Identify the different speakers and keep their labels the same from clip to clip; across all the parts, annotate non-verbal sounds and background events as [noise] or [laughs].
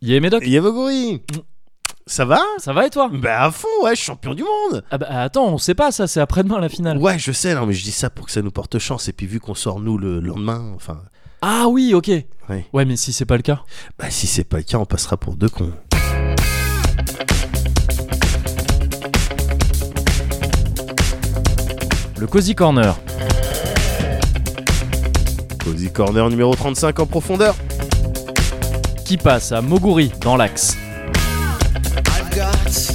Speaker 1: Yé Médoc,
Speaker 2: Yavogori Ça va
Speaker 1: ça va et toi
Speaker 2: Bah à fond, ouais, je suis champion du monde
Speaker 1: Ah bah attends, on sait pas ça, c'est après-demain la finale.
Speaker 2: Ouais, je sais, non, mais je dis ça pour que ça nous porte chance. Et puis vu qu'on sort nous le lendemain, enfin,
Speaker 1: Ah oui, ok.
Speaker 2: Ouais.
Speaker 1: ouais, mais si c'est pas le cas.
Speaker 2: bah si c'est pas le cas, on passera pour deux cons.
Speaker 1: Le Cozy Corner.
Speaker 2: Cozy Corner numéro 35 en profondeur.
Speaker 1: qui passe à Moguri dans l'axe.
Speaker 3: I've got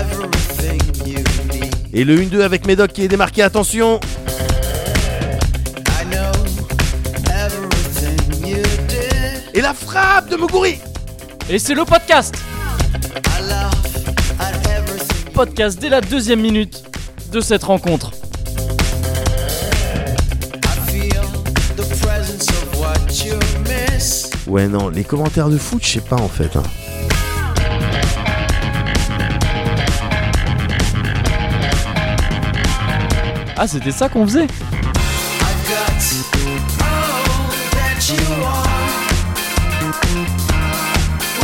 Speaker 3: everything you need.
Speaker 2: Et le 1-2 avec Médoc qui est démarqué, attention
Speaker 3: I know everything you did.
Speaker 2: Et la frappe de Moguri
Speaker 1: Et c'est le podcast
Speaker 3: I laugh at everything.
Speaker 1: Podcast dès la deuxième minute de cette rencontre.
Speaker 3: I feel the presence of what you miss.
Speaker 2: Ouais, non, les commentaires de foot, je sais pas en fait. hein.
Speaker 1: Ah, c'était ça qu'on faisait
Speaker 3: I've got all that you are.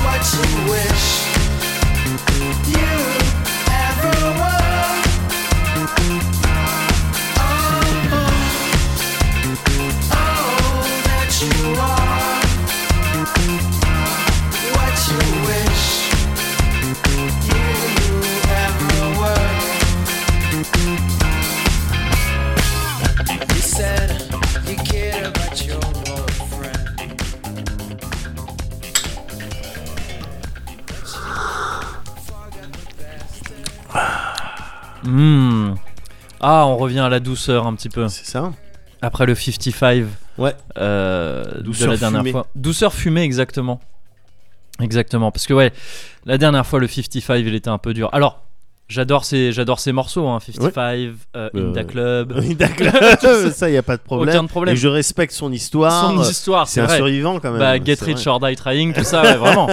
Speaker 3: What you wish you ever were. Oh, oh, all that you are. What you wish you ever were. You said you care about your boyfriend.
Speaker 1: Hmm. Ah, on revient à la douceur un petit peu.
Speaker 2: C'est ça
Speaker 1: Après le 55 [laughs]
Speaker 2: Ouais.
Speaker 1: euh,
Speaker 2: Douceur
Speaker 1: de la dernière
Speaker 2: fumée.
Speaker 1: fois. Douceur fumée, exactement. Exactement. Parce que, ouais, la dernière fois, le 55, il était un peu dur. Alors, j'adore ces, j'adore ces morceaux. Hein, 55, euh,
Speaker 2: Euh,
Speaker 1: Inda Club.
Speaker 2: [laughs] D'accord, ça, y a pas de problème.
Speaker 1: Aucun de problème.
Speaker 2: Et je respecte son histoire.
Speaker 1: Son histoire,
Speaker 2: C'est
Speaker 1: c'est
Speaker 2: un
Speaker 1: vrai.
Speaker 2: survivant quand même.
Speaker 1: Bah, Get
Speaker 2: C'est
Speaker 1: Rich
Speaker 2: vrai.
Speaker 1: or Die Trying, tout
Speaker 2: [laughs]
Speaker 1: ça, ouais, vraiment.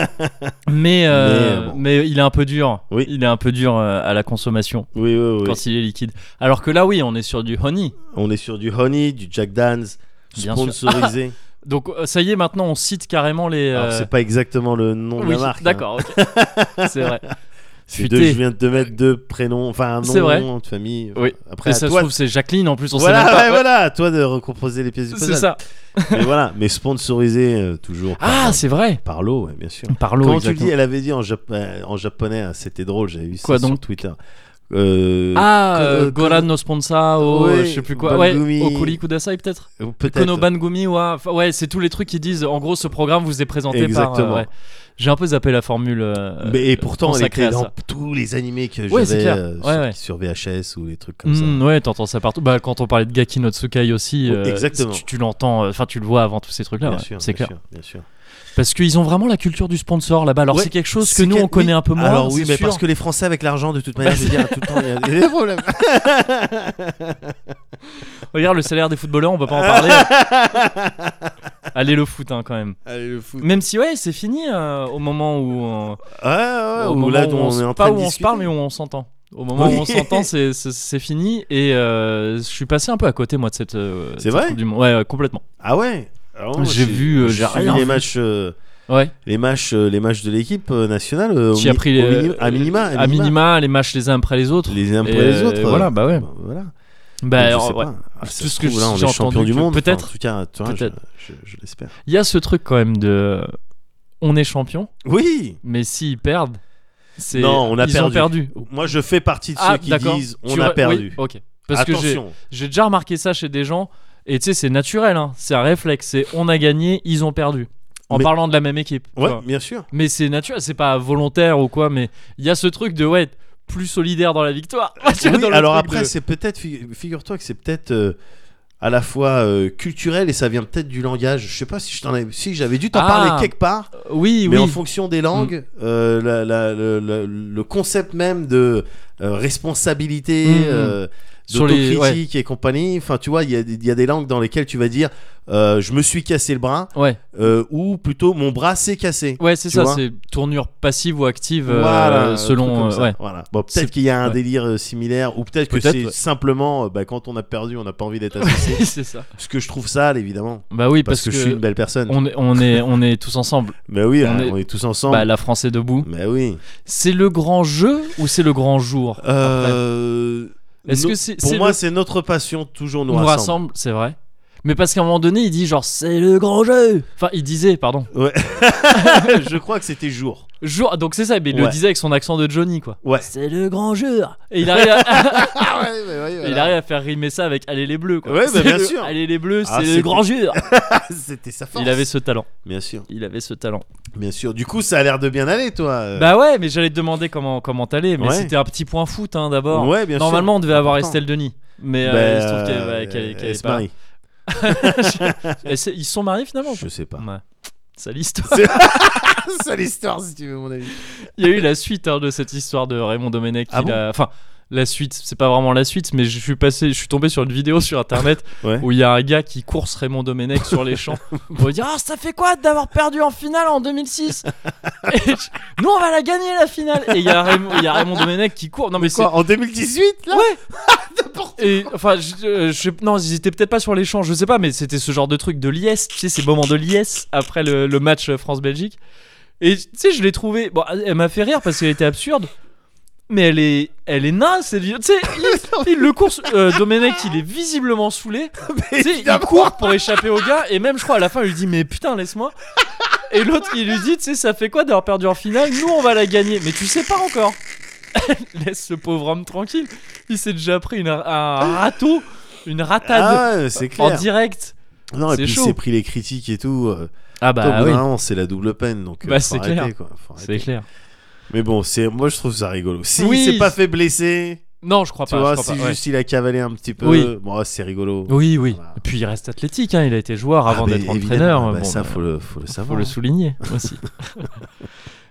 Speaker 1: Mais, euh,
Speaker 2: Mais,
Speaker 1: mais,
Speaker 2: bon.
Speaker 1: il est un peu dur.
Speaker 2: Oui.
Speaker 1: Il est un peu dur euh, à la consommation
Speaker 2: Oui, oui, oui.
Speaker 1: quand il est liquide. Alors que là, oui, on est sur du honey.
Speaker 2: On est sur du Honey, du Jack Daniels,
Speaker 1: Bien
Speaker 2: sponsorisé.
Speaker 1: [laughs] Donc euh, ça y est, maintenant on cite carrément les. euh,
Speaker 2: Alors, c'est pas exactement le nom de
Speaker 1: oui,
Speaker 2: la marque. hein.
Speaker 1: D'accord.
Speaker 2: [laughs]
Speaker 1: ok. c'est vrai.
Speaker 2: C'est
Speaker 1: Futé.
Speaker 2: deux, je viens de te mettre deux prénoms, enfin un nom,
Speaker 1: C'est vrai.
Speaker 2: de famille. Enfin,
Speaker 1: Oui.
Speaker 2: Après,
Speaker 1: Et
Speaker 2: à
Speaker 1: ça se
Speaker 2: toi,
Speaker 1: trouve, c'est Jacqueline en plus. On
Speaker 2: voilà,
Speaker 1: sait même pas. Ah,
Speaker 2: ouais, voilà, à toi de recomposer les pièces du puzzle.
Speaker 1: C'est ça.
Speaker 2: Mais voilà, mais sponsorisé euh, toujours par,
Speaker 1: Ah, c'est vrai.
Speaker 2: par l'eau, ouais, bien sûr.
Speaker 1: Par l'eau.
Speaker 2: Quand tu le dis,
Speaker 1: exactement.
Speaker 2: elle avait dit en, jap- euh, en japonais, hein, c'était drôle, j'avais vu
Speaker 1: Quoi
Speaker 2: ça sur
Speaker 1: donc
Speaker 2: Twitter. Euh,
Speaker 1: Ah,
Speaker 2: que-
Speaker 1: euh,
Speaker 2: que-
Speaker 1: Goran no Sponsa, oh,
Speaker 2: Oui,
Speaker 1: je sais plus quoi. Ouais,
Speaker 2: Bangumi.
Speaker 1: Okuli Kudasai peut-être.
Speaker 2: peut-être.
Speaker 1: Kono Bangumi, ouais. Enfin, ouais, c'est tous les trucs qui disent. En gros, ce programme vous est présenté par. euh,
Speaker 2: Exactement.
Speaker 1: ouais. J'ai un peu zappé la formule. euh,
Speaker 2: Mais, et pourtant, elle
Speaker 1: consacrée
Speaker 2: était
Speaker 1: à
Speaker 2: dans
Speaker 1: ça.
Speaker 2: tous les animés que
Speaker 1: Ouais, c'est
Speaker 2: j'avais
Speaker 1: clair.
Speaker 2: euh,
Speaker 1: Ouais, ouais.
Speaker 2: sur, sur VHS ou les trucs comme ça.
Speaker 1: Hmm, ouais, t'entends ça partout. Bah, quand on parlait de Gaki no Tsukai aussi,
Speaker 2: Oh,
Speaker 1: euh,
Speaker 2: exactement.
Speaker 1: Tu, tu l'entends, euh, enfin, tu le vois avant tous ces trucs-là.
Speaker 2: bien
Speaker 1: Ah ouais,
Speaker 2: sûr,
Speaker 1: c'est
Speaker 2: bien
Speaker 1: clair.
Speaker 2: sûr, bien sûr.
Speaker 1: Parce qu'ils ont vraiment la culture du sponsor là-bas. Alors,
Speaker 2: Ouais,
Speaker 1: c'est quelque chose que
Speaker 2: C'est
Speaker 1: nous,
Speaker 2: quel-
Speaker 1: on connaît
Speaker 2: oui.
Speaker 1: un peu moins.
Speaker 2: Alors oui,
Speaker 1: c'est
Speaker 2: mais
Speaker 1: sûr.
Speaker 2: parce que les Français avec l'argent, de toute manière, je veux dire, tout le temps, il y a il y a des problèmes.
Speaker 1: Regarde le salaire des footballeurs, on va pas en parler.
Speaker 2: [laughs]
Speaker 1: Allez, le foot, hein, quand même.
Speaker 2: Allez, le foot.
Speaker 1: Même si, ouais, c'est fini euh, au moment où. euh,
Speaker 2: Ouais, ouais,
Speaker 1: au
Speaker 2: ou
Speaker 1: moment
Speaker 2: là,
Speaker 1: où
Speaker 2: on,
Speaker 1: se-
Speaker 2: est en
Speaker 1: Pas
Speaker 2: train
Speaker 1: où
Speaker 2: de
Speaker 1: on se
Speaker 2: discuter.
Speaker 1: parle, mais où on s'entend. Au moment
Speaker 2: Oui.
Speaker 1: où on s'entend, c'est- c'est c'est fini. Et euh, je suis passé un peu à côté, moi, de cette. euh,
Speaker 2: C'est
Speaker 1: cette
Speaker 2: vrai
Speaker 1: Coupe du Monde. Ouais, ouais, complètement.
Speaker 2: Ah ouais Alors, moi,
Speaker 1: J'ai vu, euh,
Speaker 2: je
Speaker 1: j'ai
Speaker 2: suis
Speaker 1: rien
Speaker 2: les
Speaker 1: vu.
Speaker 2: matchs, euh,
Speaker 1: Ouais.
Speaker 2: les matchs, euh, les matchs de l'équipe euh, nationale. euh, au
Speaker 1: Qui
Speaker 2: mi-
Speaker 1: a pris les,
Speaker 2: au mini- à minima,
Speaker 1: à minima, les matchs les uns après les autres.
Speaker 2: les uns après
Speaker 1: Et,
Speaker 2: les autres.
Speaker 1: euh, voilà, bah ouais.
Speaker 2: Voilà.
Speaker 1: Bah,
Speaker 2: Donc, je sais
Speaker 1: ouais.
Speaker 2: pas.
Speaker 1: Tout
Speaker 2: Ah, ça se
Speaker 1: ce que
Speaker 2: trouve, là, on
Speaker 1: j'ai
Speaker 2: est champion
Speaker 1: entendu
Speaker 2: du
Speaker 1: que
Speaker 2: monde.
Speaker 1: peut-être-
Speaker 2: Enfin, en tout cas, tu vois, je,
Speaker 1: peut-être.
Speaker 2: je- je l'espère.
Speaker 1: Il y a ce truc quand même de. On est champion,
Speaker 2: Oui.
Speaker 1: mais s'ils perdent, c'est.
Speaker 2: Non, on a
Speaker 1: ils Ont
Speaker 2: perdu.
Speaker 1: perdu.
Speaker 2: Moi, je fais partie de ceux
Speaker 1: Oh. Ah,
Speaker 2: qui
Speaker 1: d'accord.
Speaker 2: disent on
Speaker 1: Tu
Speaker 2: a
Speaker 1: aurais-
Speaker 2: perdu.
Speaker 1: oui, ok. Parce que j'ai-
Speaker 2: Attention.
Speaker 1: j'ai déjà remarqué ça chez des gens, et tu sais, c'est naturel, hein. c'est un réflexe, c'est on a gagné, ils ont perdu. En
Speaker 2: Mais-
Speaker 1: parlant de la même équipe. tu
Speaker 2: Ouais,
Speaker 1: vois.
Speaker 2: bien sûr.
Speaker 1: Mais c'est naturel, c'est pas volontaire ou quoi, mais il y a ce truc de ouais, être plus solidaire dans la victoire. [laughs] Tu vois,
Speaker 2: Oui,
Speaker 1: dans le
Speaker 2: alors
Speaker 1: truc
Speaker 2: après,
Speaker 1: de-
Speaker 2: c'est peut-être, fi- figure-toi que c'est peut-être euh, à la fois euh, culturel et ça vient peut-être du langage. Je sais pas si je t'en avais- si j'avais dû t'en
Speaker 1: Ah.
Speaker 2: parler quelque part,
Speaker 1: Oui, Mm.
Speaker 2: mais
Speaker 1: oui.
Speaker 2: en fonction des langues, euh, la- la- le, le- le concept même de euh, responsabilité
Speaker 1: Mm.
Speaker 2: euh,
Speaker 1: Sur les-
Speaker 2: d'autocritique et compagnie. Enfin, tu vois, il y, a des- il y a des langues dans lesquelles tu vas dire euh, je me suis cassé le bras
Speaker 1: Ouais,
Speaker 2: euh, ou plutôt mon bras s'est cassé.
Speaker 1: ouais c'est
Speaker 2: Tu
Speaker 1: ça,
Speaker 2: vois
Speaker 1: c'est tournure passive ou active euh,
Speaker 2: Voilà, un truc
Speaker 1: selon.
Speaker 2: comme
Speaker 1: euh,
Speaker 2: ça. [laughs]
Speaker 1: ouais. [laughs]
Speaker 2: Voilà. Bon,
Speaker 1: C'est-
Speaker 2: peut-être qu'il y a un
Speaker 1: ouais.
Speaker 2: délire euh, similaire, ou peut-être que
Speaker 1: Peut-être,
Speaker 2: c'est
Speaker 1: ouais.
Speaker 2: simplement euh, bah, quand on a perdu, on n'a pas envie
Speaker 1: [laughs]
Speaker 2: d'être associé.
Speaker 1: c'est ça.
Speaker 2: Ce que je trouve sale, évidemment,
Speaker 1: Bah oui,
Speaker 2: parce,
Speaker 1: parce,
Speaker 2: que, je suis une belle personne.
Speaker 1: on est, on est, on est tous ensemble.
Speaker 2: Mais oui,
Speaker 1: on
Speaker 2: hein, on
Speaker 1: est-
Speaker 2: est, tous ensemble.
Speaker 1: Bah, la France est debout.
Speaker 2: Mais oui.
Speaker 1: C'est le grand jeu ou c'est le grand jour
Speaker 2: Euh,
Speaker 1: Est-ce
Speaker 2: no-
Speaker 1: que c'est
Speaker 2: pour
Speaker 1: c'est
Speaker 2: moi,
Speaker 1: le-
Speaker 2: c'est notre passion, toujours nous,
Speaker 1: nous rassemble, c'est vrai. Mais parce qu'à un moment donné, il dit genre c'est le grand jeu. Enfin, il disait, pardon.
Speaker 2: [laughs] je crois que c'était jour.
Speaker 1: Jour. Donc c'est ça, mais il le
Speaker 2: Ouais.
Speaker 1: disait avec son accent de Johnny quoi.
Speaker 2: Ouais.
Speaker 1: C'est le grand jeu. Et
Speaker 2: [laughs]
Speaker 1: il arrive à,
Speaker 2: Ah ouais, mais
Speaker 1: [laughs]
Speaker 2: oui,
Speaker 1: il
Speaker 2: voilà.
Speaker 1: arrive à faire rimer ça avec allez les bleus quoi.
Speaker 2: Ouais, bah,
Speaker 1: C'est
Speaker 2: bien
Speaker 1: le-
Speaker 2: sûr.
Speaker 1: Allez les bleus,
Speaker 2: Ah,
Speaker 1: c'est le
Speaker 2: c'était-
Speaker 1: grand jeu.
Speaker 2: C'était sa force.
Speaker 1: Il avait ce talent.
Speaker 2: Bien sûr,
Speaker 1: Il avait ce talent.
Speaker 2: bien sûr. Du coup, ça a l'air de bien aller, toi. euh.
Speaker 1: Bah ouais, mais j'allais te demander comment comment t'allais, mais
Speaker 2: Ouais.
Speaker 1: c'était un petit point foot hein, d'abord.
Speaker 2: ouais, bien sûr.
Speaker 1: Normalement, on devait avoir
Speaker 2: Important.
Speaker 1: Estelle Denis, mais euh,
Speaker 2: Bah,
Speaker 1: il se trouve qu'elle
Speaker 2: euh,
Speaker 1: ouais, qu'elle- qu'elle
Speaker 2: elle
Speaker 1: est
Speaker 2: se
Speaker 1: pas. [laughs]
Speaker 2: marie.
Speaker 1: Elle s'est- Ils se sont mariés finalement. ou
Speaker 2: Je sais pas.
Speaker 1: [laughs] pas Ouais. Sale histoire.
Speaker 2: C'est l'histoire, si tu veux, mon ami.
Speaker 1: [laughs] Il y a eu la suite hein, de cette histoire de Raymond Domenech.
Speaker 2: Ah
Speaker 1: il a- Enfin, la suite, c'est pas vraiment la suite, mais je suis passé, je suis tombé sur une vidéo sur internet
Speaker 2: [laughs] Ouais.
Speaker 1: où il y a un gars qui course Raymond Domenech sur les
Speaker 2: [laughs]
Speaker 1: champs pour lui dire Ah, ça fait quoi d'avoir perdu en finale en 2006 Et je- Nous, on va la gagner la finale Et il y a Raymond, il y a Raymond Domenech qui court. Non, mais c'est.
Speaker 2: Quoi, en 2018, là
Speaker 1: Ouais.
Speaker 2: N'importe
Speaker 1: Et enfin, je, euh, je sais- non, ils étaient peut-être pas sur les champs, je sais pas, mais c'était ce genre de truc de liesse, tu sais, ces moments de liesse après le, le match euh, France-Belgique. Et tu sais, je l'ai trouvé. Bon, elle m'a fait rire parce qu'elle était absurde, mais elle est, elle est naze, cette vie- Tu sais, il, il le course. euh, Domenech, il est visiblement saoulé. Tu sais, il
Speaker 2: évidemment.
Speaker 1: court pour échapper au gars, et même, je crois, à la fin, il lui dit Mais putain, laisse-moi. Et l'autre, il lui dit Tu sais, ça fait quoi d'avoir perdu en finale Nous, on va la gagner. Mais tu sais pas encore. [laughs] Laisse ce pauvre homme tranquille. Il s'est déjà pris une- un râteau, une ratade
Speaker 2: Ah ouais, c'est
Speaker 1: en
Speaker 2: clair.
Speaker 1: direct.
Speaker 2: Non, et
Speaker 1: c'est
Speaker 2: puis il
Speaker 1: chaud.
Speaker 2: s'est pris les critiques et tout. euh,
Speaker 1: Ah
Speaker 2: au bout
Speaker 1: bah
Speaker 2: d'un
Speaker 1: oui,
Speaker 2: moment, c'est la double peine, donc euh,
Speaker 1: Bah,
Speaker 2: faut
Speaker 1: c'est
Speaker 2: arrêter,
Speaker 1: clair.
Speaker 2: quoi, faut arrêter.
Speaker 1: c'est clair.
Speaker 2: Mais bon, c'est moi je trouve ça rigolo. Si
Speaker 1: Oui.
Speaker 2: il s'est pas fait blesser,
Speaker 1: Non, je crois
Speaker 2: tu
Speaker 1: pas.
Speaker 2: vois,
Speaker 1: je crois
Speaker 2: si
Speaker 1: pas, ouais.
Speaker 2: juste il a cavalé un petit peu,
Speaker 1: Oui.
Speaker 2: bon, ah, c'est rigolo.
Speaker 1: Oui, oui.
Speaker 2: Voilà.
Speaker 1: Et puis il reste athlétique, hein, il a été joueur
Speaker 2: Ah,
Speaker 1: avant
Speaker 2: mais
Speaker 1: d'être
Speaker 2: évidemment,
Speaker 1: entraîneur.
Speaker 2: bah,
Speaker 1: Bon,
Speaker 2: ça
Speaker 1: bah,
Speaker 2: faut le faut le savoir.
Speaker 1: faut le souligner aussi. [laughs]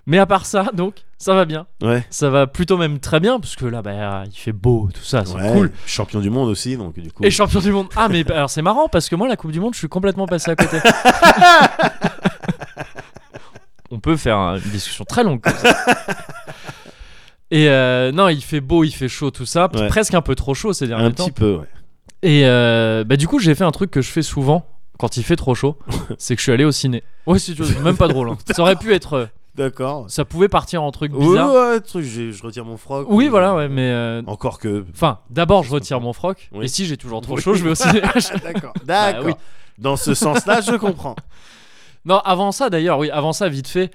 Speaker 1: Mais à part ça, donc, ça va bien.
Speaker 2: Ouais.
Speaker 1: Ça va plutôt même très bien, parce que là, bah, il fait beau, tout ça, c'est
Speaker 2: Ouais,
Speaker 1: cool.
Speaker 2: Champion du monde aussi, donc du coup.
Speaker 1: Et champion du monde. Ah, mais bah, alors c'est marrant parce que moi, la Coupe du Monde, je suis complètement passé à côté. [laughs] On peut faire euh, une discussion très longue. comme ça. [laughs] Et euh, non, il fait beau, il fait chaud, tout ça.
Speaker 2: Ouais.
Speaker 1: Presque un peu trop chaud ces derniers
Speaker 2: un
Speaker 1: temps.
Speaker 2: petit peu, ouais.
Speaker 1: Et euh, bah, du coup, j'ai fait un truc que je fais souvent quand il fait trop
Speaker 2: [laughs]
Speaker 1: chaud c'est que je suis allé au ciné. Ouais, c'est c'est même pas drôle. hein. Ça aurait pu être. euh,
Speaker 2: D'accord.
Speaker 1: Ça pouvait partir en truc
Speaker 2: Ouais,
Speaker 1: bizarre.
Speaker 2: ouais, truc, j'ai- je retire mon froc.
Speaker 1: Oui,
Speaker 2: ou-
Speaker 1: voilà, ouais, mais. euh, [laughs]
Speaker 2: Encore que.
Speaker 1: Enfin, d'abord, je retire mon froc.
Speaker 2: Oui.
Speaker 1: Et si j'ai toujours trop
Speaker 2: Oui.
Speaker 1: chaud, je vais
Speaker 2: [laughs]
Speaker 1: au ciné.
Speaker 2: D'accord. D'accord.
Speaker 1: Ah, Bah oui.
Speaker 2: Dans ce sens-là, je comprends.
Speaker 1: Non, avant ça d'ailleurs, oui, avant ça, vite fait,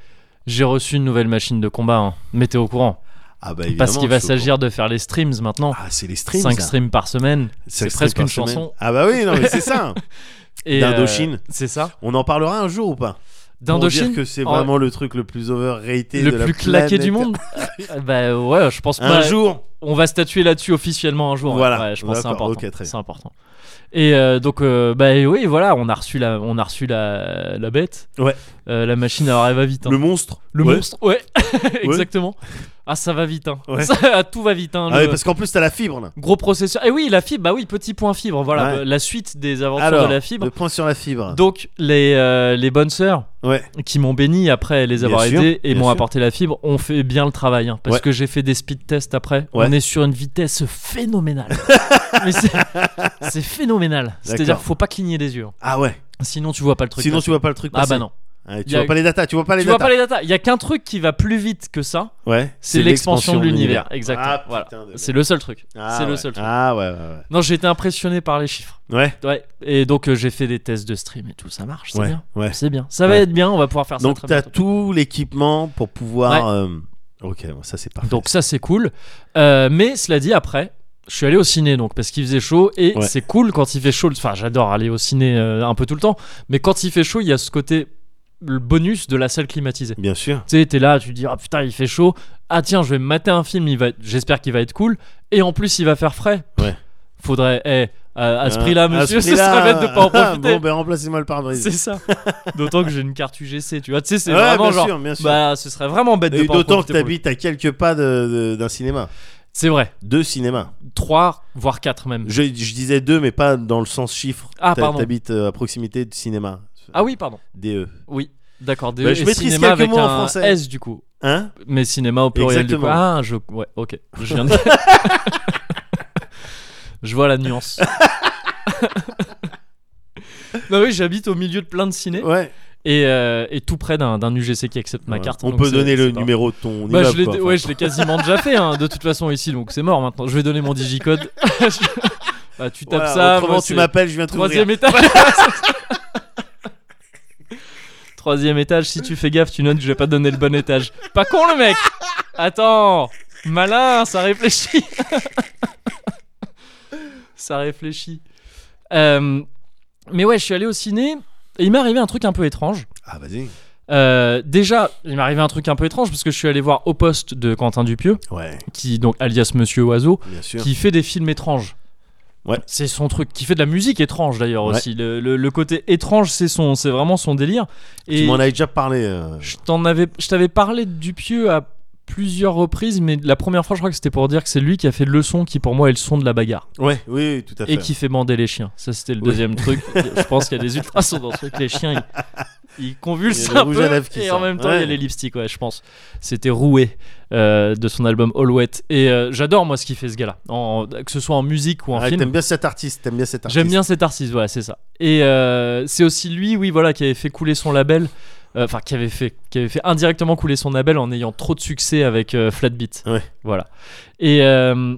Speaker 1: j'ai reçu une nouvelle machine de combat. hein. Mettez au courant.
Speaker 2: Ah bah évidemment.
Speaker 1: Parce qu'il va
Speaker 2: je-
Speaker 1: s'agir de faire les streams maintenant.
Speaker 2: Ah, c'est les streams.
Speaker 1: 5
Speaker 2: ça.
Speaker 1: streams par semaine.
Speaker 2: Cinq
Speaker 1: c'est presque
Speaker 2: streams
Speaker 1: une
Speaker 2: par semaine.
Speaker 1: chanson.
Speaker 2: Ah bah oui, non mais
Speaker 1: [laughs]
Speaker 2: c'est ça.
Speaker 1: Et,
Speaker 2: D'Indochine.
Speaker 1: euh, c'est ça.
Speaker 2: On en parlera un jour ou pas Pour dire
Speaker 1: D'Indochine.
Speaker 2: que c'est
Speaker 1: Oh,
Speaker 2: vraiment le truc le plus overrated de
Speaker 1: Le
Speaker 2: la
Speaker 1: plus claqué
Speaker 2: planète.
Speaker 1: du
Speaker 2: [laughs]
Speaker 1: monde. Euh, bah ouais, je pense
Speaker 2: Un
Speaker 1: pas.
Speaker 2: jour.
Speaker 1: On va statuer là-dessus officiellement un jour. ouais.
Speaker 2: Voilà.
Speaker 1: Ouais, je pense que c'est
Speaker 2: D'accord,
Speaker 1: important.
Speaker 2: ok, très bien.
Speaker 1: c'est important. Et euh, donc, euh, bah oui, voilà, on a reçu la, on a reçu la, la bête.
Speaker 2: Ouais.
Speaker 1: Euh, la machine, alors elle va vite. hein.
Speaker 2: Le monstre.
Speaker 1: Le
Speaker 2: Ouais.
Speaker 1: monstre, ouais, [laughs] exactement. Ah, ça va vite, hein.
Speaker 2: Ouais.
Speaker 1: Ça, [laughs] tout va vite, hein.
Speaker 2: Ah
Speaker 1: Le
Speaker 2: oui, parce qu'en plus t'as la fibre là.
Speaker 1: Gros processeur. Et oui, la fibre, bah oui, petit point fibre. Voilà,
Speaker 2: Ouais.
Speaker 1: bah, la suite des aventures
Speaker 2: Alors,
Speaker 1: de la fibre.
Speaker 2: le point sur la fibre.
Speaker 1: Donc, les, euh, les bonnes sœurs
Speaker 2: Ouais.
Speaker 1: qui m'ont béni après les
Speaker 2: Bien
Speaker 1: avoir
Speaker 2: sûr,
Speaker 1: aidées et
Speaker 2: bien
Speaker 1: m'ont
Speaker 2: sûr.
Speaker 1: apporté la fibre ont fait bien le travail. hein, parce
Speaker 2: Ouais.
Speaker 1: que j'ai fait des speed tests après.
Speaker 2: Ouais.
Speaker 1: On est sur une vitesse phénoménale.
Speaker 2: [laughs]
Speaker 1: Mais c'est- c'est phénoménal. C'est-à-dire,
Speaker 2: D'accord.
Speaker 1: faut pas cligner des yeux. hein.
Speaker 2: Ah ouais.
Speaker 1: Sinon, tu vois pas le truc.
Speaker 2: Sinon
Speaker 1: passer.
Speaker 2: tu vois pas le truc
Speaker 1: Ah
Speaker 2: passer.
Speaker 1: bah non.
Speaker 2: Ouais, tu
Speaker 1: Y a-
Speaker 2: vois pas les datas, tu vois pas les
Speaker 1: Tu vois
Speaker 2: datas.
Speaker 1: pas les datas. Il y a qu'un truc qui va plus vite que ça.
Speaker 2: Ouais.
Speaker 1: C'est l'expansion de l'univers. Exactement.
Speaker 2: Ah,
Speaker 1: voilà.
Speaker 2: putain de merde.
Speaker 1: C'est le seul truc.
Speaker 2: Ah
Speaker 1: c'est le
Speaker 2: ouais.
Speaker 1: seul truc.
Speaker 2: Ah ouais, ouais,
Speaker 1: Non, j'ai été impressionné par les chiffres.
Speaker 2: ouais. Ouais.
Speaker 1: Ouais, et donc euh, j'ai fait des tests de stream et tout, ça marche, c'est
Speaker 2: ouais,
Speaker 1: bien.
Speaker 2: ouais.
Speaker 1: C'est bien, ça va
Speaker 2: Ouais.
Speaker 1: être bien, on va pouvoir faire
Speaker 2: Donc
Speaker 1: ça. très
Speaker 2: t'as
Speaker 1: bientôt.
Speaker 2: tout l'équipement pour pouvoir. euh, Ok, bon, ça c'est parfait.
Speaker 1: Donc ça c'est cool. Euh, mais cela dit, après, je suis allé au ciné, donc parce qu'il faisait chaud, et
Speaker 2: Ouais.
Speaker 1: c'est cool quand il fait chaud, enfin j'adore aller au ciné euh, un peu tout le temps, mais quand il fait chaud, il y a ce côté le bonus de la salle climatisée.
Speaker 2: Bien sûr.
Speaker 1: Tu sais, t'es là, tu te dis, ah putain, il fait chaud. Ah tiens, je vais me mater un film, il va... être- j'espère qu'il va être cool. Et en plus, il va faire frais.
Speaker 2: Ouais.
Speaker 1: Faudrait, eh, à, à ce
Speaker 2: Euh,
Speaker 1: prix-là,
Speaker 2: à
Speaker 1: monsieur,
Speaker 2: ce
Speaker 1: ce serait bête de pas en
Speaker 2: prix-là,
Speaker 1: profiter.
Speaker 2: [laughs] bon, ben remplacez-moi le pare-brise.
Speaker 1: C'est ça. D'autant que j'ai une carte UGC, tu vois. Tu sais, c'est
Speaker 2: Ouais,
Speaker 1: vraiment
Speaker 2: bien
Speaker 1: genre.
Speaker 2: sûr, bien sûr.
Speaker 1: Bah, ce serait vraiment bête de
Speaker 2: Et
Speaker 1: pas en
Speaker 2: d'autant
Speaker 1: profiter
Speaker 2: que
Speaker 1: pour le-
Speaker 2: t'habites à quelques pas de- de- d'un cinéma.
Speaker 1: C'est vrai.
Speaker 2: Deux cinémas.
Speaker 1: 3, voire 4 même.
Speaker 2: Je, je disais deux, mais pas dans le sens chiffre.
Speaker 1: Ah,
Speaker 2: T'ha-
Speaker 1: pardon.
Speaker 2: T'habites euh, à proximité du cinéma. E.
Speaker 1: Ah oui, pardon.
Speaker 2: DE.
Speaker 1: Oui, d'accord. des
Speaker 2: Bah, je
Speaker 1: et
Speaker 2: maîtrise
Speaker 1: cinéma
Speaker 2: quelques
Speaker 1: avec
Speaker 2: mots en
Speaker 1: un
Speaker 2: français.
Speaker 1: S du coup.
Speaker 2: Hein
Speaker 1: Mais cinéma au pluriel du coup.
Speaker 2: Exactement.
Speaker 1: Ah, je. Ouais, ok. Je viens de.
Speaker 2: [laughs]
Speaker 1: je vois la
Speaker 2: [laughs]
Speaker 1: nuance. bah oui, j'habite au milieu de plein de ciné
Speaker 2: Ouais.
Speaker 1: et, euh, et tout près d'un d'un UGC qui accepte ma
Speaker 2: Ouais.
Speaker 1: carte.
Speaker 2: On
Speaker 1: donc
Speaker 2: peut
Speaker 1: c'est-
Speaker 2: donner
Speaker 1: c'est
Speaker 2: le
Speaker 1: pas-
Speaker 2: numéro de ton
Speaker 1: Bah,
Speaker 2: immeuble,
Speaker 1: je l'ai
Speaker 2: quoi, enfin.
Speaker 1: ouais, je l'ai quasiment déjà fait hein, de toute façon ici, donc c'est mort maintenant. Je vais donner mon
Speaker 2: [laughs]
Speaker 1: digicode. bah, tu tapes
Speaker 2: Voilà,
Speaker 1: ça.
Speaker 2: autrement,
Speaker 1: moi,
Speaker 2: tu
Speaker 1: c'est-
Speaker 2: m'appelles, je viens t'ouvrir.
Speaker 1: Troisième étage. Troisième étage, si tu fais gaffe, tu notes que je vais pas te donner le bon étage. Pas con le mec Attends Malin, ça réfléchit [laughs] Ça réfléchit. Euh, mais ouais, je suis allé au ciné et il m'est arrivé un truc un peu étrange.
Speaker 2: Ah, vas-y.
Speaker 1: Euh, déjà, il m'est arrivé un truc un peu étrange parce que je suis allé voir Au Poste de Quentin Dupieux,
Speaker 2: Ouais,
Speaker 1: qui donc alias Monsieur Oiseau,
Speaker 2: bien sûr.
Speaker 1: qui fait des films étranges.
Speaker 2: Ouais.
Speaker 1: C'est son truc. Qui fait de la musique étrange d'ailleurs
Speaker 2: Ouais.
Speaker 1: aussi. Le, le- le côté étrange, c'est son, c'est vraiment son délire. Et
Speaker 2: Tu m'en avais déjà parlé. euh,
Speaker 1: je t'en avais, je t'avais parlé de Dupieux à plusieurs reprises, mais la première fois, je crois que c'était pour dire que c'est lui qui a fait le son qui pour moi est le son de la bagarre
Speaker 2: Ouais, oui, oui, tout à fait.
Speaker 1: et qui fait bander les chiens. Ça c'était le
Speaker 2: Oui.
Speaker 1: deuxième
Speaker 2: [laughs]
Speaker 1: truc. je pense qu'il y a des ultrasons dans ce truc. Les chiens, ils, ils convulsent
Speaker 2: Il y a le
Speaker 1: un
Speaker 2: rouge
Speaker 1: peu
Speaker 2: à lèvres qui
Speaker 1: et en
Speaker 2: sort.
Speaker 1: même temps il y a
Speaker 2: Ouais.
Speaker 1: les lipsticks. Ouais, je pense. C'était roué euh, de son album All Wet et euh, j'adore moi ce qu'il fait ce gars-là, En- que ce soit en musique ou en
Speaker 2: Ouais,
Speaker 1: film.
Speaker 2: T'aimes bien cet artiste, t'aimes bien cet artiste.
Speaker 1: J'aime bien cet artiste, voilà, c'est ça. Et euh, c'est aussi lui, oui, voilà, qui avait fait couler son label, euh, enfin, qui avait fait, qui avait fait indirectement couler son label en ayant trop de succès avec euh, Flatbeat.
Speaker 2: Ouais.
Speaker 1: Voilà. Et euh,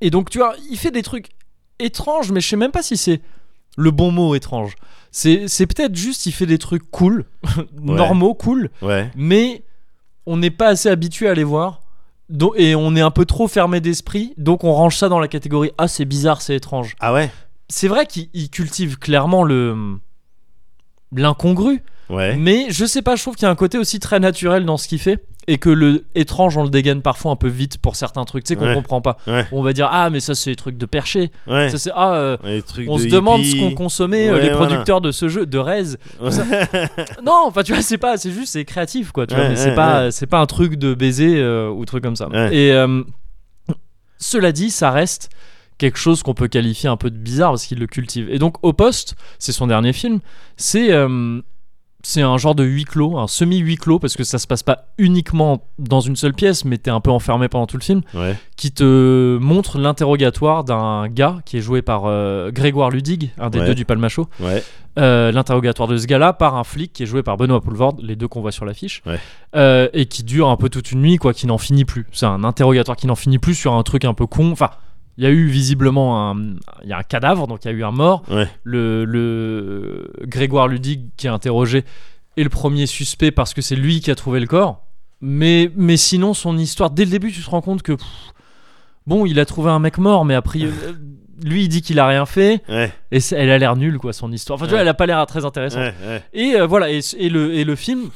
Speaker 1: et donc tu vois, il fait des trucs étranges, mais je sais même pas si c'est le bon mot étrange. C'est c'est peut-être juste, il fait des trucs cool, [laughs] normaux, cool,
Speaker 2: Ouais.
Speaker 1: mais on n'est pas assez habitué à les voir. donc- Et on est un peu trop fermé d'esprit, donc on range ça dans la catégorie Ah, c'est bizarre, c'est étrange
Speaker 2: Ah ouais
Speaker 1: c'est vrai qu'il il cultive clairement le l'incongru,
Speaker 2: Ouais.
Speaker 1: mais je sais pas, je trouve qu'il y a un côté aussi très naturel dans ce qu'il fait et que le étrange on le dégaine parfois un peu vite pour certains trucs, tu sais qu'on
Speaker 2: Ouais.
Speaker 1: comprend pas.
Speaker 2: Ouais.
Speaker 1: On va dire ah mais ça c'est des trucs de perché,
Speaker 2: Ouais.
Speaker 1: ça c'est ah euh,
Speaker 2: Les trucs
Speaker 1: on
Speaker 2: de
Speaker 1: se demande ce
Speaker 2: hippie.
Speaker 1: qu'on consommait euh,
Speaker 2: Ouais,
Speaker 1: les
Speaker 2: voilà.
Speaker 1: producteurs de ce jeu de Rez.
Speaker 2: Ouais.
Speaker 1: Non, enfin tu vois c'est pas c'est juste c'est créatif quoi, tu vois,
Speaker 2: Ouais,
Speaker 1: mais
Speaker 2: ouais,
Speaker 1: c'est pas c'est pas un truc de baiser euh, ou truc comme ça.
Speaker 2: Ouais.
Speaker 1: Et euh, cela dit, ça reste quelque chose qu'on peut qualifier un peu de bizarre parce qu'il le cultive. Et donc au poste, c'est son dernier film, c'est euh, c'est un genre de huis clos, un semi huis clos parce que ça se passe pas uniquement dans une seule pièce, mais t'es un peu enfermé pendant tout le film,
Speaker 2: Ouais.
Speaker 1: qui te montre l'interrogatoire d'un gars qui est joué par euh, Grégoire Ludig, un des
Speaker 2: Ouais.
Speaker 1: deux du Palmachot.
Speaker 2: Ouais.
Speaker 1: Euh, l'interrogatoire de ce gars-là par un flic qui est joué par Benoît Poulvord, les deux qu'on voit sur l'affiche,
Speaker 2: Ouais.
Speaker 1: Euh, et qui dure un peu toute une nuit, quoi, qui n'en finit plus. C'est un interrogatoire qui n'en finit plus sur un truc un peu con. Enfin, il y a eu visiblement un, il y a un cadavre, donc il y a eu un mort.
Speaker 2: Ouais.
Speaker 1: Le, le Grégoire Ludig qui est interrogé est le premier suspect parce que c'est lui qui a trouvé le corps. Mais, mais sinon, son histoire, dès le début, tu te rends compte que pff, bon, il a trouvé un mec mort, mais a
Speaker 2: [laughs]
Speaker 1: priori, euh, lui, il dit qu'il a rien fait.
Speaker 2: Ouais.
Speaker 1: Et c'est- elle a l'air nulle, quoi, son histoire. Enfin, tu vois,
Speaker 2: Ouais.
Speaker 1: elle a pas l'air très intéressante.
Speaker 2: Ouais. ouais.
Speaker 1: Et euh, voilà, et, et le, et le film,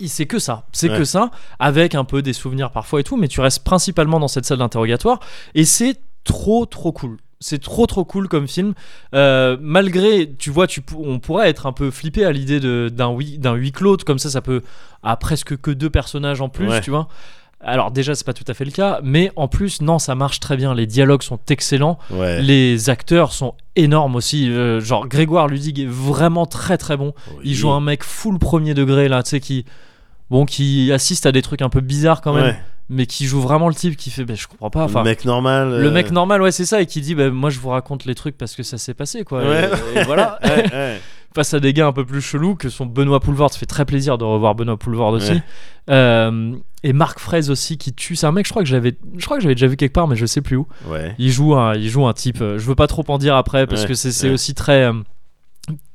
Speaker 1: il c'est que ça. C'est
Speaker 2: Ouais.
Speaker 1: que ça, avec un peu des souvenirs parfois et tout, mais tu restes principalement dans cette salle d'interrogatoire. Et c'est trop, trop cool. C'est trop trop cool comme film. Euh, malgré, tu vois, tu, pour- on pourrait être un peu flippé à l'idée de- d'un huis, d'un huis clos, comme ça, ça peut à presque que deux personnages en plus,
Speaker 2: Ouais.
Speaker 1: tu vois. Alors déjà, c'est pas tout à fait le cas, mais en plus, non, ça marche très bien. Les dialogues sont excellents.
Speaker 2: Ouais.
Speaker 1: Les acteurs sont énormes aussi. euh, genre Grégoire Ludig est vraiment très très bon. Il joue un mec full premier degré là, tu sais qui bon qui assiste à des trucs un peu bizarres quand même,
Speaker 2: Ouais.
Speaker 1: mais qui joue vraiment le type qui fait ben je comprends pas. Enfin,
Speaker 2: le mec normal.
Speaker 1: le
Speaker 2: euh,
Speaker 1: mec normal ouais c'est ça et qui dit ben moi je vous raconte les trucs parce que ça s'est passé quoi.
Speaker 2: Ouais.
Speaker 1: Et-
Speaker 2: [laughs]
Speaker 1: et voilà.
Speaker 2: Ouais, ouais.
Speaker 1: Face à des gars un peu plus chelous que sont Benoît Poulvord, ça fait très plaisir de revoir Benoît Poulvord aussi.
Speaker 2: Ouais.
Speaker 1: Euh, et Marc Fraise aussi qui tue, c'est un mec je crois que j'avais je crois que j'avais déjà vu quelque part mais je sais plus où.
Speaker 2: Ouais.
Speaker 1: Il joue un, il joue un type. euh, je veux pas trop en dire après parce
Speaker 2: Ouais,
Speaker 1: que c'est c'est
Speaker 2: ouais.
Speaker 1: aussi très. euh,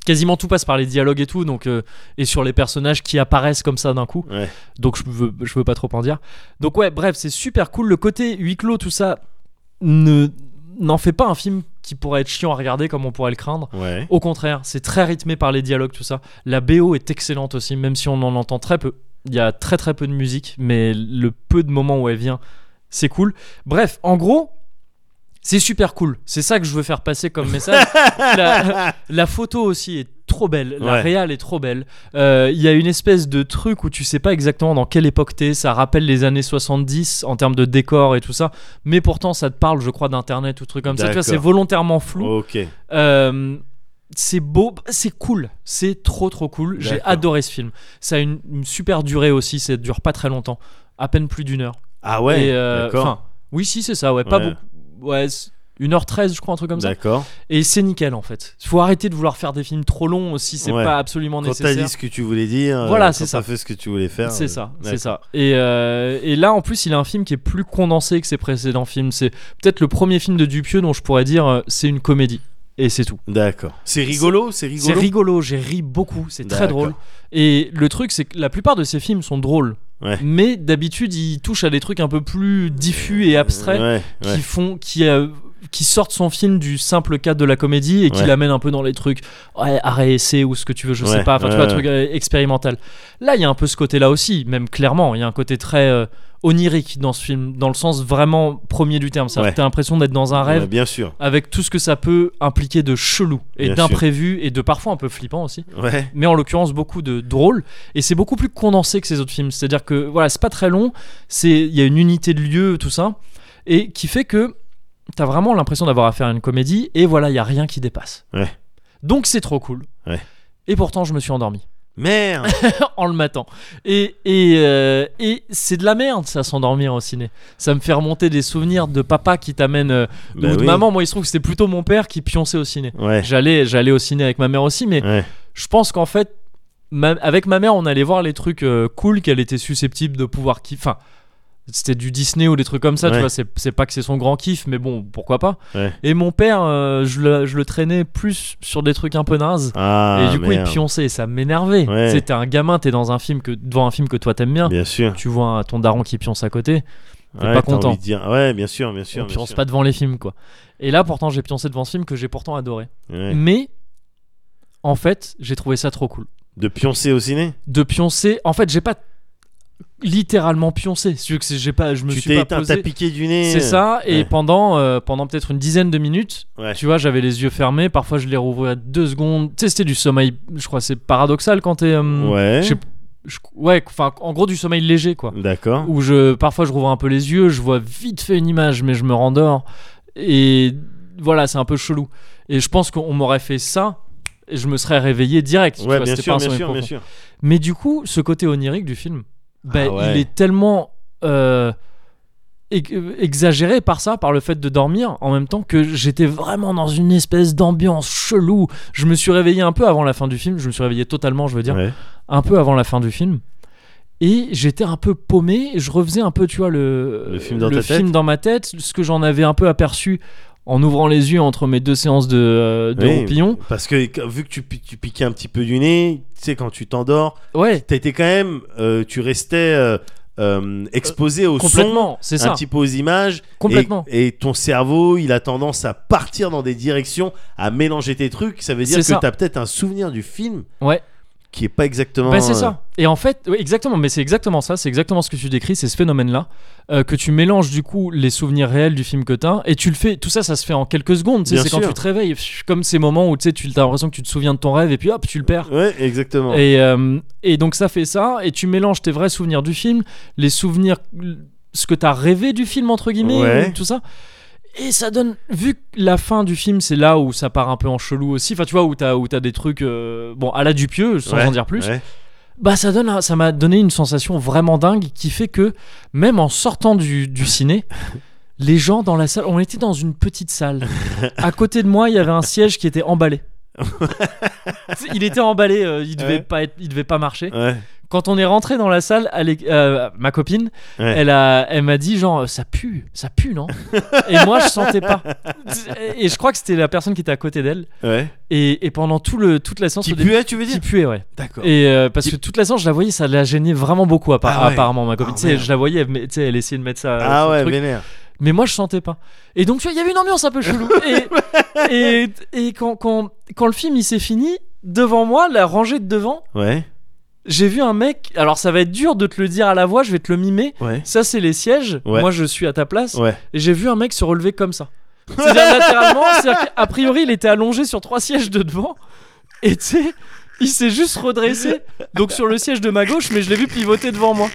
Speaker 1: quasiment tout passe par les dialogues et tout, donc euh, et sur les personnages qui apparaissent comme ça d'un coup.
Speaker 2: Ouais.
Speaker 1: Donc je veux, je veux pas trop en dire. Donc ouais, bref, c'est super cool. Le côté huis clos, tout ça, ne n'en fait pas un film qui pourrait être chiant à regarder comme on pourrait le craindre.
Speaker 2: Ouais.
Speaker 1: Au contraire, c'est très rythmé par les dialogues, tout ça. La BO est excellente aussi, même si on en entend très peu. Il y a très très peu de musique, mais le peu de moments où elle vient, c'est cool. Bref, en gros,
Speaker 2: [laughs]
Speaker 1: c'est super cool. C'est ça que je veux faire passer comme message. la, la photo aussi est trop belle, la
Speaker 2: Ouais.
Speaker 1: réal est trop belle. Euh, Il y a une espèce de truc où tu sais pas exactement dans quelle époque t'es, ça rappelle les années 70 en termes de décor et tout ça, mais pourtant ça te parle, je crois, d'internet ou truc comme ça. Tu vois,
Speaker 2: D'accord.
Speaker 1: c'est volontairement flou.
Speaker 2: Ok.
Speaker 1: Euh, c'est beau, c'est cool, c'est trop trop cool. J'ai
Speaker 2: D'accord.
Speaker 1: adoré ce film. Ça a une, une super durée aussi, ça dure pas très longtemps, à peine plus d'une heure.
Speaker 2: Ah ouais.
Speaker 1: Et, euh,
Speaker 2: D'accord.
Speaker 1: enfin, oui, si, c'est ça, ouais, pas
Speaker 2: Ouais.
Speaker 1: beaucoup. Ouais, c'est 1h13, je crois, un truc comme ça.
Speaker 2: D'accord.
Speaker 1: Et c'est nickel en fait. Faut arrêter de vouloir faire des films trop longs aussi, c'est
Speaker 2: Ouais.
Speaker 1: pas absolument
Speaker 2: Quand t'as
Speaker 1: nécessaire.
Speaker 2: dit ce que tu voulais dire,
Speaker 1: Voilà,
Speaker 2: euh,
Speaker 1: c'est
Speaker 2: quand
Speaker 1: ça.
Speaker 2: T'as fait ce que tu voulais faire.
Speaker 1: C'est
Speaker 2: euh,
Speaker 1: ça, c'est
Speaker 2: d'accord.
Speaker 1: ça. Et, euh, et là, en plus, il a un film qui est plus condensé que ses précédents films. C'est peut-être le premier film de Dupieux dont je pourrais dire euh, c'est une comédie. Et c'est tout.
Speaker 2: D'accord. C'est rigolo, c'est rigolo.
Speaker 1: C'est rigolo, j'ai ri beaucoup, c'est très
Speaker 2: D'accord.
Speaker 1: drôle. Et le truc, c'est que la plupart de ces films sont drôles.
Speaker 2: Ouais.
Speaker 1: Mais d'habitude, ils touchent à des trucs un peu plus diffus et abstraits
Speaker 2: Ouais, ouais.
Speaker 1: qui font qui euh, qui sortent son film du simple cadre de la comédie et qui
Speaker 2: Ouais.
Speaker 1: l'amènent un peu dans les trucs ouais, arrêt essai ou ce que tu veux je sais
Speaker 2: Ouais,
Speaker 1: pas enfin tu
Speaker 2: ouais,
Speaker 1: vois un
Speaker 2: ouais.
Speaker 1: truc euh, expérimental là il y a un peu ce côté là aussi même clairement il y a un côté très euh, onirique dans ce film dans le sens vraiment premier du terme ça
Speaker 2: Ouais.
Speaker 1: t'as l'impression d'être dans un rêve
Speaker 2: Ouais, bien sûr.
Speaker 1: avec tout ce que ça peut impliquer de chelou et
Speaker 2: Bien
Speaker 1: d'imprévu et de parfois un peu flippant aussi
Speaker 2: Ouais.
Speaker 1: mais en l'occurrence beaucoup de drôle et c'est beaucoup plus condensé que ces autres films c'est à dire que voilà c'est pas très long c'est il y a une unité de lieu tout ça et qui fait que t'as vraiment l'impression d'avoir affaire à une comédie et voilà il y a rien qui dépasse
Speaker 2: Ouais.
Speaker 1: donc c'est trop cool
Speaker 2: Ouais.
Speaker 1: et pourtant je me suis endormi [laughs]
Speaker 2: Merde.
Speaker 1: en le matant et et, euh, et c'est de la merde ça s'endormir au ciné ça me fait remonter des souvenirs de papa qui t'amène euh,
Speaker 2: Bah
Speaker 1: ou de
Speaker 2: oui.
Speaker 1: maman moi il se trouve que c'était plutôt mon père qui pionçait au ciné
Speaker 2: Ouais.
Speaker 1: j'allais j'allais au ciné avec ma mère aussi mais
Speaker 2: Ouais.
Speaker 1: je pense qu'en fait, ma- avec ma mère, on allait voir les trucs euh, cool qu'elle était susceptible de pouvoir kiffer. Enfin, c'était du Disney ou des trucs comme ça, tu
Speaker 2: Ouais.
Speaker 1: vois. C'est c'est pas que c'est son grand kiff, mais bon, pourquoi pas.
Speaker 2: Ouais.
Speaker 1: Et mon père, euh, je, le, je le traînais plus sur des trucs un peu nazes.
Speaker 2: Ah.
Speaker 1: et du coup,
Speaker 2: merde.
Speaker 1: il pionçait et ça m'énervait.
Speaker 2: Ouais.
Speaker 1: C'était un gamin, t'es dans un film que, devant un film que toi t'aimes bien.
Speaker 2: Bien sûr.
Speaker 1: Tu vois un- ton daron qui pionce à côté.
Speaker 2: Ouais,
Speaker 1: pas
Speaker 2: t'as
Speaker 1: content.
Speaker 2: envie de dire- Ouais, bien sûr, bien sûr.
Speaker 1: on
Speaker 2: bien
Speaker 1: pionce
Speaker 2: sûr.
Speaker 1: pas devant les films, quoi. Et là, pourtant, j'ai pioncé devant ce film que j'ai pourtant adoré.
Speaker 2: Ouais.
Speaker 1: Mais, en fait, j'ai trouvé ça trop cool.
Speaker 2: De pioncer au ciné.
Speaker 1: de pioncer. En fait, j'ai pas littéralement pioncé. Si tu veux que c'est- j'ai pas, je me
Speaker 2: tu
Speaker 1: suis
Speaker 2: t'es
Speaker 1: pas
Speaker 2: éteint, t'as
Speaker 1: posé.
Speaker 2: piqué du nez.
Speaker 1: C'est ça. Et
Speaker 2: Ouais.
Speaker 1: pendant euh, pendant peut-être une dizaine de minutes,
Speaker 2: Ouais.
Speaker 1: tu vois, j'avais les yeux fermés. Parfois, je les rouvrais deux secondes. Tu sais, c'était du sommeil. Je crois, c'est paradoxal quand t'es. euh,
Speaker 2: Ouais.
Speaker 1: je sais- je- ouais. Enfin, en gros, du sommeil léger, quoi.
Speaker 2: D'accord.
Speaker 1: Où je parfois je rouvre un peu les yeux, je vois vite fait une image, mais je me rendors. Et voilà, c'est un peu chelou. Et je pense qu'on m'aurait fait ça. Et je me serais réveillé direct. tu
Speaker 2: Ouais,
Speaker 1: vois,
Speaker 2: bien
Speaker 1: c'était
Speaker 2: sûr,
Speaker 1: pas un
Speaker 2: bien
Speaker 1: sommeil
Speaker 2: sûr, bien
Speaker 1: profond.
Speaker 2: sûr.
Speaker 1: Mais du coup, ce côté onirique du film, bah,
Speaker 2: Ah ouais.
Speaker 1: il est tellement euh, ex- euh, exagéré par ça, par le fait de dormir, en même temps que j'étais vraiment dans une espèce d'ambiance chelou. Je me suis réveillé un peu avant la fin du film, je me suis réveillé totalement, je veux dire,
Speaker 2: Ouais.
Speaker 1: un peu avant la fin du film. Et j'étais un peu paumé, je refaisais un peu, tu vois, le,
Speaker 2: Le film dans ta
Speaker 1: film
Speaker 2: tête
Speaker 1: dans ma tête, ce que j'en avais un peu aperçu en ouvrant les yeux entre mes deux séances de, euh, de
Speaker 2: Oui.
Speaker 1: roupillon.
Speaker 2: Parce que quand- vu que tu, pi- tu piquais un petit peu du nez, tu sais, quand tu t'endors,
Speaker 1: Ouais,
Speaker 2: t'étais quand même, euh, tu restais euh, euh, exposé au son,
Speaker 1: complètement, c'est
Speaker 2: un
Speaker 1: ça,
Speaker 2: petit peu aux images.
Speaker 1: complètement.
Speaker 2: Et, et ton cerveau, il a tendance à partir dans des directions, à mélanger tes trucs. Ça veut dire
Speaker 1: C'est
Speaker 2: que
Speaker 1: ça.
Speaker 2: t'as peut-être un souvenir du film
Speaker 1: Ouais.
Speaker 2: qui est pas exactement.
Speaker 1: Bah, c'est
Speaker 2: euh,
Speaker 1: ça. Et en fait, ouais, exactement, mais c'est exactement ça, c'est exactement ce que tu décris, c'est ce phénomène-là, euh, que tu mélanges du coup les souvenirs réels du film que t'as, et tu le fais, tout ça, ça se fait en quelques secondes, tu sais,
Speaker 2: Bien
Speaker 1: c'est quand
Speaker 2: sûr.
Speaker 1: tu te réveilles, pff, comme ces moments où tu sais, tu as l'impression que tu te souviens de ton rêve, et puis hop, tu le perds.
Speaker 2: euh, Ouais, exactement.
Speaker 1: Et, euh, et donc ça fait ça, et tu mélanges tes vrais souvenirs du film, les souvenirs, ce que t'as rêvé du film, entre guillemets,
Speaker 2: Ouais.
Speaker 1: ou tout ça. Et ça donne, vu que la fin du film, c'est là où ça part un peu en chelou aussi, enfin tu vois, où t'as où t'as des trucs, euh, bon, à la Dupieux, sans
Speaker 2: Ouais,
Speaker 1: en dire plus,
Speaker 2: ouais.
Speaker 1: bah ça donne un- ça m'a donné une sensation vraiment dingue qui fait que même en sortant du, du
Speaker 2: [laughs]
Speaker 1: ciné les gens dans la salle on était dans une petite salle à côté de moi il y avait un siège qui était
Speaker 2: [laughs]
Speaker 1: emballé il était emballé euh, il devait
Speaker 2: Ouais.
Speaker 1: pas être, il devait pas marcher
Speaker 2: Ouais.
Speaker 1: quand on est rentré dans la salle elle est- euh, ma copine
Speaker 2: Ouais.
Speaker 1: elle a elle m'a dit genre ça pue ça pue non et moi je sentais pas et je crois que c'était la personne qui était à côté d'elle
Speaker 2: ouais.
Speaker 1: et, et pendant tout le toute la séance
Speaker 2: Qui
Speaker 1: au début-
Speaker 2: puait, tu veux
Speaker 1: qui
Speaker 2: dire
Speaker 1: puait ouais
Speaker 2: D'accord.
Speaker 1: et euh, parce
Speaker 2: Qui-
Speaker 1: que toute la séance, je la voyais, ça la gênait vraiment beaucoup, appa-
Speaker 2: Ah ouais.
Speaker 1: apparemment, ma copine.
Speaker 2: Ah
Speaker 1: Tu sais,
Speaker 2: merde.
Speaker 1: je la voyais, elle, met- tu sais, elle essayait de mettre ça.
Speaker 2: Ah
Speaker 1: son
Speaker 2: ouais,
Speaker 1: truc.
Speaker 2: vénère.
Speaker 1: Mais moi, je sentais pas. Et donc, tu vois, il y avait une ambiance un peu
Speaker 2: [laughs]
Speaker 1: chelou. et et, et quand, quand, quand le film il s'est fini, devant moi, la rangée de devant,
Speaker 2: Ouais.
Speaker 1: j'ai vu un mec. Alors, ça va être dur de te le dire à la voix, je vais te le mimer.
Speaker 2: Ouais.
Speaker 1: Ça, c'est les sièges.
Speaker 2: Ouais.
Speaker 1: Moi, je suis à ta place.
Speaker 2: Ouais.
Speaker 1: Et j'ai vu un mec se
Speaker 2: [laughs]
Speaker 1: relever comme ça. C'est-à-dire latéralement, c'est-à-dire qu'a priori il était allongé sur trois sièges de devant Et tu sais, il s'est juste redressé, donc sur le siège de ma gauche, mais je l'ai vu pivoter devant moi.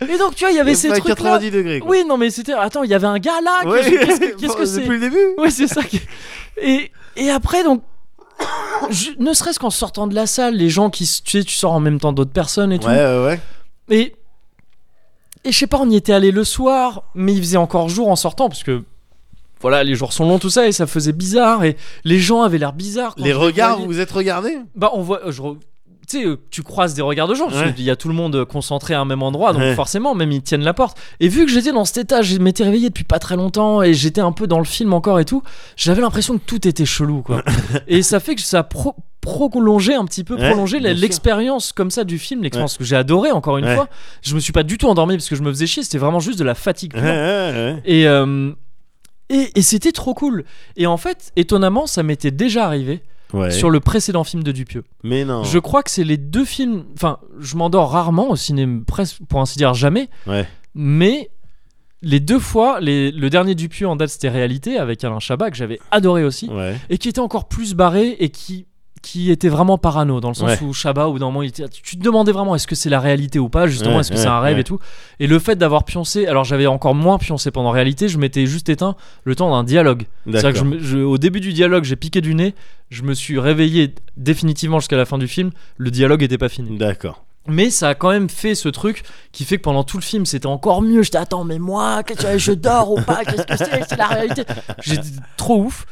Speaker 1: Et donc, tu vois, il y avait Ah, ces
Speaker 2: Pas
Speaker 1: trucs.
Speaker 2: 90 degrés. quoi.
Speaker 1: Oui, non, mais c'était. Attends, il y avait un gars là. que
Speaker 2: Ouais. Oh,
Speaker 1: j'ai- Qu'est-ce
Speaker 2: [laughs]
Speaker 1: que- qu'est-ce
Speaker 2: Bon,
Speaker 1: que c'est
Speaker 2: Depuis le début
Speaker 1: Ouais, c'est ça. qui- Et, et après, donc, je- ne serait-ce qu'en sortant de la salle, les gens qui. s- Tu sais, tu sors en même temps d'autres personnes et tout.
Speaker 2: Ouais, ouais, ouais.
Speaker 1: Et, et je sais pas, on y était allé le soir, mais il faisait encore jour en sortant, parce que. Voilà, les jours sont longs, tout ça, et ça faisait bizarre, et les gens avaient l'air bizarres. quand
Speaker 2: Les
Speaker 1: je
Speaker 2: regards,
Speaker 1: voyais.
Speaker 2: vous vous êtes regardés
Speaker 1: Bah, on voit. euh, je re- Tu sais, euh, tu croises des regards de gens, parce
Speaker 2: Ouais.
Speaker 1: qu'il y a tout le monde euh, concentré à un même endroit, donc
Speaker 2: Ouais.
Speaker 1: forcément, même ils tiennent la porte. Et vu que j'étais dans cet état, je m'étais réveillé depuis pas très longtemps, et j'étais un peu dans le film encore et tout, j'avais l'impression que tout était chelou,
Speaker 2: [laughs]
Speaker 1: quoi. et ça fait que ça a pro- prolongé un petit peu,
Speaker 2: Ouais,
Speaker 1: prolongé la-
Speaker 2: bien sûr.
Speaker 1: l'expérience comme ça du film, l'expérience que j'ai adoré encore une
Speaker 2: Ouais.
Speaker 1: fois. Je me suis pas du tout endormi parce que je me faisais chier, c'était vraiment juste de la fatigue.
Speaker 2: Ouais,
Speaker 1: pure.
Speaker 2: ouais, ouais.
Speaker 1: Et, euh, et, et c'était trop cool. Et en fait, étonnamment, ça m'était déjà arrivé
Speaker 2: Ouais.
Speaker 1: sur le précédent film de Dupieux.
Speaker 2: Mais non.
Speaker 1: Je crois que c'est les deux films. Enfin, je m'endors rarement au cinéma, presque pour ainsi dire jamais.
Speaker 2: Ouais.
Speaker 1: Mais les deux fois, les- le dernier Dupieux en date, c'était Réalité avec Alain Chabat que j'avais adoré aussi
Speaker 2: Ouais.
Speaker 1: et qui était encore plus barré et qui qui était vraiment parano dans le sens
Speaker 2: Ouais.
Speaker 1: où Chabat ou d'un moment il était- tu te demandais vraiment est-ce que c'est la réalité ou pas justement
Speaker 2: Ouais,
Speaker 1: est-ce que
Speaker 2: ouais,
Speaker 1: c'est un rêve
Speaker 2: ouais.
Speaker 1: et tout et le fait d'avoir pioncé alors j'avais encore moins pioncé pendant réalité je m'étais juste éteint le temps d'un dialogue c'est
Speaker 2: D'accord.
Speaker 1: à dire que je me- je- au début du dialogue j'ai piqué du nez je me suis réveillé définitivement jusqu'à la fin du film le dialogue était pas
Speaker 2: Mm.
Speaker 1: fini
Speaker 2: D'accord.
Speaker 1: mais ça a quand même fait ce truc qui fait que pendant tout le film c'était encore mieux j'étais attends mais moi qu'est-ce que je dors ou pas qu'est-ce que c'est c'est la réalité j'étais trop ouf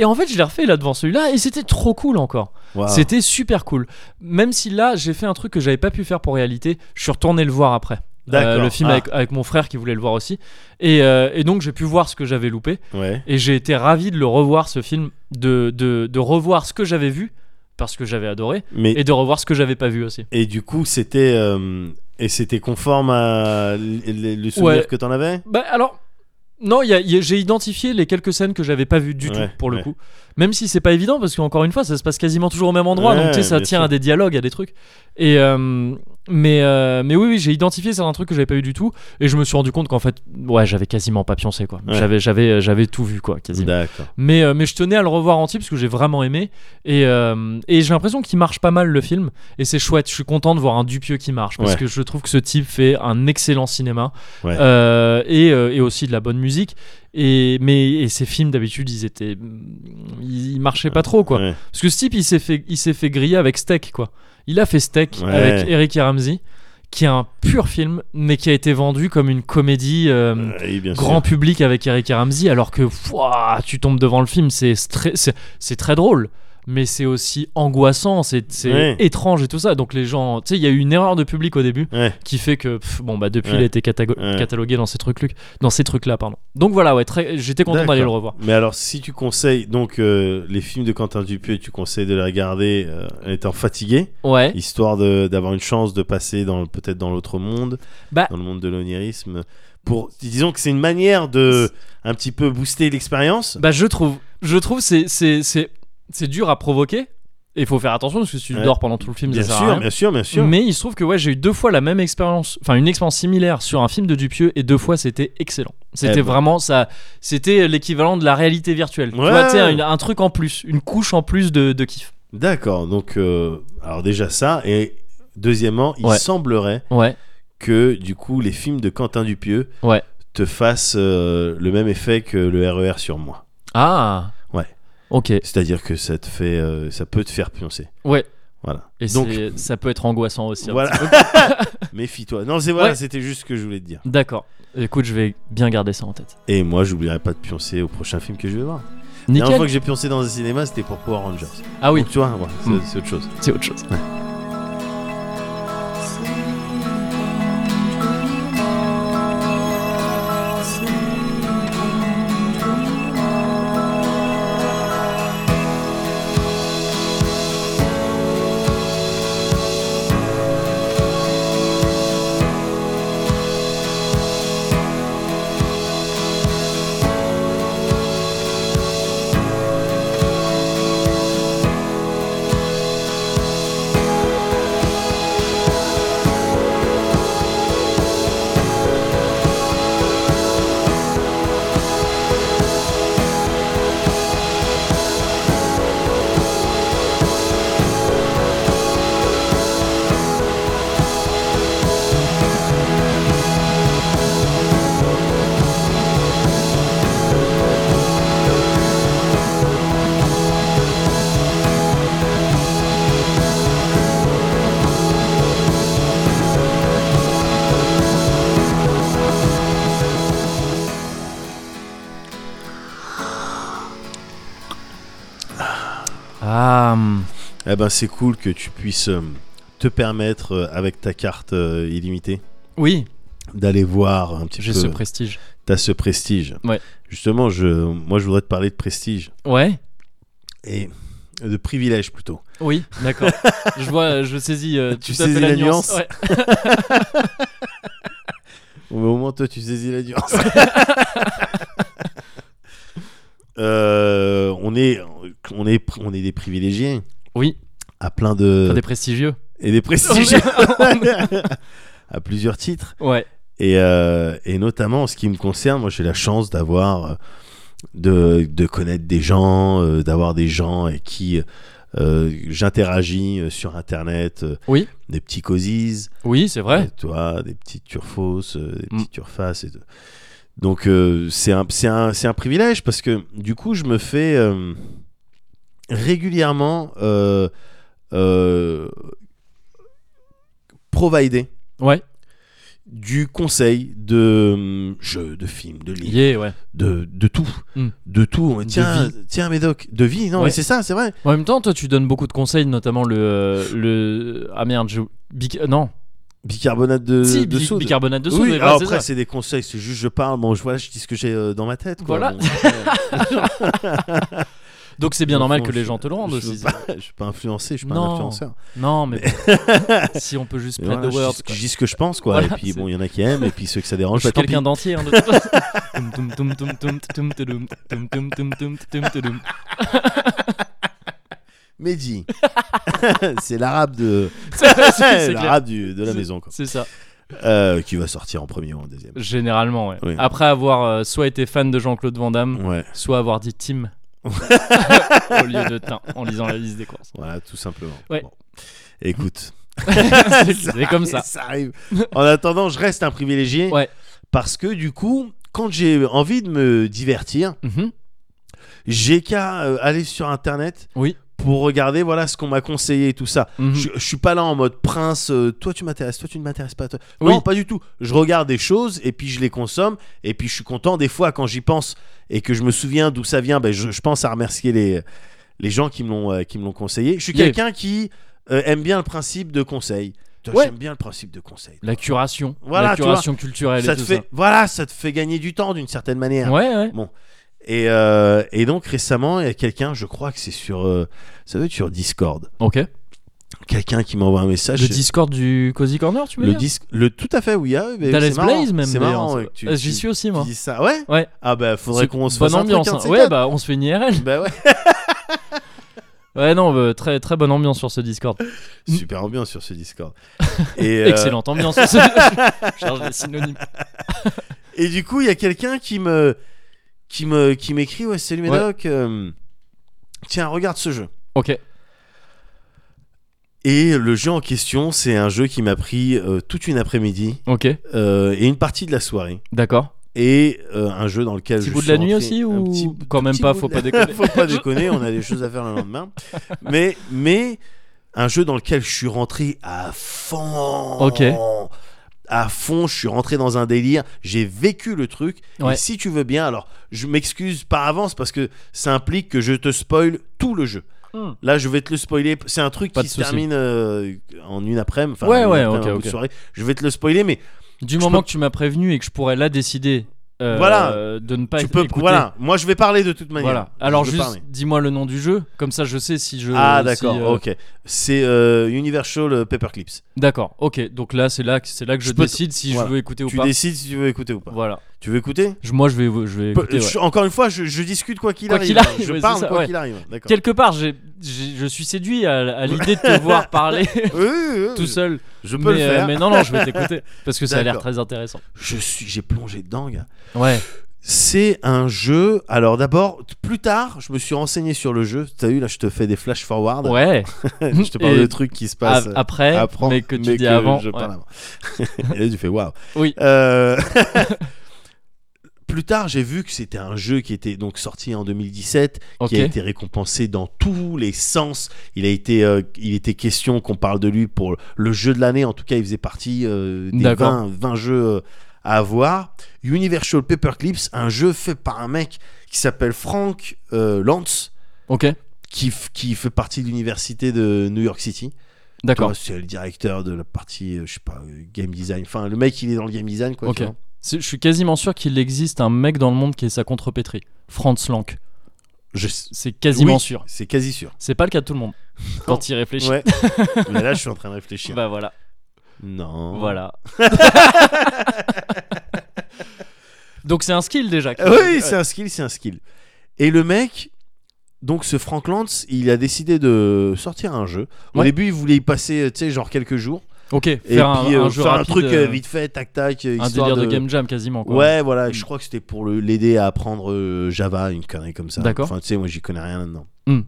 Speaker 1: et en fait je l'ai refait là devant celui-là et c'était trop cool encore
Speaker 2: Waouh.
Speaker 1: c'était super cool même si là j'ai fait un truc que j'avais pas pu faire pour réalité je suis retourné le voir après Euh,
Speaker 2: D'accord.
Speaker 1: le film
Speaker 2: Ah.
Speaker 1: avec, avec mon frère qui voulait le voir aussi et, euh, et donc j'ai pu voir ce que j'avais loupé
Speaker 2: Ah, Ouais.
Speaker 1: et j'ai été ravi de le revoir ce film de, de, de revoir ce que j'avais vu parce que j'avais adoré
Speaker 2: Mais
Speaker 1: et de revoir ce que j'avais pas vu aussi
Speaker 2: Et du coup, c'était. euh, Et c'était conforme à l- l- le souvenir
Speaker 1: Ouais.
Speaker 2: que t'en avais
Speaker 1: Bah alors, non, il y a- il y a- j'ai identifié les quelques scènes que j'avais pas vues du
Speaker 2: Ouais,
Speaker 1: tout pour le
Speaker 2: ouais.
Speaker 1: coup. Même si c'est pas évident parce qu'encore une fois, ça se passe quasiment toujours au même endroit, donc
Speaker 2: Ouais,
Speaker 1: tu sais, ça
Speaker 2: bien
Speaker 1: tient
Speaker 2: sûr.
Speaker 1: à des dialogues, à des trucs. Et euh, mais euh, mais oui, oui, j'ai identifié certains trucs que j'avais pas eu du tout, et je me suis rendu compte qu'en fait, ouais, j'avais quasiment pas pioncé quoi.
Speaker 2: Ouais.
Speaker 1: J'avais j'avais j'avais tout vu quoi, quasiment.
Speaker 2: D'accord.
Speaker 1: Mais euh, mais je tenais à le revoir entier parce que j'ai vraiment aimé, et euh, et j'ai l'impression qu'il marche pas mal le film, et c'est chouette. Je suis content de voir un Dupieux qui marche parce
Speaker 2: Ouais.
Speaker 1: que je trouve que ce type fait un excellent cinéma.
Speaker 2: Ouais.
Speaker 1: Euh, et, euh, et aussi de la bonne musique. Et, mais et ces films, d'habitude, ils étaient. Ils, ils marchaient pas trop, quoi.
Speaker 2: Ouais.
Speaker 1: Parce que ce type, il s'est fait, il s'est fait griller avec Steak, quoi. Il a fait Steak
Speaker 2: Ouais.
Speaker 1: avec Eric et Ramsey, qui est un pur film, mais qui a été vendu comme une comédie. euh,
Speaker 2: Oui, bien sûr.
Speaker 1: Grand public avec Eric et Ramsey, alors que ouah, tu tombes devant le film, c'est stre- c'est c'est très drôle, mais c'est aussi angoissant, c'est c'est
Speaker 2: Ouais.
Speaker 1: étrange et tout ça. Donc les gens, tu sais, il y a eu une erreur de public au début,
Speaker 2: Ouais.
Speaker 1: qui fait que pff, bon bah depuis
Speaker 2: Ouais.
Speaker 1: il a été catago-
Speaker 2: Ouais.
Speaker 1: catalogué dans ces trucs dans ces trucs là pardon. Donc voilà ouais très j'étais content
Speaker 2: D'accord.
Speaker 1: d'aller le revoir.
Speaker 2: Mais alors, si tu conseilles donc euh, les films de Quentin Dupieux, tu conseilles de les regarder euh, en étant fatigué,
Speaker 1: Ouais.
Speaker 2: histoire de- d'avoir une chance de passer dans peut-être dans l'autre monde,
Speaker 1: Bah-
Speaker 2: dans le monde de l'onirisme. Pour disons que c'est une manière de un petit peu booster l'expérience.
Speaker 1: Bah je trouve je trouve c'est c'est c'est c'est dur à provoquer et il faut faire attention parce que si tu
Speaker 2: Ouais.
Speaker 1: dors pendant tout le film hein.
Speaker 2: bien,
Speaker 1: ça sert à
Speaker 2: sûr,
Speaker 1: rien.
Speaker 2: bien sûr, bien sûr,
Speaker 1: Mais il se trouve que ouais, j'ai eu deux fois la même expérience, enfin une expérience similaire sur un film de Dupieux et deux fois c'était excellent. C'était
Speaker 2: Eh ben.
Speaker 1: vraiment ça, c'était l'équivalent de la réalité virtuelle. Tu
Speaker 2: Ouais.
Speaker 1: vois, tu sais, un, un truc en plus, une couche en plus de, de kiff.
Speaker 2: D'accord. Donc euh, alors déjà ça et deuxièmement, il
Speaker 1: Ouais.
Speaker 2: semblerait
Speaker 1: Ouais,
Speaker 2: que du coup les films de Quentin Dupieux
Speaker 1: Ouais.
Speaker 2: te fassent euh, le même effet que le RER sur moi.
Speaker 1: ah,
Speaker 2: Ouais.
Speaker 1: ok,
Speaker 2: C'est-à-dire que ça te fait, euh, ça peut te faire pioncer.
Speaker 1: ouais. [laughs]
Speaker 2: Voilà.
Speaker 1: Et
Speaker 2: Donc
Speaker 1: c'est- ça peut être angoissant aussi. un
Speaker 2: voilà.
Speaker 1: petit peu.
Speaker 2: [laughs] Méfie-toi. Non, c'est voilà,
Speaker 1: Ouais.
Speaker 2: c'était juste ce que je voulais te dire.
Speaker 1: D'accord. Écoute, je vais bien garder ça en tête.
Speaker 2: Et moi, j'oublierai pas de pioncer au prochain film que je vais voir. La dernière
Speaker 1: Nickel.
Speaker 2: fois que j'ai pioncé dans un cinéma, c'était pour Power Rangers.
Speaker 1: Ah oui,
Speaker 2: Donc, tu vois, voilà, c'est
Speaker 1: Mm.
Speaker 2: c'est autre chose.
Speaker 1: c'est autre chose.
Speaker 4: Thank
Speaker 1: Hum.
Speaker 2: Eh ben, c'est cool que tu puisses euh, te permettre, euh, avec ta carte euh, illimitée,
Speaker 1: Oui,
Speaker 2: d'aller voir un petit
Speaker 1: j'ai
Speaker 2: peu.
Speaker 1: ce prestige.
Speaker 2: T'as ce prestige.
Speaker 1: Ouais.
Speaker 2: Justement, je, moi, je voudrais te parler de prestige
Speaker 1: Ouais.
Speaker 2: et de privilège plutôt.
Speaker 1: Oui,
Speaker 2: [laughs]
Speaker 1: d'accord. je vois, je saisis. euh,
Speaker 2: Tu
Speaker 1: tout à fait
Speaker 2: saisis la nuance
Speaker 1: Ouais.
Speaker 2: Au moment, toi, tu saisis la nuance. [laughs] Euh, on est, on est, on est des privilégiés
Speaker 1: Oui,
Speaker 2: à plein de
Speaker 1: t'as des prestigieux.
Speaker 2: et des prestigieux [laughs] à plusieurs titres.
Speaker 1: Ouais.
Speaker 2: Et, euh, et notamment en ce qui me concerne, moi j'ai la chance d'avoir euh, de, de connaître des gens, euh, d'avoir des gens avec qui euh, j'interagis euh, sur internet, euh,
Speaker 1: Oui.
Speaker 2: des petits causes,
Speaker 1: Oui, c'est vrai.
Speaker 2: toi, des petites turfausses, euh, des
Speaker 1: Mm.
Speaker 2: petites turfaces. Et de- Donc euh, c'est un, c'est un, c'est un privilège parce que du coup je me fais euh, régulièrement euh, euh, provider
Speaker 1: Ouais.
Speaker 2: du conseil de hum, jeux, de films, de livres,
Speaker 1: Yeah, ouais.
Speaker 2: de, de tout.
Speaker 1: Mm.
Speaker 2: De tout. Tiens,
Speaker 1: vie.
Speaker 2: tiens, Médoc, de vie, non,
Speaker 1: Ouais.
Speaker 2: mais c'est ça, c'est vrai.
Speaker 1: En même temps, toi, tu donnes beaucoup de conseils, notamment le euh, le ah merde, je... Bic- non,
Speaker 2: Bicarbonate de,
Speaker 1: si
Speaker 2: de
Speaker 1: bi-
Speaker 2: soude.
Speaker 1: bicarbonate de soude.
Speaker 2: oui,
Speaker 1: mais
Speaker 2: alors
Speaker 1: voilà, c'est
Speaker 2: après,
Speaker 1: ça.
Speaker 2: c'est des conseils, c'est juste je parle, bon, je, voilà, je dis ce que j'ai euh, dans ma tête. quoi. euh,
Speaker 1: Voilà. [laughs]
Speaker 2: Bon, après,
Speaker 1: donc c'est bien
Speaker 2: dans le
Speaker 1: normal
Speaker 2: fond,
Speaker 1: que les
Speaker 2: je-
Speaker 1: gens te le rendent
Speaker 2: je
Speaker 1: aussi.
Speaker 2: veux pas- [laughs] Je suis pas influencé, je suis pas
Speaker 1: Non.
Speaker 2: un influenceur.
Speaker 1: Non,
Speaker 2: [laughs]
Speaker 1: mais si on peut juste
Speaker 2: Mais
Speaker 1: prendre
Speaker 2: voilà,
Speaker 1: the
Speaker 2: je,
Speaker 1: words.
Speaker 2: dis,
Speaker 1: quoi.
Speaker 2: je dis ce que je pense, quoi.
Speaker 1: Voilà,
Speaker 2: et puis,
Speaker 1: c'est-
Speaker 2: bon, il y
Speaker 1: [laughs]
Speaker 2: en a qui aiment, et puis ceux que ça dérange,
Speaker 1: Je
Speaker 2: bah,
Speaker 1: suis
Speaker 2: tant pis.
Speaker 1: quelqu'un d'entier. hein, de toute
Speaker 2: [laughs]
Speaker 1: façon. Tum, tum, tum, tum, tum, tum, tum, tum, tum, tum, tum, tum,
Speaker 2: [laughs]
Speaker 1: tum. [laughs]
Speaker 2: Mehdi. [laughs] c'est l'arabe de,
Speaker 1: C'est- [laughs]
Speaker 2: [laughs]
Speaker 1: c'est clair.
Speaker 2: l'arabe du- de la
Speaker 1: C'est-
Speaker 2: maison, quoi.
Speaker 1: C'est ça.
Speaker 2: Euh, qui va sortir en premier ou en deuxième.
Speaker 1: Généralement, ouais.
Speaker 2: Oui.
Speaker 1: Après avoir euh, soit été fan de Jean-Claude Van Damme,
Speaker 2: Ouais.
Speaker 1: soit avoir dit
Speaker 2: [laughs]
Speaker 1: Tim [laughs] au lieu de Tim en lisant la liste des courses.
Speaker 2: Voilà, tout simplement.
Speaker 1: Ouais.
Speaker 2: Bon. Écoute.
Speaker 1: [laughs] C'est comme ça.
Speaker 2: arrive. En attendant, je reste un privilégié.
Speaker 1: Ouais.
Speaker 2: Parce que du coup, quand j'ai envie de me divertir,
Speaker 1: Mhm.
Speaker 2: j'ai qu'à euh, aller sur internet.
Speaker 1: Oui.
Speaker 2: Pour regarder voilà ce qu'on m'a conseillé et tout ça.
Speaker 1: Mhm.
Speaker 2: Je, je suis pas là en mode prince. euh, toi tu m'intéresses, toi tu ne m'intéresses pas. toi-
Speaker 1: Oui.
Speaker 2: Non, pas du tout. Je regarde des choses et puis je les consomme et puis je suis content des fois quand j'y pense et que je me souviens d'où ça vient. ben, je, je pense à remercier les les gens qui me l'ont euh, qui me l'ont conseillé. Je suis
Speaker 1: Yeah.
Speaker 2: quelqu'un qui euh, aime bien le principe de conseil. Toi,
Speaker 1: Ouais.
Speaker 2: J'aime bien le principe de conseil.
Speaker 1: La curation.
Speaker 2: Voilà,
Speaker 1: la
Speaker 2: tu vois.
Speaker 1: curation culturelle
Speaker 2: ça
Speaker 1: et
Speaker 2: te
Speaker 1: tout
Speaker 2: fait voilà, ça te fait gagner du temps d'une certaine manière.
Speaker 1: ça. Ouais, ouais.
Speaker 2: Et, euh, et donc récemment, il y a quelqu'un, je crois que c'est sur, euh, ça doit être sur Discord,
Speaker 1: Ok.
Speaker 2: quelqu'un qui m'envoie un message.
Speaker 1: Le Discord du Cozy Corner, tu veux
Speaker 2: le
Speaker 1: dire
Speaker 2: disque, le tout à fait, oui. ah, mais
Speaker 1: Dallas
Speaker 2: c'est marrant.
Speaker 1: Blaze, même.
Speaker 2: C'est
Speaker 1: d'ailleurs,
Speaker 2: marrant.
Speaker 1: ça.
Speaker 2: ouais, que tu-
Speaker 1: Ah, J'y
Speaker 2: tu-
Speaker 1: suis aussi,
Speaker 2: tu
Speaker 1: moi.
Speaker 2: dis ça, ouais.
Speaker 1: Ouais.
Speaker 2: Ah bah faudrait
Speaker 1: C'est
Speaker 2: qu'on se fasse
Speaker 1: bonne
Speaker 2: un truc,
Speaker 1: ambiance.
Speaker 2: un de
Speaker 1: hein.
Speaker 2: ces
Speaker 1: Ouais,
Speaker 2: quatre.
Speaker 1: bah on se fait une IRL. [laughs]
Speaker 2: Bah ouais.
Speaker 1: Ouais, non, bah, très très bonne ambiance sur ce Discord. Mm.
Speaker 2: Super ambiance sur ce Discord. Et, euh,
Speaker 1: Excellente
Speaker 2: [laughs]
Speaker 1: ambiance. sur ce- Charge des synonymes.
Speaker 2: Et du coup, il y a quelqu'un qui me, qui me, qui m'écrit, ouais, salut
Speaker 1: Ouais.
Speaker 2: Médoc. euh, tiens, regarde ce jeu.
Speaker 1: Ok.
Speaker 2: Et le jeu en question, c'est un jeu qui m'a pris euh, toute une après-midi
Speaker 1: Ok.
Speaker 2: euh, et une partie de la soirée.
Speaker 1: D'accord.
Speaker 2: Et euh, un jeu dans lequel
Speaker 1: Petit
Speaker 2: je
Speaker 1: bout de
Speaker 2: suis
Speaker 1: la nuit
Speaker 2: rentré-
Speaker 1: aussi,
Speaker 2: un
Speaker 1: ou
Speaker 2: petit-
Speaker 1: quand
Speaker 2: tout
Speaker 1: même
Speaker 2: petit
Speaker 1: pas,
Speaker 2: bout
Speaker 1: faut
Speaker 2: de
Speaker 1: pas
Speaker 2: la-
Speaker 1: déconner.
Speaker 2: [laughs] faut pas déconner, on a des choses à faire le lendemain. Mais, mais un jeu dans lequel je suis rentré à fond.
Speaker 1: Ok.
Speaker 2: À fond, je suis rentré dans un délire. J'ai vécu le truc.
Speaker 1: Ouais.
Speaker 2: Et si tu veux bien, alors je m'excuse par avance parce que ça implique que je te spoil tout le jeu.
Speaker 1: Hmm.
Speaker 2: Là, je vais te le spoiler. C'est un truc
Speaker 1: Pas
Speaker 2: qui
Speaker 1: de
Speaker 2: se
Speaker 1: souci.
Speaker 2: termine euh, en une après-midi. enfin,
Speaker 1: Ouais,
Speaker 2: une
Speaker 1: ouais,
Speaker 2: après-midi,
Speaker 1: ok,
Speaker 2: un bout de
Speaker 1: ok.
Speaker 2: soirée. Je vais te le spoiler, mais
Speaker 1: Du
Speaker 2: Je
Speaker 1: moment
Speaker 2: peux-
Speaker 1: que tu m'as prévenu et que je pourrais là décider euh,
Speaker 2: Voilà.
Speaker 1: de ne pas
Speaker 2: tu
Speaker 1: éc-
Speaker 2: peux.
Speaker 1: écouter.
Speaker 2: Voilà. Moi, je vais parler de toute manière.
Speaker 1: Voilà. Alors
Speaker 2: Je vais
Speaker 1: juste
Speaker 2: parler.
Speaker 1: dis-moi le nom du jeu, comme ça je sais si je
Speaker 2: Ah
Speaker 1: si,
Speaker 2: d'accord,
Speaker 1: euh,
Speaker 2: ok. C'est euh, Universal euh, Paperclips.
Speaker 1: D'accord. OK, donc là c'est là que c'est là que je,
Speaker 2: Je peux te-
Speaker 1: décide si
Speaker 2: Voilà.
Speaker 1: je veux écouter ou
Speaker 2: Tu
Speaker 1: pas.
Speaker 2: décides si tu veux écouter ou pas.
Speaker 1: Voilà.
Speaker 2: Tu veux écouter
Speaker 1: Je- moi je vais je vais
Speaker 2: Peu-
Speaker 1: écouter, ouais.
Speaker 2: je- Encore une fois, je, je discute quoi qu'il
Speaker 1: Quoi
Speaker 2: arrive.
Speaker 1: qu'il arrive,
Speaker 2: je
Speaker 1: ouais,
Speaker 2: parle
Speaker 1: c'est ça,
Speaker 2: quoi
Speaker 1: ouais.
Speaker 2: qu'il arrive. D'accord.
Speaker 1: Quelque part, j'ai- j'ai- je suis séduit à, à l'idée de
Speaker 2: [laughs]
Speaker 1: te voir parler
Speaker 2: Oui, oui, oui,
Speaker 1: tout seul.
Speaker 2: Je peux
Speaker 1: mais,
Speaker 2: le
Speaker 1: euh,
Speaker 2: faire.
Speaker 1: mais non, non, je vais t'écouter parce que ça a l'air
Speaker 2: D'accord.
Speaker 1: très intéressant.
Speaker 2: Je suis, j'ai plongé dedans. gars.
Speaker 1: Ouais.
Speaker 2: C'est un jeu. Alors d'abord, t- plus tard, je me suis renseigné sur le jeu. T'as vu là, je te fais des flash forward.
Speaker 1: Ouais.
Speaker 2: [laughs] je te parle
Speaker 1: Et
Speaker 2: de trucs qui se passent.
Speaker 1: A-
Speaker 2: euh,
Speaker 1: après,
Speaker 2: à apprendre,
Speaker 1: Eh, mais que tu dis avant.
Speaker 2: Je
Speaker 1: ouais.
Speaker 2: parle avant. [laughs] Et là, tu fais waouh.
Speaker 1: Oui.
Speaker 2: Euh, [laughs] Plus tard, j'ai vu que c'était un jeu qui était donc sorti en 2017,
Speaker 1: OK.
Speaker 2: qui a été récompensé dans tous les sens. Il a été, euh, il était question qu'on parle de lui pour le jeu de l'année. En tout cas, il faisait partie euh, des
Speaker 1: D'accord.
Speaker 2: 20, 20 jeux euh, à avoir. Universal Paperclips, un jeu fait par un mec qui s'appelle Frank euh, Lantz,
Speaker 1: OK.
Speaker 2: qui, f- qui fait partie de l'université de New York City.
Speaker 1: D'accord.
Speaker 2: Toi, C'est le directeur de la partie, euh, je sais pas, euh, game design. Enfin, le mec, il est dans le game design, quoi.
Speaker 1: Ok.
Speaker 2: tu vois.
Speaker 1: C'est- Je suis quasiment sûr qu'il existe un mec dans le monde qui est sa contrepétrie. Franz Lank.
Speaker 2: Je-
Speaker 1: C'est quasiment
Speaker 2: Oui,
Speaker 1: sûr.
Speaker 2: C'est quasi sûr.
Speaker 1: C'est pas le cas de tout
Speaker 2: [laughs]
Speaker 1: le monde. Quand il réfléchit. [laughs]
Speaker 2: Ouais. Mais là, je suis en train de réfléchir.
Speaker 1: Bah voilà.
Speaker 2: Non. [laughs]
Speaker 1: Voilà. Donc c'est un skill déjà. qui-
Speaker 2: Euh, Oui, c'est un skill, c'est un skill. Et le mec, donc ce Frank Lantz, il a décidé de sortir un jeu. Au
Speaker 1: Ouais.
Speaker 2: début, il voulait y passer, euh, tu sais, genre quelques jours.
Speaker 1: Ok. Faire
Speaker 2: Et
Speaker 1: un,
Speaker 2: puis
Speaker 1: un
Speaker 2: euh,
Speaker 1: jeu
Speaker 2: faire un
Speaker 1: rapide,
Speaker 2: truc
Speaker 1: euh,
Speaker 2: euh, vite fait, tac tac. euh,
Speaker 1: un
Speaker 2: histoire
Speaker 1: délire de... game jam quasiment quoi.
Speaker 2: Ouais, voilà, je
Speaker 1: Mm.
Speaker 2: crois que c'était pour le- l'aider à apprendre euh, Java, une connerie comme ça.
Speaker 1: D'accord.
Speaker 2: Enfin, tu sais, moi j'y connais rien là-dedans.
Speaker 1: Mm.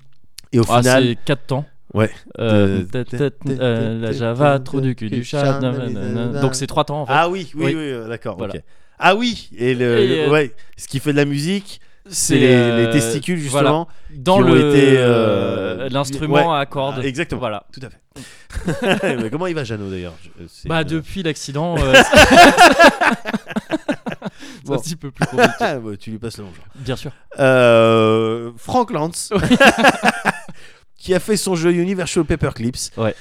Speaker 2: Et au
Speaker 1: Ah,
Speaker 2: final,
Speaker 1: c'est 4 temps.
Speaker 2: Ouais.
Speaker 1: Euh,
Speaker 2: De-
Speaker 1: tête- tête-
Speaker 2: de-
Speaker 1: euh,
Speaker 2: de-
Speaker 1: la
Speaker 2: de-
Speaker 1: Java,
Speaker 2: de-
Speaker 1: trou
Speaker 2: de-
Speaker 1: du cul
Speaker 2: de-
Speaker 1: du chat.
Speaker 2: de-
Speaker 1: nanana.
Speaker 2: de-
Speaker 1: Donc c'est 3 temps en fait.
Speaker 2: ah oui, oui,
Speaker 1: Oui.
Speaker 2: oui, euh, d'accord,
Speaker 1: Voilà.
Speaker 2: ok. Ah oui, et le,
Speaker 1: Et,
Speaker 2: le-
Speaker 1: euh,
Speaker 2: ouais, ce qui fait de la musique, c'est les,
Speaker 1: euh,
Speaker 2: les testicules
Speaker 1: voilà.
Speaker 2: justement.
Speaker 1: Dans
Speaker 2: qui ont
Speaker 1: le
Speaker 2: été, euh,
Speaker 1: l'instrument
Speaker 2: ouais.
Speaker 1: à cordes.
Speaker 2: Ah, exactement.
Speaker 1: Voilà.
Speaker 2: Tout à fait. [laughs] Mais comment il va Jeannot d'ailleurs Je- euh, c'est
Speaker 1: Bah
Speaker 2: une-
Speaker 1: depuis
Speaker 2: [laughs]
Speaker 1: l'accident. euh, c'est- c'est un
Speaker 2: Bon.
Speaker 1: petit peu plus compliqué. [laughs]
Speaker 2: Ah, [laughs] bah, tu lui passes le bonjour.
Speaker 1: Bien sûr.
Speaker 2: Euh, Frank Lantz, [laughs] qui a fait son jeu Universal Paperclips.
Speaker 1: Ouais.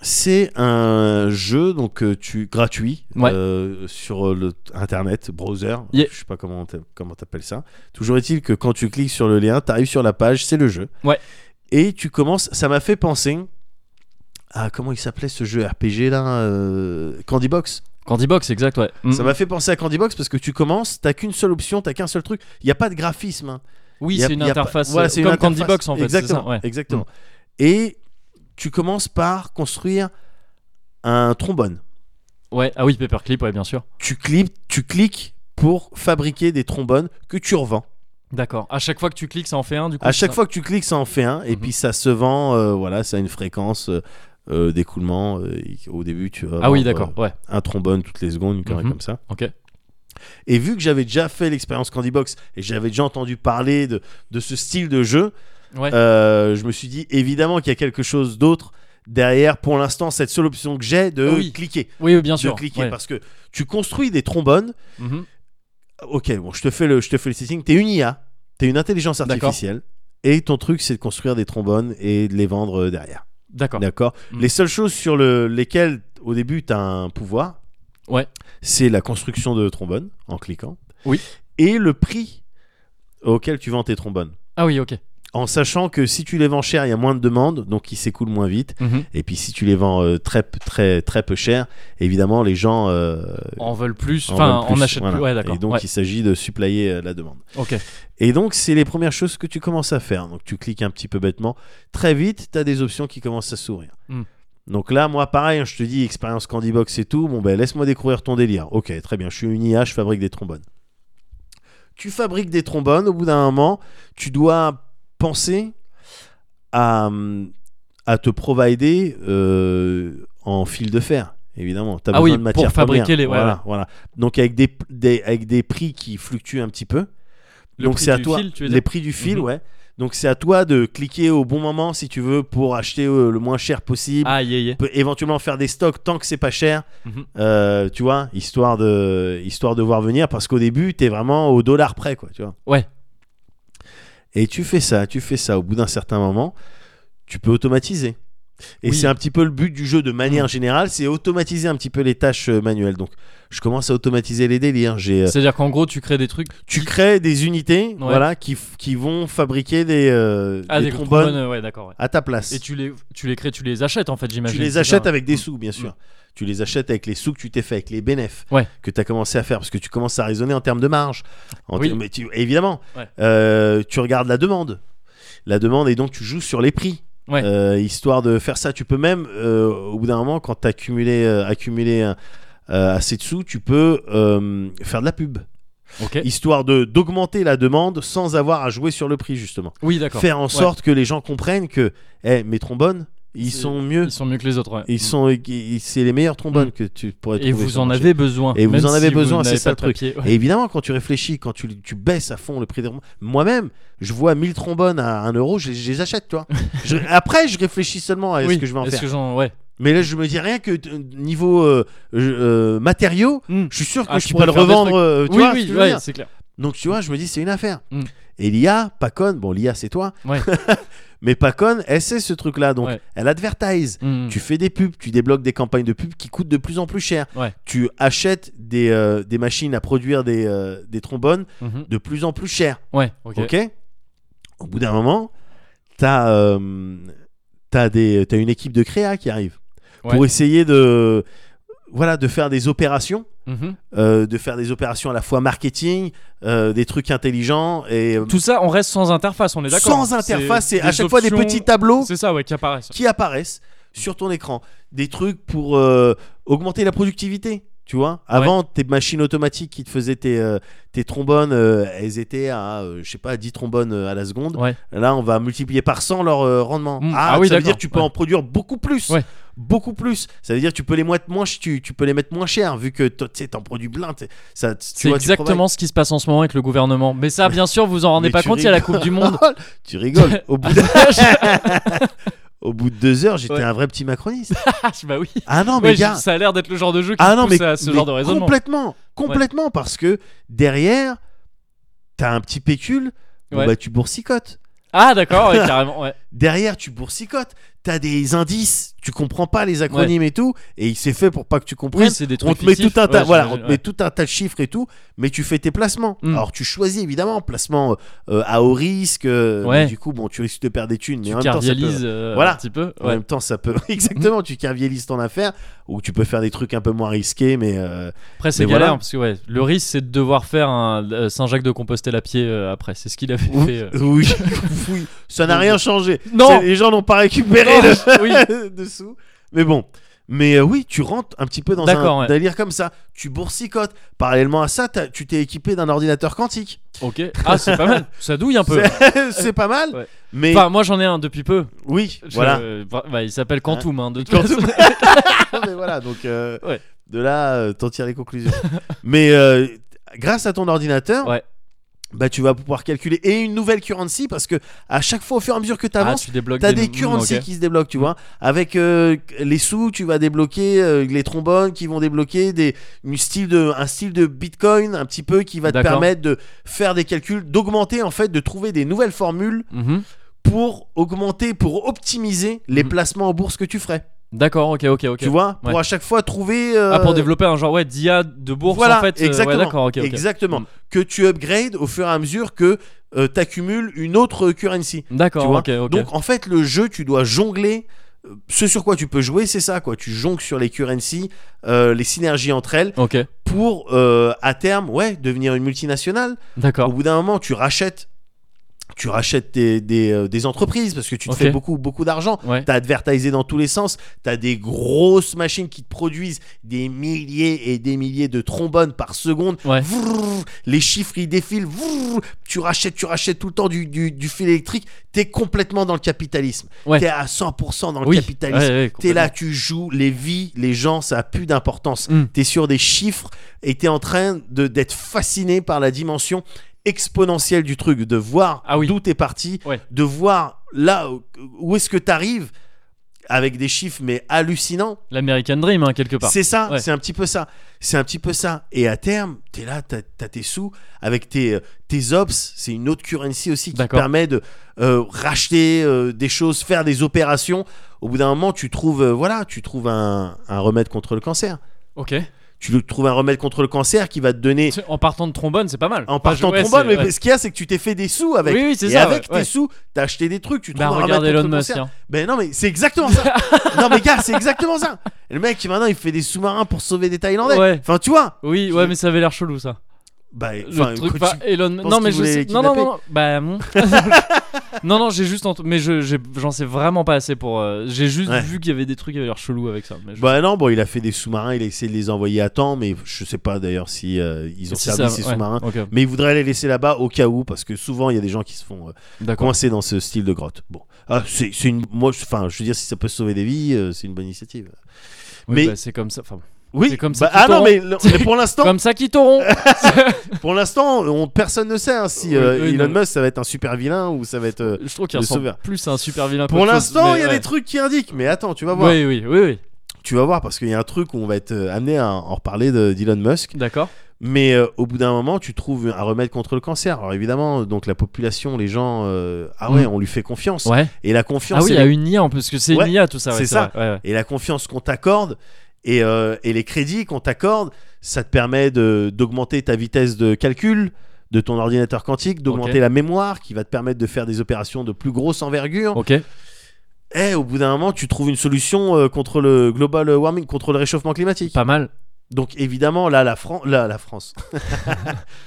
Speaker 2: C'est un jeu donc euh, tu gratuit
Speaker 1: Ouais.
Speaker 2: euh, sur euh, le internet browser.
Speaker 1: Yeah.
Speaker 2: Je sais pas comment t'a- comment t'appelles ça. Toujours est-il que quand tu cliques sur le lien, t'arrives sur la page, c'est le jeu.
Speaker 1: Ouais.
Speaker 2: Et tu commences. Ça m'a fait penser à comment il s'appelait ce jeu RPG là, euh, Candy Box.
Speaker 1: Candy Box, exact, ouais. Mm.
Speaker 2: Ça m'a fait penser à Candy Box parce que tu commences, t'as qu'une seule option, t'as qu'un seul truc. Il y a pas de graphisme. hein.
Speaker 1: Oui,
Speaker 2: Y a-
Speaker 1: c'est une
Speaker 2: y a pas-
Speaker 1: interface
Speaker 2: voilà,
Speaker 1: euh,
Speaker 2: c'est une
Speaker 1: comme Candy
Speaker 2: interface.
Speaker 1: Box en fait. c'est ça,
Speaker 2: Exactement.
Speaker 1: ouais. Mm.
Speaker 2: exactement. Et tu commences par construire un trombone.
Speaker 1: Ouais. Ah oui, Paperclip, ouais, bien sûr.
Speaker 2: Tu cliques, tu cliques pour fabriquer des trombones que tu revends.
Speaker 1: D'accord. À chaque fois que tu cliques, ça en fait un du coup.
Speaker 2: À
Speaker 1: c'est
Speaker 2: chaque
Speaker 1: ça
Speaker 2: fois que tu cliques, ça en fait un, et
Speaker 1: Mhm.
Speaker 2: puis ça se vend. euh, voilà, ça a une fréquence euh, euh, d'écoulement. euh, et au début, tu vas
Speaker 1: Ah oui,
Speaker 2: vendre,
Speaker 1: d'accord. Ouais.
Speaker 2: euh, un trombone toutes les secondes, une connerie
Speaker 1: Mhm.
Speaker 2: comme ça.
Speaker 1: Ok.
Speaker 2: Et vu que j'avais déjà fait l'expérience Candy Box et j'avais déjà entendu parler de, de ce style de jeu,
Speaker 1: Ouais.
Speaker 2: [laughs] Euh, je me suis dit évidemment qu'il y a quelque chose d'autre derrière pour l'instant cette seule option que j'ai de
Speaker 1: Ah oui,
Speaker 2: cliquer
Speaker 1: oui, oui, bien
Speaker 2: de
Speaker 1: sûr.
Speaker 2: cliquer
Speaker 1: ouais.
Speaker 2: parce que tu construis des trombones
Speaker 1: Mhm.
Speaker 2: ok bon je te fais le je te fais le setting t'es une IA t'es une intelligence
Speaker 1: D'accord.
Speaker 2: artificielle et ton truc c'est de construire des trombones et de les vendre euh, derrière
Speaker 1: D'accord.
Speaker 2: d'accord
Speaker 1: Mm.
Speaker 2: les seules choses sur le, lesquelles au début t'as un pouvoir
Speaker 1: Ouais.
Speaker 2: c'est la construction de trombones en cliquant
Speaker 1: Oui.
Speaker 2: et le prix auquel tu vends tes trombones
Speaker 1: Ah oui, ok.
Speaker 2: en sachant que si tu les vends cher, il y a moins de demandes, donc ils s'écoulent moins vite.
Speaker 1: Mhm.
Speaker 2: Et puis si tu les vends euh, très, très, très peu cher, évidemment, les gens euh,
Speaker 1: En veulent plus.
Speaker 2: en
Speaker 1: Enfin,
Speaker 2: veulent
Speaker 1: on
Speaker 2: plus.
Speaker 1: achète
Speaker 2: Voilà.
Speaker 1: plus. Ouais, d'accord.
Speaker 2: Et donc,
Speaker 1: ouais.
Speaker 2: il s'agit de supplier euh, la demande.
Speaker 1: Ok.
Speaker 2: Et donc, c'est les premières choses que tu commences à faire. Donc, tu cliques un petit peu bêtement. Très vite, tu as des options qui commencent à s'ouvrir.
Speaker 1: Mm.
Speaker 2: Donc là, moi, pareil, hein, je te dis, expérience Candy Box et tout. Bon, ben, laisse-moi découvrir ton délire. Ok, très bien. Je suis une IA, je fabrique des trombones. Tu fabriques des trombones. Au bout d'un moment, tu dois penser à, hum, à te provider euh, en fil de fer. Évidemment, tu as
Speaker 1: Ah
Speaker 2: besoin
Speaker 1: oui,
Speaker 2: de matière
Speaker 1: pour fabriquer les- ouais,
Speaker 2: voilà,
Speaker 1: ouais.
Speaker 2: voilà. Donc avec des, des- avec des prix qui fluctuent un petit peu.
Speaker 1: Le
Speaker 2: Donc
Speaker 1: prix
Speaker 2: c'est à
Speaker 1: du
Speaker 2: toi
Speaker 1: fil, tu veux
Speaker 2: les
Speaker 1: dire
Speaker 2: prix du fil,
Speaker 1: Mhm.
Speaker 2: ouais. Donc c'est à toi de cliquer au bon moment si tu veux pour acheter euh, le moins cher possible.
Speaker 1: Ah, yeah, yeah.
Speaker 2: Peut éventuellement faire des stocks tant que c'est pas cher,
Speaker 1: Mhm.
Speaker 2: euh, tu vois, histoire de histoire de voir venir parce qu'au début t'es vraiment au dollar près, quoi, tu vois.
Speaker 1: Ouais.
Speaker 2: Et tu fais ça, tu fais ça. Au bout d'un certain moment, tu peux automatiser. Et
Speaker 1: Oui. Mhm.
Speaker 2: c'est un petit peu le but du jeu de manière générale, c'est automatiser un petit peu les tâches euh, manuelles. Donc, je commence à automatiser les délires. J'ai euh,
Speaker 1: C'est-à-dire qu'en gros, tu crées des trucs.
Speaker 2: tu crées des unités voilà, qui, f- qui vont fabriquer des, euh,
Speaker 1: Ah,
Speaker 2: des
Speaker 1: des
Speaker 2: trombones,
Speaker 1: trombones. euh, Ouais, d'accord. ouais.
Speaker 2: à ta place.
Speaker 1: Et tu les, tu les crées, tu les achètes en fait,
Speaker 2: Tu
Speaker 1: j'imagine. c'est
Speaker 2: les
Speaker 1: ça,
Speaker 2: achètes
Speaker 1: hein.
Speaker 2: avec des sous, bien sûr. Tu les achètes avec les sous que tu t'es fait, avec les bénéfices
Speaker 1: Ouais.
Speaker 2: que tu as commencé à faire, parce que tu commences à raisonner en termes de marge. En
Speaker 1: Oui.
Speaker 2: termes- mais tu- évidemment,
Speaker 1: Ouais.
Speaker 2: Euh, tu regardes la demande. La demande, et donc tu joues sur les prix.
Speaker 1: Ouais.
Speaker 2: Euh, histoire de faire ça, tu peux même, euh, au bout d'un moment, quand tu as accumulé, euh, accumulé euh, euh, assez de sous, tu peux euh, faire de la pub.
Speaker 1: Ok.
Speaker 2: [laughs] histoire de d'augmenter la demande sans avoir à jouer sur le prix justement.
Speaker 1: Oui, d'accord.
Speaker 2: Faire en
Speaker 1: Ouais.
Speaker 2: sorte que les gens comprennent que eh, mes trombones, ils
Speaker 1: C'est-
Speaker 2: sont mieux,
Speaker 1: Ils sont mieux que les autres. ouais.
Speaker 2: ils sont ils- c'est les meilleurs trombones
Speaker 1: Mm.
Speaker 2: que tu pourrais
Speaker 1: Et
Speaker 2: trouver
Speaker 1: vous
Speaker 2: sur le
Speaker 1: en
Speaker 2: marché.
Speaker 1: avez besoin.
Speaker 2: Et vous
Speaker 1: même
Speaker 2: en avez
Speaker 1: si vous
Speaker 2: besoin,
Speaker 1: n'avez
Speaker 2: c'est ça
Speaker 1: pas
Speaker 2: le
Speaker 1: de papier. Ouais.
Speaker 2: Et évidemment, quand tu réfléchis, quand tu, tu baisses à fond le prix des trombones, moi-même, je vois 1000 trombones à 1 euro, je, les- je les achète, toi.
Speaker 1: [laughs]
Speaker 2: Je- après, je réfléchis seulement à
Speaker 1: Oui,
Speaker 2: ce que je vais en
Speaker 1: est-ce
Speaker 2: faire.
Speaker 1: que j'en- ouais.
Speaker 2: Mais là, je me dis rien que euh, niveau euh, je- euh, matériaux,
Speaker 1: Mm.
Speaker 2: je suis sûr que
Speaker 1: Ah,
Speaker 2: je
Speaker 1: tu
Speaker 2: pourrais le
Speaker 1: pourrais faire des
Speaker 2: revendre. euh, tu
Speaker 1: Oui,
Speaker 2: vois ce que
Speaker 1: oui,
Speaker 2: je veux
Speaker 1: ouais,
Speaker 2: dire
Speaker 1: c'est clair.
Speaker 2: donc tu vois, je me dis c'est une affaire.
Speaker 1: Mm.
Speaker 2: Et l'IA, Pacon, bon, l'IA c'est toi,
Speaker 1: Ouais.
Speaker 2: [laughs] mais Pacon, elle sait ce truc-là, donc
Speaker 1: Ouais.
Speaker 2: elle advertise.
Speaker 1: Mm.
Speaker 2: Tu fais des pubs, tu débloques des campagnes de pubs qui coûtent de plus en plus cher.
Speaker 1: Ouais.
Speaker 2: Tu achètes des, euh, des machines à produire des, euh, des trombones
Speaker 1: Mhm.
Speaker 2: de plus en plus cher.
Speaker 1: Ouais, ok.
Speaker 2: Ok Au bout d'un moment, t'as euh, t'as des- t'as une équipe de créa qui arrive
Speaker 1: Ouais.
Speaker 2: pour essayer de voilà de faire des opérations.
Speaker 1: Mhm.
Speaker 2: euh, de faire des opérations à la fois marketing, euh, des trucs intelligents et euh,
Speaker 1: Tout ça, on reste sans interface, on est d'accord hein.
Speaker 2: sans interface, c'est à chaque fois des
Speaker 1: options-
Speaker 2: petits tableaux
Speaker 1: C'est ça, ouais, qui apparaissent.
Speaker 2: qui apparaissent sur ton écran. Des trucs pour euh, augmenter la productivité. Tu vois, avant, tes machines automatiques qui te faisaient tes, euh, tes trombones, euh, elles étaient à, euh, je sais pas, 10 trombones euh, à la seconde.
Speaker 1: Ouais.
Speaker 2: Là, on va multiplier par 100 leur euh, rendement.
Speaker 1: Mm.
Speaker 2: Ah,
Speaker 1: Ah oui,
Speaker 2: ça veut
Speaker 1: d'accord.
Speaker 2: dire que tu peux
Speaker 1: Ouais.
Speaker 2: en produire beaucoup plus.
Speaker 1: Ouais.
Speaker 2: Beaucoup plus. Ça veut dire que tu peux les, mettre moins, ch- tu, tu peux les mettre moins cher, vu que t- tu sais, t'en produis plein. t'es- ça- tu
Speaker 1: C'est
Speaker 2: vois, tu
Speaker 1: exactement ce qui se passe en ce moment avec le gouvernement. Mais ça, bien sûr, vous en rendez
Speaker 2: Mais
Speaker 1: pas
Speaker 2: tu
Speaker 1: compte, il y a la Coupe du
Speaker 2: [laughs]
Speaker 1: Monde. [laughs] Ah,
Speaker 2: Tu rigoles. Au bout de, au bout de deux heures, j'étais
Speaker 1: Ouais.
Speaker 2: un vrai petit macroniste.
Speaker 1: bah oui.
Speaker 2: Ah non, mais
Speaker 1: Ouais,
Speaker 2: gars.
Speaker 1: ça a l'air d'être le genre de jeu qui
Speaker 2: Ah non,
Speaker 1: pousse
Speaker 2: mais,
Speaker 1: à ce
Speaker 2: mais
Speaker 1: genre de raisonnement.
Speaker 2: complètement. Complètement, parce que derrière, t'as un petit pécule, bon
Speaker 1: Ouais.
Speaker 2: bah, tu boursicotes.
Speaker 1: Ah d'accord, ouais, carrément. Ouais.
Speaker 2: Derrière, tu boursicotes. T'as des indices, tu comprends pas les acronymes et tout, et il s'est fait pour pas que tu comprennes.
Speaker 1: Oui, c'est des trucs
Speaker 2: on te met
Speaker 1: fictifs.
Speaker 2: tout un tas,
Speaker 1: Ouais,
Speaker 2: voilà, on
Speaker 1: j'imagine,
Speaker 2: te met tout un tas de chiffres et tout, mais tu fais tes placements.
Speaker 1: Mm.
Speaker 2: Alors tu choisis évidemment placement euh, à haut risque. euh,
Speaker 1: Ouais.
Speaker 2: mais Du coup, bon, tu risques de perdre des thunes, mais en
Speaker 1: tu
Speaker 2: même temps, ça peut-
Speaker 1: cardialises euh,
Speaker 2: Voilà.
Speaker 1: un petit peu.
Speaker 2: En
Speaker 1: ouais.
Speaker 2: même temps, ça peut [laughs] exactement. Tu carviélises ton affaire ou tu peux faire des trucs un peu moins risqués, mais
Speaker 1: [laughs]
Speaker 2: euh, [laughs]
Speaker 1: Après c'est
Speaker 2: Mais
Speaker 1: galère
Speaker 2: voilà.
Speaker 1: parce que ouais, le risque c'est de devoir faire un euh, Saint-Jacques de Compostelle à pied euh, après. C'est ce qu'il avait
Speaker 2: Ouh.
Speaker 1: fait. euh.
Speaker 2: oui, oui, ça n'a rien changé.
Speaker 1: Non.
Speaker 2: C'est- les gens n'ont pas récupéré
Speaker 1: Oh, [laughs]
Speaker 2: le
Speaker 1: oui.
Speaker 2: [laughs] dessous. Mais bon, mais euh, oui, tu rentres un petit peu dans
Speaker 1: D'accord,
Speaker 2: un
Speaker 1: ouais.
Speaker 2: délire comme ça. Tu boursicotes. Parallèlement à ça, t'as- tu t'es équipé d'un ordinateur quantique.
Speaker 1: Ok. Ah c'est pas mal. Ça douille un peu.
Speaker 2: C'est [laughs] c'est pas mal.
Speaker 1: Ouais.
Speaker 2: Mais
Speaker 1: Enfin moi j'en ai un depuis peu.
Speaker 2: oui,
Speaker 1: Je- [laughs]
Speaker 2: voilà.
Speaker 1: euh, bah, il s'appelle Quantum. hein, de toute
Speaker 2: Quantum.
Speaker 1: façon.
Speaker 2: mais voilà, donc euh,
Speaker 1: Ouais.
Speaker 2: de là, euh, t'en tires les conclusions. [laughs] mais euh, grâce à ton ordinateur,
Speaker 1: Ouais.
Speaker 2: bah, tu vas pouvoir calculer. Et une nouvelle currency, parce que à chaque fois, au fur et à mesure que tu
Speaker 1: Ah,
Speaker 2: avances,
Speaker 1: tu débloques.
Speaker 2: tu as des,
Speaker 1: mm,
Speaker 2: currencies
Speaker 1: ok.
Speaker 2: qui se débloquent, tu vois. Avec euh, les sous, tu vas débloquer euh, les trombones qui vont débloquer des, une style de, un style de bitcoin un petit peu qui va te
Speaker 1: D'accord.
Speaker 2: permettre de faire des calculs, d'augmenter en fait, de trouver des nouvelles formules
Speaker 1: Mhm.
Speaker 2: pour augmenter, pour optimiser les
Speaker 1: Mhm.
Speaker 2: placements en bourse que tu ferais.
Speaker 1: D'accord. Ok. Ok. Ok.
Speaker 2: Tu vois,
Speaker 1: Ouais.
Speaker 2: pour à chaque fois trouver. euh,
Speaker 1: Ah pour développer un genre ouais d'IA de bourse
Speaker 2: voilà,
Speaker 1: en fait. euh, ouais,
Speaker 2: exactement.
Speaker 1: D'accord. Ok. ok.
Speaker 2: Exactement.
Speaker 1: Mm.
Speaker 2: Que tu upgrades au fur et à mesure que tu accumules une autre currency. Tu
Speaker 1: D'accord.
Speaker 2: vois.
Speaker 1: Ok. Ok.
Speaker 2: Donc en fait, le jeu, tu dois jongler. Euh, Ce sur quoi tu peux jouer, c'est ça, quoi. Tu jongles sur les currencies, euh, les synergies entre elles,
Speaker 1: Ok.
Speaker 2: pour euh, à terme, ouais, devenir une multinationale. Au
Speaker 1: D'accord.
Speaker 2: bout d'un moment, tu rachètes, tu rachètes des, des, euh, des entreprises parce que tu te
Speaker 1: Ok.
Speaker 2: fais beaucoup, beaucoup d'argent.
Speaker 1: Ouais.
Speaker 2: T'as advertisé dans tous les sens. T'as des grosses machines qui te produisent des milliers et des milliers de trombones par seconde.
Speaker 1: Ouais.
Speaker 2: Vrrr, les chiffres ils défilent. Vrrr, tu rachètes, tu rachètes tout le temps du, du, du fil électrique. T'es complètement dans le capitalisme.
Speaker 1: Ouais.
Speaker 2: T'es à 100% dans le
Speaker 1: Oui.
Speaker 2: capitalisme.
Speaker 1: Ouais, ouais,
Speaker 2: T'es là, tu joues les vies, les gens, ça a plus d'importance.
Speaker 1: Mm.
Speaker 2: T'es sur des chiffres et t'es en train de d'être fasciné par la dimension exponentielle du truc, de voir
Speaker 1: Ah oui.
Speaker 2: d'où t'es parti,
Speaker 1: Ouais.
Speaker 2: de voir là où, où est-ce que t'arrives avec des chiffres mais hallucinants.
Speaker 1: L'American Dream hein, quelque part.
Speaker 2: C'est ça,
Speaker 1: Ouais.
Speaker 2: c'est un petit peu ça, c'est un petit peu ça. Et à terme, t'es là, t'as as tes sous avec tes euh, tes ops, c'est une autre currency aussi qui
Speaker 1: D'accord.
Speaker 2: permet de euh, racheter euh, des choses, faire des opérations. Au bout d'un moment, tu trouves euh, voilà, tu trouves un, un remède contre le cancer.
Speaker 1: Ok.
Speaker 2: Tu le- trouves un remède contre le cancer qui va te donner
Speaker 1: En partant de trombone, c'est pas mal.
Speaker 2: en
Speaker 1: Enfin, Bah, je-
Speaker 2: partant
Speaker 1: ouais,
Speaker 2: trombone.
Speaker 1: c'est-
Speaker 2: Mais
Speaker 1: ouais.
Speaker 2: ce qu'il y a, c'est que tu t'es fait des sous avec.
Speaker 1: Oui, oui, c'est
Speaker 2: Et
Speaker 1: ça.
Speaker 2: avec
Speaker 1: ouais, ouais.
Speaker 2: tes sous, t'as acheté des trucs, tu
Speaker 1: Bah,
Speaker 2: trouves un
Speaker 1: regarde
Speaker 2: remède contre
Speaker 1: Elon
Speaker 2: le
Speaker 1: Musk.
Speaker 2: cancer.
Speaker 1: hein.
Speaker 2: Ben non, mais c'est
Speaker 1: [laughs]
Speaker 2: exactement ça. non, mais gars, c'est exactement ça. Et Le mec, maintenant, il fait des sous-marins pour sauver des Thaïlandais.
Speaker 1: Ouais.
Speaker 2: Enfin, tu vois.
Speaker 1: Oui, ouais, mais ça avait l'air chelou ça.
Speaker 2: Bah, enfin,
Speaker 1: Le truc,
Speaker 2: quand
Speaker 1: enfin,
Speaker 2: tu-
Speaker 1: Elon.
Speaker 2: penses
Speaker 1: Non, mais
Speaker 2: qu'il
Speaker 1: je sais.
Speaker 2: voulait
Speaker 1: Non, non,
Speaker 2: kidnapper
Speaker 1: non. non. Bah, mon- [laughs] non, non, j'ai juste. ent- Mais je- j'ai- j'en sais vraiment pas assez pour. euh, J'ai juste
Speaker 2: Ouais.
Speaker 1: vu qu'il y avait des trucs qui avaient l'air chelou avec ça. mais je-
Speaker 2: Bah non, bon, il a fait des sous-marins, il a essayé de les envoyer à temps, mais je sais pas d'ailleurs si euh, ils ont
Speaker 1: Si
Speaker 2: servi
Speaker 1: ça-
Speaker 2: ces
Speaker 1: ouais,
Speaker 2: sous-marins.
Speaker 1: ok,
Speaker 2: Mais il voudrait les laisser là-bas au cas où, parce que souvent il y a des gens qui se font euh,
Speaker 1: D'accord.
Speaker 2: coincer dans ce style de grotte. Bon, Ah, c'est c'est une, moi, je- enfin, je veux dire, si ça peut sauver des vies, euh, c'est une bonne initiative.
Speaker 1: Oui,
Speaker 2: mais-
Speaker 1: bah, c'est comme ça. enfin,
Speaker 2: Oui,
Speaker 1: C'est comme ça
Speaker 2: bah,
Speaker 1: qu'ils
Speaker 2: ah non,
Speaker 1: t'auront.
Speaker 2: mais, le- mais pour l'instant,
Speaker 1: [laughs] Comme ça qu'ils
Speaker 2: [laughs]
Speaker 1: t'auront.
Speaker 2: pour l'instant, on- personne ne sait hein, si
Speaker 1: Oui,
Speaker 2: euh,
Speaker 1: oui,
Speaker 2: Elon
Speaker 1: non.
Speaker 2: Musk ça va être un super vilain ou ça va être. euh,
Speaker 1: Je trouve qu'il
Speaker 2: le
Speaker 1: ressemble
Speaker 2: sauveur.
Speaker 1: plus à un super vilain.
Speaker 2: Pour l'instant, il y a des trucs qui indiquent, mais attends, tu vas voir,
Speaker 1: Oui, oui, oui, oui.
Speaker 2: tu vas voir parce qu'il y a un truc où on va être euh, amené à en reparler de- d'Elon Musk.
Speaker 1: D'accord.
Speaker 2: Mais euh, au bout d'un moment, tu trouves un remède contre le cancer. Alors évidemment, donc la population, les gens, euh, ah ouais,
Speaker 1: Mm.
Speaker 2: on lui fait confiance.
Speaker 1: Ouais.
Speaker 2: Et la
Speaker 1: Ah
Speaker 2: confiance,
Speaker 1: oui, il
Speaker 2: elle
Speaker 1: y a
Speaker 2: est-
Speaker 1: une IA en plus, que c'est
Speaker 2: Ouais,
Speaker 1: une IA tout ça. ouais,
Speaker 2: c'est ça.
Speaker 1: vrai, ouais, ouais.
Speaker 2: et la confiance qu'on t'accorde et, euh, et les crédits qu'on t'accorde, ça te permet de- d'augmenter ta vitesse de calcul de ton ordinateur quantique, d'augmenter
Speaker 1: Ok.
Speaker 2: la mémoire qui va te permettre de faire des opérations de plus grosse envergure.
Speaker 1: Ok.
Speaker 2: Et au bout d'un moment, tu trouves une solution euh, contre le global warming, contre le réchauffement climatique.
Speaker 1: Pas mal.
Speaker 2: Donc évidemment, là, la, Fran- là, la
Speaker 1: [laughs]
Speaker 2: France,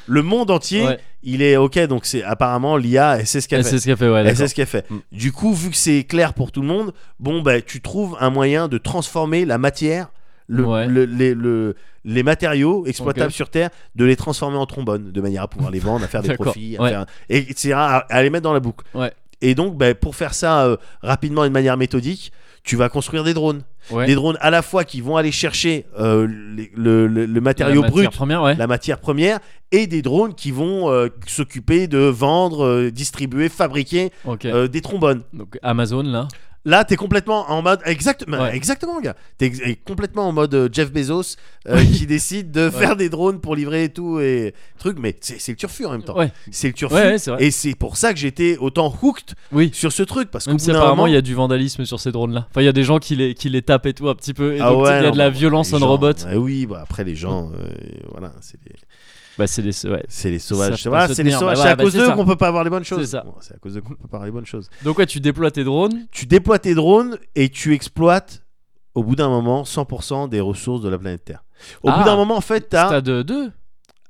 Speaker 2: le monde entier,
Speaker 1: Ouais.
Speaker 2: il est ok. Donc c'est apparemment l'IA, elle sait ce qu'elle
Speaker 1: C'est
Speaker 2: fait.
Speaker 1: ce qu'elle fait, ouais.
Speaker 2: Elle
Speaker 1: d'accord.
Speaker 2: sait ce qu'elle fait.
Speaker 1: Mm.
Speaker 2: Du coup, vu que c'est clair pour tout le monde, bon, ben, tu trouves un moyen de transformer la matière, le-
Speaker 1: Ouais.
Speaker 2: le- les, le- les matériaux exploitables
Speaker 1: Ok.
Speaker 2: sur Terre, de les transformer en trombones, de manière à pouvoir les vendre, à faire
Speaker 1: [laughs]
Speaker 2: des
Speaker 1: D'accord,
Speaker 2: profits, à
Speaker 1: ouais.
Speaker 2: faire- et, etc., à, à les mettre dans la boucle.
Speaker 1: Ouais.
Speaker 2: Et donc, ben, pour faire ça euh, rapidement et de manière méthodique, tu vas construire des drones.
Speaker 1: Ouais.
Speaker 2: Des drones à la fois qui vont aller chercher euh, les- le, le- le
Speaker 1: La
Speaker 2: matériau
Speaker 1: matière
Speaker 2: brut
Speaker 1: première, ouais.
Speaker 2: la matière première et des drones qui vont euh, s'occuper de vendre, euh, distribuer, fabriquer
Speaker 1: Ok.
Speaker 2: euh, des trombones.
Speaker 1: Donc Amazon là.
Speaker 2: Là, t'es complètement en mode exactement,
Speaker 1: Ouais.
Speaker 2: exactement, gars. T'es ex- eh, complètement en mode euh, Jeff Bezos
Speaker 1: [laughs]
Speaker 2: euh, qui décide de faire des drones pour livrer et tout et truc. Mais c'est c'est le turfu en même temps.
Speaker 1: Ouais.
Speaker 2: C'est le turfu.
Speaker 1: Ouais, ouais, c'est vrai.
Speaker 2: et c'est pour ça que j'étais autant hooked
Speaker 1: Oui.
Speaker 2: sur ce truc parce que
Speaker 1: Même si apparemment il y a du vandalisme sur ces drones là. Enfin, il y a des gens qui les, qui les tapent et tout un petit peu. Et
Speaker 2: Ah
Speaker 1: donc il y a de la violence on robot.
Speaker 2: oui, bah, après les gens, euh, voilà, c'est les,
Speaker 1: Bah, c'est des. Ouais.
Speaker 2: C'est les
Speaker 1: Ça
Speaker 2: sauvages.
Speaker 1: peut
Speaker 2: Voilà,
Speaker 1: se
Speaker 2: c'est les
Speaker 1: tenir.
Speaker 2: sauvages.
Speaker 1: Bah
Speaker 2: C'est
Speaker 1: voilà,
Speaker 2: à
Speaker 1: bah
Speaker 2: cause
Speaker 1: c'est
Speaker 2: d'eux
Speaker 1: ça.
Speaker 2: qu'on peut pas avoir les bonnes choses.
Speaker 1: C'est ça.
Speaker 2: Bon, C'est à cause d'eux qu'on peut pas avoir les bonnes choses.
Speaker 1: Donc, ouais, tu déploies tes drones.
Speaker 2: Tu déploies tes drones et tu exploites au bout d'un moment 100% des ressources de la planète Terre. Au
Speaker 1: Ah.
Speaker 2: bout d'un moment, en fait, t'as.
Speaker 1: T'as de deux.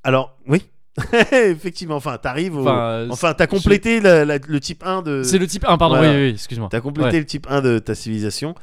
Speaker 2: Alors, oui. [laughs] Effectivement, enfin, t'arrives au.
Speaker 1: Enfin, euh,
Speaker 2: Enfin, t'as complété la- la- le type 1 de.
Speaker 1: c'est le type. Ah, pardon,
Speaker 2: voilà.
Speaker 1: oui, oui, oui, excuse-moi.
Speaker 2: T'as complété
Speaker 1: Ouais.
Speaker 2: le type 1 de ta civilisation.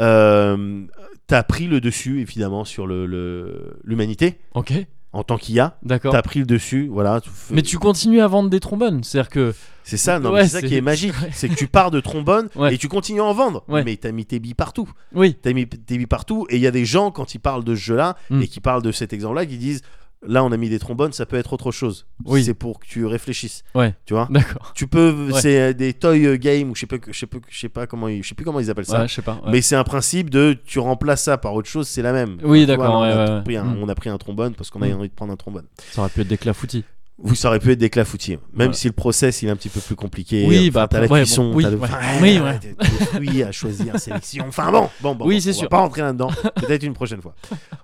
Speaker 2: Euh, t'as pris le dessus, évidemment, sur l'humanité le, l'humanité
Speaker 1: Ok,
Speaker 2: en tant qu'IA.
Speaker 1: d'accord.
Speaker 2: T'as pris le dessus, voilà.
Speaker 1: Mais tu continues à vendre des trombones, c'est-à-dire que.
Speaker 2: C'est ça, Ah, non,
Speaker 1: Ouais,
Speaker 2: mais c'est ça
Speaker 1: c'est-
Speaker 2: qui
Speaker 1: [laughs]
Speaker 2: est magique.
Speaker 1: Ouais.
Speaker 2: C'est que tu pars de trombone
Speaker 1: Ouais.
Speaker 2: et tu continues à en vendre.
Speaker 1: Ouais.
Speaker 2: Mais t'as mis tes billes partout.
Speaker 1: Oui,
Speaker 2: T'as mis tes billes partout. Et il y a des gens, quand ils parlent de ce jeu-là
Speaker 1: Mm.
Speaker 2: et qui parlent de cet exemple-là, qui disent là, on a mis des trombones, ça peut être autre chose.
Speaker 1: Oui.
Speaker 2: C'est pour que tu réfléchisses.
Speaker 1: Ouais.
Speaker 2: Tu vois
Speaker 1: d'accord.
Speaker 2: Tu peux.
Speaker 1: Ouais.
Speaker 2: C'est euh, des toy euh, games ou je sais pas, que- je sais pas, que- je sais pas comment, ils- je sais plus comment ils appellent ça.
Speaker 1: Ouais, je sais pas. ouais.
Speaker 2: Mais c'est un principe de tu remplaces ça par autre chose, c'est la même.
Speaker 1: Oui,
Speaker 2: Tu vois,
Speaker 1: d'accord.
Speaker 2: là,
Speaker 1: ouais,
Speaker 2: on, a
Speaker 1: ouais,
Speaker 2: tout
Speaker 1: ouais.
Speaker 2: pris un-
Speaker 1: Mm.
Speaker 2: on a pris un trombone parce qu'on a
Speaker 1: Mm.
Speaker 2: envie de prendre un trombone.
Speaker 1: Ça aurait pu être des clafoutis. [laughs]
Speaker 2: Vous, ça aurait pu être des clafoutiers. Même
Speaker 1: Voilà.
Speaker 2: si le process il est un petit peu plus compliqué.
Speaker 1: Oui,
Speaker 2: Enfin,
Speaker 1: bah,
Speaker 2: t'as la
Speaker 1: après, ouais,
Speaker 2: cuisson,
Speaker 1: bon, oui,
Speaker 2: t'as le-
Speaker 1: ouais.
Speaker 2: enfin,
Speaker 1: Oui, voilà.
Speaker 2: t'as des fruits
Speaker 1: [laughs]
Speaker 2: à choisir, sélection. Enfin bon, bon, bon,
Speaker 1: Oui,
Speaker 2: bon,
Speaker 1: c'est
Speaker 2: on
Speaker 1: sûr.
Speaker 2: va pas rentrer là-dedans. Peut-être une prochaine fois.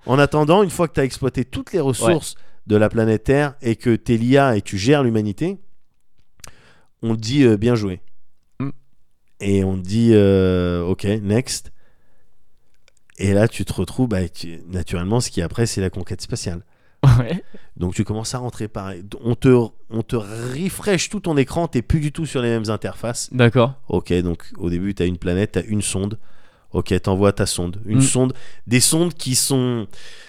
Speaker 2: En attendant, une fois que tu as exploité toutes les ressources de la planète Terre et que t'es l'IA et tu gères l'humanité, on te dit euh, bien joué.
Speaker 1: Mm.
Speaker 2: Et on te dit euh, ok, next. Et là, tu te retrouves, bah, tu- naturellement, ce qui est après, c'est la conquête spatiale.
Speaker 1: Ouais.
Speaker 2: Donc tu commences à rentrer pareil. On te, on te refresh tout ton écran, t'es plus du tout sur les mêmes interfaces.
Speaker 1: D'accord.
Speaker 2: Ok, donc au début, t'as une planète, t'as une sonde. Ok, t'envoies ta sonde. Une
Speaker 1: Mm.
Speaker 2: sonde, des sondes qui sont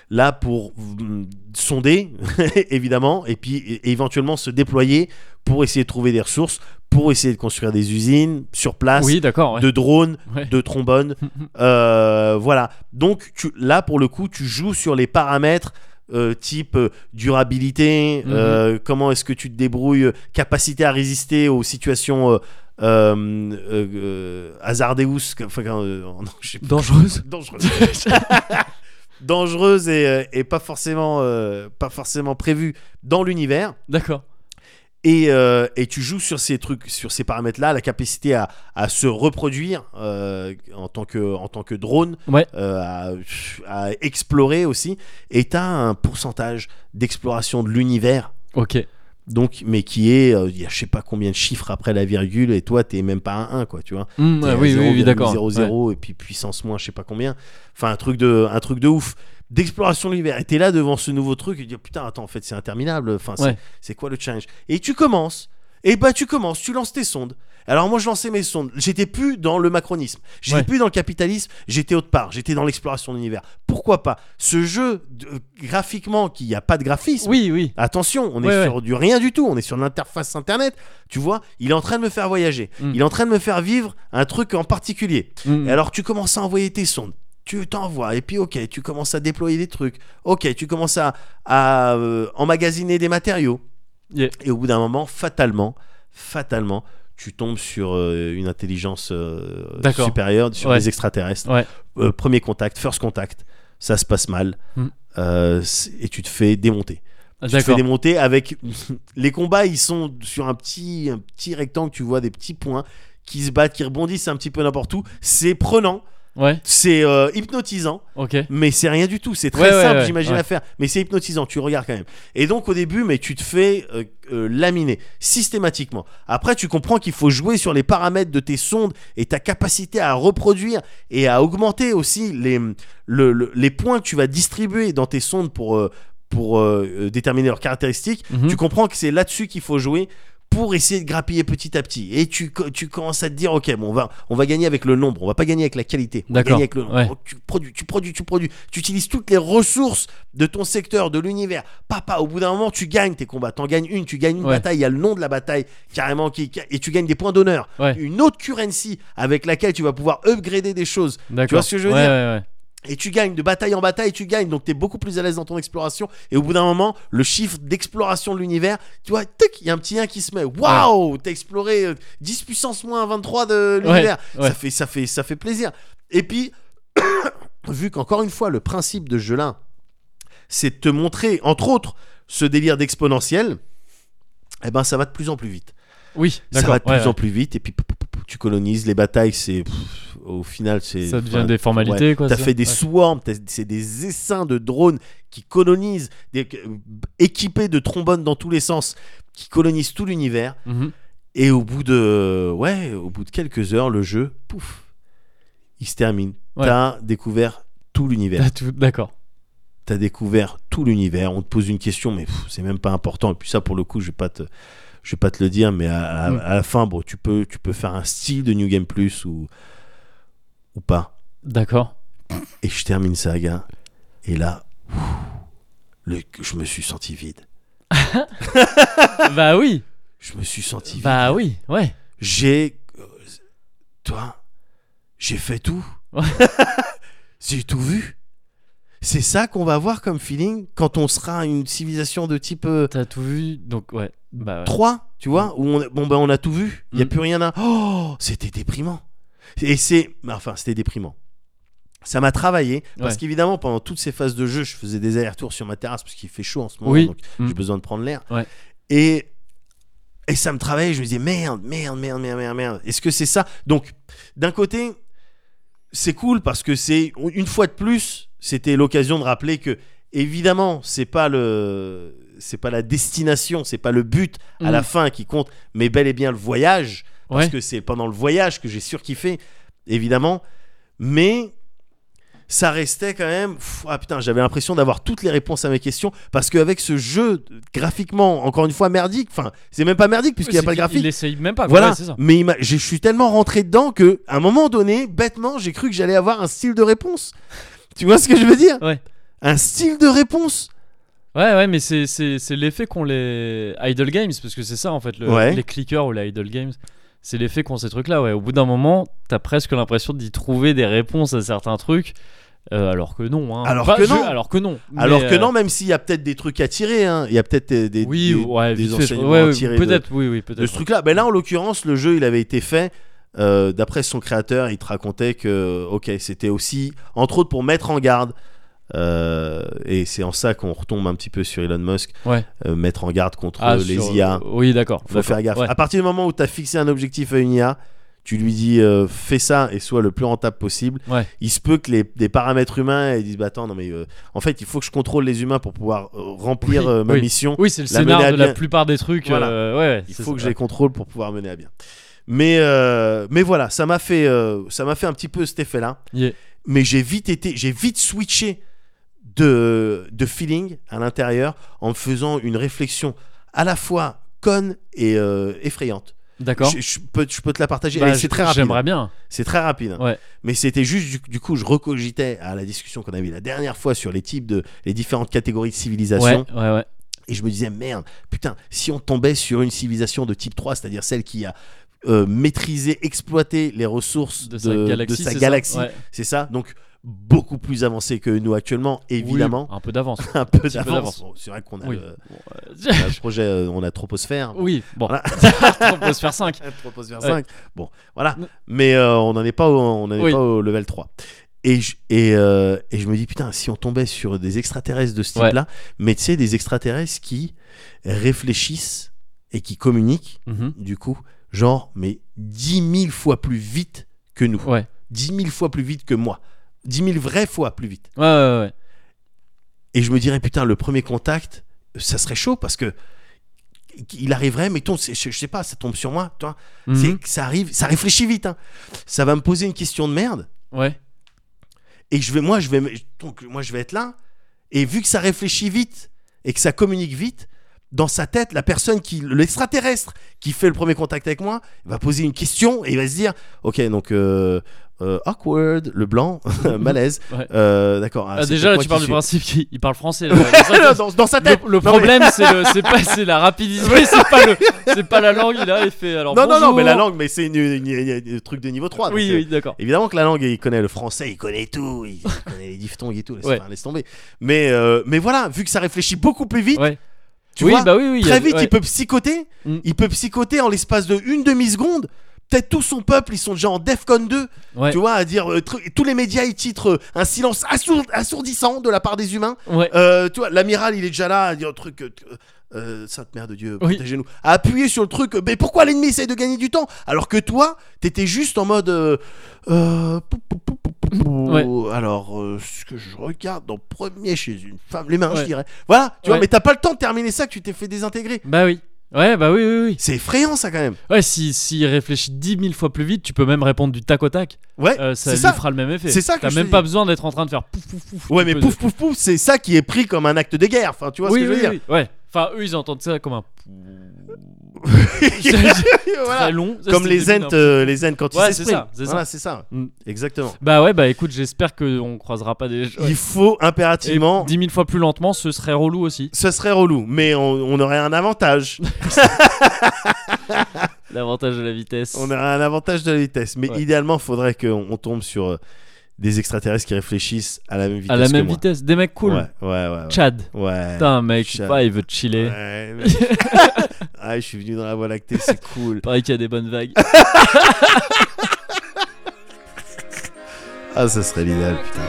Speaker 2: là pour mm, sonder, [laughs] évidemment, et puis é- éventuellement se déployer pour essayer de trouver des ressources, pour essayer de construire des usines sur place,
Speaker 1: Oui, d'accord. Ouais.
Speaker 2: de drones,
Speaker 1: Ouais. [laughs]
Speaker 2: de trombones. Euh, voilà. Donc tu, là, pour le coup, tu joues sur les paramètres euh, type euh, durabilité,
Speaker 1: Mhm.
Speaker 2: euh, comment est-ce que tu te débrouilles, euh, capacité à résister aux situations euh, euh, euh, euh, hasardeuses, que- enfin, euh, [laughs] en- je sais pas.
Speaker 1: Dangereuse.
Speaker 2: dangereuses, dangereuses et, euh, et pas forcément, euh, pas forcément prévues dans l'univers.
Speaker 1: [laughs] D'accord.
Speaker 2: Et, euh, et tu joues sur ces trucs, sur ces paramètres-là, la capacité à, à se reproduire euh, en, tant que, en tant que drone,
Speaker 1: Ouais.
Speaker 2: euh, à, à explorer aussi. Et tu as un pourcentage d'exploration de l'univers,
Speaker 1: Ok.
Speaker 2: donc, mais qui est, euh, il y a je sais pas combien de chiffres après la virgule, et toi, t'es même pas à 1, quoi, tu vois.
Speaker 1: Mm,
Speaker 2: T'es
Speaker 1: ouais,
Speaker 2: à
Speaker 1: oui, oui, oui, d'accord.
Speaker 2: 0,00 et puis puissance moins, je sais pas combien. Enfin, un truc de, un truc de ouf. D'exploration de l'univers. Et t'es là devant ce nouveau truc et tu dis oh, putain, attends, en fait, c'est interminable. Enfin, c'est-
Speaker 1: Ouais.
Speaker 2: c'est quoi le challenge Et tu commences. Et bah, tu commences, tu lances tes sondes. Alors, moi, je lançais mes sondes. J'étais plus dans le macronisme. J'étais
Speaker 1: Ouais.
Speaker 2: plus dans le capitalisme. J'étais autre part. J'étais dans l'exploration de l'univers. Pourquoi pas Ce jeu, de- graphiquement, qu'il n'y a pas de graphisme.
Speaker 1: Oui, oui.
Speaker 2: Attention, on
Speaker 1: Ouais,
Speaker 2: est
Speaker 1: ouais.
Speaker 2: sur du rien du tout, on est sur l'interface internet, tu vois, il est en train de me faire voyager,
Speaker 1: Mm.
Speaker 2: il est en train de me faire vivre un truc en particulier.
Speaker 1: Mm.
Speaker 2: Et alors tu commences à envoyer tes sondes. Tu t'envoies et puis ok, tu commences à déployer des trucs. Ok, tu commences à, à, euh, emmagasiner des matériaux.
Speaker 1: Yeah.
Speaker 2: Et au bout d'un moment, fatalement, fatalement, tu tombes sur euh, une intelligence euh,
Speaker 1: D'accord.
Speaker 2: supérieure, sur
Speaker 1: Ouais.
Speaker 2: les extraterrestres.
Speaker 1: Ouais.
Speaker 2: Euh, premier contact, first contact, ça se passe mal
Speaker 1: Mm.
Speaker 2: Euh, c'est- et tu te fais démonter. Tu te fais
Speaker 1: D'accord.
Speaker 2: démonter avec [laughs] les combats, ils sont sur un petit un petit rectangle, tu vois des petits points qui se battent, qui rebondissent un petit peu n'importe où. C'est prenant,
Speaker 1: Ouais,
Speaker 2: c'est euh, hypnotisant,
Speaker 1: ok.
Speaker 2: mais c'est rien du tout. C'est
Speaker 1: Ouais,
Speaker 2: très
Speaker 1: ouais,
Speaker 2: simple,
Speaker 1: ouais,
Speaker 2: j'imagine
Speaker 1: ouais.
Speaker 2: à faire, mais c'est hypnotisant. Tu regardes quand même. Et donc au début, mais tu te fais euh, euh, laminer systématiquement. Après, tu comprends qu'il faut jouer sur les paramètres de tes sondes et ta capacité à reproduire et à augmenter aussi les le- le- les points que tu vas distribuer dans tes sondes pour euh, pour euh, euh, déterminer leurs caractéristiques
Speaker 1: Mhm.
Speaker 2: tu comprends que c'est là-dessus qu'il faut jouer pour essayer de grappiller petit à petit. Et tu, co- tu commences à te dire, ok, bon, on, va, on va gagner avec le nombre, on va pas gagner avec la qualité. On va
Speaker 1: D'accord,
Speaker 2: gagner avec le nombre.
Speaker 1: ouais.
Speaker 2: Tu produis, tu produis, tu produis. Tu utilises toutes les ressources de ton secteur, de l'univers. Papa, au bout d'un moment, tu gagnes tes combats. T'en gagnes une, tu gagnes une
Speaker 1: Ouais.
Speaker 2: bataille, il y a le nom de la bataille carrément, qui, qui- et tu gagnes des points d'honneur.
Speaker 1: Ouais.
Speaker 2: Une autre currency avec laquelle tu vas pouvoir upgrader des choses.
Speaker 1: D'accord.
Speaker 2: tu vois ce que je veux
Speaker 1: Ouais,
Speaker 2: dire
Speaker 1: ouais, ouais.
Speaker 2: Et tu gagnes de bataille en bataille, tu gagnes, donc tu es beaucoup plus à l'aise dans ton exploration. Et au bout d'un moment, le chiffre d'exploration de l'univers, tu vois, tic, il y a un petit 1 qui se met. Waouh, t'as exploré euh, 10 puissance moins 23 de l'univers.
Speaker 1: Ouais, ouais.
Speaker 2: Ça, fait, ça, fait, ça fait plaisir. Et puis, [coughs] vu qu'encore une fois, le principe de ce jeu-là, c'est de te montrer, entre autres, ce délire d'exponentiel, eh ben ça va de plus en plus vite
Speaker 1: Oui,
Speaker 2: ça
Speaker 1: d'accord.
Speaker 2: va de plus
Speaker 1: ouais,
Speaker 2: en plus vite et puis pou- pou- pou- pou- tu colonises les batailles c'est pff, au final c'est
Speaker 1: ouais. Ça devient
Speaker 2: enfin,
Speaker 1: des formalités, quoi.
Speaker 2: T'as
Speaker 1: ça.
Speaker 2: fait des
Speaker 1: Ouais.
Speaker 2: swarms, t'as- c'est des essaims de drones qui colonisent, des- euh, équipés de trombones dans tous les sens, qui colonisent tout l'univers.
Speaker 1: Mhm.
Speaker 2: Et au bout de, ouais, au bout de quelques heures, le jeu, pouf, il se termine.
Speaker 1: Ouais.
Speaker 2: T'as découvert tout l'univers.
Speaker 1: T'as tout- D'accord.
Speaker 2: T'as découvert tout l'univers. On te pose une question, mais pff, c'est même pas important. Et puis ça, pour le coup, je vais pas te, je vais pas te le dire, mais à, à-
Speaker 1: Mm.
Speaker 2: à la fin, bon, tu peux, tu peux faire un style de New Game Plus ou, ou pas. [laughs]
Speaker 1: D'accord.
Speaker 2: Et je termine Saga. Et là, ouf, le- je me suis senti vide.
Speaker 1: bah oui.
Speaker 2: Je me suis senti vide.
Speaker 1: Bah oui. Ouais.
Speaker 2: J'ai. euh, Toi, j'ai fait tout.
Speaker 1: Ouais.
Speaker 2: [laughs] j'ai tout vu. C'est ça qu'on va avoir comme feeling quand on sera une civilisation de type euh,
Speaker 1: T'as tout vu. Donc, ouais. Bah ouais.
Speaker 2: 3, tu vois, où on, bon, ben, on a tout vu. Il n'y a
Speaker 1: Mm.
Speaker 2: plus rien à. Oh, c'était déprimant. Et c'est. Enfin, c'était déprimant. Ça m'a travaillé parce
Speaker 1: Ouais.
Speaker 2: qu'évidemment pendant toutes ces phases de jeu, je faisais des allers-retours sur ma terrasse parce qu'il fait chaud en ce moment,
Speaker 1: Oui.
Speaker 2: donc
Speaker 1: Mm.
Speaker 2: j'ai besoin de prendre l'air.
Speaker 1: Ouais.
Speaker 2: Et et ça me travaillait. Je me disais merde, merde, merde, merde, merde, merde. Est-ce que c'est ça Donc d'un côté, c'est cool parce que c'est une fois de plus, c'était l'occasion de rappeler que évidemment c'est pas le c'est pas la destination, c'est pas le but à
Speaker 1: Mm.
Speaker 2: la fin qui compte, mais bel et bien le voyage parce
Speaker 1: Ouais.
Speaker 2: que c'est pendant le voyage que j'ai surkiffé, évidemment. Mais ça restait quand même. pff, ah putain, j'avais l'impression d'avoir toutes les réponses à mes questions parce qu'avec ce jeu graphiquement, encore une fois merdique. Enfin, c'est même pas merdique puisqu'il n'y a
Speaker 1: C'est
Speaker 2: pas de
Speaker 1: qu'il-
Speaker 2: graphique.
Speaker 1: Il essaye même pas. quoi.
Speaker 2: Voilà,
Speaker 1: Ouais, c'est ça.
Speaker 2: mais il m'a- je suis tellement rentré dedans que, à un moment donné, bêtement, j'ai cru que j'allais avoir un style de réponse. Tu vois ce que je veux dire
Speaker 1: Ouais.
Speaker 2: Un style de réponse.
Speaker 1: Ouais, ouais, mais c'est, c'est, c'est l'effet qu'ont les idle games, parce que c'est ça en fait, le-
Speaker 2: Ouais.
Speaker 1: les clickers ou les idle games, c'est l'effet qu'ont ces trucs-là. Ouais. Au bout d'un moment, t'as presque l'impression d'y trouver des réponses à certains trucs, euh, alors que non. hein.
Speaker 2: Alors
Speaker 1: Pas
Speaker 2: que
Speaker 1: je-
Speaker 2: non.
Speaker 1: Alors que non. Mais,
Speaker 2: Alors que
Speaker 1: euh,
Speaker 2: non, même s'il y a peut-être des trucs à tirer, hein, il y a peut-être euh, des,
Speaker 1: oui,
Speaker 2: des,
Speaker 1: ouais,
Speaker 2: des
Speaker 1: vite fait, je-
Speaker 2: enseignements
Speaker 1: ouais,
Speaker 2: à
Speaker 1: ouais,
Speaker 2: tirer de-
Speaker 1: peut-être, oui, oui, peut-être.
Speaker 2: de ce truc-là. Ben là, en l'occurrence, le jeu, il avait été fait. euh, D'après son créateur, il te racontait que, euh, ok, c'était aussi, entre autres, pour mettre en garde. euh, et c'est en ça qu'on retombe un petit peu sur Elon Musk.
Speaker 1: Ouais.
Speaker 2: euh, mettre en garde contre
Speaker 1: Ah,
Speaker 2: les
Speaker 1: sur-
Speaker 2: IA.
Speaker 1: Oui, d'accord.
Speaker 2: Faut
Speaker 1: d'accord,
Speaker 2: faire gaffe.
Speaker 1: ouais.
Speaker 2: À partir du moment où tu as fixé un objectif à une IA, tu lui dis euh, fais ça et sois le plus rentable possible.
Speaker 1: Ouais.
Speaker 2: Il se peut que les des paramètres humains ils disent bah attends non mais euh, en fait il faut que je contrôle les humains pour pouvoir euh, remplir
Speaker 1: Oui,
Speaker 2: euh, ma
Speaker 1: oui.
Speaker 2: mission.
Speaker 1: Oui, c'est le
Speaker 2: la
Speaker 1: scénar
Speaker 2: mener à
Speaker 1: de la
Speaker 2: bien.
Speaker 1: plupart des trucs.
Speaker 2: Voilà.
Speaker 1: euh, ouais, ouais,
Speaker 2: Il
Speaker 1: c'est
Speaker 2: faut que
Speaker 1: ça.
Speaker 2: je les contrôle pour pouvoir mener à bien. Mais, euh, mais voilà, ça m'a fait, euh, ça m'a fait un petit peu cet effet-là.
Speaker 1: Yeah.
Speaker 2: Mais j'ai vite été, j'ai vite switché de, de feeling à l'intérieur en me faisant une réflexion à la fois conne et euh, effrayante.
Speaker 1: D'accord.
Speaker 2: Je, je peux, je peux te la partager.
Speaker 1: Bah,
Speaker 2: Allez, c'est très rapide.
Speaker 1: J'aimerais bien.
Speaker 2: C'est très rapide. hein.
Speaker 1: Ouais.
Speaker 2: Mais c'était juste, du, du coup, je recogitais à la discussion qu'on avait la dernière fois sur les types de, les différentes catégories de
Speaker 1: Ouais,
Speaker 2: civilisation.
Speaker 1: ouais, ouais.
Speaker 2: Et je me disais, merde, putain, si on tombait sur une civilisation de type 3, c'est-à-dire celle qui a euh, maîtrisé, exploité les ressources de,
Speaker 1: De sa galaxie.
Speaker 2: de sa
Speaker 1: c'est ça
Speaker 2: galaxie,
Speaker 1: Ouais.
Speaker 2: c'est ça Donc, beaucoup plus avancé que nous actuellement, évidemment.
Speaker 1: Oui, un peu
Speaker 2: [laughs]
Speaker 1: d'avance.
Speaker 2: Un peu
Speaker 1: petit peu
Speaker 2: d'avance.
Speaker 1: d'avance.
Speaker 2: Bon, c'est vrai qu'on a,
Speaker 1: Oui.
Speaker 2: le,
Speaker 1: Bon, euh,
Speaker 2: on a le projet, euh, on a Troposphère.
Speaker 1: Oui, bon.
Speaker 2: Voilà.
Speaker 1: [laughs] on peut se faire 5.
Speaker 2: Troposphère
Speaker 1: Ouais.
Speaker 2: 5. Bon, voilà.
Speaker 1: Non.
Speaker 2: Mais euh, on n'en est pas au, on en est
Speaker 1: Oui.
Speaker 2: pas au level 3. Et je, et, euh, et je me dis, putain, si on tombait sur des extraterrestres de ce
Speaker 1: Ouais.
Speaker 2: type-là, mais tu sais, des extraterrestres qui réfléchissent et qui communiquent,
Speaker 1: Mhm.
Speaker 2: du coup, genre, mais 10 000 fois plus vite que nous.
Speaker 1: Ouais.
Speaker 2: 10 000 fois plus vite que moi. 10 000 vraies fois plus vite.
Speaker 1: Ouais, ouais, ouais.
Speaker 2: Et je me dirais, putain, le premier contact, ça serait chaud parce que il arriverait, mettons, c'est- je je sais pas, ça tombe sur moi, toi.
Speaker 1: Mhm.
Speaker 2: C'est que ça arrive, ça réfléchit vite. hein. Ça va me poser une question de merde
Speaker 1: Ouais.
Speaker 2: et je vais, moi, je vais, me- donc moi, je vais être là. Et vu que ça réfléchit vite et que ça communique vite, dans sa tête, la personne qui, l'extraterrestre, qui fait le premier contact avec moi, va poser une question et il va se dire, ok, donc euh, euh, awkward, le blanc, [laughs] malaise.
Speaker 1: [laughs] Ouais.
Speaker 2: Euh, D'accord. ah,
Speaker 1: Ah,
Speaker 2: c'est
Speaker 1: déjà, là,
Speaker 2: peut-être moi
Speaker 1: tu
Speaker 2: qui
Speaker 1: parles du
Speaker 2: suis.
Speaker 1: principe qu'il il parle français. là. C'est
Speaker 2: [laughs]
Speaker 1: ça que-
Speaker 2: dans, dans sa tête.
Speaker 1: Le, le
Speaker 2: [laughs] Non, mais-
Speaker 1: problème, c'est le- c'est pas, c'est la
Speaker 2: [laughs]
Speaker 1: rapidité, c'est pas le, c'est pas la langue. Il a il fait alors.
Speaker 2: Non, non, non,
Speaker 1: bonjour.
Speaker 2: mais la langue, mais c'est une- une- une- un truc de niveau 3. donc,
Speaker 1: Oui,
Speaker 2: euh,
Speaker 1: oui, d'accord.
Speaker 2: Évidemment que la langue, il connaît le français, il connaît
Speaker 1: [laughs]
Speaker 2: tout, il connaît les diphtongues et tout, laisse,
Speaker 1: Ouais.
Speaker 2: enfin, laisse tomber. Mais, euh, mais voilà, vu que ça réfléchit beaucoup plus vite,
Speaker 1: Ouais.
Speaker 2: tu
Speaker 1: oui,
Speaker 2: vois,
Speaker 1: bah oui, oui. il y a-
Speaker 2: très vite,
Speaker 1: ouais.
Speaker 2: il peut psychoter.
Speaker 1: Mm.
Speaker 2: Il peut psychoter en l'espace de une demi-seconde. Peut-être tout son peuple, ils sont déjà en Defcon 2,
Speaker 1: Ouais.
Speaker 2: tu vois, à dire. euh, tru- tous les médias, ils titrent euh, un silence assour- assourdissant de la part des humains.
Speaker 1: Ouais.
Speaker 2: Euh, tu vois, l'amiral, il est déjà là à dire un truc. euh, euh, Sainte Mère de Dieu,
Speaker 1: Oui.
Speaker 2: protégez-nous. À appuyer sur le truc. euh, Mais pourquoi l'ennemi essaye de gagner du temps Alors que toi, t'étais juste en mode. euh, euh, pou, pou, pou, pou, pou, pou. Alors, euh, ce que je regarde en premier chez une femme, les mains, je
Speaker 1: Ouais.
Speaker 2: dirais. Voilà, tu vois,
Speaker 1: Ouais.
Speaker 2: mais t'as pas le temps de terminer ça que tu t'es fait désintégrer.
Speaker 1: Bah oui. Ouais, bah oui, oui, oui.
Speaker 2: C'est effrayant, ça, quand même.
Speaker 1: Ouais, si, si il réfléchit 10 000 fois plus vite, tu peux même répondre du tac au tac.
Speaker 2: Ouais,
Speaker 1: Euh, ça
Speaker 2: c'est
Speaker 1: lui
Speaker 2: ça.
Speaker 1: fera le même effet.
Speaker 2: C'est ça que
Speaker 1: T'as
Speaker 2: je
Speaker 1: même
Speaker 2: te
Speaker 1: pas
Speaker 2: dis.
Speaker 1: besoin d'être en train de faire pouf, pouf, pouf.
Speaker 2: Ouais,
Speaker 1: tu
Speaker 2: mais
Speaker 1: peux-
Speaker 2: pouf, pouf, pouf, c'est ça qui est pris comme un acte de guerre. Enfin, tu vois
Speaker 1: oui,
Speaker 2: ce que
Speaker 1: oui,
Speaker 2: je veux
Speaker 1: oui, Ouais. Enfin, eux, ils entendent ça comme un
Speaker 2: [laughs] dire. Voilà.
Speaker 1: très long. Ça,
Speaker 2: Comme
Speaker 1: c'est
Speaker 2: les
Speaker 1: débile,
Speaker 2: Ents,
Speaker 1: hein.
Speaker 2: euh, les Ents quand
Speaker 1: Ouais,
Speaker 2: ils
Speaker 1: c'est
Speaker 2: s'expriment.
Speaker 1: ça, c'est ça.
Speaker 2: Voilà, c'est ça.
Speaker 1: Mm.
Speaker 2: Exactement.
Speaker 1: Bah ouais, bah écoute, j'espère qu'on croisera pas des. Ouais.
Speaker 2: Il faut
Speaker 1: Et 10
Speaker 2: impérativement.
Speaker 1: 000 fois plus lentement, ce serait relou aussi.
Speaker 2: Ce serait relou, mais on, on aurait un avantage.
Speaker 1: [laughs] L'avantage de la vitesse.
Speaker 2: on aurait un avantage de la vitesse. Mais
Speaker 1: Ouais.
Speaker 2: idéalement, il faudrait qu'on on tombe sur euh, des extraterrestres qui réfléchissent à la même vitesse.
Speaker 1: à la
Speaker 2: que
Speaker 1: même
Speaker 2: moi.
Speaker 1: vitesse. Des mecs cool.
Speaker 2: Ouais, ouais, ouais. ouais.
Speaker 1: Chad.
Speaker 2: Ouais.
Speaker 1: Putain, mec, je sais
Speaker 2: Chad.
Speaker 1: pas, il veut chiller.
Speaker 2: Ouais, mais- [laughs] ah, je suis venu dans la voie lactée, c'est
Speaker 1: [laughs]
Speaker 2: cool.
Speaker 1: Pareil qu'il y a des bonnes vagues.
Speaker 2: Ah, ça serait l'idéal, putain.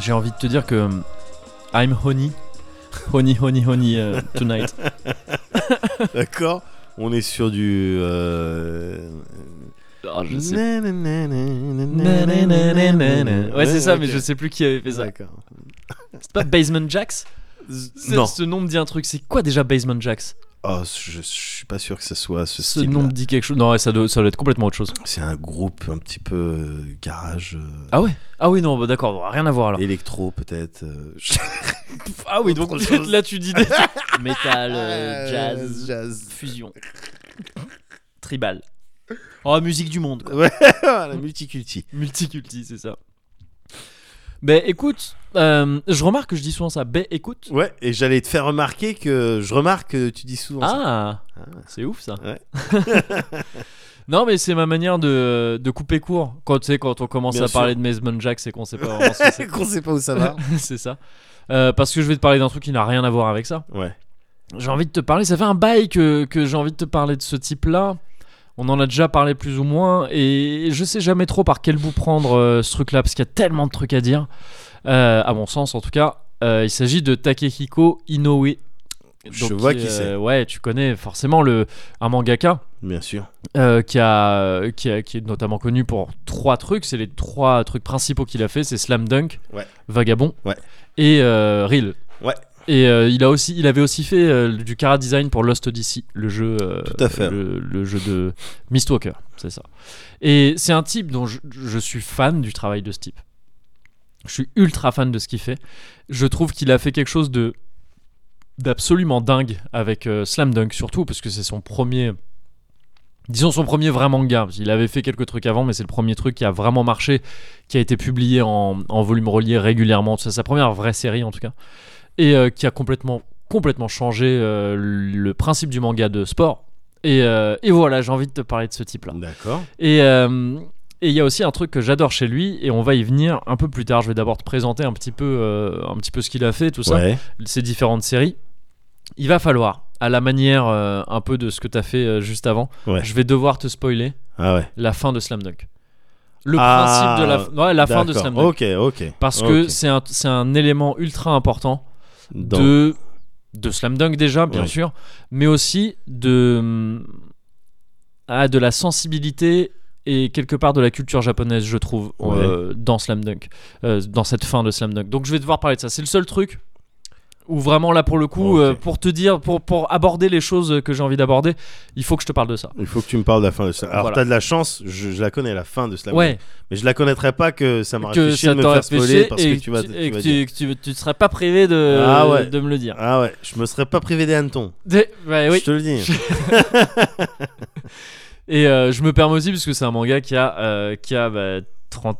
Speaker 1: J'ai envie de te dire que hum, I'm honey. Honey, honey, honey euh,
Speaker 2: [laughs]
Speaker 1: tonight.
Speaker 2: D'accord On est sur du. euh,
Speaker 1: Ah, je sais.
Speaker 2: Ouais,
Speaker 1: Ouais, c'est ça, mais je sais plus qui avait fait ça.
Speaker 2: D'accord.
Speaker 1: C'est pas Basement
Speaker 2: [laughs]
Speaker 1: Jacks C'est-
Speaker 2: Non.
Speaker 1: Ce nom me dit un truc. C'est quoi déjà Basement Jacks
Speaker 2: Oh, je, je suis pas sûr que ce soit ce,
Speaker 1: Ce
Speaker 2: style.
Speaker 1: nom me dit quelque chose. Non, ouais, ça doit, ça doit être complètement autre chose.
Speaker 2: C'est un groupe un petit peu euh, garage, euh,
Speaker 1: Ah ouais Ah oui, non, bah d'accord, bah, rien à voir alors.
Speaker 2: électro
Speaker 1: [laughs]
Speaker 2: peut-être. euh, je-
Speaker 1: Ah oui, donc
Speaker 2: Autre chose.
Speaker 1: là tu dis des... [laughs] métal, euh,
Speaker 2: Euh,
Speaker 1: jazz,
Speaker 2: [laughs] jazz.
Speaker 1: [laughs] fusion, tribal. Oh, musique du monde, quoi.
Speaker 2: Ouais, la Ah, multiculti.
Speaker 1: Multiculti, c'est ça. Ben écoute, euh, je remarque que je dis souvent ça. Ben écoute.
Speaker 2: Ouais, et j'allais te faire remarquer que je remarque que tu dis souvent ça.
Speaker 1: Ah,
Speaker 2: Ah.
Speaker 1: c'est ouf ça.
Speaker 2: Ouais.
Speaker 1: [laughs] non, mais c'est ma manière de, de couper court. Quand, tu sais, quand on commence
Speaker 2: Bien
Speaker 1: à
Speaker 2: sûr.
Speaker 1: parler de Mesmond Jack, c'est qu'on sait [laughs] pas vraiment ce que c'est.
Speaker 2: Qu'on sait pas où
Speaker 1: [laughs]
Speaker 2: ça [laughs] va.
Speaker 1: c'est ça. Euh, parce que je vais te parler d'un truc qui n'a rien à voir avec ça.
Speaker 2: ouais.
Speaker 1: J'ai envie de te parler, ça fait un bail que, que j'ai envie de te parler de ce type-là. On en a déjà parlé plus ou moins, et je sais jamais trop par quel bout prendre euh, ce truc-là, parce qu'il y a tellement de trucs à dire, Euh, à mon sens en tout cas. Euh, il s'agit de Takehiko Inoue.
Speaker 2: Je vois
Speaker 1: qui,
Speaker 2: qui c'est.
Speaker 1: euh, ouais, tu connais forcément le, un mangaka
Speaker 2: Bien sûr.
Speaker 1: euh, qui, a, qui, a- qui est notamment connu pour trois trucs. C'est les trois trucs principaux qu'il a fait c'est Slam Dunk,
Speaker 2: Ouais.
Speaker 1: Vagabond
Speaker 2: Ouais.
Speaker 1: et euh, Reel.
Speaker 2: Ouais.
Speaker 1: Et euh, il, a aussi, il avait aussi fait euh, du chara design pour Lost Odyssey, le jeu, euh,
Speaker 2: Tout à fait.
Speaker 1: Le, le jeu de Mistwalker, c'est ça. Et c'est un type dont je, je suis fan du travail de ce type. Je suis ultra fan de ce qu'il fait. Je trouve qu'il a fait quelque chose de d'absolument dingue avec euh, Slam Dunk surtout parce que c'est son premier disons son premier vrai manga il avait fait quelques trucs avant mais c'est le premier truc qui a vraiment marché qui a été publié en, en volume relié régulièrement c'est sa première vraie série en tout cas et euh, qui a complètement complètement changé euh, le principe du manga de sport et, euh, et voilà j'ai envie de te parler de ce type là
Speaker 2: D'accord.
Speaker 1: et euh, et il y a aussi un truc que j'adore chez lui et on va y venir un peu plus tard je vais d'abord te présenter un petit peu euh, un petit peu ce qu'il a fait tout ça
Speaker 2: Ouais.
Speaker 1: ces différentes séries, il va falloir, à la manière euh, un peu de ce que t'as fait euh, juste avant,
Speaker 2: Ouais.
Speaker 1: je vais devoir te spoiler
Speaker 2: Ah ouais.
Speaker 1: la fin de Slam Dunk. Le
Speaker 2: Ah,
Speaker 1: principe de la, ouais, la fin de
Speaker 2: D'accord.
Speaker 1: Slam Dunk.
Speaker 2: Ok, ok.
Speaker 1: Parce
Speaker 2: Ok.
Speaker 1: que c'est un, c'est un élément ultra important
Speaker 2: Dans-
Speaker 1: de, de Slam Dunk déjà, bien
Speaker 2: Ouais.
Speaker 1: sûr, mais aussi de, hum, ah, de la sensibilité et quelque part de la culture japonaise, je trouve,
Speaker 2: Ouais.
Speaker 1: euh, dans Slam Dunk, euh, dans cette fin de Slam Dunk. Donc je vais devoir parler de ça. C'est le seul truc où vraiment là pour le coup,
Speaker 2: Ok.
Speaker 1: euh, pour te dire, pour, pour aborder les choses que j'ai envie d'aborder, il faut que je te parle de ça.
Speaker 2: Il faut que tu me parles de la fin de Slam. Alors
Speaker 1: Voilà.
Speaker 2: t'as de la chance, je, je la connais la fin de Slam.
Speaker 1: ouais,
Speaker 2: Mais je la connaîtrais pas que ça m'aurait fait
Speaker 1: que
Speaker 2: chier
Speaker 1: ça
Speaker 2: de me faire
Speaker 1: t'aurait
Speaker 2: spoiler
Speaker 1: fait
Speaker 2: parce
Speaker 1: et
Speaker 2: que tu vas,
Speaker 1: que
Speaker 2: tu
Speaker 1: et
Speaker 2: vas
Speaker 1: que tu-
Speaker 2: dire.
Speaker 1: que tu- tu ne serais pas privé de,
Speaker 2: Ah ouais.
Speaker 1: de me le dire. [laughs]
Speaker 2: Ah ouais, je me serais pas privé des hannetons.
Speaker 1: De- ouais, Eh oui.
Speaker 2: Je te le dis.
Speaker 1: Et euh, je me permets aussi, parce que c'est un manga qui a, euh, qui a bah, 30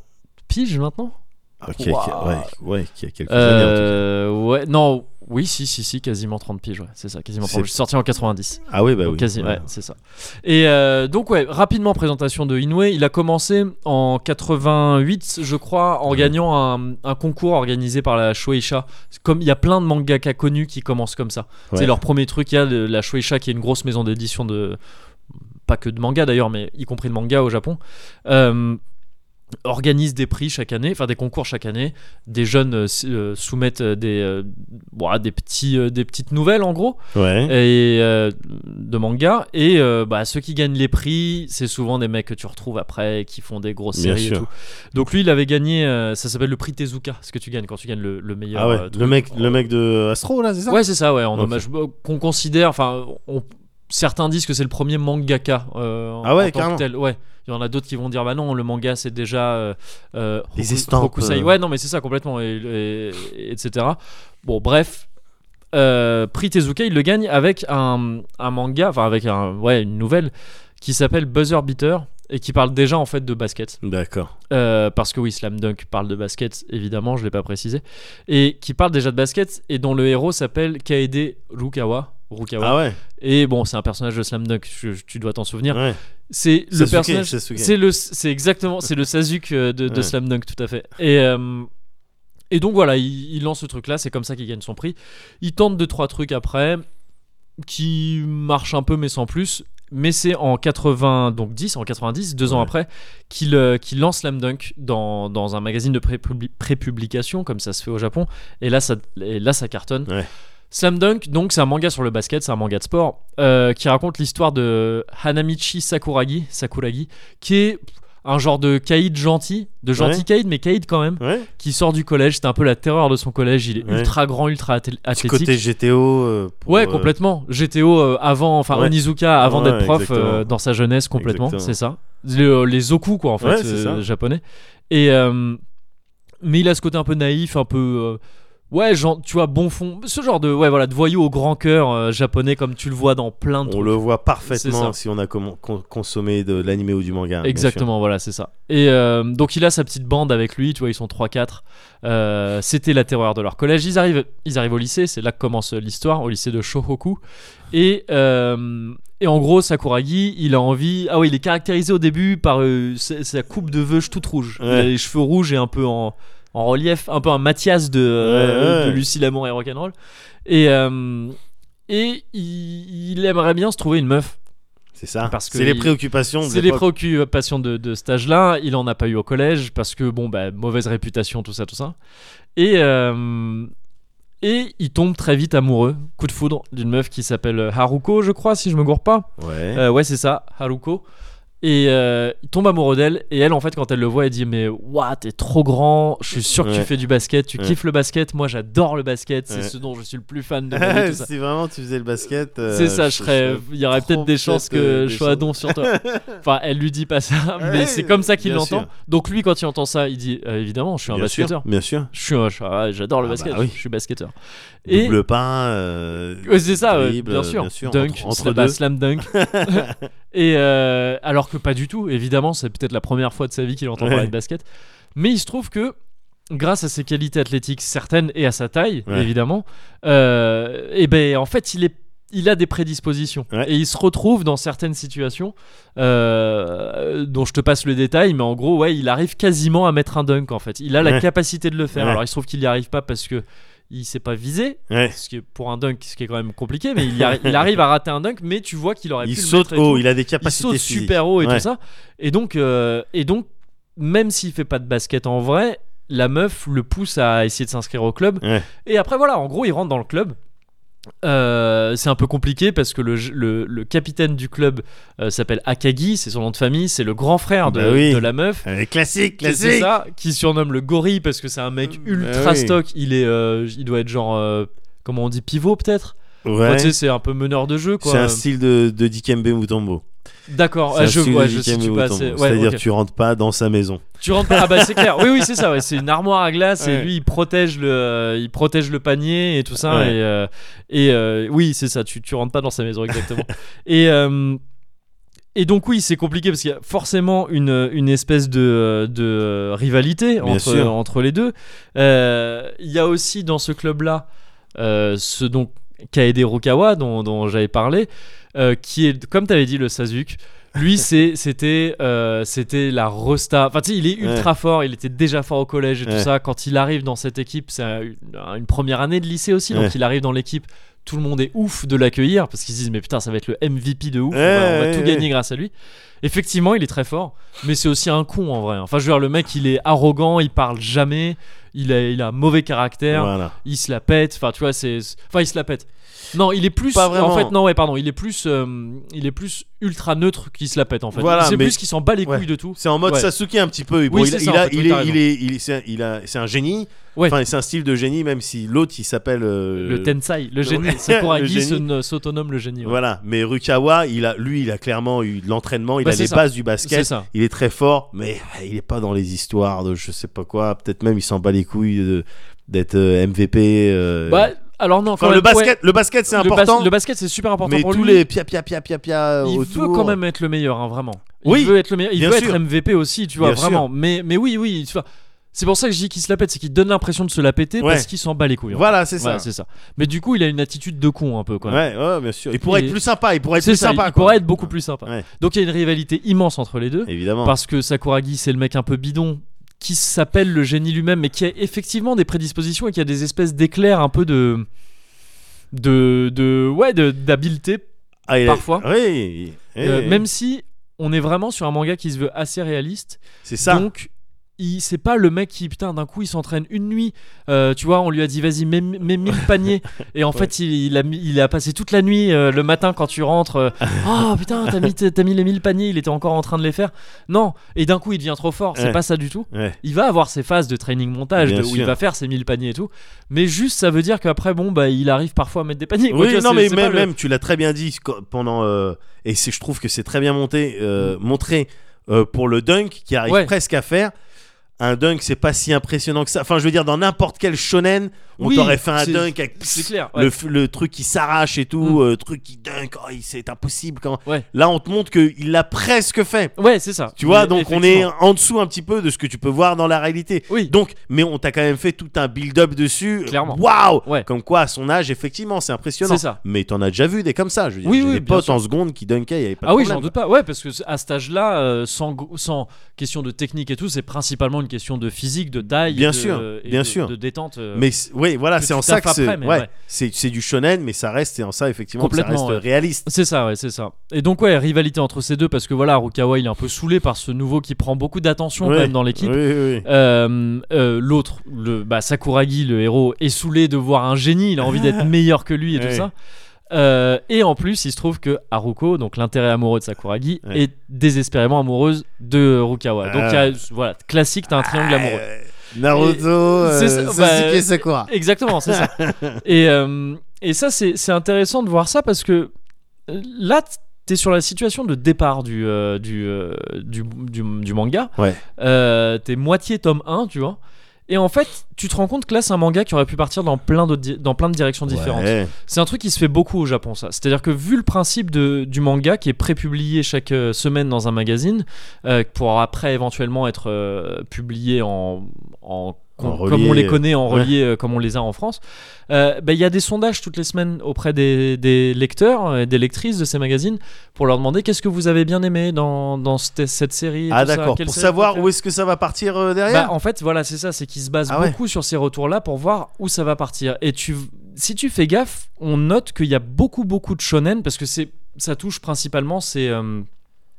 Speaker 1: piges maintenant. [laughs]
Speaker 2: Ok,
Speaker 1: Waouh.
Speaker 2: ouais, ouais, qu'il y a quelques années. en tout cas.
Speaker 1: Euh, ouais, non, oui, si, si, si, quasiment 30 piges, ouais, c'est ça, quasiment 30
Speaker 2: C'est-
Speaker 1: piges. Je suis sorti en 90.
Speaker 2: Ah oui, bah
Speaker 1: donc
Speaker 2: oui.
Speaker 1: quasi-
Speaker 2: ouais.
Speaker 1: ouais, c'est ça. Et euh, donc, ouais, rapidement, présentation de Inoue. Il a commencé en 88, je crois, en
Speaker 2: Ouais.
Speaker 1: gagnant un, un concours organisé par la Shueisha. C'est Comme il y a plein de mangaka connus qui commencent comme ça. C'est
Speaker 2: Ouais.
Speaker 1: leur premier truc. Il y a le- la Shueisha qui est une grosse maison d'édition de. Pas que de manga d'ailleurs, mais y compris de manga au Japon. Euh, organise des prix chaque année, enfin des concours chaque année. Des jeunes euh, s- euh, soumettent euh, des, euh, ouah, des, petits, euh, des petites nouvelles en gros
Speaker 2: Ouais.
Speaker 1: et euh, de manga et euh, bah, ceux qui gagnent les prix c'est souvent des mecs que tu retrouves après qui font des grosses
Speaker 2: Bien
Speaker 1: séries et
Speaker 2: sûr.
Speaker 1: tout donc lui il avait gagné euh, ça s'appelle le prix Tezuka ce que tu gagnes quand tu gagnes le, le meilleur
Speaker 2: Ah ouais,
Speaker 1: euh, truc
Speaker 2: le mec,
Speaker 1: en-
Speaker 2: le mec de Astro là, c'est ça
Speaker 1: Ouais, c'est ça, ouais, en
Speaker 2: Ok.
Speaker 1: hommage euh, qu'on considère. Enfin, on- certains disent que c'est le premier mangaka. euh, en-
Speaker 2: Ah ouais,
Speaker 1: en tant que
Speaker 2: carrément.
Speaker 1: tel. Ouais. Il y en a d'autres qui vont dire bah non, le manga c'est déjà. Euh, euh,
Speaker 2: Les
Speaker 1: Hoku-
Speaker 2: estampes,
Speaker 1: Hokusai.
Speaker 2: euh.
Speaker 1: Ouais, non, mais c'est ça complètement, et, et- etc. Bon, bref. Euh, Prix Tezuka, il le gagne avec un, un manga, enfin avec un, ouais, une nouvelle qui s'appelle Buzzer Beater et qui parle déjà en fait de basket.
Speaker 2: D'accord.
Speaker 1: Euh, parce que oui, Slam Dunk parle de basket, évidemment, je l'ai pas précisé, et qui parle déjà de basket et dont le héros s'appelle Kaede Rukawa. Rukawa.
Speaker 2: Ah ouais.
Speaker 1: Et bon, c'est un personnage de Slam Dunk, je- je- tu dois t'en souvenir.
Speaker 2: ouais.
Speaker 1: C'est le
Speaker 2: Sasuke,
Speaker 1: personnage,
Speaker 2: Sasuke.
Speaker 1: c'est le, c'est exactement, c'est le Sasuke euh, de, de
Speaker 2: Ouais.
Speaker 1: Slam Dunk, tout à fait. Et euh, et donc voilà, il, il lance ce truc-là, c'est comme ça qu'il gagne son prix. Il tente deux trois trucs après, qui marchent un peu mais sans plus. Mais c'est en 80, donc 10, en 90, deux ans
Speaker 2: Ouais.
Speaker 1: après, qu'il euh, qu'il lance Slam Dunk dans, dans un magazine de pré- publi- prépublication, comme ça se fait au Japon. Et là, ça, et là, ça cartonne.
Speaker 2: Ouais.
Speaker 1: Slam Dunk, donc, c'est un manga sur le basket, c'est un manga de sport, euh, qui raconte l'histoire de Hanamichi Sakuragi, Sakuragi, qui est un genre de caïd gentil, de gentil
Speaker 2: Ouais.
Speaker 1: caïd, mais caïd quand même
Speaker 2: Ouais.
Speaker 1: qui sort du collège, c'est un peu la terreur de son collège, il est
Speaker 2: Ouais.
Speaker 1: ultra grand, ultra athé-
Speaker 2: Petit
Speaker 1: athlétique.
Speaker 2: côté GTO. euh, pour,
Speaker 1: ouais,
Speaker 2: euh,
Speaker 1: complètement. GTO euh, avant, enfin
Speaker 2: Ouais.
Speaker 1: Onizuka avant
Speaker 2: Ouais,
Speaker 1: d'être prof
Speaker 2: exactement.
Speaker 1: euh, dans sa jeunesse complètement,
Speaker 2: Exactement.
Speaker 1: c'est ça. Le- euh, les oku quoi en fait,
Speaker 2: Ouais, c'est
Speaker 1: euh,
Speaker 2: ça.
Speaker 1: japonais. Et euh, mais il a ce côté un peu naïf, un peu euh, Ouais, genre, tu vois, bon fond. Ce genre de, ouais, voilà, de voyou au grand cœur euh, japonais, comme tu le vois dans plein de
Speaker 2: On
Speaker 1: trucs.
Speaker 2: le voit
Speaker 1: C'est ça.
Speaker 2: parfaitement si on a com- con- consommé de l'animé ou du manga. hein, bien
Speaker 1: Exactement, voilà, c'est ça. Et euh, donc il a sa petite bande avec lui, tu vois, ils sont 3-4. Euh, C'était la terreur de leur collège. Ils arrivent, ils arrivent au lycée, c'est là que commence l'histoire, au lycée de Shohoku. Et, euh, et en gros, Sakuragi, il a envie. Ah oui, il est caractérisé au début par euh, sa sa coupe de veuche toute rouge.
Speaker 2: Ouais.
Speaker 1: Il a les cheveux rouges et un peu en, en relief, un peu un Mathias de, euh,
Speaker 2: Ouais, ouais.
Speaker 1: de Lucie Lamour et Rock'n'Roll. Et. euh, et il, il aimerait bien se trouver une meuf.
Speaker 2: sûr. C'est ça.
Speaker 1: Parce que
Speaker 2: C'est les
Speaker 1: il-
Speaker 2: préoccupations. de
Speaker 1: C'est les
Speaker 2: l'époque.
Speaker 1: préoccupations de, de cet âge-là. Il en a pas eu au collège parce que, bon, bah, mauvaise réputation, tout ça, tout ça. Et, euh, et il tombe très vite amoureux, coup de foudre, d'une meuf qui s'appelle euh, Haruko, je crois, si je me gourre pas.
Speaker 2: Ouais.
Speaker 1: Euh, ouais, c'est ça, Haruko. Et euh, il tombe amoureux d'elle. Et elle, en fait, quand elle le voit, elle dit Mais waouh, t'es trop grand. Je suis sûr que tu
Speaker 2: Ouais.
Speaker 1: fais du basket. Tu
Speaker 2: Ouais.
Speaker 1: kiffes le basket. Moi, j'adore le basket. C'est
Speaker 2: Ouais.
Speaker 1: ce dont je suis le plus fan de ma vie.
Speaker 2: [laughs]
Speaker 1: tout ça.
Speaker 2: si vraiment tu faisais le basket. euh,
Speaker 1: C'est ça, je serais. Il y aurait
Speaker 2: trop
Speaker 1: peut-être des chances
Speaker 2: peut-être,
Speaker 1: que
Speaker 2: euh,
Speaker 1: je
Speaker 2: des
Speaker 1: sois à
Speaker 2: chances.
Speaker 1: don sur
Speaker 2: [laughs]
Speaker 1: toi. enfin, elle lui dit pas ça, mais
Speaker 2: Ouais,
Speaker 1: c'est comme ça qu'il
Speaker 2: bien
Speaker 1: l'entend.
Speaker 2: sûr.
Speaker 1: Donc lui, quand il entend ça, il dit euh, évidemment, je suis un
Speaker 2: Bien sûr,
Speaker 1: basketteur.
Speaker 2: Bien sûr.
Speaker 1: Je suis, un- je suis un- j'adore le
Speaker 2: Ah bah
Speaker 1: basket.
Speaker 2: oui.
Speaker 1: Je suis basketteur. Et
Speaker 2: Double pas. euh,
Speaker 1: Ouais, c'est ça, ouais,
Speaker 2: dribble,
Speaker 1: bien
Speaker 2: euh,
Speaker 1: sûr.
Speaker 2: entre-
Speaker 1: Dunk,
Speaker 2: entre,
Speaker 1: slam,
Speaker 2: deux.
Speaker 1: slam
Speaker 2: [laughs]
Speaker 1: dunk. [laughs] et euh, alors que pas du tout, évidemment, c'est peut-être la première fois de sa vie qu'il entend parler
Speaker 2: Ouais.
Speaker 1: de basket. Mais il se trouve que, grâce à ses qualités athlétiques certaines et à sa taille,
Speaker 2: Ouais.
Speaker 1: évidemment, euh, et ben en fait, il est il a des prédispositions
Speaker 2: Ouais.
Speaker 1: et il se retrouve dans certaines situations euh, dont je te passe le détail mais en gros ouais il arrive quasiment à mettre un dunk en fait il a la
Speaker 2: Ouais.
Speaker 1: capacité de le faire
Speaker 2: Ouais.
Speaker 1: alors il se trouve qu'il n'y arrive pas parce que il sait pas viser
Speaker 2: Ouais.
Speaker 1: ce qui est pour un dunk ce qui est quand même compliqué mais il, y arri- il arrive à rater un dunk mais tu vois qu'il aurait
Speaker 2: Il
Speaker 1: pu le
Speaker 2: saute
Speaker 1: mettre et tout.
Speaker 2: haut, il a des
Speaker 1: il
Speaker 2: capacités.
Speaker 1: saute
Speaker 2: physiques.
Speaker 1: super haut et
Speaker 2: Ouais.
Speaker 1: tout ça et donc euh, et donc même s'il fait pas de basket en vrai la meuf le pousse à essayer de s'inscrire au club
Speaker 2: Ouais.
Speaker 1: et après voilà en gros il rentre dans le club Euh, c'est un peu compliqué parce que le, le- le capitaine du club euh, s'appelle Akagi, c'est son nom de famille, c'est le grand frère de,
Speaker 2: Bah oui.
Speaker 1: de la meuf.
Speaker 2: Euh, classique,
Speaker 1: Et C'est
Speaker 2: classique.
Speaker 1: ça, qui surnomme le gorille parce que c'est un mec
Speaker 2: Bah
Speaker 1: ultra
Speaker 2: oui.
Speaker 1: stock. Il est, euh, il doit être genre, euh, comment on dit, pivot peut-être.
Speaker 2: Ouais.
Speaker 1: Enfin, tu sais, c'est un peu meneur de jeu
Speaker 2: C'est
Speaker 1: quoi.
Speaker 2: un style de, de Dikembe Mutombo.
Speaker 1: D'accord,
Speaker 2: C'est
Speaker 1: ah,
Speaker 2: un
Speaker 1: je
Speaker 2: style
Speaker 1: vois,
Speaker 2: de
Speaker 1: je
Speaker 2: Dikembe
Speaker 1: situe pas
Speaker 2: Mutombo.
Speaker 1: assez. Ouais,
Speaker 2: C'est-à-dire
Speaker 1: ok.
Speaker 2: tu rentres pas dans sa maison.
Speaker 1: Tu rentres par ah bah c'est clair. Oui oui c'est ça. ouais, C'est une armoire à glace et
Speaker 2: Ouais.
Speaker 1: lui il protège le euh, il protège le panier et tout ça
Speaker 2: Ouais.
Speaker 1: et euh, et euh, oui c'est ça. Tu tu rentres pas dans sa maison
Speaker 2: [laughs]
Speaker 1: exactement. et euh, et donc oui, c'est compliqué parce qu'il y a forcément une, une espèce de, de rivalité
Speaker 2: Bien
Speaker 1: entre,
Speaker 2: sûr.
Speaker 1: entre les deux. Euh, Il y a aussi dans ce club-là euh, ce donc Kaede Rukawa dont, dont j'avais parlé, euh, qui est, comme tu avais dit, le Sasuke.
Speaker 2: [laughs]
Speaker 1: Lui, c'est- c'était euh, c'était la Rosta. Enfin, tu sais, il est ultra fort. Il était déjà fort au collège et tout
Speaker 2: Ouais.
Speaker 1: ça. Quand il arrive dans cette équipe, c'est un- une, une première année de lycée aussi. Donc,
Speaker 2: Ouais.
Speaker 1: il arrive dans l'équipe. Tout le monde est ouf de l'accueillir parce qu'ils se disent, mais putain, ça va être le MVP de ouf.
Speaker 2: Ouais,
Speaker 1: on va- on va
Speaker 2: ouais,
Speaker 1: tout
Speaker 2: ouais.
Speaker 1: gagner grâce à lui. Effectivement, il est très fort, mais c'est aussi un con en vrai. Enfin, je veux dire, le mec, il est arrogant, il parle jamais, il a, il a un mauvais caractère,
Speaker 2: Voilà.
Speaker 1: il se la pète. Enfin, tu vois, c'est. Enfin, il se la pète. Non, il est plus.
Speaker 2: Pas vraiment.
Speaker 1: En fait, non, ouais, pardon, il est plus. euh, il est plus ultra neutre qu'il se la pète en fait.
Speaker 2: Voilà,
Speaker 1: c'est
Speaker 2: mais-
Speaker 1: plus qu'il s'en bat les
Speaker 2: Ouais.
Speaker 1: couilles de tout.
Speaker 2: C'est en mode
Speaker 1: Ouais.
Speaker 2: Sasuke un petit peu.
Speaker 1: Oui,
Speaker 2: il,
Speaker 1: c'est
Speaker 2: il
Speaker 1: ça, en
Speaker 2: a,
Speaker 1: fait,
Speaker 2: il,
Speaker 1: oui, t'as
Speaker 2: est, il est, il- c'est un, il a, c'est un génie.
Speaker 1: Ouais.
Speaker 2: Enfin, c'est un style de génie, même si l'autre il s'appelle. euh,
Speaker 1: Le Tensai, le génie.
Speaker 2: ouais, [laughs] le
Speaker 1: Sakuragi
Speaker 2: génie.
Speaker 1: se- s'autonome le génie. ouais.
Speaker 2: Voilà. Mais Rukawa, il a, lui, il a clairement eu de l'entraînement. Il
Speaker 1: Bah,
Speaker 2: a
Speaker 1: c'est
Speaker 2: les
Speaker 1: ça.
Speaker 2: bases du
Speaker 1: C'est
Speaker 2: basket.
Speaker 1: ça.
Speaker 2: Il est très fort, mais euh, il est pas dans les histoires de je sais pas quoi. Peut-être même il s'en bat les couilles de- d'être euh, MVP. euh,
Speaker 1: Bah, alors non, quand
Speaker 2: enfin, le
Speaker 1: même, ouais,
Speaker 2: basket, le basket, c'est
Speaker 1: le bas-
Speaker 2: important.
Speaker 1: Le basket, c'est super important
Speaker 2: mais
Speaker 1: pour
Speaker 2: tous
Speaker 1: lui.
Speaker 2: les pia pia pia pia pia
Speaker 1: il
Speaker 2: autour.
Speaker 1: veut quand même être le meilleur, hein, vraiment. Il
Speaker 2: Oui,
Speaker 1: veut être le meilleur. Il
Speaker 2: bien
Speaker 1: veut
Speaker 2: sûr.
Speaker 1: être MVP aussi, tu vois,
Speaker 2: Bien
Speaker 1: vraiment. Mais, mais oui, oui. tu vois. C'est pour ça que je dis qu'il se la pète, c'est qu'il donne l'impression de se la péter
Speaker 2: Ouais.
Speaker 1: parce qu'il s'en bat les couilles. en
Speaker 2: Voilà,
Speaker 1: fait.
Speaker 2: c'est
Speaker 1: Voilà,
Speaker 2: ça.
Speaker 1: c'est ça. Mais du coup, il a une attitude de con un peu, quoi.
Speaker 2: Ouais, ouais, bien sûr. Il pourrait
Speaker 1: Et-
Speaker 2: être plus sympa. Il pourrait être
Speaker 1: C'est
Speaker 2: plus
Speaker 1: ça,
Speaker 2: sympa.
Speaker 1: il
Speaker 2: quoi.
Speaker 1: pourrait être beaucoup plus sympa.
Speaker 2: Ouais.
Speaker 1: Donc il y a une rivalité immense entre les deux
Speaker 2: Évidemment.
Speaker 1: parce que Sakuragi, c'est le mec un peu bidon qui s'appelle le génie lui-même mais qui a effectivement des prédispositions et qui a des espèces d'éclairs un peu de de de ouais de- d'habileté
Speaker 2: Ah, il a-
Speaker 1: parfois.
Speaker 2: Oui. oui,
Speaker 1: Euh,
Speaker 2: oui.
Speaker 1: même si on est vraiment sur un manga qui se veut assez réaliste.
Speaker 2: C'est ça.
Speaker 1: Donc, il- c'est pas le mec qui, putain, d'un coup, il s'entraîne une nuit. euh, tu vois, on lui a dit, vas-y, mets, mets
Speaker 2: [laughs]
Speaker 1: 1000 paniers. Et en fait, il, il a, mis- il a passé toute la nuit, euh, le matin, quand tu rentres.
Speaker 2: [laughs]
Speaker 1: euh, oh putain, t'as mis, t'as mis les 1000 paniers, il était encore en train de les faire. Non, et d'un coup, il devient trop fort. C'est
Speaker 2: Ouais.
Speaker 1: pas ça du tout.
Speaker 2: Ouais.
Speaker 1: Il va avoir ses phases de training montage
Speaker 2: Bien
Speaker 1: de- où il
Speaker 2: sûr.
Speaker 1: va faire ses 1000 paniers et tout. Mais juste, ça veut dire qu'après, bon, bah, il arrive parfois à mettre des [laughs] paniers. quoi,
Speaker 2: Oui,
Speaker 1: tu vois,
Speaker 2: non,
Speaker 1: c'est-
Speaker 2: mais
Speaker 1: c'est pas
Speaker 2: même,
Speaker 1: le-
Speaker 2: même, tu l'as très bien dit quand- pendant. euh, et c'est- je trouve que c'est très bien monté, euh, montré euh, pour le dunk qui arrive
Speaker 1: Ouais.
Speaker 2: presque à faire. un dunk, c'est pas si impressionnant que ça. Enfin, je veux dire, dans n'importe quel shonen, on
Speaker 1: Oui,
Speaker 2: t'aurait fait un
Speaker 1: c'est-
Speaker 2: dunk avec
Speaker 1: C'est clair.
Speaker 2: le,
Speaker 1: ouais.
Speaker 2: f- le truc qui s'arrache et tout,
Speaker 1: Mm.
Speaker 2: euh, truc qui dunk, oh, il- c'est impossible. Quand...
Speaker 1: Ouais.
Speaker 2: Là, on te montre qu'il l'a presque fait.
Speaker 1: Ouais, c'est ça.
Speaker 2: Tu vois,
Speaker 1: Mais
Speaker 2: donc on est
Speaker 1: effectivement.
Speaker 2: en dessous un petit peu de ce que tu peux voir dans la réalité.
Speaker 1: Oui.
Speaker 2: Donc, mais on t'a quand même fait tout un build-up dessus.
Speaker 1: Clairement.
Speaker 2: Waouh
Speaker 1: Ouais.
Speaker 2: Comme quoi, à son âge, effectivement, c'est impressionnant.
Speaker 1: C'est ça.
Speaker 2: Mais t'en as déjà vu des comme ça. Je veux dire,
Speaker 1: Oui,
Speaker 2: j'ai
Speaker 1: oui,
Speaker 2: des
Speaker 1: bien
Speaker 2: potes
Speaker 1: sûr.
Speaker 2: en seconde qui dunkaient, il y avait pas de
Speaker 1: Ah oui,
Speaker 2: problème.
Speaker 1: j'en doute pas. Ouais, parce que à cet âge-là, euh, sans, go- sans question de technique et tout, c'est principalement une question de physique, de die,
Speaker 2: Bien
Speaker 1: et de- euh,
Speaker 2: sûr,
Speaker 1: et
Speaker 2: bien
Speaker 1: de-
Speaker 2: sûr.
Speaker 1: de détente. euh,
Speaker 2: Mais c'est- oui, voilà,
Speaker 1: que
Speaker 2: c'est
Speaker 1: tu
Speaker 2: en ça que
Speaker 1: tapes
Speaker 2: c'est
Speaker 1: après, mais
Speaker 2: ouais,
Speaker 1: ouais.
Speaker 2: c'est c'est du shonen, mais ça reste, et en ça, effectivement, que ça
Speaker 1: Complètement,
Speaker 2: reste
Speaker 1: ouais.
Speaker 2: réaliste.
Speaker 1: C'est ça, ouais, c'est ça. Et donc, ouais, rivalité entre ces deux, parce que voilà, Rukawa, il est un peu saoulé par ce nouveau qui prend beaucoup d'attention
Speaker 2: Ouais.
Speaker 1: quand même dans l'équipe.
Speaker 2: Oui, oui, oui.
Speaker 1: Euh, euh, L'autre, le bah, Sakuragi, le héros, est saoulé de voir un génie, il a envie
Speaker 2: [laughs]
Speaker 1: d'être meilleur que lui et
Speaker 2: Ouais.
Speaker 1: tout ça. Euh, et en plus, il se trouve que Haruko, donc l'intérêt amoureux de Sakuragi,
Speaker 2: Ouais.
Speaker 1: est désespérément amoureuse de Rukawa. Donc,
Speaker 2: Ah.
Speaker 1: il y a- voilà, classique, t'as un triangle amoureux.
Speaker 2: Euh, Naruto, euh,
Speaker 1: c'est ça,
Speaker 2: Sasuke
Speaker 1: bah,
Speaker 2: Sakura.
Speaker 1: Exactement, c'est
Speaker 2: [laughs]
Speaker 1: ça. et, euh, et ça, c'est c'est intéressant de voir ça parce que euh, là, t'es sur la situation de départ du, euh, du, euh, du, du- du manga.
Speaker 2: Ouais.
Speaker 1: Euh, t'es moitié tome 1, tu vois. Et en fait, tu te rends compte que là, c'est un manga qui aurait pu partir dans plein, de, dans plein de directions différentes.
Speaker 2: Ouais.
Speaker 1: C'est un truc qui se fait beaucoup au Japon, ça. C'est-à-dire que vu le principe de- du manga qui est prépublié chaque euh, semaine dans un magazine, euh, pour après éventuellement être euh, publié en, en- com-
Speaker 2: En relié,
Speaker 1: comme on les connaît, en
Speaker 2: ouais.
Speaker 1: relié euh, comme on les a en France, euh, bah, il y a des sondages toutes les semaines auprès des, des lecteurs euh, et des lectrices de ces magazines pour leur demander qu'est-ce que vous avez bien aimé dans, dans cette, cette série. et
Speaker 2: Ah
Speaker 1: tout ça,
Speaker 2: d'accord,
Speaker 1: quelle
Speaker 2: pour
Speaker 1: série
Speaker 2: savoir
Speaker 1: préférée.
Speaker 2: où est-ce que ça va partir euh,
Speaker 1: Bah,
Speaker 2: derrière
Speaker 1: en fait, voilà, c'est ça, c'est qu'ils se basent
Speaker 2: Ah ouais.
Speaker 1: beaucoup sur ces retours-là pour voir où ça va partir. Et tu, si tu fais gaffe, on note qu'il y a beaucoup, beaucoup de shonen parce que c'est, ça touche principalement ces, euh,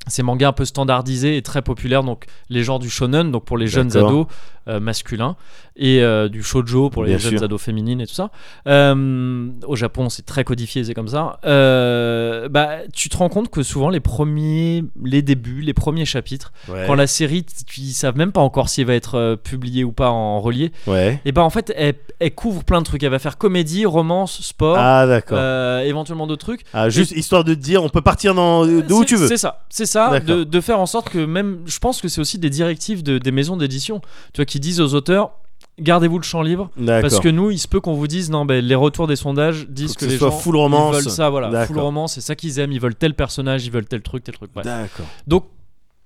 Speaker 1: ces mangas un peu standardisés et très populaires, donc les genres du shonen, donc pour les jeunes
Speaker 2: D'accord.
Speaker 1: ados euh, masculins, et euh, du shoujo pour les
Speaker 2: Bien
Speaker 1: jeunes
Speaker 2: sûr.
Speaker 1: ados féminines et tout ça. Euh, au Japon, c'est très codifié, c'est comme ça. Euh, bah, tu te rends compte que souvent les premiers, les débuts, les premiers chapitres
Speaker 2: Ouais.
Speaker 1: quand la série, t- tu- ils savent même pas encore si elle va être euh, publiée ou pas en relié.
Speaker 2: Ouais.
Speaker 1: Et ben en fait, elle, elle couvre plein de trucs. Elle va faire comédie, romance, sport,
Speaker 2: Ah d'accord.
Speaker 1: Oh, euh, éventuellement d'autres trucs.
Speaker 2: Ah, juste histoire de te dire, on peut partir dans
Speaker 1: Euh,
Speaker 2: d'où
Speaker 1: c'est-
Speaker 2: tu veux.
Speaker 1: C'est ça, c'est ça.
Speaker 2: D'accord.
Speaker 1: De, de faire en sorte que même, je pense que c'est aussi des directives de- des maisons d'édition, tu vois, qui disent aux auteurs, gardez-vous le champ libre. Parce
Speaker 2: D'accord.
Speaker 1: que nous, il se peut qu'on vous dise, non, ben, les retours des sondages disent
Speaker 2: Faut que
Speaker 1: que,
Speaker 2: ce
Speaker 1: les
Speaker 2: soit
Speaker 1: gens
Speaker 2: full
Speaker 1: ils
Speaker 2: romance.
Speaker 1: veulent ça, voilà, full
Speaker 2: D'accord.
Speaker 1: romance, c'est ça qu'ils aiment, ils veulent tel personnage, ils veulent tel truc, tel truc. Bref.
Speaker 2: D'accord.
Speaker 1: Donc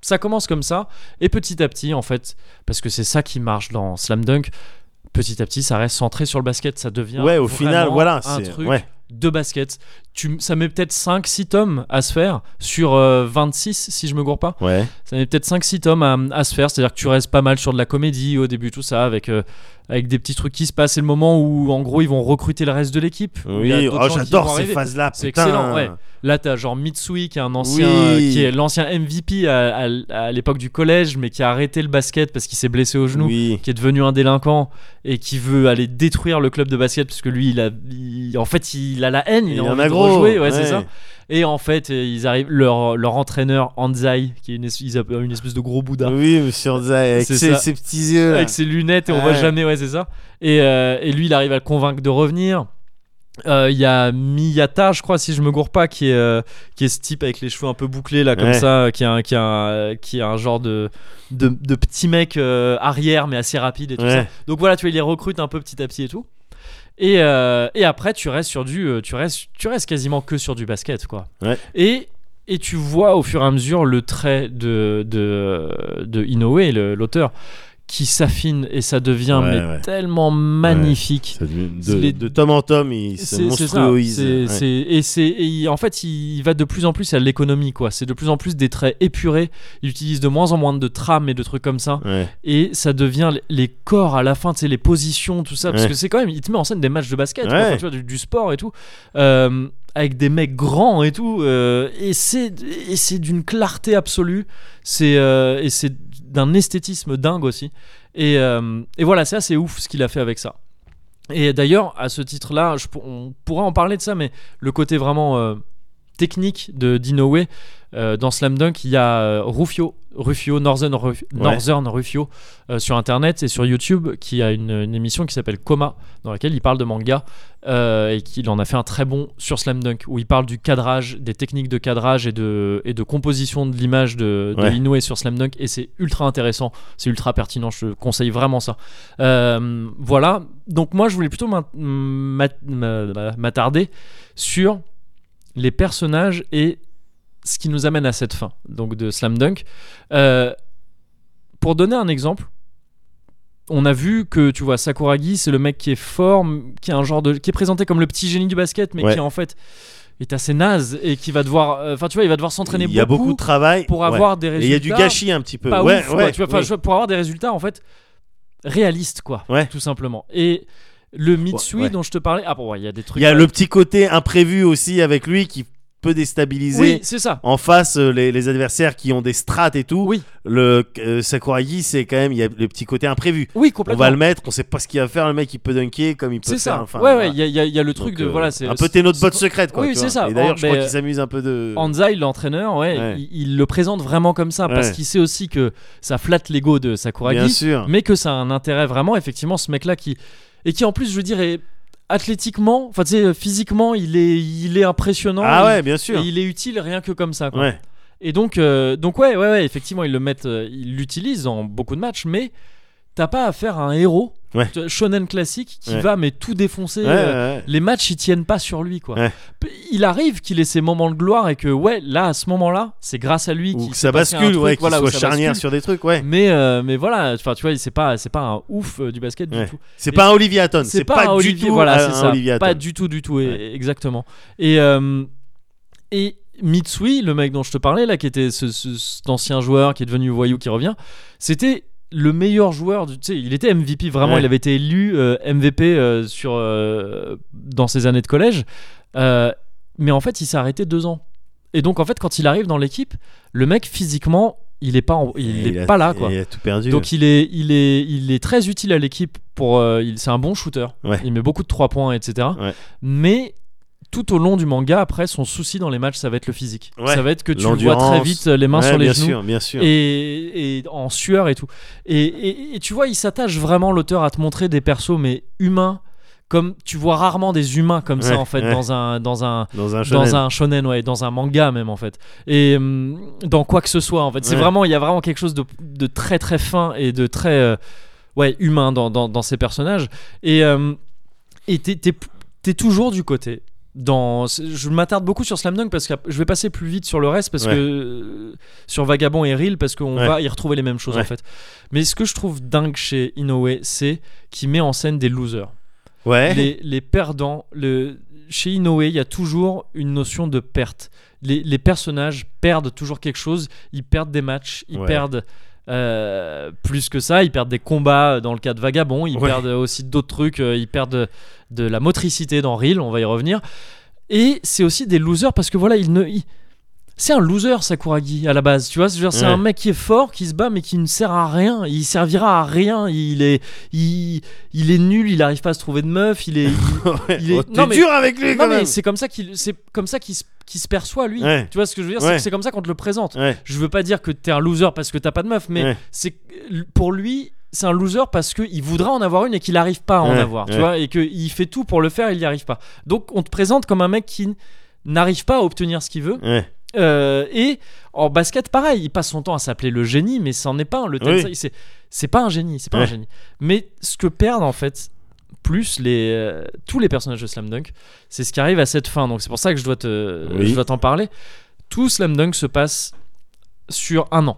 Speaker 1: ça commence comme ça, et petit à petit, en fait, parce que c'est ça qui marche dans Slam Dunk, petit à petit, ça reste centré sur le basket, ça devient
Speaker 2: Ouais, au
Speaker 1: vraiment
Speaker 2: final, voilà,
Speaker 1: un
Speaker 2: c'est
Speaker 1: truc
Speaker 2: ouais.
Speaker 1: de basket. Tu, ça met peut-être 5-6 tomes à se faire sur euh, 26, si je me gourre pas.
Speaker 2: Ouais.
Speaker 1: Ça met peut-être 5-6 tomes à, à se faire, c'est-à-dire que tu restes pas mal sur de la comédie au début, tout ça, avec, euh, avec des petits trucs qui se passent. C'est le moment où, en gros, ils vont recruter le reste de l'équipe. où il y a
Speaker 2: Oui,
Speaker 1: d'autres
Speaker 2: oh,
Speaker 1: gens qui
Speaker 2: j'adore
Speaker 1: vont
Speaker 2: ces
Speaker 1: arriver.
Speaker 2: phases-là.
Speaker 1: C'est
Speaker 2: putain.
Speaker 1: excellent, ouais. Là, t'as genre Mitsui qui est un ancien,
Speaker 2: Oui.
Speaker 1: euh, qui est l'ancien MVP à, à- à l'époque du collège, mais qui a arrêté le basket parce qu'il s'est blessé au genou,
Speaker 2: Oui.
Speaker 1: qui est devenu un délinquant et qui veut aller détruire le club de basket parce que lui, il a, il- en fait, il a la haine, il,
Speaker 2: Il
Speaker 1: a
Speaker 2: en
Speaker 1: envie
Speaker 2: a
Speaker 1: de
Speaker 2: gros.
Speaker 1: rejouer, ouais, c'est
Speaker 2: ouais.
Speaker 1: ça. Et en fait, euh, ils arrivent, leur, leur entraîneur Anzai, qui est une, es- ils appellent une espèce de gros Bouddha.
Speaker 2: Oui, monsieur Anzai, avec
Speaker 1: C'est
Speaker 2: ses,
Speaker 1: ça.
Speaker 2: ses petits yeux. là.
Speaker 1: Avec ses lunettes et on
Speaker 2: Ouais.
Speaker 1: voit jamais, ouais, c'est ça. Et, euh, et lui, il arrive à le convaincre de revenir. Euh, Il y a Miyata, je crois, si je me gourre pas, qui est, euh, qui est ce type avec les cheveux un peu bouclés, là, comme
Speaker 2: Ouais.
Speaker 1: ça, euh, qui est un, qui est un, qui est un genre de, de, de petit mec euh, arrière, mais assez rapide et tout ça.
Speaker 2: Ouais.
Speaker 1: Donc voilà, tu vois, il les recrute un peu petit à petit et tout. Et, euh, et après, tu restes sur du, euh, tu restes, tu restes quasiment que sur du basket, quoi.
Speaker 2: Ouais.
Speaker 1: Et et tu vois au fur et à mesure le trait de de, de Inoue, le- l'auteur, qui s'affine et ça devient
Speaker 2: Ouais,
Speaker 1: mais
Speaker 2: ouais.
Speaker 1: tellement magnifique.
Speaker 2: Ça devient-
Speaker 1: C'est
Speaker 2: De,
Speaker 1: les-
Speaker 2: de tom en tom, il se
Speaker 1: C'est c'est ça.
Speaker 2: monstruoise.
Speaker 1: C'est-
Speaker 2: Ouais.
Speaker 1: c'est- Et c'est et il- en fait il, il va de plus en plus à l'économie quoi. C'est de plus en plus des traits épurés. Il utilise de moins en moins de trames et de trucs comme ça.
Speaker 2: Ouais.
Speaker 1: Et ça devient les- les corps à la fin, tu sais les positions tout ça. Parce
Speaker 2: Ouais.
Speaker 1: que c'est quand même il te met en scène des matchs de basket, quoi.
Speaker 2: Ouais.
Speaker 1: Enfin, tu vois, du, du sport et tout. Euh, avec des mecs grands et tout, euh, et c'est et c'est d'une clarté absolue, c'est euh, et c'est d'un esthétisme dingue aussi, et, euh, et voilà c'est assez ouf ce qu'il a fait avec ça. Et d'ailleurs, à ce titre-là, je pour- on pourrait en parler de ça, mais le côté vraiment euh, technique de Dinoé euh, dans Slam Dunk, il y a euh, Rufio, Rufio, Northern, Ruf-
Speaker 2: Ouais.
Speaker 1: Northern Rufio euh, sur internet et sur YouTube qui a une, une émission qui s'appelle Coma dans laquelle il parle de manga euh, et qu'il en a fait un très bon sur Slam Dunk où il parle du cadrage, des techniques de cadrage et de, et de composition de l'image de, de
Speaker 2: Ouais.
Speaker 1: Inoue sur Slam Dunk et c'est ultra intéressant, c'est ultra pertinent, je te conseille vraiment ça. Euh, voilà, donc moi je voulais plutôt m'in- m'at- m'a- m'attarder sur les personnages et ce qui nous amène à cette fin donc de Slam Dunk. Euh, pour donner un exemple, on a vu que tu vois Sakuragi, c'est le mec qui est fort, m- qui est un genre de, qui est présenté comme le petit génie du basket, mais
Speaker 2: Ouais.
Speaker 1: qui en fait est assez naze et qui va devoir, euh, enfin tu vois, il va devoir s'entraîner
Speaker 2: Il y a beaucoup de travail.
Speaker 1: pour
Speaker 2: ouais.
Speaker 1: avoir des
Speaker 2: Et
Speaker 1: résultats.
Speaker 2: il y a du gâchis un petit peu.
Speaker 1: Pas
Speaker 2: ouais,
Speaker 1: ouf, quoi,
Speaker 2: ouais,
Speaker 1: tu vois, enfin,
Speaker 2: oui.
Speaker 1: je- pour avoir des résultats en fait réalistes quoi,
Speaker 2: Ouais.
Speaker 1: tout simplement. Et le Mitsui
Speaker 2: Ouais, ouais.
Speaker 1: dont je te parlais, ah bon, ouais, il y a des trucs.
Speaker 2: Il y a le petit côté imprévu aussi avec lui qui peut déstabiliser.
Speaker 1: oui, c'est ça.
Speaker 2: En face, euh, les, les adversaires qui ont des strates et tout,
Speaker 1: Oui.
Speaker 2: le euh, Sakuragi, c'est quand même, il y a le petit côté imprévu.
Speaker 1: Oui,
Speaker 2: On
Speaker 1: complètement.
Speaker 2: va le mettre, on sait pas ce qu'il va faire, le mec il peut dunker comme il peut
Speaker 1: C'est
Speaker 2: faire.
Speaker 1: ça.
Speaker 2: enfin,
Speaker 1: ouais, ouais,
Speaker 2: voilà.
Speaker 1: il y a- il y, a- il y a le truc
Speaker 2: Donc,
Speaker 1: de
Speaker 2: euh,
Speaker 1: voilà, c'est
Speaker 2: un peu tes notes bottes secrètes quoi.
Speaker 1: Oui,
Speaker 2: tu
Speaker 1: c'est
Speaker 2: vois.
Speaker 1: ça.
Speaker 2: Et d'ailleurs,
Speaker 1: En-
Speaker 2: je crois
Speaker 1: mais-
Speaker 2: qu'ils s'amusent un peu de.
Speaker 1: Anzai, l'entraîneur, ouais,
Speaker 2: Ouais.
Speaker 1: Il, il le présente vraiment comme ça parce
Speaker 2: Ouais.
Speaker 1: qu'il sait aussi que ça flatte l'ego de
Speaker 2: Bien
Speaker 1: Sakuragi,
Speaker 2: sûr.
Speaker 1: mais que ça a un intérêt vraiment, effectivement, ce mec-là qui et qui en plus, je veux dire, est athlétiquement, enfin tu sais, physiquement, il est, il est impressionnant.
Speaker 2: ah
Speaker 1: il-
Speaker 2: ouais, bien sûr.
Speaker 1: Et il est utile rien que comme ça. quoi.
Speaker 2: Ouais.
Speaker 1: Et donc, euh, donc ouais, ouais, ouais, effectivement, ils le mettent, euh, ils l'utilisent dans beaucoup de matchs, mais t'as pas à faire un héros
Speaker 2: Ouais.
Speaker 1: tu vois, shonen classique qui
Speaker 2: Ouais.
Speaker 1: va mais tout défoncer.
Speaker 2: Ouais,
Speaker 1: euh,
Speaker 2: ouais, ouais.
Speaker 1: les matchs ils tiennent pas sur lui quoi.
Speaker 2: Ouais.
Speaker 1: P- Il arrive qu'il ait ses moments de gloire et que ouais là à ce moment-là c'est grâce à lui
Speaker 2: Ou
Speaker 1: qu'il
Speaker 2: que
Speaker 1: s'est
Speaker 2: ça
Speaker 1: passé un
Speaker 2: bascule,
Speaker 1: truc,
Speaker 2: ouais, qu'il
Speaker 1: voilà, où
Speaker 2: soit
Speaker 1: ça
Speaker 2: charnière
Speaker 1: bascule.
Speaker 2: sur des trucs, ouais.
Speaker 1: Mais euh, mais voilà enfin tu vois c'est pas c'est pas un ouf euh, du basket
Speaker 2: Ouais.
Speaker 1: du tout.
Speaker 2: C'est pas un Olivier Hatton,
Speaker 1: C'est
Speaker 2: c'est
Speaker 1: pas, un
Speaker 2: pas du
Speaker 1: Olivier
Speaker 2: tout
Speaker 1: voilà
Speaker 2: un-
Speaker 1: c'est
Speaker 2: un
Speaker 1: ça
Speaker 2: Olivier
Speaker 1: pas
Speaker 2: Hatton.
Speaker 1: du tout du tout et-
Speaker 2: Ouais.
Speaker 1: exactement et euh, et Mitsui le mec dont je te parlais là qui était ce, ce- cet ancien joueur qui est devenu voyou qui revient c'était le meilleur joueur du, tu sais il était MVP vraiment
Speaker 2: Ouais.
Speaker 1: il avait été élu euh, MVP euh, sur euh, dans ses années de collège Euh, mais en fait il s'est arrêté deux ans et donc en fait quand il arrive dans l'équipe le mec physiquement il est pas en- il,
Speaker 2: Et
Speaker 1: est
Speaker 2: a-
Speaker 1: pas là quoi
Speaker 2: et euh, Il a tout perdu.
Speaker 1: donc il est, il est, il est très utile à l'équipe pour. euh, il, c'est un bon shooter.
Speaker 2: Ouais.
Speaker 1: Il met beaucoup de 3 points, etc.
Speaker 2: Ouais.
Speaker 1: Mais tout au long du manga, après, son souci dans les matchs, ça va être le physique.
Speaker 2: Ouais.
Speaker 1: Ça va être que tu le vois très
Speaker 2: L'endurance.
Speaker 1: vite euh, les mains
Speaker 2: Ouais,
Speaker 1: sur les
Speaker 2: bien
Speaker 1: genoux
Speaker 2: sûr, bien sûr.
Speaker 1: et, et en sueur et tout. Et, et- et tu vois, il s'attache vraiment l'auteur à te montrer des persos mais humains. Comme tu vois rarement des humains comme ça
Speaker 2: Ouais,
Speaker 1: en fait
Speaker 2: ouais.
Speaker 1: dans un dans un
Speaker 2: Dans un
Speaker 1: dans
Speaker 2: shonen.
Speaker 1: un shonen ouais dans un manga même en fait et hum, dans quoi que ce soit en fait c'est
Speaker 2: Ouais.
Speaker 1: vraiment il y a vraiment quelque chose de, de très très fin et de très euh, ouais humain dans, dans, dans ces personnages et hum, et t'es- t'es t'es toujours du côté dans c'est- je m'attarde beaucoup sur Slam Dunk parce que je vais passer plus vite sur le reste parce
Speaker 2: Ouais.
Speaker 1: que euh, sur Vagabond et Reel parce qu'on
Speaker 2: Ouais.
Speaker 1: va y retrouver les mêmes choses en
Speaker 2: Ouais.
Speaker 1: fait mais ce que je trouve dingue chez Inoue c'est qu'il met en scène des losers
Speaker 2: Ouais.
Speaker 1: les, les perdants, le... chez Inoue, il y a toujours une notion de perte. Les, les personnages perdent toujours quelque chose, ils perdent des matchs, ils
Speaker 2: Ouais.
Speaker 1: perdent euh, plus que ça, ils perdent des combats dans le cas de Vagabond, ils
Speaker 2: Ouais.
Speaker 1: perdent aussi d'autres trucs, euh, ils perdent de, de la motricité dans Reel, on va y revenir. Et c'est aussi des losers parce que voilà, il ne... il- C'est un loser Sakuragi à la base, tu vois. C'est genre, c'est
Speaker 2: Ouais.
Speaker 1: un mec qui est fort, qui se bat, mais qui ne sert à rien. Il servira à rien. Il est, il, il est nul. Il arrive pas à se trouver de meuf. Il est, il-
Speaker 2: Ouais.
Speaker 1: il est-
Speaker 2: Oh,
Speaker 1: non,
Speaker 2: T'es
Speaker 1: mais-
Speaker 2: dur avec lui
Speaker 1: non
Speaker 2: quand
Speaker 1: mais
Speaker 2: même.
Speaker 1: c'est comme ça qu'il c'est comme ça qu'il se, qu'il se perçoit lui
Speaker 2: Ouais.
Speaker 1: tu vois ce que je veux dire c'est
Speaker 2: Ouais.
Speaker 1: que c'est comme ça qu'on te le présente
Speaker 2: Ouais.
Speaker 1: je veux pas dire que t'es un loser parce que t'as pas de meuf mais
Speaker 2: Ouais.
Speaker 1: c'est pour lui c'est un loser parce que il voudra en avoir une et qu'il arrive pas à en
Speaker 2: Ouais,
Speaker 1: avoir tu
Speaker 2: ouais.
Speaker 1: vois et que il fait tout pour le faire il n'y arrive pas donc on te présente comme un mec qui n- n'arrive pas à obtenir ce qu'il veut
Speaker 2: Ouais.
Speaker 1: euh, et en basket, pareil, il passe son temps à s'appeler le génie, mais c'en est pas un. Le
Speaker 2: Oui.
Speaker 1: Tensei, c'est, c'est pas un génie, c'est pas un
Speaker 2: Ouais.
Speaker 1: génie. Mais ce que perdent en fait plus les euh, tous les personnages de Slam Dunk, c'est ce qui arrive à cette fin. Donc c'est pour ça que je dois te,
Speaker 2: Oui.
Speaker 1: je dois t'en parler. Tout Slam Dunk se passe sur un an.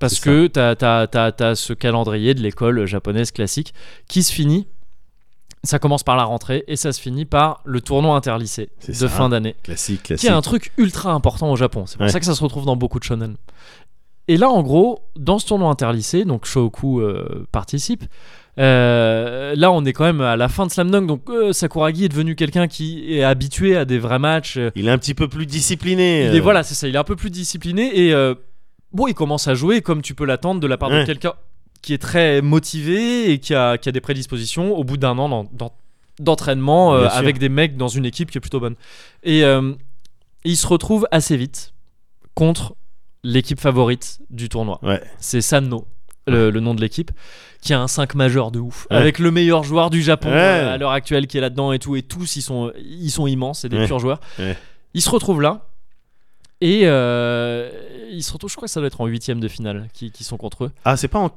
Speaker 1: Parce
Speaker 2: C'est
Speaker 1: que t'as, t'as, t'as- t'as ce calendrier de l'école japonaise classique qui se finit. Ça commence par la rentrée et ça se finit par le tournoi interlycée
Speaker 2: C'est
Speaker 1: de
Speaker 2: ça.
Speaker 1: fin d'année
Speaker 2: Classique,
Speaker 1: qui
Speaker 2: classique.
Speaker 1: est un truc ultra important au Japon. C'est pour
Speaker 2: Ouais.
Speaker 1: ça que ça se retrouve dans beaucoup de shonen. Et là, en gros, dans ce tournoi interlycée, donc Shohoku euh, participe. euh, là, on est quand même à la fin de Slam Dunk, donc euh, Sakuragi est devenu quelqu'un qui est habitué à des vrais matchs. euh,
Speaker 2: Il est un petit peu plus discipliné.
Speaker 1: il est
Speaker 2: euh,
Speaker 1: voilà, c'est ça. Il est un peu plus discipliné et euh, bon, il commence à jouer comme tu peux l'attendre de la part de
Speaker 2: Ouais.
Speaker 1: quelqu'un qui est très motivé et qui a, qui a des prédispositions au bout d'un an d'en- d'en- d'entraînement euh,
Speaker 2: Bien sûr.
Speaker 1: avec des mecs dans une équipe qui est plutôt bonne. Et euh, Et ils se retrouvent assez vite contre l'équipe favorite du tournoi.
Speaker 2: Ouais.
Speaker 1: C'est Sanno, le, le nom de l'équipe, qui a un 5 majeur de ouf.
Speaker 2: Ouais.
Speaker 1: Avec le meilleur joueur du Japon
Speaker 2: Ouais.
Speaker 1: euh, à l'heure actuelle qui est là-dedans et tout. Et tous, ils sont, ils sont immenses, c'est des
Speaker 2: Ouais.
Speaker 1: purs joueurs.
Speaker 2: Ouais.
Speaker 1: Ils se retrouvent là. Et euh, ils se retrouvent, je crois que ça doit être en huitième de finale qui, qui sont contre eux.
Speaker 2: Ah, c'est pas en.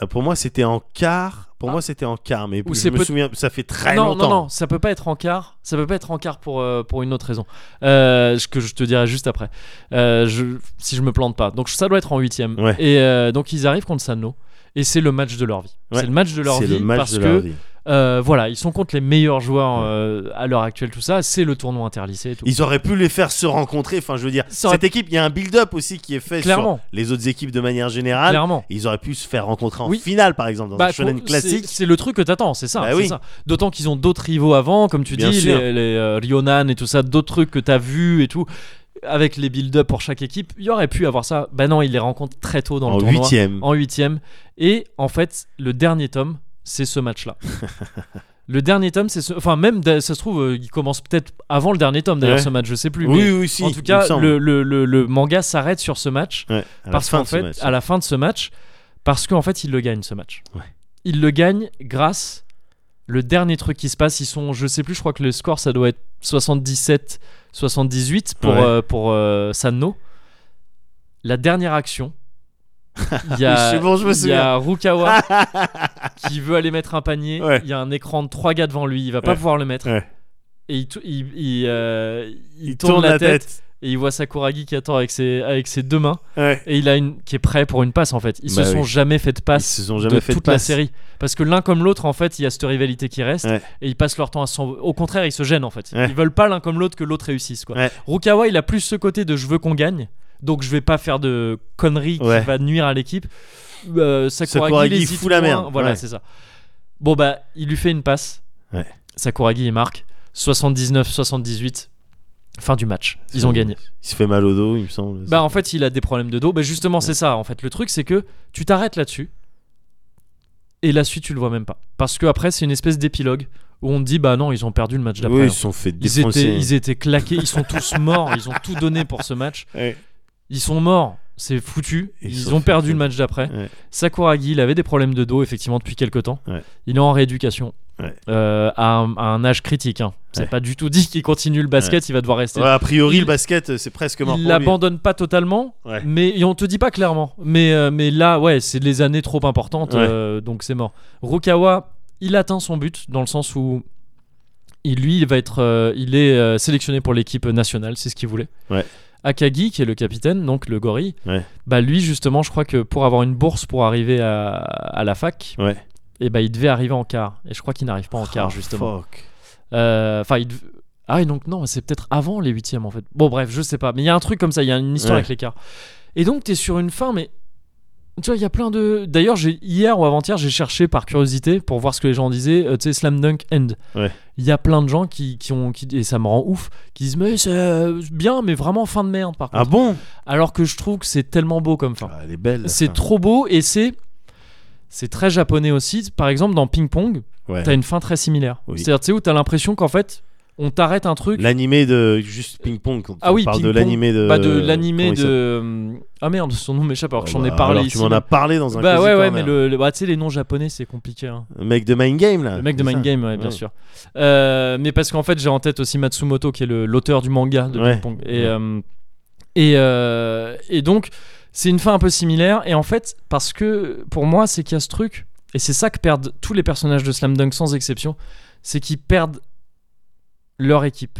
Speaker 2: ah, Pour moi, c'était en quart. Pour
Speaker 1: Ah.
Speaker 2: moi, c'était en quart, mais
Speaker 1: Ou
Speaker 2: je
Speaker 1: c'est
Speaker 2: me
Speaker 1: peut-
Speaker 2: souviens, ça fait très
Speaker 1: non,
Speaker 2: longtemps.
Speaker 1: Non, non, ça peut pas être en quart. Ça peut pas être en quart pour, euh, pour une autre raison. Euh, ce que je te dirai juste après. Euh, je- si je me plante pas. Donc ça doit être en huitième.
Speaker 2: Ouais.
Speaker 1: Et euh, donc ils arrivent contre Sanno. Et c'est le match de leur vie.
Speaker 2: Ouais.
Speaker 1: C'est le match de leur
Speaker 2: c'est
Speaker 1: vie
Speaker 2: le match
Speaker 1: parce
Speaker 2: de
Speaker 1: que
Speaker 2: leur vie.
Speaker 1: euh, voilà, ils sont contre les meilleurs joueurs euh, à l'heure actuelle, tout ça. C'est le tournoi interlycée et tout.
Speaker 2: Ils auraient pu les faire se rencontrer. Enfin, je veux dire,
Speaker 1: Ça aurait-
Speaker 2: cette équipe, il y a un build-up aussi qui est fait
Speaker 1: Clairement.
Speaker 2: sur les autres équipes de manière générale.
Speaker 1: Clairement.
Speaker 2: Ils auraient pu se faire rencontrer en
Speaker 1: Oui.
Speaker 2: finale, par exemple, dans
Speaker 1: Bah,
Speaker 2: un shonen
Speaker 1: pour-
Speaker 2: classique.
Speaker 1: C'est c'est le truc que t'attends, c'est ça.
Speaker 2: Bah
Speaker 1: c'est
Speaker 2: oui.
Speaker 1: ça. D'autant qu'ils ont d'autres rivaux avant, comme tu
Speaker 2: Bien
Speaker 1: dis,
Speaker 2: sûr.
Speaker 1: les, les, euh, Rionan et tout ça, d'autres trucs que t'as vu et tout. Avec les build-up pour chaque équipe, il y aurait pu avoir ça. Bah non, ils les rencontrent très tôt dans
Speaker 2: en
Speaker 1: le tournoi.
Speaker 2: huitième.
Speaker 1: En huitième. Et en fait, le dernier tome, c'est ce
Speaker 2: [laughs]
Speaker 1: match-là. le dernier tome, c'est ce. Enfin, même ça se trouve, euh, il commence peut-être avant le dernier tome, d'ailleurs,
Speaker 2: Ouais.
Speaker 1: ce match, je sais plus. mais
Speaker 2: Oui, oui, si.
Speaker 1: en tout
Speaker 2: il me
Speaker 1: cas,
Speaker 2: semble.
Speaker 1: le, le- le- le manga s'arrête sur ce match
Speaker 2: Ouais, à la
Speaker 1: parce
Speaker 2: fin
Speaker 1: qu'en
Speaker 2: de ce
Speaker 1: fait,
Speaker 2: match.
Speaker 1: à la fin de ce match, parce qu'en fait, ils le gagnent ce match.
Speaker 2: Ouais.
Speaker 1: Ils le gagnent grâce le dernier truc qui se passe. Ils sont, je sais plus, je crois que le score ça doit être 77, 78 pour
Speaker 2: Ouais.
Speaker 1: euh, pour euh, Sanno. La dernière
Speaker 2: [laughs]
Speaker 1: action. Il y a,
Speaker 2: C'est bon, je me
Speaker 1: il y a
Speaker 2: [laughs]
Speaker 1: Rukawa qui veut aller mettre un panier.
Speaker 2: Ouais.
Speaker 1: Il y a un écran de trois gars devant lui. Il va pas
Speaker 2: Ouais.
Speaker 1: pouvoir le mettre.
Speaker 2: Ouais.
Speaker 1: Et il, tou- il, il, euh, il
Speaker 2: Il
Speaker 1: tourne, la tête, et il voit Sakuragi qui attend avec ses, avec ses deux mains
Speaker 2: Ouais.
Speaker 1: et il a une qui est prêt pour une passe en fait. Ils
Speaker 2: Bah
Speaker 1: se sont
Speaker 2: oui.
Speaker 1: jamais fait de
Speaker 2: Ils
Speaker 1: passe
Speaker 2: se sont jamais
Speaker 1: de
Speaker 2: fait
Speaker 1: toute
Speaker 2: de
Speaker 1: la
Speaker 2: passe.
Speaker 1: série parce que l'un comme l'autre en fait, il y a cette rivalité qui reste
Speaker 2: Ouais.
Speaker 1: et ils passent leur temps à s'en au contraire, ils se gênent en fait.
Speaker 2: Ouais.
Speaker 1: Ils veulent pas l'un comme l'autre que l'autre réussisse quoi.
Speaker 2: Ouais.
Speaker 1: Rukawa, il a plus ce côté de je veux qu'on gagne. Donc je vais pas faire de conneries
Speaker 2: Ouais.
Speaker 1: qui va nuire à l'équipe. Euh, Sakuragi,
Speaker 2: Sakuragi,
Speaker 1: il
Speaker 2: il
Speaker 1: hésite
Speaker 2: fout la
Speaker 1: moins.
Speaker 2: merde.
Speaker 1: Voilà,
Speaker 2: Ouais.
Speaker 1: c'est ça. Bon bah, il lui fait une passe.
Speaker 2: Ouais.
Speaker 1: Sakuragi il marque 79 78 fin du match. Ils ont gagné.
Speaker 2: Il se fait mal au dos, il me semble.
Speaker 1: Bah en fait il a des problèmes de dos. Bah justement c'est ça en fait. Le truc c'est que tu t'arrêtes là-dessus et la suite tu le vois même pas. Parce que après c'est une espèce d'épilogue où on te dit bah non ils ont perdu le match d'après.
Speaker 2: oui,
Speaker 1: hein.
Speaker 2: ils se sont fait
Speaker 1: Ils étaient,
Speaker 2: défoncer.
Speaker 1: ils étaient claqués, ils sont tous morts, ils ont tout donné pour ce match.
Speaker 2: [laughs] Ouais.
Speaker 1: Ils sont morts, c'est foutu.
Speaker 2: Ils
Speaker 1: Ils,
Speaker 2: sont
Speaker 1: ont
Speaker 2: fait
Speaker 1: perdu
Speaker 2: tout.
Speaker 1: le match d'après.
Speaker 2: Ouais.
Speaker 1: Sakuragi, il avait des problèmes de dos effectivement depuis quelques temps.
Speaker 2: Ouais.
Speaker 1: Il est en rééducation
Speaker 2: Ouais.
Speaker 1: euh, à, un, à un âge critique. hein. C'est
Speaker 2: Ouais.
Speaker 1: pas du tout dit qu'il continue le basket, il va devoir rester
Speaker 2: Ouais, a priori,
Speaker 1: il-
Speaker 2: le basket, c'est presque mort
Speaker 1: il
Speaker 2: pour lui.
Speaker 1: l'abandonne pas totalement,
Speaker 2: Ouais.
Speaker 1: mais et on te dit pas clairement. Mais, euh, mais là, ouais, c'est les années trop importantes,
Speaker 2: Ouais.
Speaker 1: euh, donc c'est mort. Rukawa, il atteint son but dans le sens où il, lui, il va être, euh, il est euh, sélectionné pour l'équipe nationale, c'est ce qu'il voulait.
Speaker 2: Ouais.
Speaker 1: Akagi, qui est le capitaine, donc le gorille,
Speaker 2: Ouais.
Speaker 1: bah lui justement, je crois que pour avoir une bourse pour arriver à, à la fac,
Speaker 2: Ouais.
Speaker 1: et bah il devait arriver en quart. Et je crois qu'il n'arrive pas en quart
Speaker 2: Oh,
Speaker 1: justement.
Speaker 2: fuck.
Speaker 1: Euh, Enfin, il dev- ah et donc non, c'est peut-être avant les huitièmes en fait. Bon bref, je sais pas, mais il y a un truc comme ça, il y a une histoire
Speaker 2: Ouais.
Speaker 1: avec l'écart. Et donc t'es sur une fin, mais tu vois, il y a plein de. D'ailleurs, j'ai hier ou avant-hier, j'ai cherché par curiosité pour voir ce que les gens disaient. euh, tu sais, Slam Dunk End. Il
Speaker 2: Ouais.
Speaker 1: y a plein de gens qui, qui ont qui... et ça me rend ouf, qui disent mais c'est euh, bien, mais vraiment fin de merde par
Speaker 2: Ah
Speaker 1: contre.
Speaker 2: bon
Speaker 1: Alors que je trouve que c'est tellement beau comme fin.
Speaker 2: Ah, Elle est belle. la
Speaker 1: c'est
Speaker 2: fin.
Speaker 1: trop beau et c'est c'est très japonais aussi. Par exemple, dans Ping Pong,
Speaker 2: Ouais.
Speaker 1: t'as une fin très similaire.
Speaker 2: Oui.
Speaker 1: C'est-à-dire, tu sais, où t'as l'impression qu'en fait, on t'arrête un truc.
Speaker 2: L'animé de juste ping pong. Quand
Speaker 1: Ah
Speaker 2: on
Speaker 1: oui,
Speaker 2: parle de
Speaker 1: ping-pong,
Speaker 2: l'animé de.
Speaker 1: bah, de l'animé
Speaker 2: comment il s'appelle
Speaker 1: de. Ah merde, son nom m'échappe alors que j'en ai
Speaker 2: Bah,
Speaker 1: parlé
Speaker 2: alors,
Speaker 1: ici.
Speaker 2: Tu m'en
Speaker 1: même.
Speaker 2: as parlé dans un.
Speaker 1: Bah
Speaker 2: Cozy
Speaker 1: ouais, ouais,
Speaker 2: Corner.
Speaker 1: mais le, le- bah, tu sais, les noms japonais, c'est compliqué. hein.
Speaker 2: Le mec de Mind Game là.
Speaker 1: Le mec de
Speaker 2: Ah, c'est
Speaker 1: Mind
Speaker 2: ça
Speaker 1: Game, ouais, bien
Speaker 2: Ouais.
Speaker 1: sûr. Euh, mais parce qu'en fait, j'ai en tête aussi Matsumoto, qui est le- l'auteur du manga de
Speaker 2: Ouais.
Speaker 1: Ping Pong. Et, euh, et, euh, et donc, c'est une fin un peu similaire. Et en fait, parce que pour moi, c'est qu'il y a ce truc, et c'est ça que perdent tous les personnages de Slam Dunk sans exception, c'est qu'ils perdent leur équipe.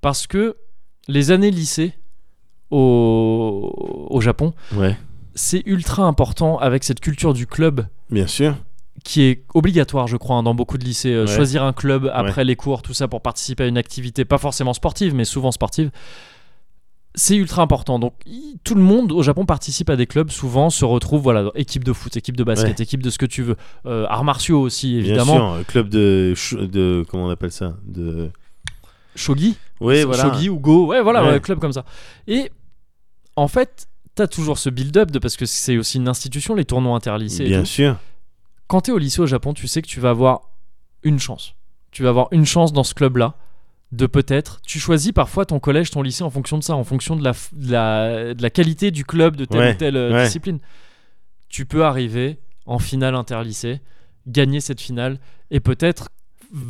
Speaker 1: Parce que les années lycée au, au Japon,
Speaker 2: Ouais.
Speaker 1: c'est ultra important avec cette culture du club
Speaker 2: Bien sûr.
Speaker 1: qui est obligatoire, je crois, hein, dans beaucoup de lycées. euh,
Speaker 2: Ouais.
Speaker 1: Choisir un club après les cours, tout ça, pour participer à une activité, pas forcément sportive, mais souvent sportive, c'est ultra important. Donc, i- tout le monde au Japon participe à des clubs, souvent se retrouve, voilà, dans équipe de foot, équipe de basket, équipe de ce que tu veux, Euh, arts martiaux aussi, évidemment,
Speaker 2: Bien sûr. euh, Club de ch- de comment on appelle ça de.
Speaker 1: shogi,
Speaker 2: Oui voilà.
Speaker 1: shogi ou go, ouais, voilà,
Speaker 2: Ouais.
Speaker 1: ouais, club comme ça. Et en fait, t'as toujours ce build-up de parce que c'est aussi une institution, les tournois interlycées. et
Speaker 2: Bien
Speaker 1: tout.
Speaker 2: sûr.
Speaker 1: quand t'es au lycée au Japon, tu sais que tu vas avoir une chance. Tu vas avoir une chance dans ce club-là de peut-être. Tu choisis parfois ton collège, ton lycée en fonction de ça, en fonction de la, f- de la, de la qualité du club de telle
Speaker 2: Ouais,
Speaker 1: ou telle euh,
Speaker 2: ouais.
Speaker 1: discipline. Tu peux arriver en finale interlycée, gagner cette finale et peut-être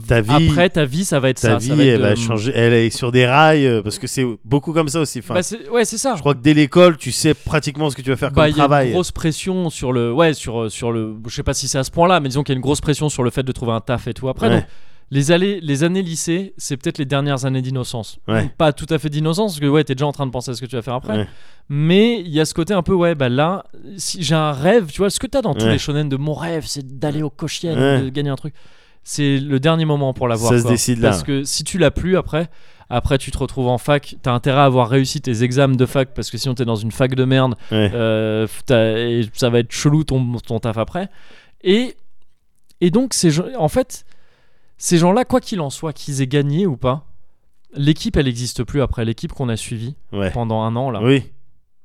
Speaker 2: Ta vie-
Speaker 1: après ta vie, ça va être ça.
Speaker 2: Ta
Speaker 1: ça
Speaker 2: vie,
Speaker 1: va être
Speaker 2: elle
Speaker 1: de-
Speaker 2: va changer. Elle est sur des rails euh, parce que c'est beaucoup comme ça aussi. Enfin,
Speaker 1: Bah, c'est- ouais, c'est ça.
Speaker 2: je crois que dès l'école, tu sais pratiquement ce que tu vas faire comme
Speaker 1: Bah, il y a
Speaker 2: travail.
Speaker 1: une grosse pression sur le ouais sur euh, sur le je sais pas si c'est à ce point-là mais disons qu'il y a une grosse pression sur le fait de trouver un taf et tout après
Speaker 2: Ouais.
Speaker 1: donc, les allées- les années lycée c'est peut-être les dernières années d'innocence
Speaker 2: Ouais.
Speaker 1: Donc, pas tout à fait d'innocence parce que ouais t'es déjà en train de penser à ce que tu vas faire après
Speaker 2: Ouais.
Speaker 1: mais il y a ce côté un peu ouais bah là si j'ai un rêve tu vois ce que t'as dans tous
Speaker 2: Ouais.
Speaker 1: les shonen de mon rêve c'est d'aller au Koshien
Speaker 2: Ouais.
Speaker 1: de gagner un truc c'est le dernier moment pour l'avoir
Speaker 2: Ça se
Speaker 1: quoi.
Speaker 2: décide là.
Speaker 1: parce que si tu l'as plus après après tu te retrouves en fac t'as intérêt à avoir réussi tes examens de fac parce que sinon t'es dans une fac de merde
Speaker 2: Ouais.
Speaker 1: euh, t'as- et ça va être chelou ton, ton taf après. Et, et donc, ces gens, en fait, ces gens-là, quoi qu'il en soit, qu'ils aient gagné ou pas, l'équipe, elle n'existe plus après. L'équipe qu'on a suivie
Speaker 2: Ouais.
Speaker 1: pendant un an, là,
Speaker 2: Oui.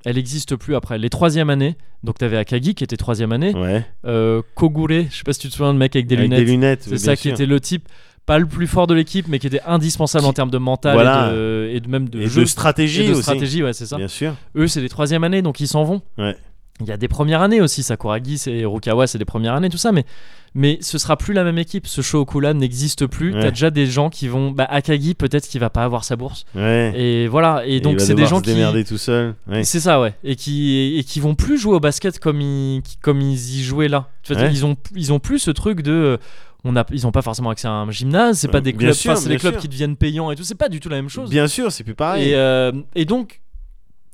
Speaker 1: elle n'existe plus après. Les troisième années, donc t'avais Akagi qui était troisième année,
Speaker 2: Ouais.
Speaker 1: euh, Kogure, je sais pas si tu te souviens, le mec avec des
Speaker 2: Avec
Speaker 1: lunettes.
Speaker 2: des lunettes.
Speaker 1: C'est
Speaker 2: oui,
Speaker 1: ça
Speaker 2: bien
Speaker 1: qui
Speaker 2: sûr.
Speaker 1: était le type, pas le plus fort de l'équipe, mais qui était indispensable
Speaker 2: Qui-
Speaker 1: en termes de mental
Speaker 2: Voilà.
Speaker 1: et, de, et de même de
Speaker 2: Et
Speaker 1: jeu.
Speaker 2: de stratégie
Speaker 1: et de
Speaker 2: aussi.
Speaker 1: stratégie, ouais, c'est ça
Speaker 2: Bien sûr.
Speaker 1: eux c'est les troisième années donc ils s'en vont
Speaker 2: Ouais.
Speaker 1: il y a des premières années aussi Sakuragi c'est Rukawa c'est des premières années tout ça mais mais ce sera plus la même équipe ce Shohoku-là n'existe plus
Speaker 2: Ouais.
Speaker 1: t'as déjà des gens qui vont bah Akagi peut-être qu'il va pas avoir sa
Speaker 2: [laughs]
Speaker 1: bourse
Speaker 2: Ouais.
Speaker 1: et voilà et
Speaker 2: Et il
Speaker 1: donc
Speaker 2: va
Speaker 1: c'est des
Speaker 2: devoir
Speaker 1: gens
Speaker 2: se
Speaker 1: qui
Speaker 2: démerder tout seul. Ouais.
Speaker 1: c'est ça ouais et qui et qui vont plus jouer au basket comme ils qui- comme ils y jouaient là Tu vois,
Speaker 2: Ouais.
Speaker 1: ils ont ils ont plus ce truc de euh, on a, ils ont pas forcément accès à un gymnase, c'est pas
Speaker 2: Ouais,
Speaker 1: des
Speaker 2: bien
Speaker 1: clubs,
Speaker 2: sûr,
Speaker 1: enfin, c'est
Speaker 2: bien
Speaker 1: des clubs
Speaker 2: sûr.
Speaker 1: qui deviennent payants et tout, c'est pas du tout la même chose.
Speaker 2: Bien sûr, c'est plus pareil.
Speaker 1: Et, euh, et donc,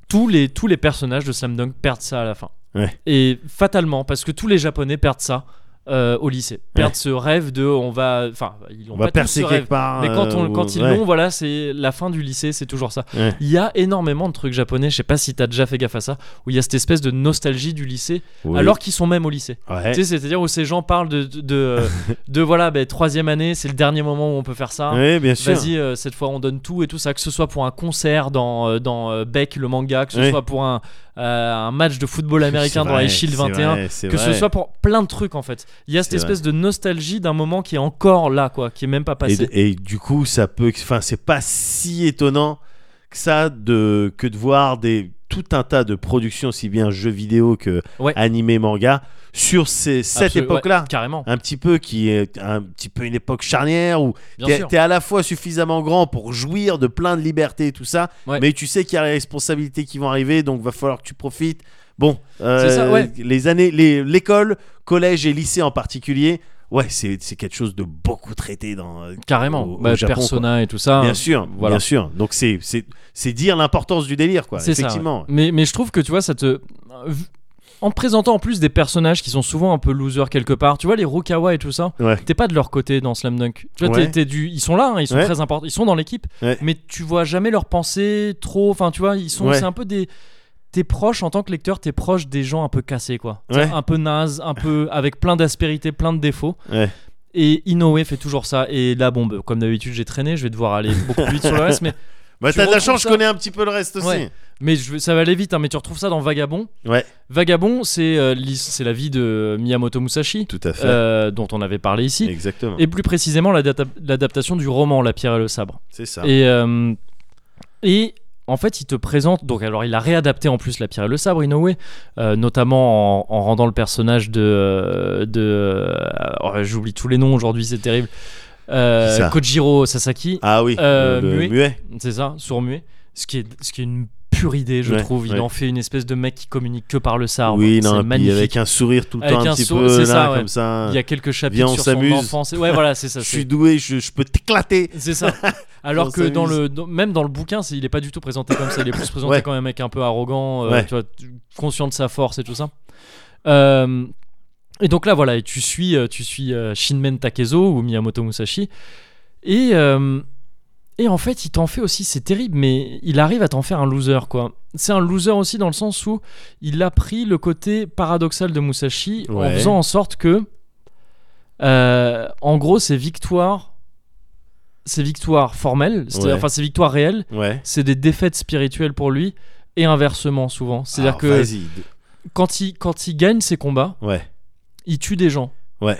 Speaker 1: tous les, tous les personnages de Slam Dunk perdent ça à la fin.
Speaker 2: Ouais.
Speaker 1: Et fatalement, parce que tous les Japonais perdent ça euh, au lycée. Perdent ce rêve de on va. Enfin, ils l'ont
Speaker 2: on va
Speaker 1: pas tous
Speaker 2: percer
Speaker 1: ce
Speaker 2: quelque
Speaker 1: rêve.
Speaker 2: part.
Speaker 1: Mais quand, on,
Speaker 2: euh,
Speaker 1: quand ils
Speaker 2: ouais.
Speaker 1: l'ont, voilà, c'est la fin du lycée, c'est toujours ça.
Speaker 2: Ouais.
Speaker 1: Il y a énormément de trucs japonais, je sais pas si t'as déjà fait gaffe à ça, où il y a cette espèce de nostalgie du lycée,
Speaker 2: Oui. Eh.
Speaker 1: alors qu'ils sont même au lycée.
Speaker 2: Ouais.
Speaker 1: Tu sais, c'est-à-dire où ces gens parlent de, de, de,
Speaker 2: [laughs]
Speaker 1: de, voilà, ben, troisième année, c'est le dernier moment où on peut faire ça. hein.
Speaker 2: Ouais, bien sûr.
Speaker 1: Vas-y, euh, cette fois on donne tout et tout ça, que ce soit pour un concert dans, euh, dans euh, Beck, le manga, que ce
Speaker 2: Ouais.
Speaker 1: soit pour un, euh, un match de football américain
Speaker 2: C'est
Speaker 1: dans
Speaker 2: vrai,
Speaker 1: les Shield
Speaker 2: c'est
Speaker 1: 21,
Speaker 2: vrai, c'est
Speaker 1: que ce
Speaker 2: vrai.
Speaker 1: soit pour plein de trucs en fait. Il y a cette
Speaker 2: C'est
Speaker 1: espèce de nostalgie d'un moment qui est encore là, quoi, qui est même pas
Speaker 2: Et,
Speaker 1: passé.
Speaker 2: et du coup, ça peut. Enfin, c'est pas si étonnant que ça de que de voir des tout un tas de productions, aussi bien jeux vidéo que
Speaker 1: Ouais.
Speaker 2: animés, manga, sur ces, cette
Speaker 1: Absolu-
Speaker 2: époque-là.
Speaker 1: ouais, carrément,
Speaker 2: Un petit peu qui est un petit peu une époque charnière où
Speaker 1: bien
Speaker 2: t'es
Speaker 1: sûr.
Speaker 2: t'es à la fois suffisamment grand pour jouir de plein de libertés et tout ça,
Speaker 1: Ouais.
Speaker 2: mais tu sais qu'il y a les responsabilités qui vont arriver, donc va falloir que tu profites. Bon, euh,
Speaker 1: C'est ça, ouais.
Speaker 2: les années, les- l'école, collège et lycée en particulier, ouais, c'est c'est quelque chose de beaucoup traité dans,
Speaker 1: Carrément,
Speaker 2: au- au
Speaker 1: Bah,
Speaker 2: Japon,
Speaker 1: Persona et tout ça. hein.
Speaker 2: Bien sûr,
Speaker 1: voilà.
Speaker 2: bien sûr. Donc c'est c'est c'est dire l'importance du délire quoi.
Speaker 1: C'est ça,
Speaker 2: Effectivement.
Speaker 1: ouais. Mais, mais je trouve que tu vois, ça te. En présentant en plus des personnages qui sont souvent un peu losers quelque part, tu vois, les Rukawa et tout ça,
Speaker 2: Ouais.
Speaker 1: t'es pas de leur côté dans Slam Dunk. Tu vois, t'es-
Speaker 2: Ouais.
Speaker 1: t'es du... ils sont là, hein, ils sont
Speaker 2: Ouais.
Speaker 1: très importants, ils sont dans l'équipe,
Speaker 2: Ouais.
Speaker 1: mais tu vois jamais leurs pensées trop. Enfin, tu vois, ils sont.
Speaker 2: Ouais.
Speaker 1: C'est un peu des. T'es proche en tant que lecteur, t'es proche des gens un peu cassés, quoi.
Speaker 2: Ouais.
Speaker 1: Un peu naze, un peu avec plein d'aspérités, plein de défauts.
Speaker 2: Ouais.
Speaker 1: Et Inoue fait toujours ça. Et là, bon, bah, comme d'habitude, j'ai traîné, je vais devoir aller beaucoup plus vite sur le reste, mais,
Speaker 2: Bah,
Speaker 1: Tu
Speaker 2: t'as de la
Speaker 1: retrouves
Speaker 2: chance,
Speaker 1: ça.
Speaker 2: je connais un petit peu le reste aussi.
Speaker 1: Ouais. mais je veux- ça va aller vite, hein, mais tu retrouves ça dans Vagabond.
Speaker 2: Ouais,
Speaker 1: Vagabond, c'est euh, l'his- c'est la vie de Miyamoto Musashi,
Speaker 2: tout à fait.
Speaker 1: euh, dont on avait parlé ici,
Speaker 2: Exactement.
Speaker 1: et plus précisément l'adapta- l'adaptation du roman La pierre et le sabre.
Speaker 2: C'est ça.
Speaker 1: Et, euh, et en fait, il te présente. Donc, alors, il a réadapté en plus La pierre et le sabre, Inoue, euh, notamment en, en rendant le personnage de. euh, de euh, oh, J'oublie tous les noms aujourd'hui, c'est terrible. Euh,
Speaker 2: Qui ça
Speaker 1: Kojiro Sasaki,
Speaker 2: Ah oui.
Speaker 1: euh,
Speaker 2: le
Speaker 1: muet.
Speaker 2: muet.
Speaker 1: c'est ça, sourd-muet, ce, qui est- ce qui est une pure idée, je
Speaker 2: Ouais,
Speaker 1: trouve. Il
Speaker 2: ouais.
Speaker 1: en fait une espèce de mec qui communique que par le sabre.
Speaker 2: Oui,
Speaker 1: Ah, c'est
Speaker 2: non, puis
Speaker 1: magnifique.
Speaker 2: avec un sourire tout le
Speaker 1: Avec
Speaker 2: temps
Speaker 1: un
Speaker 2: un petit
Speaker 1: sourire,
Speaker 2: peu
Speaker 1: c'est
Speaker 2: là
Speaker 1: ça, ouais.
Speaker 2: comme ça.
Speaker 1: Il y a quelques chapitres
Speaker 2: Viens, on
Speaker 1: sur son
Speaker 2: s'amuse.
Speaker 1: enfance. Et- Ouais, voilà, c'est
Speaker 2: [laughs]
Speaker 1: ça.
Speaker 2: Je
Speaker 1: c'est-
Speaker 2: suis doué, je, je peux t'éclater.
Speaker 1: [laughs] C'est
Speaker 2: [laughs]
Speaker 1: ça. Alors
Speaker 2: On
Speaker 1: que dans
Speaker 2: s'amuse.
Speaker 1: le, dans- même dans le bouquin, c'est- il est pas du tout présenté comme ça. Il est plus présenté
Speaker 2: Ouais.
Speaker 1: comme un mec un peu arrogant, euh,
Speaker 2: Ouais.
Speaker 1: tu vois, tu- conscient de sa force et tout ça. Euh, et donc là, voilà, et tu suis, euh, tu suis euh, Shinmen Takezo ou Miyamoto Musashi. Et, euh, et en fait, il t'en fait aussi, c'est terrible, mais il arrive à t'en faire un loser, quoi. C'est un loser aussi dans le sens où il a pris le côté paradoxal de Musashi en
Speaker 2: Ouais.
Speaker 1: faisant en sorte que, euh, en gros, ses victoires, ses victoires formelles, c'est-à-dire-
Speaker 2: Ouais.
Speaker 1: enfin ses victoires réelles,
Speaker 2: Ouais.
Speaker 1: c'est des défaites spirituelles pour lui et inversement souvent. C'est-à-dire
Speaker 2: Alors,
Speaker 1: que
Speaker 2: Ah, Vas-y.
Speaker 1: quand il, quand il gagne ses combats,
Speaker 2: Ouais.
Speaker 1: il tue des gens
Speaker 2: Ouais.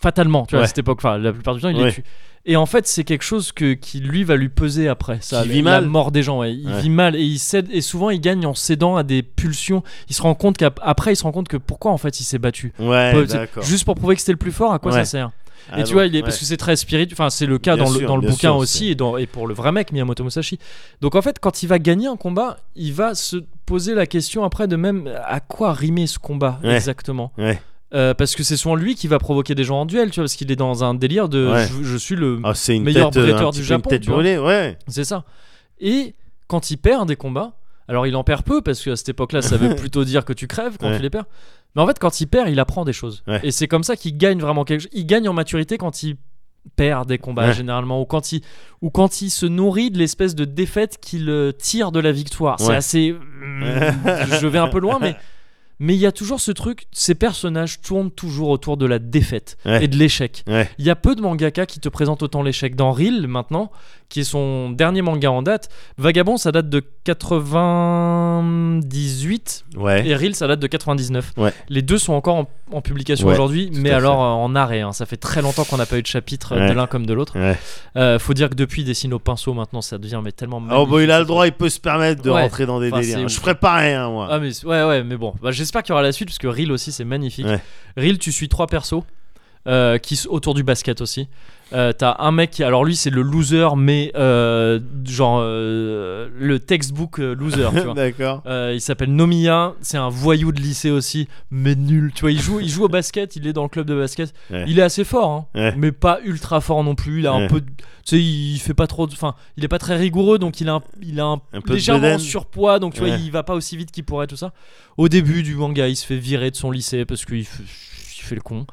Speaker 1: fatalement, tu vois, à
Speaker 2: Ouais.
Speaker 1: cette époque. Enfin, la plupart du temps, il
Speaker 2: Ouais.
Speaker 1: les tue. Et en fait, c'est quelque chose que, qui lui va lui peser après. Ça,
Speaker 2: Qui
Speaker 1: la,
Speaker 2: vit
Speaker 1: la
Speaker 2: mal.
Speaker 1: mort des gens. ouais. Il
Speaker 2: Ouais.
Speaker 1: vit mal et il cède. Et souvent, il gagne en cédant à des pulsions. Il se rend compte qu'après, il se rend compte que pourquoi en fait il s'est battu.
Speaker 2: Ouais,
Speaker 1: Peu-
Speaker 2: Eh, d'accord.
Speaker 1: Juste pour prouver que c'était le plus fort. À quoi
Speaker 2: Ouais.
Speaker 1: ça sert
Speaker 2: Ah
Speaker 1: et tu
Speaker 2: bon,
Speaker 1: vois, il est,
Speaker 2: ouais.
Speaker 1: parce que c'est très spirituel, enfin c'est le cas
Speaker 2: Bien
Speaker 1: dans, le,
Speaker 2: sûr,
Speaker 1: dans le
Speaker 2: bien
Speaker 1: bouquin
Speaker 2: sûr,
Speaker 1: aussi
Speaker 2: c'est-
Speaker 1: et, dans- et pour le vrai mec Miyamoto Musashi. Donc en fait, quand il va gagner un combat, il va se poser la question après de même à quoi rimer ce combat
Speaker 2: Ouais.
Speaker 1: exactement.
Speaker 2: Ouais.
Speaker 1: Euh, parce que c'est souvent lui qui va provoquer des gens en duel, tu vois, parce qu'il est dans un délire de
Speaker 2: Ouais.
Speaker 1: je, je suis le.
Speaker 2: Ah, c'est une
Speaker 1: meilleur
Speaker 2: tête, euh, un
Speaker 1: bretteur du
Speaker 2: petit peu une
Speaker 1: Japon,
Speaker 2: tête
Speaker 1: tu vois.
Speaker 2: brûlée, ouais.
Speaker 1: C'est ça. Et quand il perd des combats, alors il en perd peu parce qu'à cette époque-là, ça
Speaker 2: [laughs]
Speaker 1: veut plutôt dire que tu crèves quand
Speaker 2: Ouais.
Speaker 1: tu les perds. Mais en fait, quand il perd, il apprend des choses.
Speaker 2: Ouais.
Speaker 1: Et c'est comme ça qu'il gagne vraiment quelque chose. Il gagne en maturité quand il perd des combats
Speaker 2: Ouais.
Speaker 1: généralement ou quand il ou quand il se nourrit de l'espèce de défaite qu'il euh, tire de la victoire. C'est
Speaker 2: Ouais.
Speaker 1: assez hmm, je vais un peu loin
Speaker 2: [laughs]
Speaker 1: mais mais il y a toujours ce truc, ces personnages tournent toujours autour de la défaite
Speaker 2: Ouais.
Speaker 1: et de l'échec.
Speaker 2: Ouais.
Speaker 1: Il y a peu de mangaka qui te présentent autant l'échec. Dans Reel, maintenant, qui est son dernier manga en date, Vagabond, ça date de 98
Speaker 2: Ouais.
Speaker 1: et Reel, ça date de 99.
Speaker 2: Eh. Ouais.
Speaker 1: Les deux sont encore en, en publication
Speaker 2: Ouais,
Speaker 1: aujourd'hui, mais
Speaker 2: à
Speaker 1: alors euh, en arrêt. hein. Ça fait très longtemps qu'on n'a pas eu de chapitre euh, de
Speaker 2: Ouais.
Speaker 1: l'un comme de l'autre.
Speaker 2: Ouais.
Speaker 1: Euh, faut dire que depuis, il dessine au pinceau maintenant, ça devient mais tellement
Speaker 2: Oh,
Speaker 1: magnifique.
Speaker 2: bah, il a le droit, il peut se permettre de
Speaker 1: Ouais.
Speaker 2: rentrer dans des
Speaker 1: Enfin, c'est
Speaker 2: délires.
Speaker 1: ouf.
Speaker 2: Je ferais pas rien, moi.
Speaker 1: Ah mais c'est- ouais ouais mais bon Bah, j'espère qu'il y aura la suite parce que Reel aussi c'est magnifique.
Speaker 2: Ouais.
Speaker 1: Reel tu suis trois persos euh, qui s- autour du basket aussi. Euh, T'as un mec qui alors lui c'est le loser mais euh, genre euh, le textbook euh,
Speaker 2: [laughs]
Speaker 1: loser tu vois.
Speaker 2: D'accord.
Speaker 1: Euh, il s'appelle Nomiya, c'est un voyou de lycée aussi, mais nul. Tu vois, il joue, il joue au basket, il est dans le club de basket.
Speaker 2: Ouais.
Speaker 1: Il est assez fort, hein,
Speaker 2: Ouais.
Speaker 1: mais pas ultra fort non plus. Il a un
Speaker 2: Ouais.
Speaker 1: peu, de- tu sais, il fait pas trop, de- enfin, il est pas très rigoureux, donc il a, un, il a un,
Speaker 2: Un peu de
Speaker 1: légèrement
Speaker 2: bedaine.
Speaker 1: surpoids, donc tu vois,
Speaker 2: Ouais.
Speaker 1: il va pas aussi vite qu'il pourrait tout ça. Au début du manga, il se fait virer de son lycée parce qu'il f- il fait le con.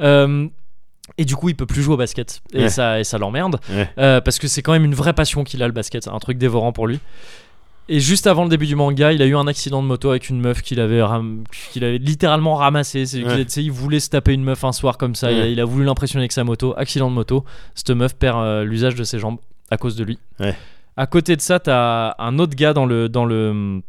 Speaker 1: Euh, et du coup, il peut plus jouer au basket. Et
Speaker 2: Ouais.
Speaker 1: ça, et ça l'emmerde.
Speaker 2: Ouais.
Speaker 1: Euh, parce que c'est quand même une vraie passion qu'il a, le basket. C'est un truc dévorant pour lui. Et juste avant le début du manga, il a eu un accident de moto avec une meuf qu'il avait, ram- qu'il avait littéralement ramassée. C'est-
Speaker 2: Ouais.
Speaker 1: tu sais, Il voulait se taper une meuf un soir comme ça.
Speaker 2: Ouais.
Speaker 1: Il, a, il a voulu l'impressionner avec sa moto. Accident de moto. Cette meuf perd euh, l'usage de ses jambes à cause de lui.
Speaker 2: Ouais.
Speaker 1: À côté de ça, t'as un autre gars dans le, dans le,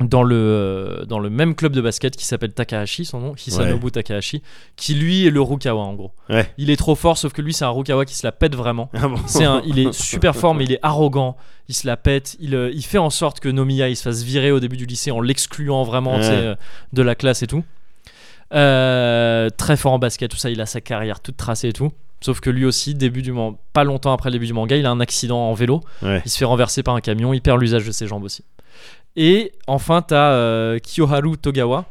Speaker 1: dans le, euh, dans le même club de basket qui s'appelle Takahashi, son nom, Hisanobu Takahashi, qui lui est le Rukawa en gros.
Speaker 2: Ouais.
Speaker 1: Il est trop fort, sauf que lui c'est un Rukawa qui se la pète vraiment.
Speaker 2: Ah bon
Speaker 1: C'est un- il est super fort,
Speaker 2: [laughs]
Speaker 1: mais il est arrogant. Il se la pète. Il, euh, il fait en sorte que Nomiya il se fasse virer au début du lycée en l'excluant vraiment tu sais,
Speaker 2: Ouais.
Speaker 1: euh, de la classe et tout. Euh, très fort en basket, tout ça. Il a sa carrière toute tracée et tout. Sauf que lui aussi, début du man- pas longtemps après le début du manga, il a un accident en vélo.
Speaker 2: Ouais.
Speaker 1: Il se fait renverser par un camion. Il perd l'usage de ses jambes aussi. Et enfin, t'as euh, Kiyoharu Togawa,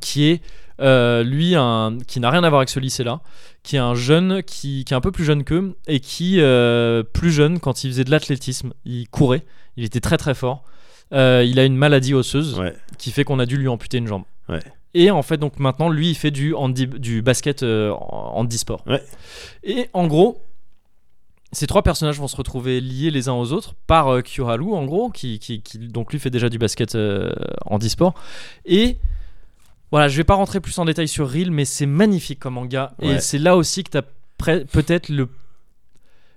Speaker 1: qui est euh, lui un qui n'a rien à voir avec ce lycée-là qui est un jeune qui, qui est un peu plus jeune qu'eux et qui, euh, plus jeune, quand il faisait de l'athlétisme, il courait, il était très très fort. Euh, il a une maladie osseuse
Speaker 2: Ouais.
Speaker 1: qui fait qu'on a dû lui amputer une jambe.
Speaker 2: Ouais.
Speaker 1: Et en fait, donc maintenant, lui, il fait du, handi- du basket euh, en handisport.
Speaker 2: Ouais.
Speaker 1: Et en gros, ces trois personnages vont se retrouver liés les uns aux autres par euh, Kyoharu, en gros, qui, qui, qui, donc lui fait déjà du basket euh, handisport. Et voilà, je vais pas rentrer plus en détail sur Reel, mais c'est magnifique comme manga. Et
Speaker 2: Ouais.
Speaker 1: c'est là aussi que tu as peut-être le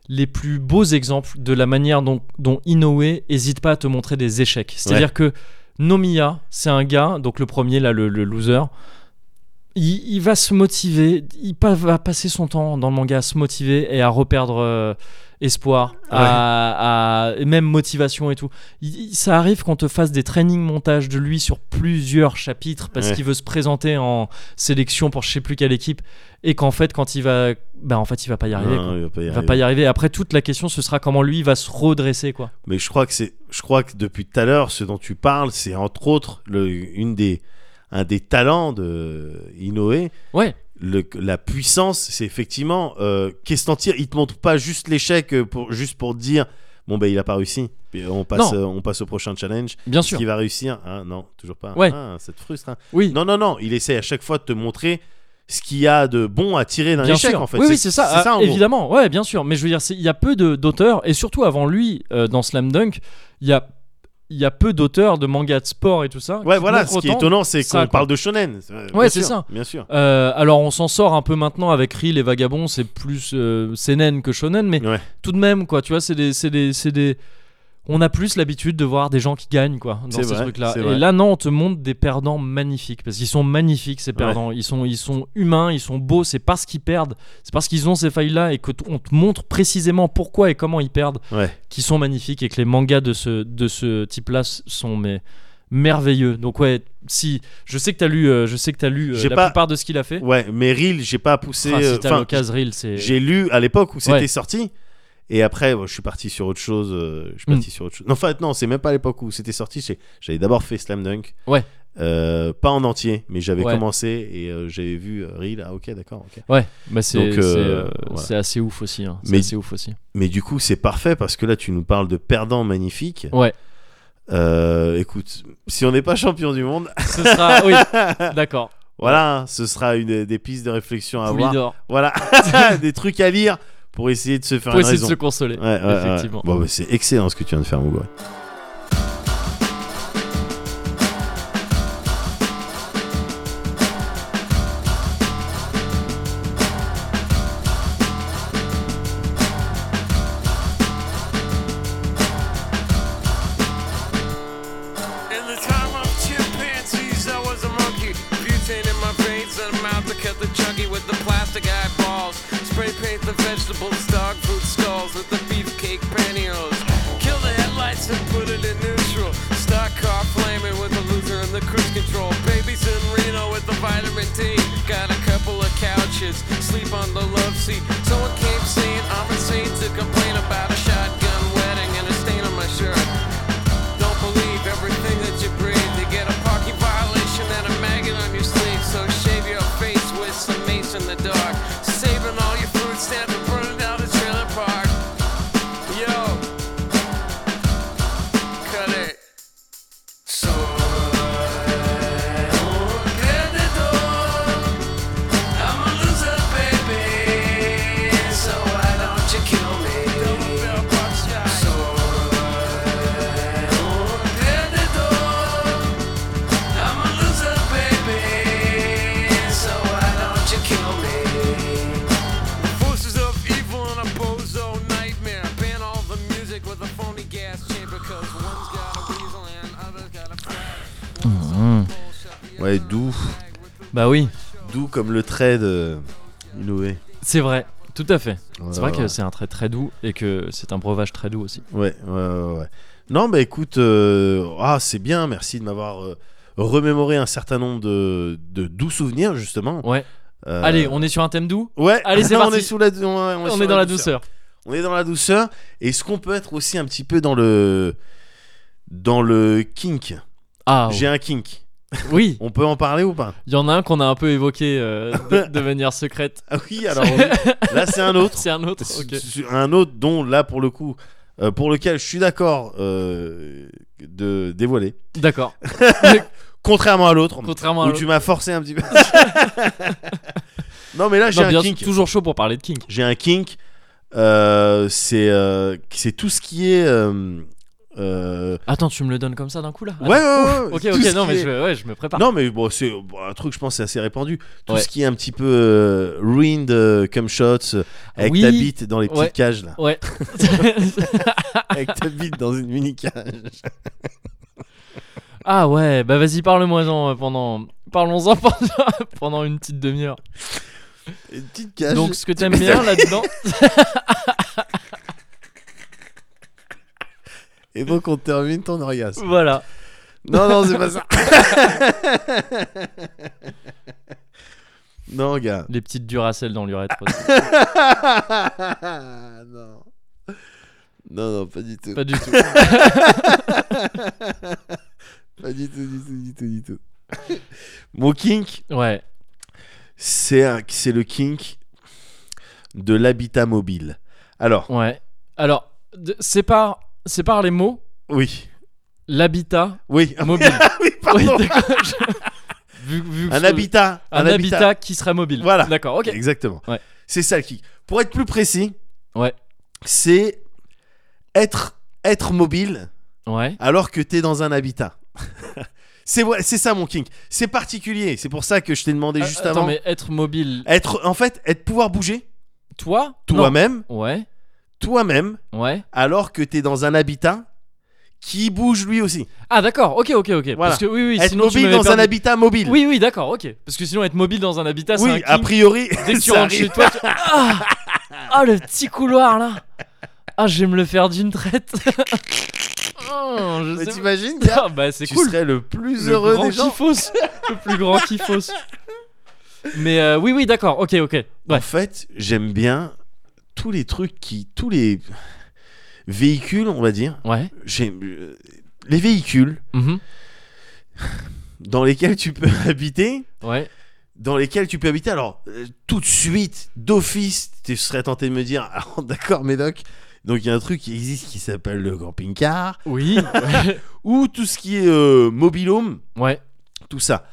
Speaker 1: les plus beaux exemples de la manière dont, dont Inoue hésite pas à te montrer des échecs. C'est-à-dire que Nomiya, c'est un gars, donc le premier, là, le, le loser, il, il va se motiver, il pa- va passer son temps dans le manga à se motiver et à reperdre euh, espoir, à, à- et même motivation et tout. Il- il- ça arrive qu'on te fasse des training montages de lui sur plusieurs chapitres parce
Speaker 2: Ouais.
Speaker 1: qu'il veut se présenter en sélection pour je sais plus quelle équipe et qu'en fait, quand il va. Bah, en fait, il va pas y arriver. quoi.
Speaker 2: Non, il va pas y
Speaker 1: Il va
Speaker 2: arriver.
Speaker 1: pas y arriver. Après, toute la question, ce sera comment lui il va se redresser, quoi.
Speaker 2: Mais je crois que c'est, je crois que depuis tout à l'heure, ce dont tu parles, c'est entre autres le, une des, un des talents de euh, Inoue.
Speaker 1: Ouais,
Speaker 2: Le- la puissance, c'est effectivement euh, qu'est-ce t'en tire. Il te montre pas juste l'échec euh, pour juste pour dire bon ben il a pas réussi. Puis, euh, on passe,
Speaker 1: Non.
Speaker 2: euh, on passe au prochain challenge.
Speaker 1: bien
Speaker 2: Est-ce
Speaker 1: sûr.
Speaker 2: qu'il va réussir Ah, Non, toujours pas.
Speaker 1: Ouais.
Speaker 2: Ah, ça te frustre. hein.
Speaker 1: Oui,
Speaker 2: Non non non, il essaie à chaque fois de te montrer ce qu'il y a de bon à tirer d'un
Speaker 1: bien
Speaker 2: échec
Speaker 1: sûr.
Speaker 2: en fait.
Speaker 1: Oui, oui, c'est ça.
Speaker 2: C'est ça
Speaker 1: Ah,
Speaker 2: en gros.
Speaker 1: évidemment, ouais, bien sûr. Mais je veux dire, c'est- il y a peu de- d'auteurs, et surtout avant lui, euh, dans Slam Dunk, il y a, il y a peu d'auteurs de mangas de sport et tout ça.
Speaker 2: Ouais
Speaker 1: qui
Speaker 2: voilà,
Speaker 1: montrent
Speaker 2: ce qui est
Speaker 1: autant.
Speaker 2: étonnant, c'est
Speaker 1: ça,
Speaker 2: qu'on
Speaker 1: quoi.
Speaker 2: parle de shonen. Euh,
Speaker 1: Ouais,
Speaker 2: bien
Speaker 1: c'est
Speaker 2: sûr,
Speaker 1: ça.
Speaker 2: Bien sûr.
Speaker 1: Euh, alors, on s'en sort un peu maintenant avec Reel et Vagabond, c'est plus euh, seinen que shonen, mais
Speaker 2: Ouais.
Speaker 1: tout de même, quoi, tu vois, c'est des, c'est des, c'est des. on a plus l'habitude de voir des gens qui gagnent quoi dans
Speaker 2: C'est
Speaker 1: ces
Speaker 2: vrai,
Speaker 1: trucs là
Speaker 2: c'est
Speaker 1: et
Speaker 2: vrai.
Speaker 1: là non on te montre des perdants magnifiques parce qu'ils sont magnifiques ces perdants ils sont ils sont humains ils sont beaux c'est parce qu'ils perdent c'est parce qu'ils ont ces failles là et que t- on te montre précisément pourquoi et comment ils perdent
Speaker 2: Ouais.
Speaker 1: qui sont magnifiques et que les mangas de ce de ce type là sont mais merveilleux donc ouais si je sais que t'as lu euh, je sais que t'as lu euh,
Speaker 2: J'ai
Speaker 1: la
Speaker 2: pas-
Speaker 1: plupart de ce qu'il a fait
Speaker 2: Ouais, mais Reel, j'ai pas poussé.
Speaker 1: Ah, si
Speaker 2: euh,
Speaker 1: t'as
Speaker 2: enfin,
Speaker 1: l'occasion Reel, c'est
Speaker 2: j'ai lu à l'époque où c'était
Speaker 1: Ouais.
Speaker 2: sorti. Et après, bon, je suis parti sur autre chose. euh, je
Speaker 1: Hmm.
Speaker 2: suis parti sur autre chose. Non, en fait, non, c'est même pas à l'époque où c'était sorti. j'ai- J'avais d'abord fait Slam Dunk.
Speaker 1: Ouais.
Speaker 2: Euh, pas en entier, mais j'avais
Speaker 1: Ouais.
Speaker 2: commencé et euh, j'avais vu euh, Reel. Ah, ok, d'accord. ok.
Speaker 1: ouais bah c'est
Speaker 2: Donc, euh,
Speaker 1: c'est, euh,
Speaker 2: voilà.
Speaker 1: c'est assez ouf aussi hein. c'est
Speaker 2: Mais-
Speaker 1: assez ouf
Speaker 2: [laughs]
Speaker 1: aussi
Speaker 2: Mais du coup, c'est parfait parce que là, tu nous parles de perdants magnifiques.
Speaker 1: Ouais.
Speaker 2: Euh, écoute, si on n'est pas champion du monde, [laughs]
Speaker 1: ce sera oui d'accord
Speaker 2: voilà, hein, ce sera une des pistes de réflexion à
Speaker 1: Poulidor.
Speaker 2: avoir. Voilà, [laughs] des trucs à lire pour essayer de se faire
Speaker 1: pour
Speaker 2: une
Speaker 1: essayer de
Speaker 2: raison.
Speaker 1: se consoler.
Speaker 2: Ouais, ouais, ouais.
Speaker 1: Effectivement.
Speaker 2: Bon, bah, c'est excellent ce que tu viens de faire, Mougo.
Speaker 4: In the time of chimpanzees, I was a monkey. Butane in my veins and a mouth that kept the chunky with the plastic eyeballs. Spray paint the vegetables, dog food skulls with the beefcake pantyhose. Kill the headlights and put it in neutral. Stock car flaming with the loser and the cruise control. Babies in Reno with the vitamin D. Got a couple of couches, sleep on the love seat. Someone came saying I'm insane to complain about a shotgun wedding and a stain on my shirt. Don't believe everything that you breathe. You get a parking violation and a maggot on your sleeve. So shave your face with some mace in the dark. Saving all your food stamps and burning down the trailer park. Yo, cut it. So. I'm a loser, baby. So why don't you kill me? So I'm a loser, baby. So why don't you kill me? Forces of evil and a bozo nightmare. Ban all the music with a phony gas chamber. Cause one's got a weasel and others got a flag.
Speaker 2: Ouais, doux,
Speaker 1: Bah oui,
Speaker 2: doux comme le trait de Inoue.
Speaker 1: c'est vrai. Tout à fait.
Speaker 2: Ouais,
Speaker 1: C'est vrai que
Speaker 2: ouais.
Speaker 1: c'est un trait très doux et que c'est un breuvage très doux
Speaker 2: [laughs]
Speaker 1: aussi.
Speaker 2: Ouais, ouais, ouais, ouais. Non, bah écoute, euh, ah, c'est bien, merci de m'avoir euh, remémoré un certain nombre de, de doux souvenirs, justement.
Speaker 1: Ouais.
Speaker 2: Euh,
Speaker 1: Allez, on est sur un thème doux.
Speaker 2: Ouais,
Speaker 1: Allez, c'est
Speaker 2: Non,
Speaker 1: parti.
Speaker 2: [laughs] On est, sous la, on, on
Speaker 1: On,
Speaker 2: sur
Speaker 1: est dans la douceur.
Speaker 2: On est dans la douceur. Est-ce qu'on peut être aussi un petit peu dans le dans le kink
Speaker 1: Ah
Speaker 2: J'ai un kink.
Speaker 1: [laughs] oui,
Speaker 2: On peut en parler ou pas
Speaker 1: il y en a un qu'on a un peu évoqué euh,
Speaker 2: [laughs]
Speaker 1: de, de manière secrète.
Speaker 2: Ah
Speaker 1: [laughs]
Speaker 2: oui, alors on- là c'est un autre.
Speaker 1: C'est un autre. ok.
Speaker 2: Sur Un autre dont là pour le coup, euh, pour lequel je suis d'accord euh, de dévoiler.
Speaker 1: D'accord.
Speaker 2: Contrairement à l'autre.
Speaker 1: Contrairement à
Speaker 2: où
Speaker 1: l'autre.
Speaker 2: tu m'as forcé un petit
Speaker 1: [laughs]
Speaker 2: peu. non mais là j'ai
Speaker 1: Non,
Speaker 2: un
Speaker 1: bien,
Speaker 2: kink.
Speaker 1: toujours chaud pour parler de kink.
Speaker 2: J'ai un kink. Euh, c'est euh, c'est tout ce qui est. euh, euh,
Speaker 1: Attends, tu me le donnes comme ça d'un coup là
Speaker 2: ouais, ouais, ouais, ouais,
Speaker 1: Ah, Ok,
Speaker 2: tout
Speaker 1: ok,
Speaker 2: ce
Speaker 1: non
Speaker 2: qui
Speaker 1: mais
Speaker 2: est-
Speaker 1: je, ouais, je me prépare.
Speaker 2: Non, mais bon, c'est bon, un truc, je pense, c'est assez répandu. Tout
Speaker 1: Ouais.
Speaker 2: ce qui est un petit peu euh, ruined euh, cum shots, euh, avec
Speaker 1: Oui.
Speaker 2: ta bite dans les petites
Speaker 1: Ouais. [laughs]
Speaker 2: cages, là.
Speaker 1: Ouais.
Speaker 2: avec ta bite dans une mini cage.
Speaker 1: [laughs] ah ouais, bah vas-y parle-moi-en euh, pendant parlons-en [laughs] pendant- pendant une petite demi-heure.
Speaker 2: Une petite cage.
Speaker 1: Donc ce que t'aimes
Speaker 2: [laughs]
Speaker 1: bien là-dedans,
Speaker 2: Et donc, on termine ton
Speaker 1: [laughs]
Speaker 2: orgasme.
Speaker 1: voilà.
Speaker 2: non, non, c'est pas ça. [laughs] non,
Speaker 1: [laughs]
Speaker 2: gars.
Speaker 1: Les petites duracelles dans l'urètre.
Speaker 2: Ah.
Speaker 1: aussi.
Speaker 2: non. Non, non, pas du tout.
Speaker 1: Pas du tout.
Speaker 2: Pas du tout, du tout, du tout, du tout. [laughs] Mon kink,
Speaker 1: Ouais.
Speaker 2: c'est un- c'est le kink de l'habitat mobile. Alors,
Speaker 1: Ouais. Alors, de- sépare, sépare les mots.
Speaker 2: oui,
Speaker 1: L'habitat
Speaker 2: oui,
Speaker 1: mobile.
Speaker 2: [laughs] Ah oui, pardon.
Speaker 1: Oui, d'accord, je- vu- vu que
Speaker 2: un
Speaker 1: ce-
Speaker 2: habitat,
Speaker 1: Un, habitat. qui sera mobile.
Speaker 2: Voilà.
Speaker 1: D'accord, ok.
Speaker 2: exactement.
Speaker 1: Ouais.
Speaker 2: C'est ça le kink. Pour être plus précis,
Speaker 1: Ouais.
Speaker 2: c'est être être mobile
Speaker 1: Ouais.
Speaker 2: alors que t'es dans un
Speaker 1: [laughs]
Speaker 2: habitat. c'est ouais, c'est ça mon kink. C'est particulier. C'est pour ça que je t'ai demandé
Speaker 1: Ah,
Speaker 2: juste
Speaker 1: Attends,
Speaker 2: avant.
Speaker 1: mais être mobile,
Speaker 2: Être en fait être pouvoir bouger
Speaker 1: toi Non.
Speaker 2: toi-même,
Speaker 1: Ouais.
Speaker 2: toi-même
Speaker 1: Ouais.
Speaker 2: alors que t'es dans un habitat qui bouge lui aussi.
Speaker 1: Ah d'accord, ok, ok, ok.
Speaker 2: Voilà.
Speaker 1: Parce que oui, oui,
Speaker 2: Être
Speaker 1: sinon tu
Speaker 2: mobile
Speaker 1: m'avais
Speaker 2: dans un
Speaker 1: perdu.
Speaker 2: habitat mobile.
Speaker 1: Oui, oui, d'accord, ok. Parce que sinon être mobile dans un habitat, c'est un
Speaker 2: Oui, a
Speaker 1: crime.
Speaker 2: priori, [laughs]
Speaker 1: Dès que tu
Speaker 2: ça
Speaker 1: rentres chez
Speaker 2: arrive.
Speaker 1: toi, tu... ah, Ah, le petit couloir là. Ah, je vais me le faire d'une
Speaker 2: [laughs]
Speaker 1: traite. Oh, je
Speaker 2: Mais
Speaker 1: sais
Speaker 2: t'imagines,
Speaker 1: pas.
Speaker 2: gars,
Speaker 1: Ah, bah [laughs] c'est
Speaker 2: tu
Speaker 1: cool.
Speaker 2: serais le plus
Speaker 1: le
Speaker 2: heureux
Speaker 1: grand
Speaker 2: des gens.
Speaker 1: kiffos. le plus grand kiffos. Mais euh, oui, oui, d'accord, ok, ok. Ouais.
Speaker 2: En fait, j'aime bien tous les trucs qui, tous les véhicules, on va dire.
Speaker 1: Ouais.
Speaker 2: J'aime, euh, les véhicules
Speaker 1: mhm,
Speaker 2: dans lesquels tu peux [laughs] habiter,
Speaker 1: Ouais.
Speaker 2: dans lesquels tu peux habiter. Alors, euh, tout de suite, d'office, tu serais tenté de me dire, [laughs] alors d'accord, Médoc. Donc il y a un truc qui existe qui s'appelle le camping-car [laughs]
Speaker 1: Oui.
Speaker 2: ou tout ce qui est euh, mobilhome.
Speaker 1: ouais.
Speaker 2: tout ça.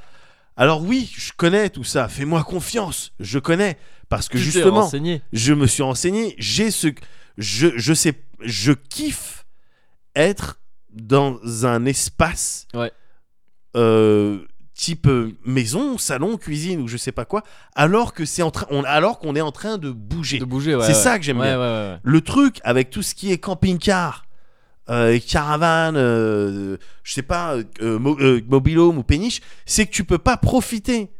Speaker 2: Alors oui, je connais tout ça, fais-moi confiance, je connais, parce que
Speaker 1: Tu t'es
Speaker 2: justement,
Speaker 1: renseigné.
Speaker 2: je me suis renseigné, j'ai ce... Je, je sais, je kiffe être dans un espace
Speaker 1: Ouais.
Speaker 2: euh, type euh, maison, salon, cuisine ou je sais pas quoi, alors que c'est en train, on, alors qu'on est en train de bouger.
Speaker 1: De bouger, ouais.
Speaker 2: c'est
Speaker 1: ouais.
Speaker 2: ça que j'aime
Speaker 1: Ouais, ouais,
Speaker 2: bien.
Speaker 1: ouais, ouais.
Speaker 2: Le truc avec tout ce qui est camping-car, euh, et caravane, euh, je sais pas, euh, mo- euh, mobilhome ou péniche, c'est que tu peux pas profiter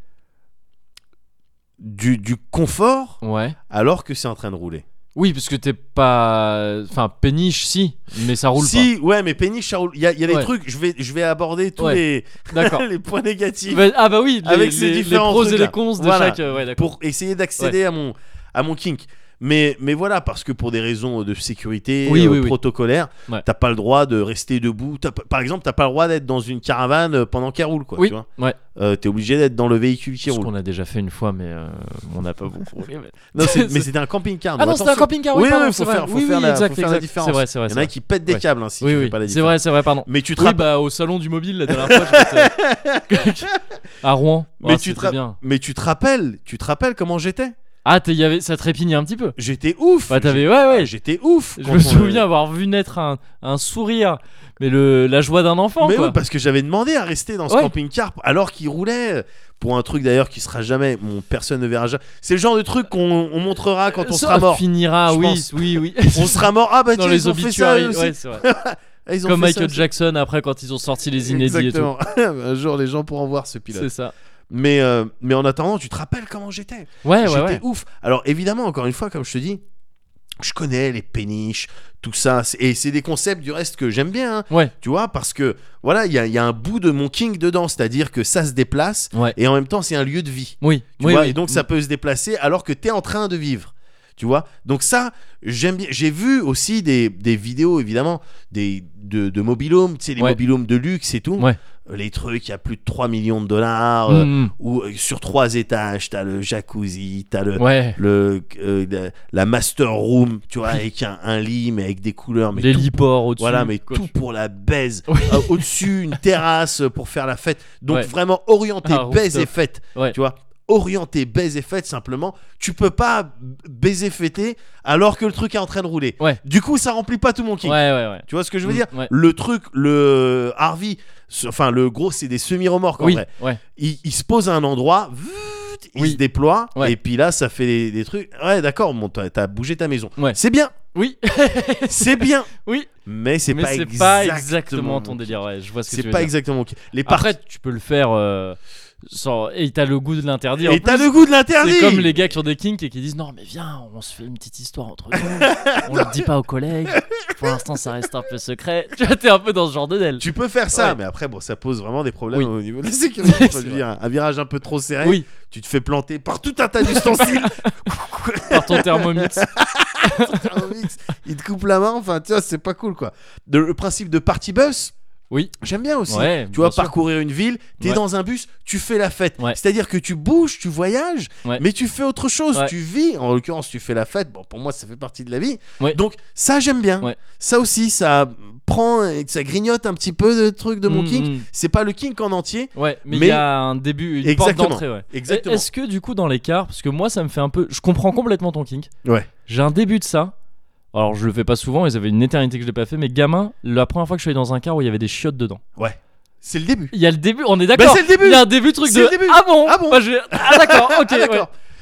Speaker 2: du, du confort
Speaker 1: Ouais.
Speaker 2: alors que c'est en train de rouler.
Speaker 1: Oui, parce que t'es pas. Enfin, péniche, si, mais ça roule
Speaker 2: si, ouais, mais péniche, ça roule. Il y a, il y a des
Speaker 1: Ouais.
Speaker 2: trucs, je vais, je vais aborder tous
Speaker 1: Ouais. pas. D'accord.
Speaker 2: les, [laughs] les points négatifs
Speaker 1: Bah, ah, bah oui, les,
Speaker 2: Avec ces
Speaker 1: les- les
Speaker 2: différents
Speaker 1: pros et
Speaker 2: trucs-là.
Speaker 1: les cons de
Speaker 2: Voilà.
Speaker 1: chaque. euh, Ouais, d'accord.
Speaker 2: pour essayer d'accéder à, mon, à mon kink. Mais, mais voilà, parce que pour des raisons de sécurité
Speaker 1: Oui,
Speaker 2: euh,
Speaker 1: oui, oui.
Speaker 2: protocolaire,
Speaker 1: Ouais.
Speaker 2: t'as pas le droit de rester debout. T'as pas- par exemple, t'as pas le droit d'être dans une caravane euh, pendant qu'elle roule, quoi.
Speaker 1: Oui,
Speaker 2: Tu vois
Speaker 1: ouais.
Speaker 2: Euh, t'es obligé d'être dans le véhicule qui
Speaker 1: Ce
Speaker 2: roule.
Speaker 1: qu'on a déjà fait une fois, mais euh, on n'a pas beaucoup roulé. mais-
Speaker 2: Non, c'est- Ah,
Speaker 1: [laughs]
Speaker 2: mais
Speaker 1: C'est-
Speaker 2: c'était un camping-car.
Speaker 1: Ah
Speaker 2: donc
Speaker 1: non, c'était un
Speaker 2: attention.
Speaker 1: camping-car,
Speaker 2: Oui,
Speaker 1: pardon,
Speaker 2: oui,
Speaker 1: c'est
Speaker 2: faut
Speaker 1: vrai.
Speaker 2: faire, faut
Speaker 1: oui,
Speaker 2: faire
Speaker 1: oui,
Speaker 2: la,
Speaker 1: exact,
Speaker 2: faut faire
Speaker 1: exact.
Speaker 2: la différence.
Speaker 1: C'est vrai, c'est vrai.
Speaker 2: Il y
Speaker 1: c'est
Speaker 2: en a
Speaker 1: vrai.
Speaker 2: qui pètent des
Speaker 1: Ouais.
Speaker 2: câbles hein, si
Speaker 1: oui,
Speaker 2: tu fais
Speaker 1: oui.
Speaker 2: pas la
Speaker 1: c'est
Speaker 2: différence.
Speaker 1: vrai, c'est vrai,
Speaker 2: [laughs]
Speaker 1: pardon.
Speaker 2: Mais tu te
Speaker 1: Oui,
Speaker 2: rapp-
Speaker 1: bah au salon du mobile la dernière fois,
Speaker 2: [laughs]
Speaker 1: j'étais- à Rouen.
Speaker 2: Mais
Speaker 1: Ah,
Speaker 2: tu te
Speaker 1: c'était
Speaker 2: rapp-
Speaker 1: bien.
Speaker 2: mais tu te rappelles, tu te rappelles comment j'étais
Speaker 1: Ah, t'es- y avait... ça trépignait un petit peu.
Speaker 2: J'étais ouf.
Speaker 1: Bah, t'avais, ouais, ouais.
Speaker 2: J'étais- J'étais ouf.
Speaker 1: Je
Speaker 2: quand
Speaker 1: me
Speaker 2: on-
Speaker 1: souviens avoir vu naître un, un sourire, mais le, la joie d'un enfant.
Speaker 2: Mais
Speaker 1: quoi.
Speaker 2: oui, parce que j'avais demandé à rester dans ce
Speaker 1: Ouais.
Speaker 2: camping-car alors qu'il roulait euh, pour un truc d'ailleurs qui sera jamais, mon personne ne verra jamais. C'est le genre de truc qu'on on montrera quand on
Speaker 1: Euh, Ça
Speaker 2: sera mort.
Speaker 1: finira,
Speaker 2: je
Speaker 1: oui,
Speaker 2: pense.
Speaker 1: oui, oui.
Speaker 2: On sera mort. Ah
Speaker 1: [laughs]
Speaker 2: bah
Speaker 1: dans
Speaker 2: tiens,
Speaker 1: les
Speaker 2: ils ont fait ça.
Speaker 1: obituaries.
Speaker 2: eux aussi.
Speaker 1: ouais, c'est vrai.
Speaker 2: Ah, ils ont
Speaker 1: Comme
Speaker 2: fait ça
Speaker 1: Michael
Speaker 2: aussi.
Speaker 1: Jackson après quand ils ont sorti les inédits
Speaker 2: Exactement. [laughs] un jour, les gens pourront voir ce
Speaker 1: et tout. C'est
Speaker 2: pilote.
Speaker 1: ça.
Speaker 2: Mais euh, mais en attendant, tu te rappelles comment j'étais
Speaker 1: Ouais, ouais,
Speaker 2: J'étais
Speaker 1: ouais.
Speaker 2: ouf. Alors évidemment, encore une fois, comme je te dis, je connais les péniches, tout ça, c'est- et c'est des concepts du reste que j'aime bien. hein.
Speaker 1: Ouais.
Speaker 2: Tu vois, parce que voilà, il y a, il y a un bout de mon king dedans, c'est-à-dire que ça se déplace,
Speaker 1: Ouais.
Speaker 2: et en même temps, c'est un lieu de vie.
Speaker 1: Oui,
Speaker 2: Tu
Speaker 1: oui, Mm,
Speaker 2: vois,
Speaker 1: oui.
Speaker 2: et donc ça peut se déplacer alors que t'es en train de vivre. Tu vois Donc ça, j'aime bien. J'ai vu aussi des, des vidéos, évidemment, des, de, de mobilhomes, tu sais, les
Speaker 1: Ouais.
Speaker 2: mobilhomes de luxe et tout.
Speaker 1: Ouais.
Speaker 2: Euh, Les trucs à plus de 3 millions de dollars, euh,
Speaker 1: Mm,
Speaker 2: ou euh, sur trois étages, t'as le jacuzzi, t'as le,
Speaker 1: mm. Ouais.
Speaker 2: le, euh, la- la master room, tu vois, avec un, un lit, mais avec des couleurs, mais tout,
Speaker 1: L'héliport au-dessus.
Speaker 2: voilà, mais
Speaker 1: quoi.
Speaker 2: tout pour la baise.
Speaker 1: Oui.
Speaker 2: Euh,
Speaker 1: [laughs]
Speaker 2: Au-dessus, une terrasse pour faire la fête. Donc
Speaker 1: Ouais.
Speaker 2: vraiment orienté
Speaker 1: Ah,
Speaker 2: baise
Speaker 1: rooftop.
Speaker 2: et fête.
Speaker 1: Ouais.
Speaker 2: Tu vois, orienté baise et fête simplement. Tu peux pas baiser fêter alors que le truc est en train de rouler.
Speaker 1: Ouais.
Speaker 2: Du coup, ça remplit pas tout mon
Speaker 1: Ouais,
Speaker 2: kink.
Speaker 1: ouais, ouais.
Speaker 2: Tu vois ce que je veux
Speaker 1: Mm,
Speaker 2: dire
Speaker 1: ouais.
Speaker 2: Le truc, le Harvey, ce- enfin le gros, c'est des semi-remorques en
Speaker 1: Oui,
Speaker 2: vrai.
Speaker 1: ouais.
Speaker 2: Il, il se pose à un endroit, vut, il
Speaker 1: Oui.
Speaker 2: se déploie,
Speaker 1: Ouais.
Speaker 2: et puis là, ça fait des, des trucs. Ouais, d'accord, bon, t'as t'as bougé ta maison.
Speaker 1: Ouais.
Speaker 2: C'est bien,
Speaker 1: Oui,
Speaker 2: [laughs] c'est bien,
Speaker 1: oui.
Speaker 2: mais c'est
Speaker 1: Mais
Speaker 2: pas,
Speaker 1: c'est pas
Speaker 2: exactement
Speaker 1: exactement ton délire. Ouais, je vois ce que tu
Speaker 2: C'est
Speaker 1: veux
Speaker 2: pas
Speaker 1: dire.
Speaker 2: exactement ok. Les par-
Speaker 1: Après, tu peux le faire euh, sans. Et t'as le goût de l'interdire.
Speaker 2: Et t'as le goût de l'interdit.
Speaker 1: C'est comme les gars qui ont des kinks et qui disent non mais viens on se fait une petite histoire entre nous
Speaker 2: [laughs]
Speaker 1: on le dit pas aux collègues pour l'instant ça reste un peu secret tu vois t'es un peu dans ce genre de del
Speaker 2: Tu peux faire ça,
Speaker 1: Ouais.
Speaker 2: mais après, bon, ça pose vraiment des problèmes
Speaker 1: Oui.
Speaker 2: au niveau de
Speaker 1: [laughs]
Speaker 2: la sécurité.
Speaker 1: C'est
Speaker 2: Ça devient
Speaker 1: vrai.
Speaker 2: un, un virage un peu trop serré.
Speaker 1: oui
Speaker 2: Tu te fais planter par tout un
Speaker 1: [laughs]
Speaker 2: tas d'ustensiles.
Speaker 1: par ton
Speaker 2: [laughs]
Speaker 1: thermomix
Speaker 2: Thermomix, Il te coupe la main. Enfin, tu vois, c'est pas cool, quoi. De- le principe de party bus.
Speaker 1: Oui.
Speaker 2: J'aime bien aussi.
Speaker 1: ouais
Speaker 2: Tu vois,
Speaker 1: bien sûr.
Speaker 2: parcourir une ville, t'es
Speaker 1: Ouais.
Speaker 2: dans un bus, tu fais la fête.
Speaker 1: Ouais.
Speaker 2: C'est-à-dire que tu bouges, tu voyages,
Speaker 1: Ouais.
Speaker 2: mais tu fais autre chose,
Speaker 1: Ouais.
Speaker 2: tu vis. En l'occurrence, tu fais la fête. Bon, pour moi, ça fait partie de la vie.
Speaker 1: Ouais.
Speaker 2: Donc, ça, j'aime bien.
Speaker 1: Ouais.
Speaker 2: Ça aussi, ça prend et ça grignote un petit peu de trucs de mon
Speaker 1: Mm,
Speaker 2: kink.
Speaker 1: mm.
Speaker 2: C'est pas le kink en entier.
Speaker 1: Ouais, mais il
Speaker 2: Mais-
Speaker 1: y a un début, une
Speaker 2: Exactement.
Speaker 1: porte d'entrée, ouais.
Speaker 2: Exactement.
Speaker 1: Est-ce que du coup dans l'écart, parce que moi ça me fait un peu, je comprends complètement ton kink.
Speaker 2: Ouais.
Speaker 1: J'ai un début de ça. Alors je le fais pas souvent, et ça fait une éternité que je l'ai pas fait. Mais gamin, la première fois que je suis allé dans un car où il y avait des chiottes dedans.
Speaker 2: C'est le début.
Speaker 1: Il y a le début, on est d'accord.
Speaker 2: Bah, c'est le début.
Speaker 1: Il y a un début truc
Speaker 2: C'est
Speaker 1: de.
Speaker 2: le début.
Speaker 1: Ah bon.
Speaker 2: Ah bon. [laughs]
Speaker 1: Bah, je- Ah d'accord. Ok.
Speaker 2: Ah, d'accord.
Speaker 1: ouais.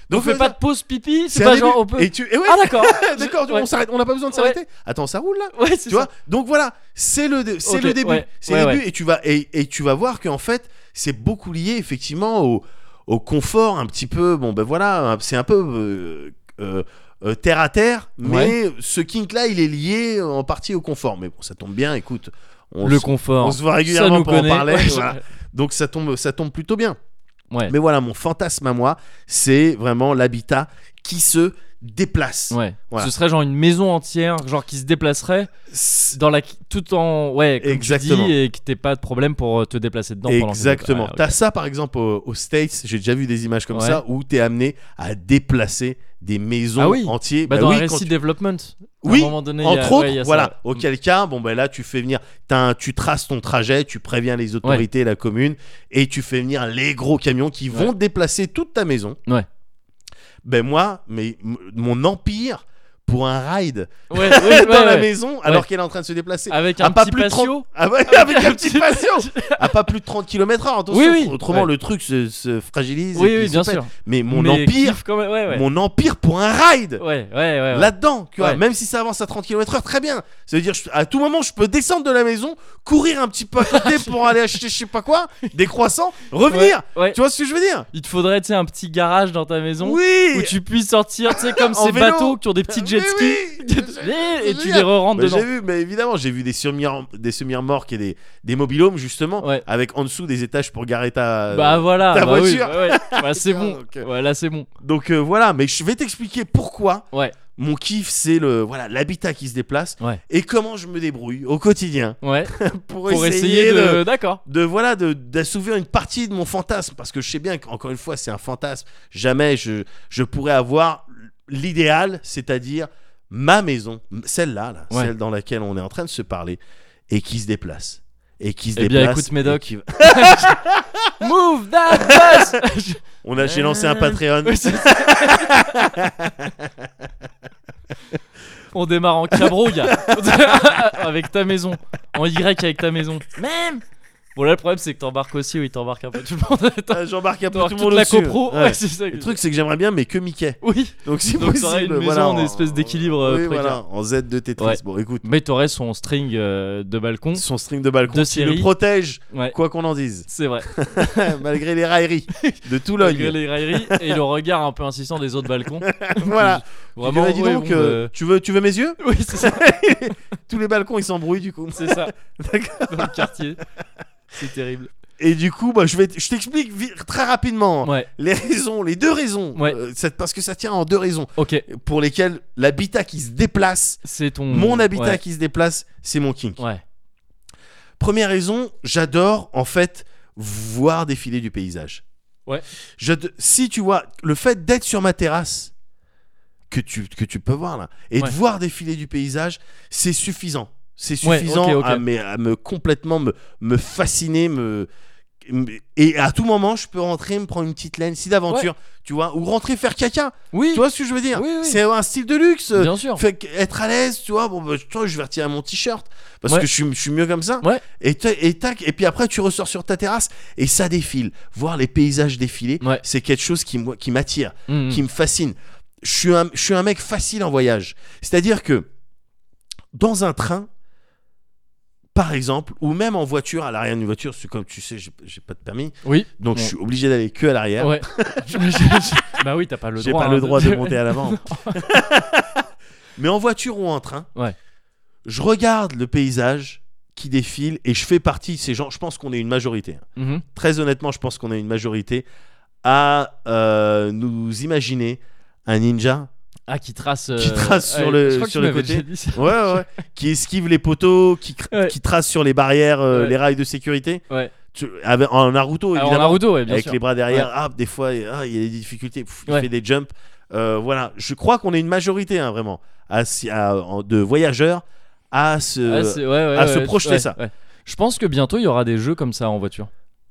Speaker 1: Donc,
Speaker 2: Donc,
Speaker 1: fais
Speaker 2: euh,
Speaker 1: pas de pause pipi, c'est
Speaker 2: C'est
Speaker 1: pas
Speaker 2: un
Speaker 1: genre on
Speaker 2: début.
Speaker 1: peut.
Speaker 2: Et tu... et ouais,
Speaker 1: [laughs] Ah d'accord.
Speaker 2: [laughs] d'accord,
Speaker 1: Je-
Speaker 2: on s'arrête, on n'a pas besoin de
Speaker 1: Ouais.
Speaker 2: s'arrêter. Attends, ça roule
Speaker 1: [laughs]
Speaker 2: là
Speaker 1: Ouais, c'est
Speaker 2: tu
Speaker 1: ça.
Speaker 2: vois donc voilà c'est le dé- c'est
Speaker 1: Ok,
Speaker 2: le début
Speaker 1: ouais,
Speaker 2: c'est
Speaker 1: ouais,
Speaker 2: le début et tu vas et, et tu vas voir qu'en fait c'est beaucoup lié effectivement au, au confort un petit peu bon ben voilà c'est un peu euh, euh, euh, terre à terre mais ce kink là il est lié en partie au confort mais bon ça tombe bien écoute on
Speaker 1: Le
Speaker 2: se, on
Speaker 1: confort.
Speaker 2: se voit
Speaker 1: Ça
Speaker 2: régulièrement
Speaker 1: nous
Speaker 2: pour
Speaker 1: connaît.
Speaker 2: en parler
Speaker 1: Ouais,
Speaker 2: voilà. donc ça tombe ça tombe plutôt bien
Speaker 1: Ouais.
Speaker 2: mais voilà mon fantasme à moi c'est vraiment l'habitat qui se déplace
Speaker 1: Ouais.
Speaker 2: Voilà.
Speaker 1: Ce serait genre une maison entière, genre qui se déplacerait
Speaker 2: C'est-
Speaker 1: dans la tout en ouais, comme tu
Speaker 2: Exactement.
Speaker 1: dis, et que t'aies pas de problème pour euh, te déplacer dedans. pendant que t'es- Ah,
Speaker 2: Exactement.
Speaker 1: Ouais, ouais.
Speaker 2: T'as ça par exemple au- aux, States, j'ai déjà vu des images comme
Speaker 1: Ouais.
Speaker 2: ça où t'es amené à déplacer des maisons
Speaker 1: Ah oui.
Speaker 2: entières.
Speaker 1: Bah,
Speaker 2: Bah
Speaker 1: dans
Speaker 2: oui, quand
Speaker 1: Arrested
Speaker 2: tu-
Speaker 1: Development.
Speaker 2: Oui,
Speaker 1: À un moment donné, il y a-
Speaker 2: entre
Speaker 1: ouais,
Speaker 2: autres,
Speaker 1: il y a ça, Mm.
Speaker 2: voilà.
Speaker 1: ouais.
Speaker 2: [laughs] Auquel cas, bon ben là tu fais venir, t'as un- tu traces ton trajet, tu préviens les autorités, la commune, et tu fais venir les gros camions qui vont déplacer toute ta maison.
Speaker 1: Ouais.
Speaker 2: Ben moi, mais m- mon empire pour un ride
Speaker 1: Ouais, ouais, ouais,
Speaker 2: dans la
Speaker 1: ouais.
Speaker 2: maison alors qu'elle est en train de se déplacer.
Speaker 1: Avec
Speaker 2: À
Speaker 1: un
Speaker 2: pas
Speaker 1: petit
Speaker 2: plus de 30
Speaker 1: patio.
Speaker 2: Ah ouais, avec un petit patio
Speaker 1: [laughs]
Speaker 2: à pas plus de 30 km/h. Attention,
Speaker 1: Oui, oui.
Speaker 2: autrement
Speaker 1: Ouais.
Speaker 2: le truc se, se fragilise.
Speaker 1: Oui,
Speaker 2: et
Speaker 1: oui,
Speaker 2: puis
Speaker 1: bien
Speaker 2: se pète.
Speaker 1: sûr.
Speaker 2: Mais mon
Speaker 1: Mais
Speaker 2: empire,
Speaker 1: kiff quand même, ouais, ouais.
Speaker 2: mon empire pour un ride
Speaker 1: Ouais, ouais, ouais. ouais.
Speaker 2: là-dedans, tu vois,
Speaker 1: Ouais.
Speaker 2: même si ça avance à 30 km/h, très bien. Ça veut dire je- à tout moment je peux descendre de la maison, courir un petit peu à
Speaker 1: [laughs]
Speaker 2: côté pour aller acheter je sais pas quoi, des croissants, revenir.
Speaker 1: Ouais, ouais.
Speaker 2: Tu vois ce que je veux dire
Speaker 1: Il te faudrait, tu sais, un petit garage dans ta maison où
Speaker 2: Oui.
Speaker 1: tu puisses sortir, tu sais, comme
Speaker 2: [laughs] En
Speaker 1: ces
Speaker 2: vélo.
Speaker 1: bateaux qui ont des petits jet
Speaker 2: Mais
Speaker 1: skis.
Speaker 2: oui.
Speaker 1: [laughs] et tu
Speaker 2: génial.
Speaker 1: les re-rentres
Speaker 2: Bah,
Speaker 1: dedans.
Speaker 2: j'ai vu, mais évidemment, j'ai vu des semi-remorques des semi-remorques et des, des mobilhomes justement,
Speaker 1: Ouais.
Speaker 2: avec en dessous des étages pour garer ta.
Speaker 1: Bah voilà,
Speaker 2: ta
Speaker 1: bah oui,
Speaker 2: voiture.
Speaker 1: ouais, ouais.
Speaker 2: [laughs]
Speaker 1: Bah, c'est
Speaker 2: Ah,
Speaker 1: bon.
Speaker 2: ok.
Speaker 1: Ouais, là c'est bon.
Speaker 2: Donc euh, voilà, mais je vais t'expliquer pourquoi.
Speaker 1: Ouais.
Speaker 2: Mon kiff, c'est le voilà l'habitat qui se déplace
Speaker 1: Ouais.
Speaker 2: et comment je me débrouille au quotidien
Speaker 1: Ouais.
Speaker 2: pour,
Speaker 1: Pour
Speaker 2: essayer,
Speaker 1: essayer
Speaker 2: de,
Speaker 1: de. D'accord.
Speaker 2: de voilà de d'assouvir une partie de mon fantasme parce que je sais bien qu'encore une fois c'est un fantasme jamais je je pourrais avoir l'idéal c'est-à-dire ma maison celle-là là,
Speaker 1: Ouais.
Speaker 2: celle dans laquelle on est en train de se parler et qui se déplace et qui se
Speaker 1: Eh bien,
Speaker 2: déplace
Speaker 1: écoute, Médoc.
Speaker 2: et qui-
Speaker 1: Move that bus
Speaker 2: [laughs] on a j'ai
Speaker 1: [laughs]
Speaker 2: lancé un Patreon
Speaker 1: Ouais, c'est- On démarre en cabro, gars. [laughs] avec ta maison. En Y avec ta maison. Même Bon, là, le problème, c'est que t'embarques aussi, oui, t'embarques un peu tout le monde. [laughs]
Speaker 2: Ah, [laughs] j'embarque un peu tout
Speaker 1: T'embarques
Speaker 2: le
Speaker 1: toute
Speaker 2: monde
Speaker 1: la
Speaker 2: dessus.
Speaker 1: copro.
Speaker 2: Ouais.
Speaker 1: Ouais, c'est ça.
Speaker 2: le truc c'est que j'aimerais bien mais que Mickey
Speaker 1: Oui.
Speaker 2: Donc si
Speaker 1: Donc,
Speaker 2: possible,
Speaker 1: t'aurais une maison
Speaker 2: voilà,
Speaker 1: en espèce d'équilibre, euh,
Speaker 2: oui,
Speaker 1: précaire.
Speaker 2: voilà, en Z de Tetris.
Speaker 1: Ouais.
Speaker 2: Bon, écoute,
Speaker 1: Mais t'aurais son string euh, de balcon.
Speaker 2: son string de balcon
Speaker 1: De
Speaker 2: qui le
Speaker 1: série.
Speaker 2: protège,
Speaker 1: Ouais.
Speaker 2: quoi qu'on en dise,
Speaker 1: [laughs]
Speaker 2: [laughs]
Speaker 1: C'est vrai.
Speaker 2: malgré les railleries de
Speaker 1: Malgré
Speaker 2: Toulogne.
Speaker 1: les railleries et le regard un peu insistant des autres balcons.
Speaker 2: [laughs] voilà. Tu
Speaker 1: Vraiment,
Speaker 2: dirais, dis
Speaker 1: ouais,
Speaker 2: donc,
Speaker 1: bon,
Speaker 2: euh,
Speaker 1: euh,
Speaker 2: tu veux, tu veux mes yeux
Speaker 1: Oui, c'est ça.
Speaker 2: Tous les balcons ils s'embrouillent du coup.
Speaker 1: C'est ça.
Speaker 2: [laughs] D'accord.
Speaker 1: Dans le quartier. C'est terrible.
Speaker 2: Et du coup, bah, je vais, t- je t'explique vi- très rapidement
Speaker 1: Ouais,
Speaker 2: les raisons, les deux raisons,
Speaker 1: Ouais.
Speaker 2: euh, ça- parce que ça tient en deux raisons
Speaker 1: ok.
Speaker 2: pour lesquelles l'habitat qui se déplace,
Speaker 1: C'est ton.
Speaker 2: mon habitat
Speaker 1: Mm. Ouais.
Speaker 2: qui se déplace, c'est mon kink.
Speaker 1: Ouais.
Speaker 2: Première raison, j'adore en fait voir défiler du paysage.
Speaker 1: Ouais.
Speaker 2: Je te- si tu vois le fait d'être sur ma terrasse que tu que tu peux voir là et
Speaker 1: Ouais.
Speaker 2: de voir défiler du paysage, c'est suffisant. C'est
Speaker 1: Ouais,
Speaker 2: suffisant
Speaker 1: ok, ok.
Speaker 2: À, me, à me complètement me, me fasciner me me- et à tout moment je peux rentrer me prendre une petite laine si d'aventure tu vois ou rentrer faire caca
Speaker 1: Oui,
Speaker 2: tu vois ce que je veux dire
Speaker 1: Oui, oui.
Speaker 2: c'est un style de luxe
Speaker 1: bien sûr.
Speaker 2: fait que être à l'aise, tu vois, bon, bah, tu vois, je vais retirer mon t-shirt parce
Speaker 1: Ouais.
Speaker 2: que je suis, je suis mieux comme ça.
Speaker 1: Ouais.
Speaker 2: Et, ta- et tac, et puis après, tu ressors sur ta terrasse et ça défile. Voir les paysages défiler,
Speaker 1: Ouais.
Speaker 2: c'est quelque chose qui me- qui m'attire,
Speaker 1: Mm, mm.
Speaker 2: qui me fascine. Je suis, un, je suis un mec facile en voyage. C'est-à-dire que dans un train, par exemple, ou même en voiture, à l'arrière d'une voiture, c'est comme tu sais, j'ai j'ai pas de permis,
Speaker 1: Oui.
Speaker 2: donc
Speaker 1: Ouais.
Speaker 2: je suis obligé d'aller que à l'arrière.
Speaker 1: Ouais. Je- je- je- bah oui, t'as pas le
Speaker 2: J'ai
Speaker 1: droit.
Speaker 2: pas
Speaker 1: hein,
Speaker 2: le droit de monter à l'avant. [laughs] Mais en voiture ou en train,
Speaker 1: Ouais.
Speaker 2: je regarde le paysage qui défile et je fais partie de ces gens. Je pense qu'on est une majorité. hein.
Speaker 1: Mhm.
Speaker 2: Très honnêtement, je pense qu'on est une majorité à euh, nous imaginer un ninja
Speaker 1: Ah, qui trace.
Speaker 2: Qui
Speaker 1: euh,
Speaker 2: trace sur
Speaker 1: ouais,
Speaker 2: le-
Speaker 1: je crois que
Speaker 2: sur
Speaker 1: tu
Speaker 2: le
Speaker 1: m'avais
Speaker 2: côté.
Speaker 1: déjà dit ça.
Speaker 2: ouais, ouais, ouais, [laughs] qui esquive les poteaux, qui, cr-
Speaker 1: Ouais.
Speaker 2: qui trace sur les barrières euh,
Speaker 1: Ouais.
Speaker 2: les rails de sécurité.
Speaker 1: Ouais.
Speaker 2: Tu- avec- Ah, en Naruto,
Speaker 1: Alors,
Speaker 2: évidemment
Speaker 1: en Naruto, ouais, bien
Speaker 2: avec
Speaker 1: sûr.
Speaker 2: les bras derrière. Ah, des fois, ah, il y a des difficultés. Pff, il
Speaker 1: Ouais.
Speaker 2: fait des jumps. Euh, voilà, je crois qu'on est une majorité, hein, vraiment, à, si- à- en- de voyageurs à
Speaker 1: Ah,
Speaker 2: ce.
Speaker 1: c'est- ouais, ouais,
Speaker 2: à
Speaker 1: ouais,
Speaker 2: se
Speaker 1: ouais,
Speaker 2: projeter,
Speaker 1: ouais,
Speaker 2: ça.
Speaker 1: ouais. Je pense que bientôt il y aura des jeux comme ça en voiture.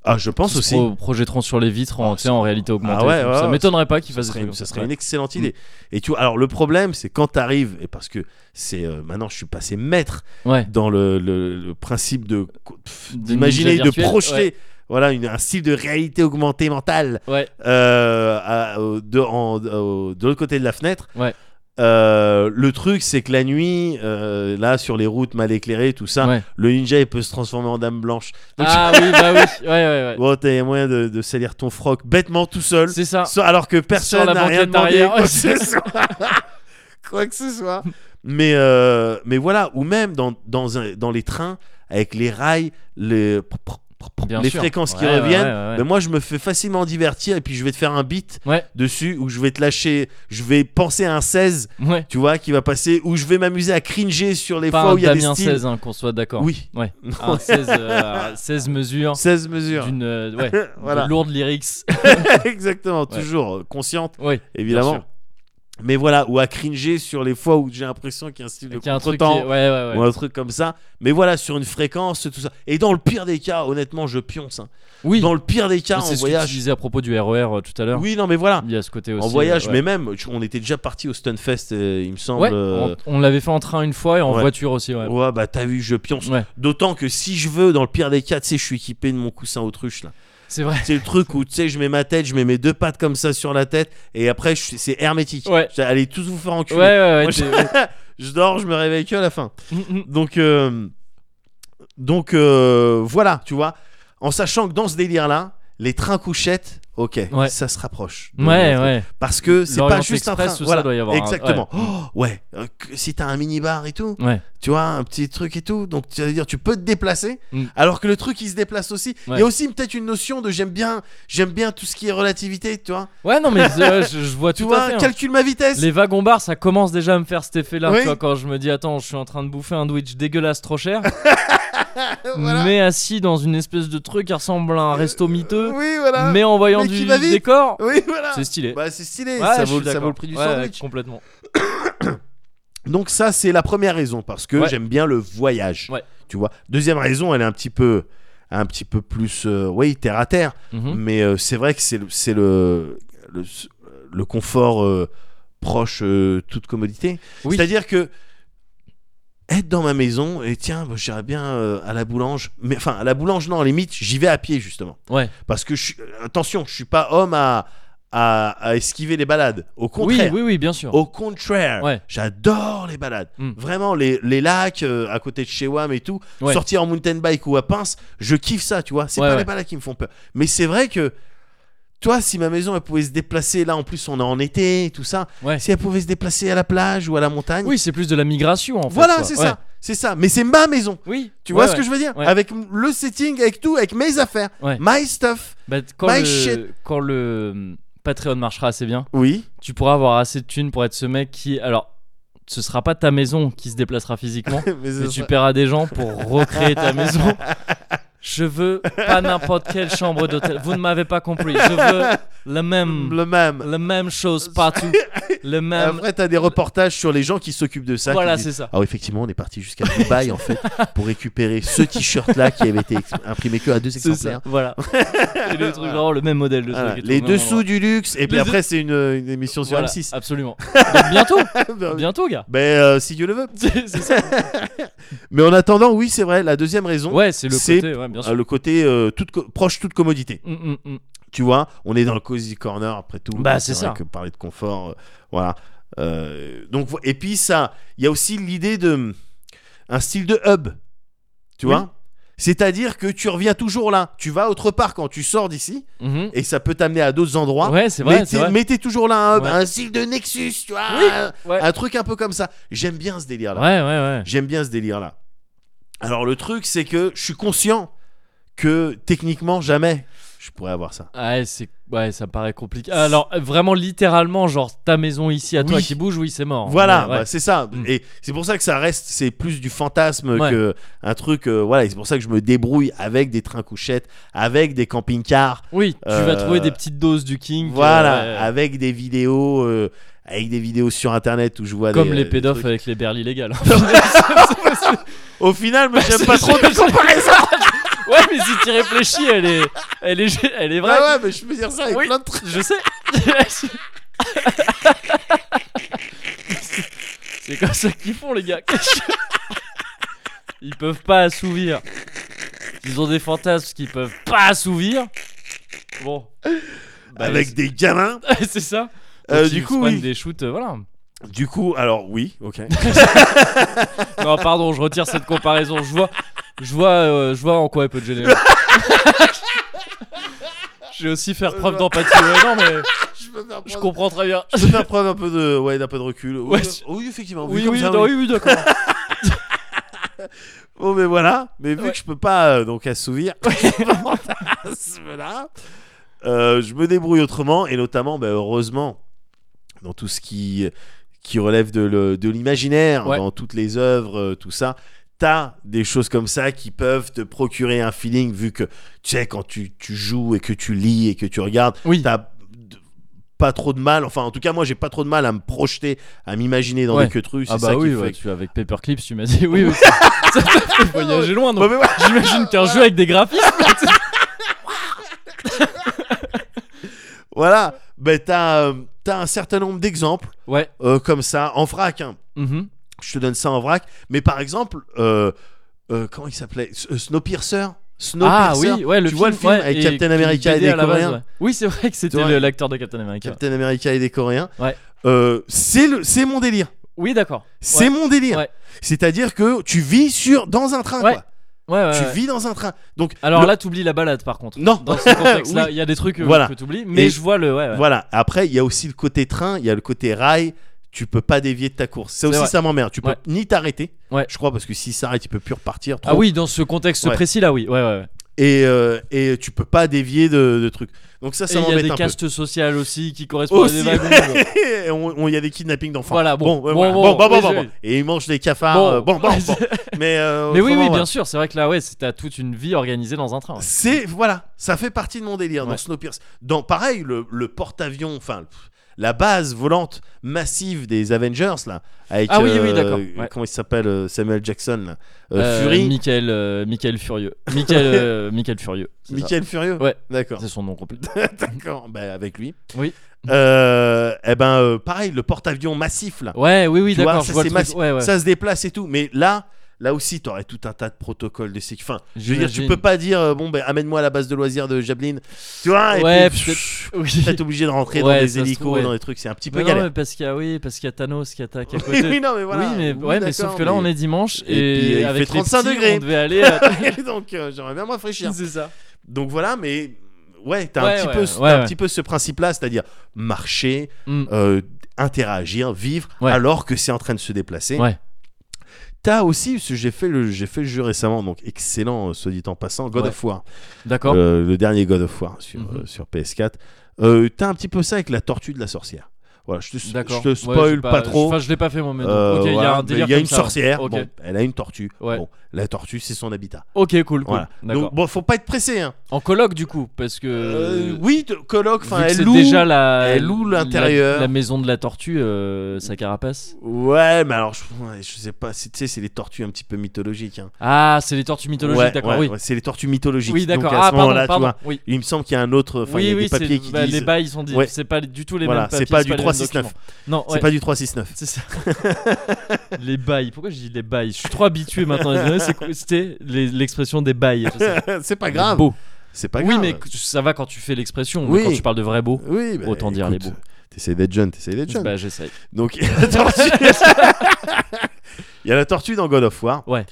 Speaker 2: Ah, je pense
Speaker 1: Qui se
Speaker 2: aussi.
Speaker 1: pro- projetteront sur les vitres en,
Speaker 2: Ah,
Speaker 1: tu sais, en réalité augmentée.
Speaker 2: ouais,
Speaker 1: et tout.
Speaker 2: ouais,
Speaker 1: ça
Speaker 2: ouais,
Speaker 1: m'étonnerait pas qu'ils
Speaker 2: Ce
Speaker 1: fassent
Speaker 2: serait,
Speaker 1: des
Speaker 2: une-
Speaker 1: trucs.
Speaker 2: ce
Speaker 1: comme
Speaker 2: serait
Speaker 1: ouais. Mm.
Speaker 2: une excellente idée. Et tu vois, alors le problème, c'est quand t'arrives, et parce que c'est euh, maintenant, je suis passé maître
Speaker 1: Ouais.
Speaker 2: dans le, le- le principe de
Speaker 1: De
Speaker 2: d'imaginer,
Speaker 1: ninja
Speaker 2: de
Speaker 1: virtuel,
Speaker 2: projeter voilà, une- un style de réalité augmentée mentale
Speaker 1: Ouais.
Speaker 2: euh, à- au- de, en- au- de l'autre côté de la fenêtre.
Speaker 1: Ouais.
Speaker 2: Euh, le truc, c'est que la nuit, euh, là, sur les routes mal éclairées, tout ça,
Speaker 1: ouais.
Speaker 2: le ninja, il peut se transformer en dame blanche. Donc,
Speaker 1: Ah oui, bah oui. Ouais, ouais, ouais.
Speaker 2: Bon, t'as moyen de, de salir ton froc bêtement tout seul,
Speaker 1: C'est ça.
Speaker 2: sans- alors que personne
Speaker 1: Ah. la
Speaker 2: n'a rien
Speaker 1: banquette
Speaker 2: demandé,
Speaker 1: arrière.
Speaker 2: quoi que ce
Speaker 1: [laughs]
Speaker 2: soit. quoi que ce soit. Mais, euh, mais voilà, ou même dans, dans, un- dans les trains, avec les rails, les,
Speaker 1: Bien
Speaker 2: les
Speaker 1: sûr.
Speaker 2: fréquences qui
Speaker 1: Ouais, ouais,
Speaker 2: reviennent,
Speaker 1: ouais, ouais, ouais.
Speaker 2: ben moi je me fais facilement divertir et puis je vais te faire un beat
Speaker 1: Ouais.
Speaker 2: dessus, ou je vais te lâcher, je vais penser à un 16,
Speaker 1: Ouais.
Speaker 2: tu vois, qui va passer, ou je vais m'amuser à cringer sur les
Speaker 1: Pas
Speaker 2: fois
Speaker 1: un
Speaker 2: où il y a
Speaker 1: Damien
Speaker 2: des styles.
Speaker 1: 16, hein, qu'on soit d'accord.
Speaker 2: Oui,
Speaker 1: Ouais.
Speaker 2: Non.
Speaker 1: Un 16, euh, 16 mesures
Speaker 2: 16 mesures.
Speaker 1: d'une euh, ouais,
Speaker 2: [laughs] Voilà.
Speaker 1: de lourde
Speaker 2: [laughs]
Speaker 1: lyrics.
Speaker 2: Exactement, toujours euh, consciente.
Speaker 1: Ouais. Bien
Speaker 2: évidemment.
Speaker 1: sûr.
Speaker 2: Mais voilà, ou à cringer sur les fois où j'ai l'impression qu'il y a un style de
Speaker 1: Qu'il y a un truc qui-
Speaker 2: contre-temps,
Speaker 1: Ouais, ouais, ouais.
Speaker 2: ou un truc comme ça. Mais voilà, sur une fréquence, tout ça. Et dans le pire des cas, honnêtement, je pionce. hein.
Speaker 1: Oui.
Speaker 2: Dans le pire des cas,
Speaker 1: Mais
Speaker 2: en
Speaker 1: c'est ce que tu
Speaker 2: voyage.
Speaker 1: disais à propos du RER euh, tout à l'heure.
Speaker 2: Oui, non, mais voilà.
Speaker 1: Il y a ce côté aussi.
Speaker 2: en voyage,
Speaker 1: euh, ouais.
Speaker 2: mais même, je- on était déjà parti au Stunfest, euh, il me semble.
Speaker 1: Ouais,
Speaker 2: euh,
Speaker 1: on, on l'avait fait en train une fois et en
Speaker 2: Ouais.
Speaker 1: voiture aussi. Ouais.
Speaker 2: ouais, bah t'as vu, je pionce.
Speaker 1: Ouais.
Speaker 2: D'autant que si je veux, dans le pire des cas, tu sais, je suis équipé de mon coussin autruche là.
Speaker 1: C'est vrai.
Speaker 2: C'est le truc où tu sais, je mets ma tête, je mets mes deux pattes comme ça sur la tête, et après, je- c'est hermétique.
Speaker 1: Ouais.
Speaker 2: Je- Allez tous vous faire
Speaker 1: Ouais,
Speaker 2: enculer.
Speaker 1: ouais, ouais.
Speaker 2: Moi,
Speaker 1: t'es-
Speaker 2: je... je dors, je me réveille que à la fin.
Speaker 1: Mm, mm.
Speaker 2: Donc, euh, donc euh, voilà, tu vois. En sachant que dans ce délire-là, les trains couchettes, ok,
Speaker 1: Ouais.
Speaker 2: ça se rapproche. de
Speaker 1: [laughs] Ouais,
Speaker 2: notre-
Speaker 1: ouais.
Speaker 2: Parce que c'est
Speaker 1: L'Orient
Speaker 2: pas juste un train.
Speaker 1: Express, tout ça
Speaker 2: voilà,
Speaker 1: doit y avoir un-
Speaker 2: exactement. Oh, ouais. euh, que- si t'as un minibar et tout,
Speaker 1: Ouais.
Speaker 2: tu vois, un petit truc et tout, donc tu vas dire, tu peux te déplacer,
Speaker 1: Mm.
Speaker 2: alors que le truc il se déplace aussi. Il
Speaker 1: Ouais.
Speaker 2: y a aussi peut-être une notion de j'aime bien, j'aime bien tout ce qui est relativité, tu vois.
Speaker 1: Ouais, non, mais euh, je, je vois
Speaker 2: Tu
Speaker 1: tout à
Speaker 2: vois,
Speaker 1: fait. hein.
Speaker 2: calcule ma vitesse.
Speaker 1: Les wagons bars, ça commence déjà à me faire cet effet-là.
Speaker 2: Oui.
Speaker 1: tu vois, Quand je me dis, attends, je suis en train de bouffer un sandwich dégueulasse trop cher,
Speaker 2: [laughs] Euh, Voilà.
Speaker 1: mais assis dans une espèce de truc qui ressemble à un resto miteux,
Speaker 2: Oui, voilà.
Speaker 1: mais en voyant
Speaker 2: Mais qui
Speaker 1: du
Speaker 2: va vite.
Speaker 1: décor,
Speaker 2: Oui, voilà.
Speaker 1: c'est stylé.
Speaker 2: Bah, c'est stylé,
Speaker 1: Ouais,
Speaker 2: ça,
Speaker 1: je
Speaker 2: vaut,
Speaker 1: suis
Speaker 2: ça
Speaker 1: d'accord.
Speaker 2: vaut le prix du
Speaker 1: Ouais,
Speaker 2: sandwich.
Speaker 1: Complètement.
Speaker 2: Donc ça, c'est la première raison, parce que
Speaker 1: Ouais.
Speaker 2: j'aime bien le voyage.
Speaker 1: Ouais.
Speaker 2: Tu vois. Deuxième raison, elle est un petit peu, un petit peu plus, euh, oui, terre à terre.
Speaker 1: Mhm.
Speaker 2: Mais euh, c'est vrai que c'est le, c'est le, le, le confort euh, proche euh, toute commodité.
Speaker 1: Oui.
Speaker 2: C'est-à-dire que être dans ma maison et tiens, bah, j'irais bien euh, à la boulange. Mais enfin, à la boulange, non, limite, j'y vais à pied justement.
Speaker 1: Ouais.
Speaker 2: Parce que je suis- euh, attention, je suis pas homme à, à, à esquiver les balades. Au
Speaker 1: Oui,
Speaker 2: contraire.
Speaker 1: oui, oui, bien sûr.
Speaker 2: Au contraire,
Speaker 1: Ouais.
Speaker 2: j'adore les balades.
Speaker 1: Mm.
Speaker 2: Vraiment, les, les lacs euh, à côté de chez Wam et tout,
Speaker 1: Ouais.
Speaker 2: sortir en mountain bike ou à pince, je kiffe ça, tu vois. C'est
Speaker 1: Ouais,
Speaker 2: pas
Speaker 1: ouais.
Speaker 2: les balades qui me font peur. Mais c'est vrai que, toi, si ma maison, elle pouvait se déplacer, là en plus, on est en été et tout ça,
Speaker 1: Ouais.
Speaker 2: si elle pouvait se déplacer à la plage ou à la montagne,
Speaker 1: Oui, c'est plus de la migration en fait.
Speaker 2: voilà,
Speaker 1: quoi.
Speaker 2: c'est
Speaker 1: Ouais.
Speaker 2: ça. C'est ça. Mais c'est ma maison.
Speaker 1: Oui.
Speaker 2: Tu
Speaker 1: ouais,
Speaker 2: vois ce
Speaker 1: ouais.
Speaker 2: que je veux dire
Speaker 1: Ouais.
Speaker 2: Avec m- le setting, avec tout, avec mes affaires,
Speaker 1: Ouais.
Speaker 2: my stuff.
Speaker 1: Bah, quand,
Speaker 2: My
Speaker 1: le,
Speaker 2: shit.
Speaker 1: quand le hum, Patreon marchera assez bien,
Speaker 2: Oui, [laughs]
Speaker 1: tu pourras avoir assez de thunes pour être ce mec qui. Alors, ce sera pas ta maison qui se déplacera
Speaker 2: [laughs]
Speaker 1: physiquement,
Speaker 2: mais
Speaker 1: mais
Speaker 2: ce
Speaker 1: tu
Speaker 2: serait-
Speaker 1: paieras des gens pour recréer ta maison.
Speaker 2: [laughs]
Speaker 1: Je veux pas n'importe quelle chambre d'hôtel. Vous ne m'avez pas compris. Je
Speaker 2: [laughs]
Speaker 1: veux la même,
Speaker 2: le même.
Speaker 1: la même chose
Speaker 2: [laughs]
Speaker 1: partout. Le même.
Speaker 2: Après, t'as des reportages sur les gens qui s'occupent de ça. qui
Speaker 1: Voilà,
Speaker 2: disent,
Speaker 1: c'est ça.
Speaker 2: Ah oui, effectivement, on est parti jusqu'à Dubaï en fait pour récupérer ce t-shirt-là qui avait été ex- imprimé que à deux
Speaker 1: C'est
Speaker 2: exemplaires.
Speaker 1: ça. Voilà. Et le truc, vraiment, le même modèle de truc.
Speaker 2: Voilà,
Speaker 1: et tout,
Speaker 2: Les
Speaker 1: au même
Speaker 2: dessous
Speaker 1: endroit.
Speaker 2: du luxe. Et puis
Speaker 1: Les-
Speaker 2: après, c'est une, une émission sur
Speaker 1: Voilà, Ah,
Speaker 2: M6.
Speaker 1: Absolument.
Speaker 2: [laughs]
Speaker 1: Donc, bientôt. Bientôt, gars.
Speaker 2: Ben, euh, si Dieu le veut.
Speaker 1: C'est c'est ça.
Speaker 2: Mais en attendant, oui, c'est vrai, la deuxième raison,
Speaker 1: Ouais, c'est le
Speaker 2: C'est-
Speaker 1: côté, ouais, bien
Speaker 2: euh,
Speaker 1: sûr.
Speaker 2: le côté euh, toute co- proche, toute commodité.
Speaker 1: Mm, mm, mm.
Speaker 2: Tu vois, on est dans le cozy corner après tout.
Speaker 1: Bah, c'est
Speaker 2: vrai
Speaker 1: ça.
Speaker 2: Que parler de confort, euh, voilà. Euh, donc, vo- et puis ça, il y a aussi l'idée de un style de hub. Tu
Speaker 1: Oui.
Speaker 2: vois C'est-à-dire que tu reviens toujours là. Tu vas autre part quand tu sors d'ici.
Speaker 1: Mhm.
Speaker 2: et ça peut t'amener à d'autres endroits.
Speaker 1: Ouais, c'est
Speaker 2: mais
Speaker 1: vrai, c'est
Speaker 2: t'es-
Speaker 1: vrai.
Speaker 2: mais t'es toujours là, un,
Speaker 1: Ouais.
Speaker 2: un style de Nexus, tu vois,
Speaker 1: Oui,
Speaker 2: un,
Speaker 1: ouais.
Speaker 2: un truc un peu comme ça. J'aime bien ce délire-là.
Speaker 1: Ouais, ouais, ouais.
Speaker 2: J'aime bien ce délire-là. Alors le truc, c'est que je suis conscient que techniquement jamais je pourrais avoir ça.
Speaker 1: Ouais, Ah, c'est ouais, ça me paraît compliqué. Alors euh, vraiment littéralement genre ta maison ici à toi
Speaker 2: Oui.
Speaker 1: qui bouge, oui, c'est mort.
Speaker 2: Voilà,
Speaker 1: Ouais, ouais.
Speaker 2: bah, c'est ça.
Speaker 1: Mm.
Speaker 2: Et c'est pour ça que ça reste, c'est plus du fantasme
Speaker 1: Ouais.
Speaker 2: que un truc. euh, voilà, et c'est pour ça que je me débrouille avec des trains couchettes, avec des camping-cars,
Speaker 1: Oui, tu
Speaker 2: Euh,
Speaker 1: vas trouver des petites doses du King. euh,
Speaker 2: voilà, Ah,
Speaker 1: ouais,
Speaker 2: avec des vidéos, euh, avec des vidéos sur internet où je vois
Speaker 1: comme
Speaker 2: bah, des-
Speaker 1: les euh.
Speaker 2: des
Speaker 1: pédophiles
Speaker 2: trucs.
Speaker 1: avec les berlines
Speaker 2: [laughs]
Speaker 1: légales.
Speaker 2: Au final, mais
Speaker 1: [laughs]
Speaker 2: j'aime
Speaker 1: c'est-
Speaker 2: pas trop
Speaker 1: c'est-
Speaker 2: de comparaison.
Speaker 1: [laughs] ouais, mais si tu réfléchis, elle est elle est elle est vraie.
Speaker 2: Ah ouais, mais je peux dire ça avec
Speaker 1: Oui.
Speaker 2: plein de
Speaker 1: [laughs]
Speaker 2: trucs.
Speaker 1: Je sais. [laughs] c'est comme ça qu'ils font les gars. Ils peuvent pas assouvir Ils ont des fantasmes qu'ils peuvent pas assouvir. Bon. Bah,
Speaker 2: avec des
Speaker 1: [laughs]
Speaker 2: gamins.
Speaker 1: c'est- c'est ça.
Speaker 2: Euh,
Speaker 1: Donc,
Speaker 2: du
Speaker 1: ils se
Speaker 2: coup,
Speaker 1: prennent
Speaker 2: oui.
Speaker 1: des shoots, euh, voilà.
Speaker 2: Du coup, alors oui,
Speaker 1: [laughs]
Speaker 2: ok.
Speaker 1: Non, pardon, je retire cette comparaison. Je vois, je vois, euh, je vois en quoi elle peut te
Speaker 2: [laughs]
Speaker 1: gêner. je vais aussi
Speaker 2: Euh,
Speaker 1: faire preuve d'empathie. Ouais, non, mais
Speaker 2: je peux faire
Speaker 1: je comprends très bien.
Speaker 2: Je peux faire preuve un peu de, ouais, d'un peu de recul. Oui,
Speaker 1: Ouais.
Speaker 2: oui, effectivement. vu
Speaker 1: Oui,
Speaker 2: comme
Speaker 1: oui,
Speaker 2: ça,
Speaker 1: non,
Speaker 2: oui.
Speaker 1: oui, oui, d'accord.
Speaker 2: Bon, mais voilà. Mais vu
Speaker 1: Ouais.
Speaker 2: que je peux pas euh, donc assouvir
Speaker 1: [laughs]
Speaker 2: là Euh, je me débrouille autrement et notamment, bah, heureusement, dans tout ce qui qui relève de le- de l'imaginaire,
Speaker 1: Ouais.
Speaker 2: dans toutes les œuvres, euh, tout ça. T'as des choses comme ça qui peuvent te procurer un feeling vu que tu sais quand tu, tu joues et que tu lis et que tu regardes [laughs]
Speaker 1: Oui.
Speaker 2: t'as d- pas trop de mal enfin en tout cas moi j'ai pas trop de mal à me projeter à m'imaginer dans
Speaker 1: Ouais.
Speaker 2: des queues c'est
Speaker 1: Ah
Speaker 2: ça
Speaker 1: bah
Speaker 2: qui
Speaker 1: oui,
Speaker 2: fait
Speaker 1: ouais,
Speaker 2: que-
Speaker 1: tu avec Paperclips, tu m'as dit oui. oui
Speaker 2: [laughs]
Speaker 1: ça- ça t'a fait voyager loin.
Speaker 2: Ouais,
Speaker 1: Donc
Speaker 2: mais voilà.
Speaker 1: j'imagine qu'un jeu avec des graphismes.
Speaker 2: voilà ben t'as euh, t'as un certain nombre d'exemples
Speaker 1: Ouais.
Speaker 2: euh, comme ça en vrac hein.
Speaker 1: Mhm.
Speaker 2: je te donne ça en vrac mais par exemple euh, euh, comment il s'appelait S- euh, Snowpiercer
Speaker 1: Ah
Speaker 2: Snowpiercer
Speaker 1: oui, ouais, le
Speaker 2: Tu vois le film
Speaker 1: ouais,
Speaker 2: avec
Speaker 1: et
Speaker 2: Captain
Speaker 1: qui-
Speaker 2: America et
Speaker 1: BD à
Speaker 2: des
Speaker 1: la base,
Speaker 2: Coréens
Speaker 1: ouais. Oui, c'est vrai que c'était
Speaker 2: Tu vois,
Speaker 1: le- l'acteur de Captain America.
Speaker 2: Captain America et des Coréens
Speaker 1: Ouais.
Speaker 2: Euh, c'est le c'est mon délire
Speaker 1: Oui, d'accord.
Speaker 2: c'est
Speaker 1: Ouais.
Speaker 2: mon délire
Speaker 1: Ouais.
Speaker 2: c'est-à-dire que tu vis sur dans un train
Speaker 1: Ouais.
Speaker 2: quoi.
Speaker 1: Ouais, ouais,
Speaker 2: tu
Speaker 1: ouais.
Speaker 2: vis dans un train donc
Speaker 1: Alors
Speaker 2: le-
Speaker 1: là, t'oublies la balade par contre.
Speaker 2: non
Speaker 1: Dans
Speaker 2: [laughs]
Speaker 1: ce contexte-là, il y a des trucs euh,
Speaker 2: Voilà.
Speaker 1: que t'oublies, mais
Speaker 2: Et-
Speaker 1: je vois le. Ouais, ouais.
Speaker 2: Voilà. Après, il y a aussi le côté train, il y a le côté rail. Tu peux pas dévier de ta course. C'est aussi
Speaker 1: vrai.
Speaker 2: ça m'emmerde. Tu peux
Speaker 1: Ouais.
Speaker 2: ni t'arrêter.
Speaker 1: Ouais.
Speaker 2: Je crois parce que si s'arrête, il peut plus repartir. trop.
Speaker 1: Ah oui, dans ce contexte
Speaker 2: Ouais.
Speaker 1: précis là, oui. Ouais, ouais, ouais.
Speaker 2: Et euh, et tu peux pas dévier de, de trucs. Donc ça,
Speaker 1: Et
Speaker 2: ça
Speaker 1: il y a
Speaker 2: m'embête
Speaker 1: des
Speaker 2: un
Speaker 1: castes sociales aussi qui correspondent
Speaker 2: Aussi,
Speaker 1: à des wagons.
Speaker 2: [laughs] peu. Et on- on- Il y a des kidnappings d'enfants.
Speaker 1: Voilà, bon.
Speaker 2: ouais,
Speaker 1: Bon,
Speaker 2: voilà.
Speaker 1: bon,
Speaker 2: bon, bon,
Speaker 1: oui,
Speaker 2: bon,
Speaker 1: oui,
Speaker 2: bon,
Speaker 1: oui.
Speaker 2: bon. Et ils mangent des cafards.
Speaker 1: Bon.
Speaker 2: euh, Bon, bon,
Speaker 1: [laughs]
Speaker 2: bon. Mais euh,
Speaker 1: Mais oui,
Speaker 2: autrement,
Speaker 1: oui,
Speaker 2: voilà.
Speaker 1: bien sûr. C'est vrai que là, ouais, c'est- t'as toute une vie organisée dans un train. ouais.
Speaker 2: C'est voilà, ça fait partie de mon délire
Speaker 1: Ouais.
Speaker 2: dans Snowpiercer. Dans pareil le, le porte-avions, enfin pff, la base volante massive des Avengers là, avec
Speaker 1: Ah oui, oui,
Speaker 2: euh,
Speaker 1: d'accord, ouais.
Speaker 2: comment il s'appelle euh, Samuel Jackson, là, euh,
Speaker 1: Euh,
Speaker 2: Fury,
Speaker 1: Michael, euh, Michael Furieux. Michael,
Speaker 2: [laughs]
Speaker 1: euh, Michael Furieux. c'est ça.
Speaker 2: Michael Furieux.
Speaker 1: Ouais.
Speaker 2: D'accord.
Speaker 1: C'est son nom complet.
Speaker 2: D'accord. Bah, avec lui.
Speaker 1: Oui.
Speaker 2: Euh, eh ben euh, pareil le porte-avions massif là.
Speaker 1: Ouais, oui, oui,
Speaker 2: Tu vois,
Speaker 1: d'accord.
Speaker 2: ça,
Speaker 1: Je vois le
Speaker 2: c'est
Speaker 1: truc.
Speaker 2: massi-
Speaker 1: Ouais, ouais.
Speaker 2: Ça se déplace et tout, mais là. Là aussi, t'aurais tout un tas de protocoles de sécurité. Enfin, je veux dire, tu
Speaker 1: J'imagine.
Speaker 2: peux pas dire, euh, bon, ben, amène-moi à la base de loisirs de Jablin. Tu vois, et
Speaker 1: Ouais,
Speaker 2: puis,
Speaker 1: peut-être-
Speaker 2: pff,
Speaker 1: Oui.
Speaker 2: peut-être obligé de rentrer
Speaker 1: Ouais,
Speaker 2: dans
Speaker 1: ça
Speaker 2: des
Speaker 1: se
Speaker 2: hélicos,
Speaker 1: trouve, ouais.
Speaker 2: dans des trucs, c'est un petit peu
Speaker 1: Mais non,
Speaker 2: galère.
Speaker 1: mais parce qu'il y a, oui, parce qu'il y a Thanos qui attaque à
Speaker 2: [laughs] Oui,
Speaker 1: côté.
Speaker 2: oui, non, mais voilà.
Speaker 1: Oui, mais, ouais, mais sauf
Speaker 2: d'accord,
Speaker 1: que là, on
Speaker 2: [laughs] mais-
Speaker 1: est dimanche
Speaker 2: Et puis,
Speaker 1: et,
Speaker 2: il fait
Speaker 1: avec les
Speaker 2: 35
Speaker 1: petits,
Speaker 2: degrés.
Speaker 1: on devait aller.
Speaker 2: [laughs]
Speaker 1: à-
Speaker 2: Donc, euh, j'aimerais bien me rafraîchir.
Speaker 1: C'est ça.
Speaker 2: Donc voilà, mais ouais, t'as
Speaker 1: Ouais,
Speaker 2: un, petit
Speaker 1: ouais,
Speaker 2: peu, ce-
Speaker 1: ouais,
Speaker 2: t'as un
Speaker 1: ouais.
Speaker 2: petit peu ce principe-là, c'est-à-dire marcher,
Speaker 1: Mm.
Speaker 2: euh, interagir, vivre,
Speaker 1: Ouais.
Speaker 2: alors que c'est en train de se déplacer.
Speaker 1: Ouais.
Speaker 2: T'as aussi, parce que j'ai fait, le, j'ai fait le jeu récemment, donc excellent, euh, soit dit en passant, God
Speaker 1: Ouais.
Speaker 2: of War.
Speaker 1: D'accord.
Speaker 2: Euh, le dernier God of War sur,
Speaker 1: Mhm.
Speaker 2: euh, sur PS4. Euh, t'as un petit peu ça avec la tortue de la sorcière. Voilà, je te,
Speaker 1: D'accord.
Speaker 2: je te
Speaker 1: Ouais,
Speaker 2: spoil
Speaker 1: j'ai
Speaker 2: pas, trop.
Speaker 1: Enfin, je l'ai pas fait moi, mais donc,
Speaker 2: Euh,
Speaker 1: ok, il y
Speaker 2: voilà,
Speaker 1: a un
Speaker 2: mais
Speaker 1: délire.
Speaker 2: il y a
Speaker 1: comme
Speaker 2: une
Speaker 1: ça.
Speaker 2: sorcière.
Speaker 1: Ok,
Speaker 2: Bon, elle a une tortue.
Speaker 1: Ouais.
Speaker 2: Bon, la tortue, c'est son habitat.
Speaker 1: Ok, cool, cool.
Speaker 2: Voilà.
Speaker 1: D'accord.
Speaker 2: Donc, bon, faut pas être pressé. Hein.
Speaker 1: En coloc du coup, parce que.
Speaker 2: Euh, oui, de- colloque.
Speaker 1: vu
Speaker 2: Enfin,
Speaker 1: que
Speaker 2: elle
Speaker 1: c'est
Speaker 2: loue.
Speaker 1: déjà la.
Speaker 2: elle loue
Speaker 1: la-
Speaker 2: l'intérieur.
Speaker 1: La, maison de la tortue, euh, sa carapace.
Speaker 2: Ouais, mais alors, je, ouais, je sais pas. c'est- Tu sais, c'est les tortues un petit peu mythologiques. hein.
Speaker 1: Ah, c'est les tortues mythologiques,
Speaker 2: Ouais,
Speaker 1: d'accord.
Speaker 2: ouais,
Speaker 1: oui.
Speaker 2: ouais, c'est les tortues mythologiques.
Speaker 1: Oui, d'accord.
Speaker 2: Donc, à
Speaker 1: Ah,
Speaker 2: ce
Speaker 1: pardon,
Speaker 2: moment-là, tu
Speaker 1: pardon.
Speaker 2: vois,
Speaker 1: Oui.
Speaker 2: il me semble qu'il y a un autre. Enfin, il y
Speaker 1: Oui,
Speaker 2: a
Speaker 1: oui,
Speaker 2: des papiers
Speaker 1: c'est-
Speaker 2: qui
Speaker 1: bah,
Speaker 2: disent.
Speaker 1: les bails ils sont dit,
Speaker 2: Ouais.
Speaker 1: c'est pas du tout les
Speaker 2: Voilà,
Speaker 1: mêmes papiers,
Speaker 2: c'est pas du
Speaker 1: les mêmes
Speaker 2: 369.
Speaker 1: documents. Non, ouais.
Speaker 2: C'est pas
Speaker 1: [laughs]
Speaker 2: du 369.
Speaker 1: C'est ça. les bails. Pourquoi je dis les bails Je suis trop habitué maintenant. désolé, c'est quoi- C'était les- l'expression des [laughs] bails. je sais.
Speaker 2: c'est pas grave.
Speaker 1: Beau.
Speaker 2: C'est pas
Speaker 1: oui,
Speaker 2: grave.
Speaker 1: mais que- ça va quand tu fais l'expression.
Speaker 2: Oui.
Speaker 1: mais Quand tu parles de vrai beau.
Speaker 2: Oui, bah,
Speaker 1: Autant dire les
Speaker 2: écoute,
Speaker 1: beaux.
Speaker 2: T'essayes d'être jeune, t'essayes d'être jeune.
Speaker 1: Bah, j'essaye.
Speaker 2: Donc, il y a
Speaker 1: [laughs]
Speaker 2: la tortue. Il y a la tortue dans God of War.
Speaker 1: Ouais.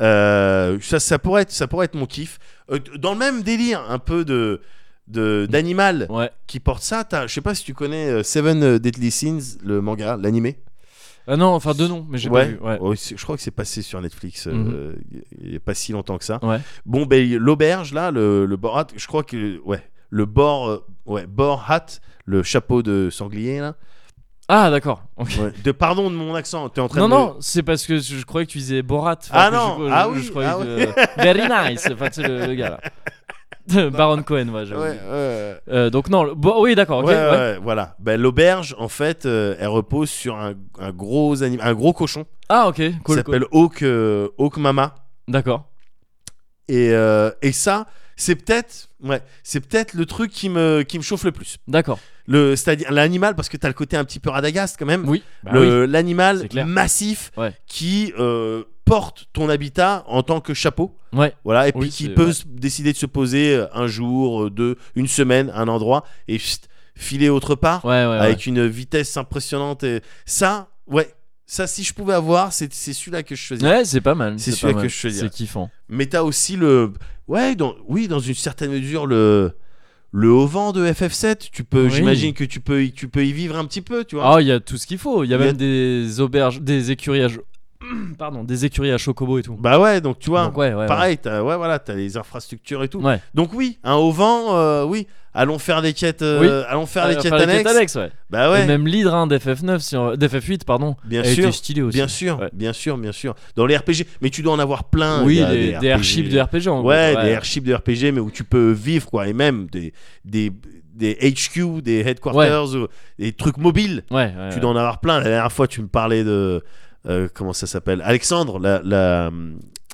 Speaker 2: Euh, ça, ça, pourrait être, ça pourrait être mon kiff. Euh, d- dans le même délire, un peu de de- d'animal
Speaker 1: Ouais.
Speaker 2: qui porte ça t'as- je sais pas si tu connais euh, Seven euh, Deadly Sins le manga l'animé
Speaker 1: Ah non, enfin deux noms, mais j'ai pas
Speaker 2: ouais,
Speaker 1: vu. Ouais.
Speaker 2: Oh, c'est- je crois que c'est passé sur Netflix euh,
Speaker 1: Mhm.
Speaker 2: il y a pas si longtemps que ça
Speaker 1: Ouais.
Speaker 2: bon ben l'auberge là le, le bord hat je crois que ouais le bord euh, ouais bord hat le chapeau de sanglier là
Speaker 1: Ah d'accord. ok.
Speaker 2: Ouais. De pardon de mon accent, t'es en train
Speaker 1: Non,
Speaker 2: de.
Speaker 1: non, c'est parce que je, je croyais que tu disais Borat. Enfin,
Speaker 2: Ah
Speaker 1: que
Speaker 2: non,
Speaker 1: je, je-
Speaker 2: ah
Speaker 1: je
Speaker 2: oui,
Speaker 1: croyais
Speaker 2: ah
Speaker 1: que-
Speaker 2: [laughs]
Speaker 1: Very nice, enfin, tu sais, le, le gars là. [laughs] Baron Cohen, ouais,
Speaker 2: Ouais,
Speaker 1: j'avoue.
Speaker 2: ouais, ouais.
Speaker 1: Euh, donc non, le- bon, oui, d'accord, ok.
Speaker 2: Ouais,
Speaker 1: ouais.
Speaker 2: ouais, voilà. Ben, l'auberge, en fait, euh, elle repose sur un, un gros anim- un gros cochon
Speaker 1: Ah ok,
Speaker 2: qui
Speaker 1: cool, cool.
Speaker 2: s'appelle Hawk, euh, Hawk Mama.
Speaker 1: D'accord.
Speaker 2: Et, euh, et ça, c'est peut-être, ouais, c'est peut-être le truc qui me, qui me chauffe le plus.
Speaker 1: D'accord.
Speaker 2: Le, c'est-à-dire l'animal, parce que t'as le côté un petit peu radagast quand même.
Speaker 1: Oui. Bah oui.
Speaker 2: Le- L'animal
Speaker 1: c'est clair.
Speaker 2: massif
Speaker 1: Ouais.
Speaker 2: qui euh, porte ton habitat en tant que chapeau.
Speaker 1: Ouais.
Speaker 2: Voilà, et
Speaker 1: Oui,
Speaker 2: puis qui
Speaker 1: c'est
Speaker 2: peut
Speaker 1: vrai.
Speaker 2: s- décider de se poser euh, un jour, euh, deux, une semaine, un endroit, et pfft, filer autre part
Speaker 1: Ouais, ouais, ouais.
Speaker 2: avec une vitesse impressionnante. Et... Ça, ouais, ça, si je pouvais avoir, c'est c'est celui-là que je choisis.
Speaker 1: Ouais, c'est pas mal.
Speaker 2: C'est
Speaker 1: pas
Speaker 2: celui-là
Speaker 1: mal.
Speaker 2: que je choisis.
Speaker 1: C'est kiffant.
Speaker 2: Mais t'as aussi le. Ouais, dans... oui, dans une certaine mesure, le. Le haut vent de FF7, tu peux,
Speaker 1: Oui.
Speaker 2: j'imagine que tu peux, y, tu peux y vivre un petit peu, tu vois.
Speaker 1: Ah, il y a tout ce qu'il faut. Il y a
Speaker 2: Il y a-
Speaker 1: même des auberges, des écuries à. cho- [clears throat] Pardon, des écuries à chocobo et tout.
Speaker 2: Bah ouais, donc tu vois,
Speaker 1: Donc, ouais, ouais, ouais.
Speaker 2: pareil, t'as, ouais, voilà, t'as les infrastructures et tout.
Speaker 1: Euh, Ouais.
Speaker 2: Donc oui, un haut vent, euh, oui, allons faire des quêtes, euh, allons faire des
Speaker 1: Ah,
Speaker 2: quêtes
Speaker 1: les
Speaker 2: annexes.
Speaker 1: ouais.
Speaker 2: Bah
Speaker 1: Et
Speaker 2: ouais,
Speaker 1: même l'hydre hein, d'FF9, si on- d'FF8, pardon,
Speaker 2: bien
Speaker 1: a été
Speaker 2: sûr,
Speaker 1: stylé aussi.
Speaker 2: bien sûr,
Speaker 1: Ouais.
Speaker 2: bien sûr, bien sûr. Dans les RPG, mais tu dois en avoir plein. il
Speaker 1: Oui,
Speaker 2: y a
Speaker 1: des, des archives de RPG en
Speaker 2: Ouais,
Speaker 1: vrai.
Speaker 2: des airships de RPG, mais où tu peux vivre, quoi. Et même des, des, des HQ, des headquarters, ou des trucs mobiles.
Speaker 1: Ouais, ouais,
Speaker 2: Tu
Speaker 1: ouais.
Speaker 2: dois en avoir plein. La dernière fois, tu me parlais de. euh, comment ça s'appelle Alexandre, la- la-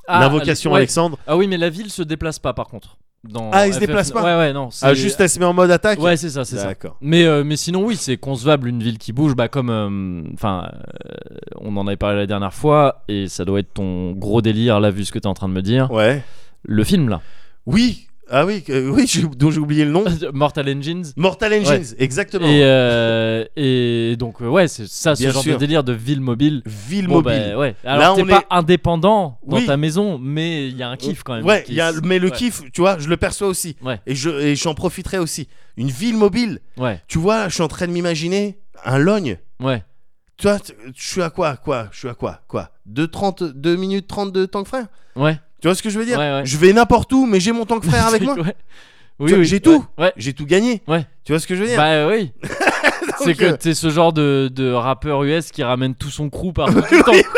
Speaker 1: Ah,
Speaker 2: l'invocation
Speaker 1: ouais.
Speaker 2: Alexandre.
Speaker 1: Ah oui, mais la ville se déplace pas par contre. Dans
Speaker 2: Ah, elle se
Speaker 1: FF9.
Speaker 2: déplace pas
Speaker 1: Ouais, ouais, non.
Speaker 2: Ah,
Speaker 1: c'est-
Speaker 2: juste, elle se met en mode attaque
Speaker 1: Ouais, c'est ça, c'est ça.
Speaker 2: D'accord.
Speaker 1: Mais, euh, mais sinon, oui, c'est concevable une ville qui bouge, bah, comme. euh, Enfin, euh, on en avait parlé la dernière fois, et ça doit être ton gros délire, là, vu ce que t'es en train de me dire.
Speaker 2: Ouais.
Speaker 1: Le film, là. [laughs]
Speaker 2: Oui, ah oui, euh, oui j'ai- dont j'ai oublié le nom.
Speaker 1: Mortal Engines.
Speaker 2: Mortal Engines, exactement.
Speaker 1: Et, euh, et donc, euh, ouais, c'est ça, ce
Speaker 2: Bien
Speaker 1: genre
Speaker 2: sûr.
Speaker 1: de délire de ville mobile.
Speaker 2: Ville
Speaker 1: Bon,
Speaker 2: mobile.
Speaker 1: bah, ouais. Alors,
Speaker 2: Là,
Speaker 1: t'es
Speaker 2: on
Speaker 1: pas
Speaker 2: est-
Speaker 1: indépendant dans
Speaker 2: Oui.
Speaker 1: ta maison, mais il y a un kiff quand même.
Speaker 2: Ouais,
Speaker 1: bah, qui
Speaker 2: il y a,
Speaker 1: s-
Speaker 2: mais le
Speaker 1: ouais.
Speaker 2: kiff, tu vois, je le perçois aussi.
Speaker 1: Ouais.
Speaker 2: Et je et j'en profiterai aussi. Une ville mobile,
Speaker 1: Ouais,
Speaker 2: tu vois, je suis en train de m'imaginer un logne.
Speaker 1: ouais.
Speaker 2: Tu vois, t- je suis à quoi Quoi Je suis à quoi Quoi 2 30 2 minutes 30 de tank frère
Speaker 1: Ouais,
Speaker 2: Tu vois ce que je veux dire
Speaker 1: Ouais, ouais.
Speaker 2: Je vais n'importe où, mais j'ai mon
Speaker 1: [laughs]
Speaker 2: tank frère avec moi.
Speaker 1: Ouais.
Speaker 2: Tu
Speaker 1: Oui,
Speaker 2: vois,
Speaker 1: oui,
Speaker 2: j'ai
Speaker 1: ouais.
Speaker 2: tout.
Speaker 1: Ouais.
Speaker 2: J'ai tout gagné.
Speaker 1: Ouais.
Speaker 2: Tu vois ce que je veux dire
Speaker 1: Bah euh,
Speaker 2: [laughs]
Speaker 1: oui. c'est que
Speaker 2: euh,
Speaker 1: t'es ce genre de, de rappeur US qui ramène tout son crew
Speaker 2: [laughs]
Speaker 1: partout tout le temps.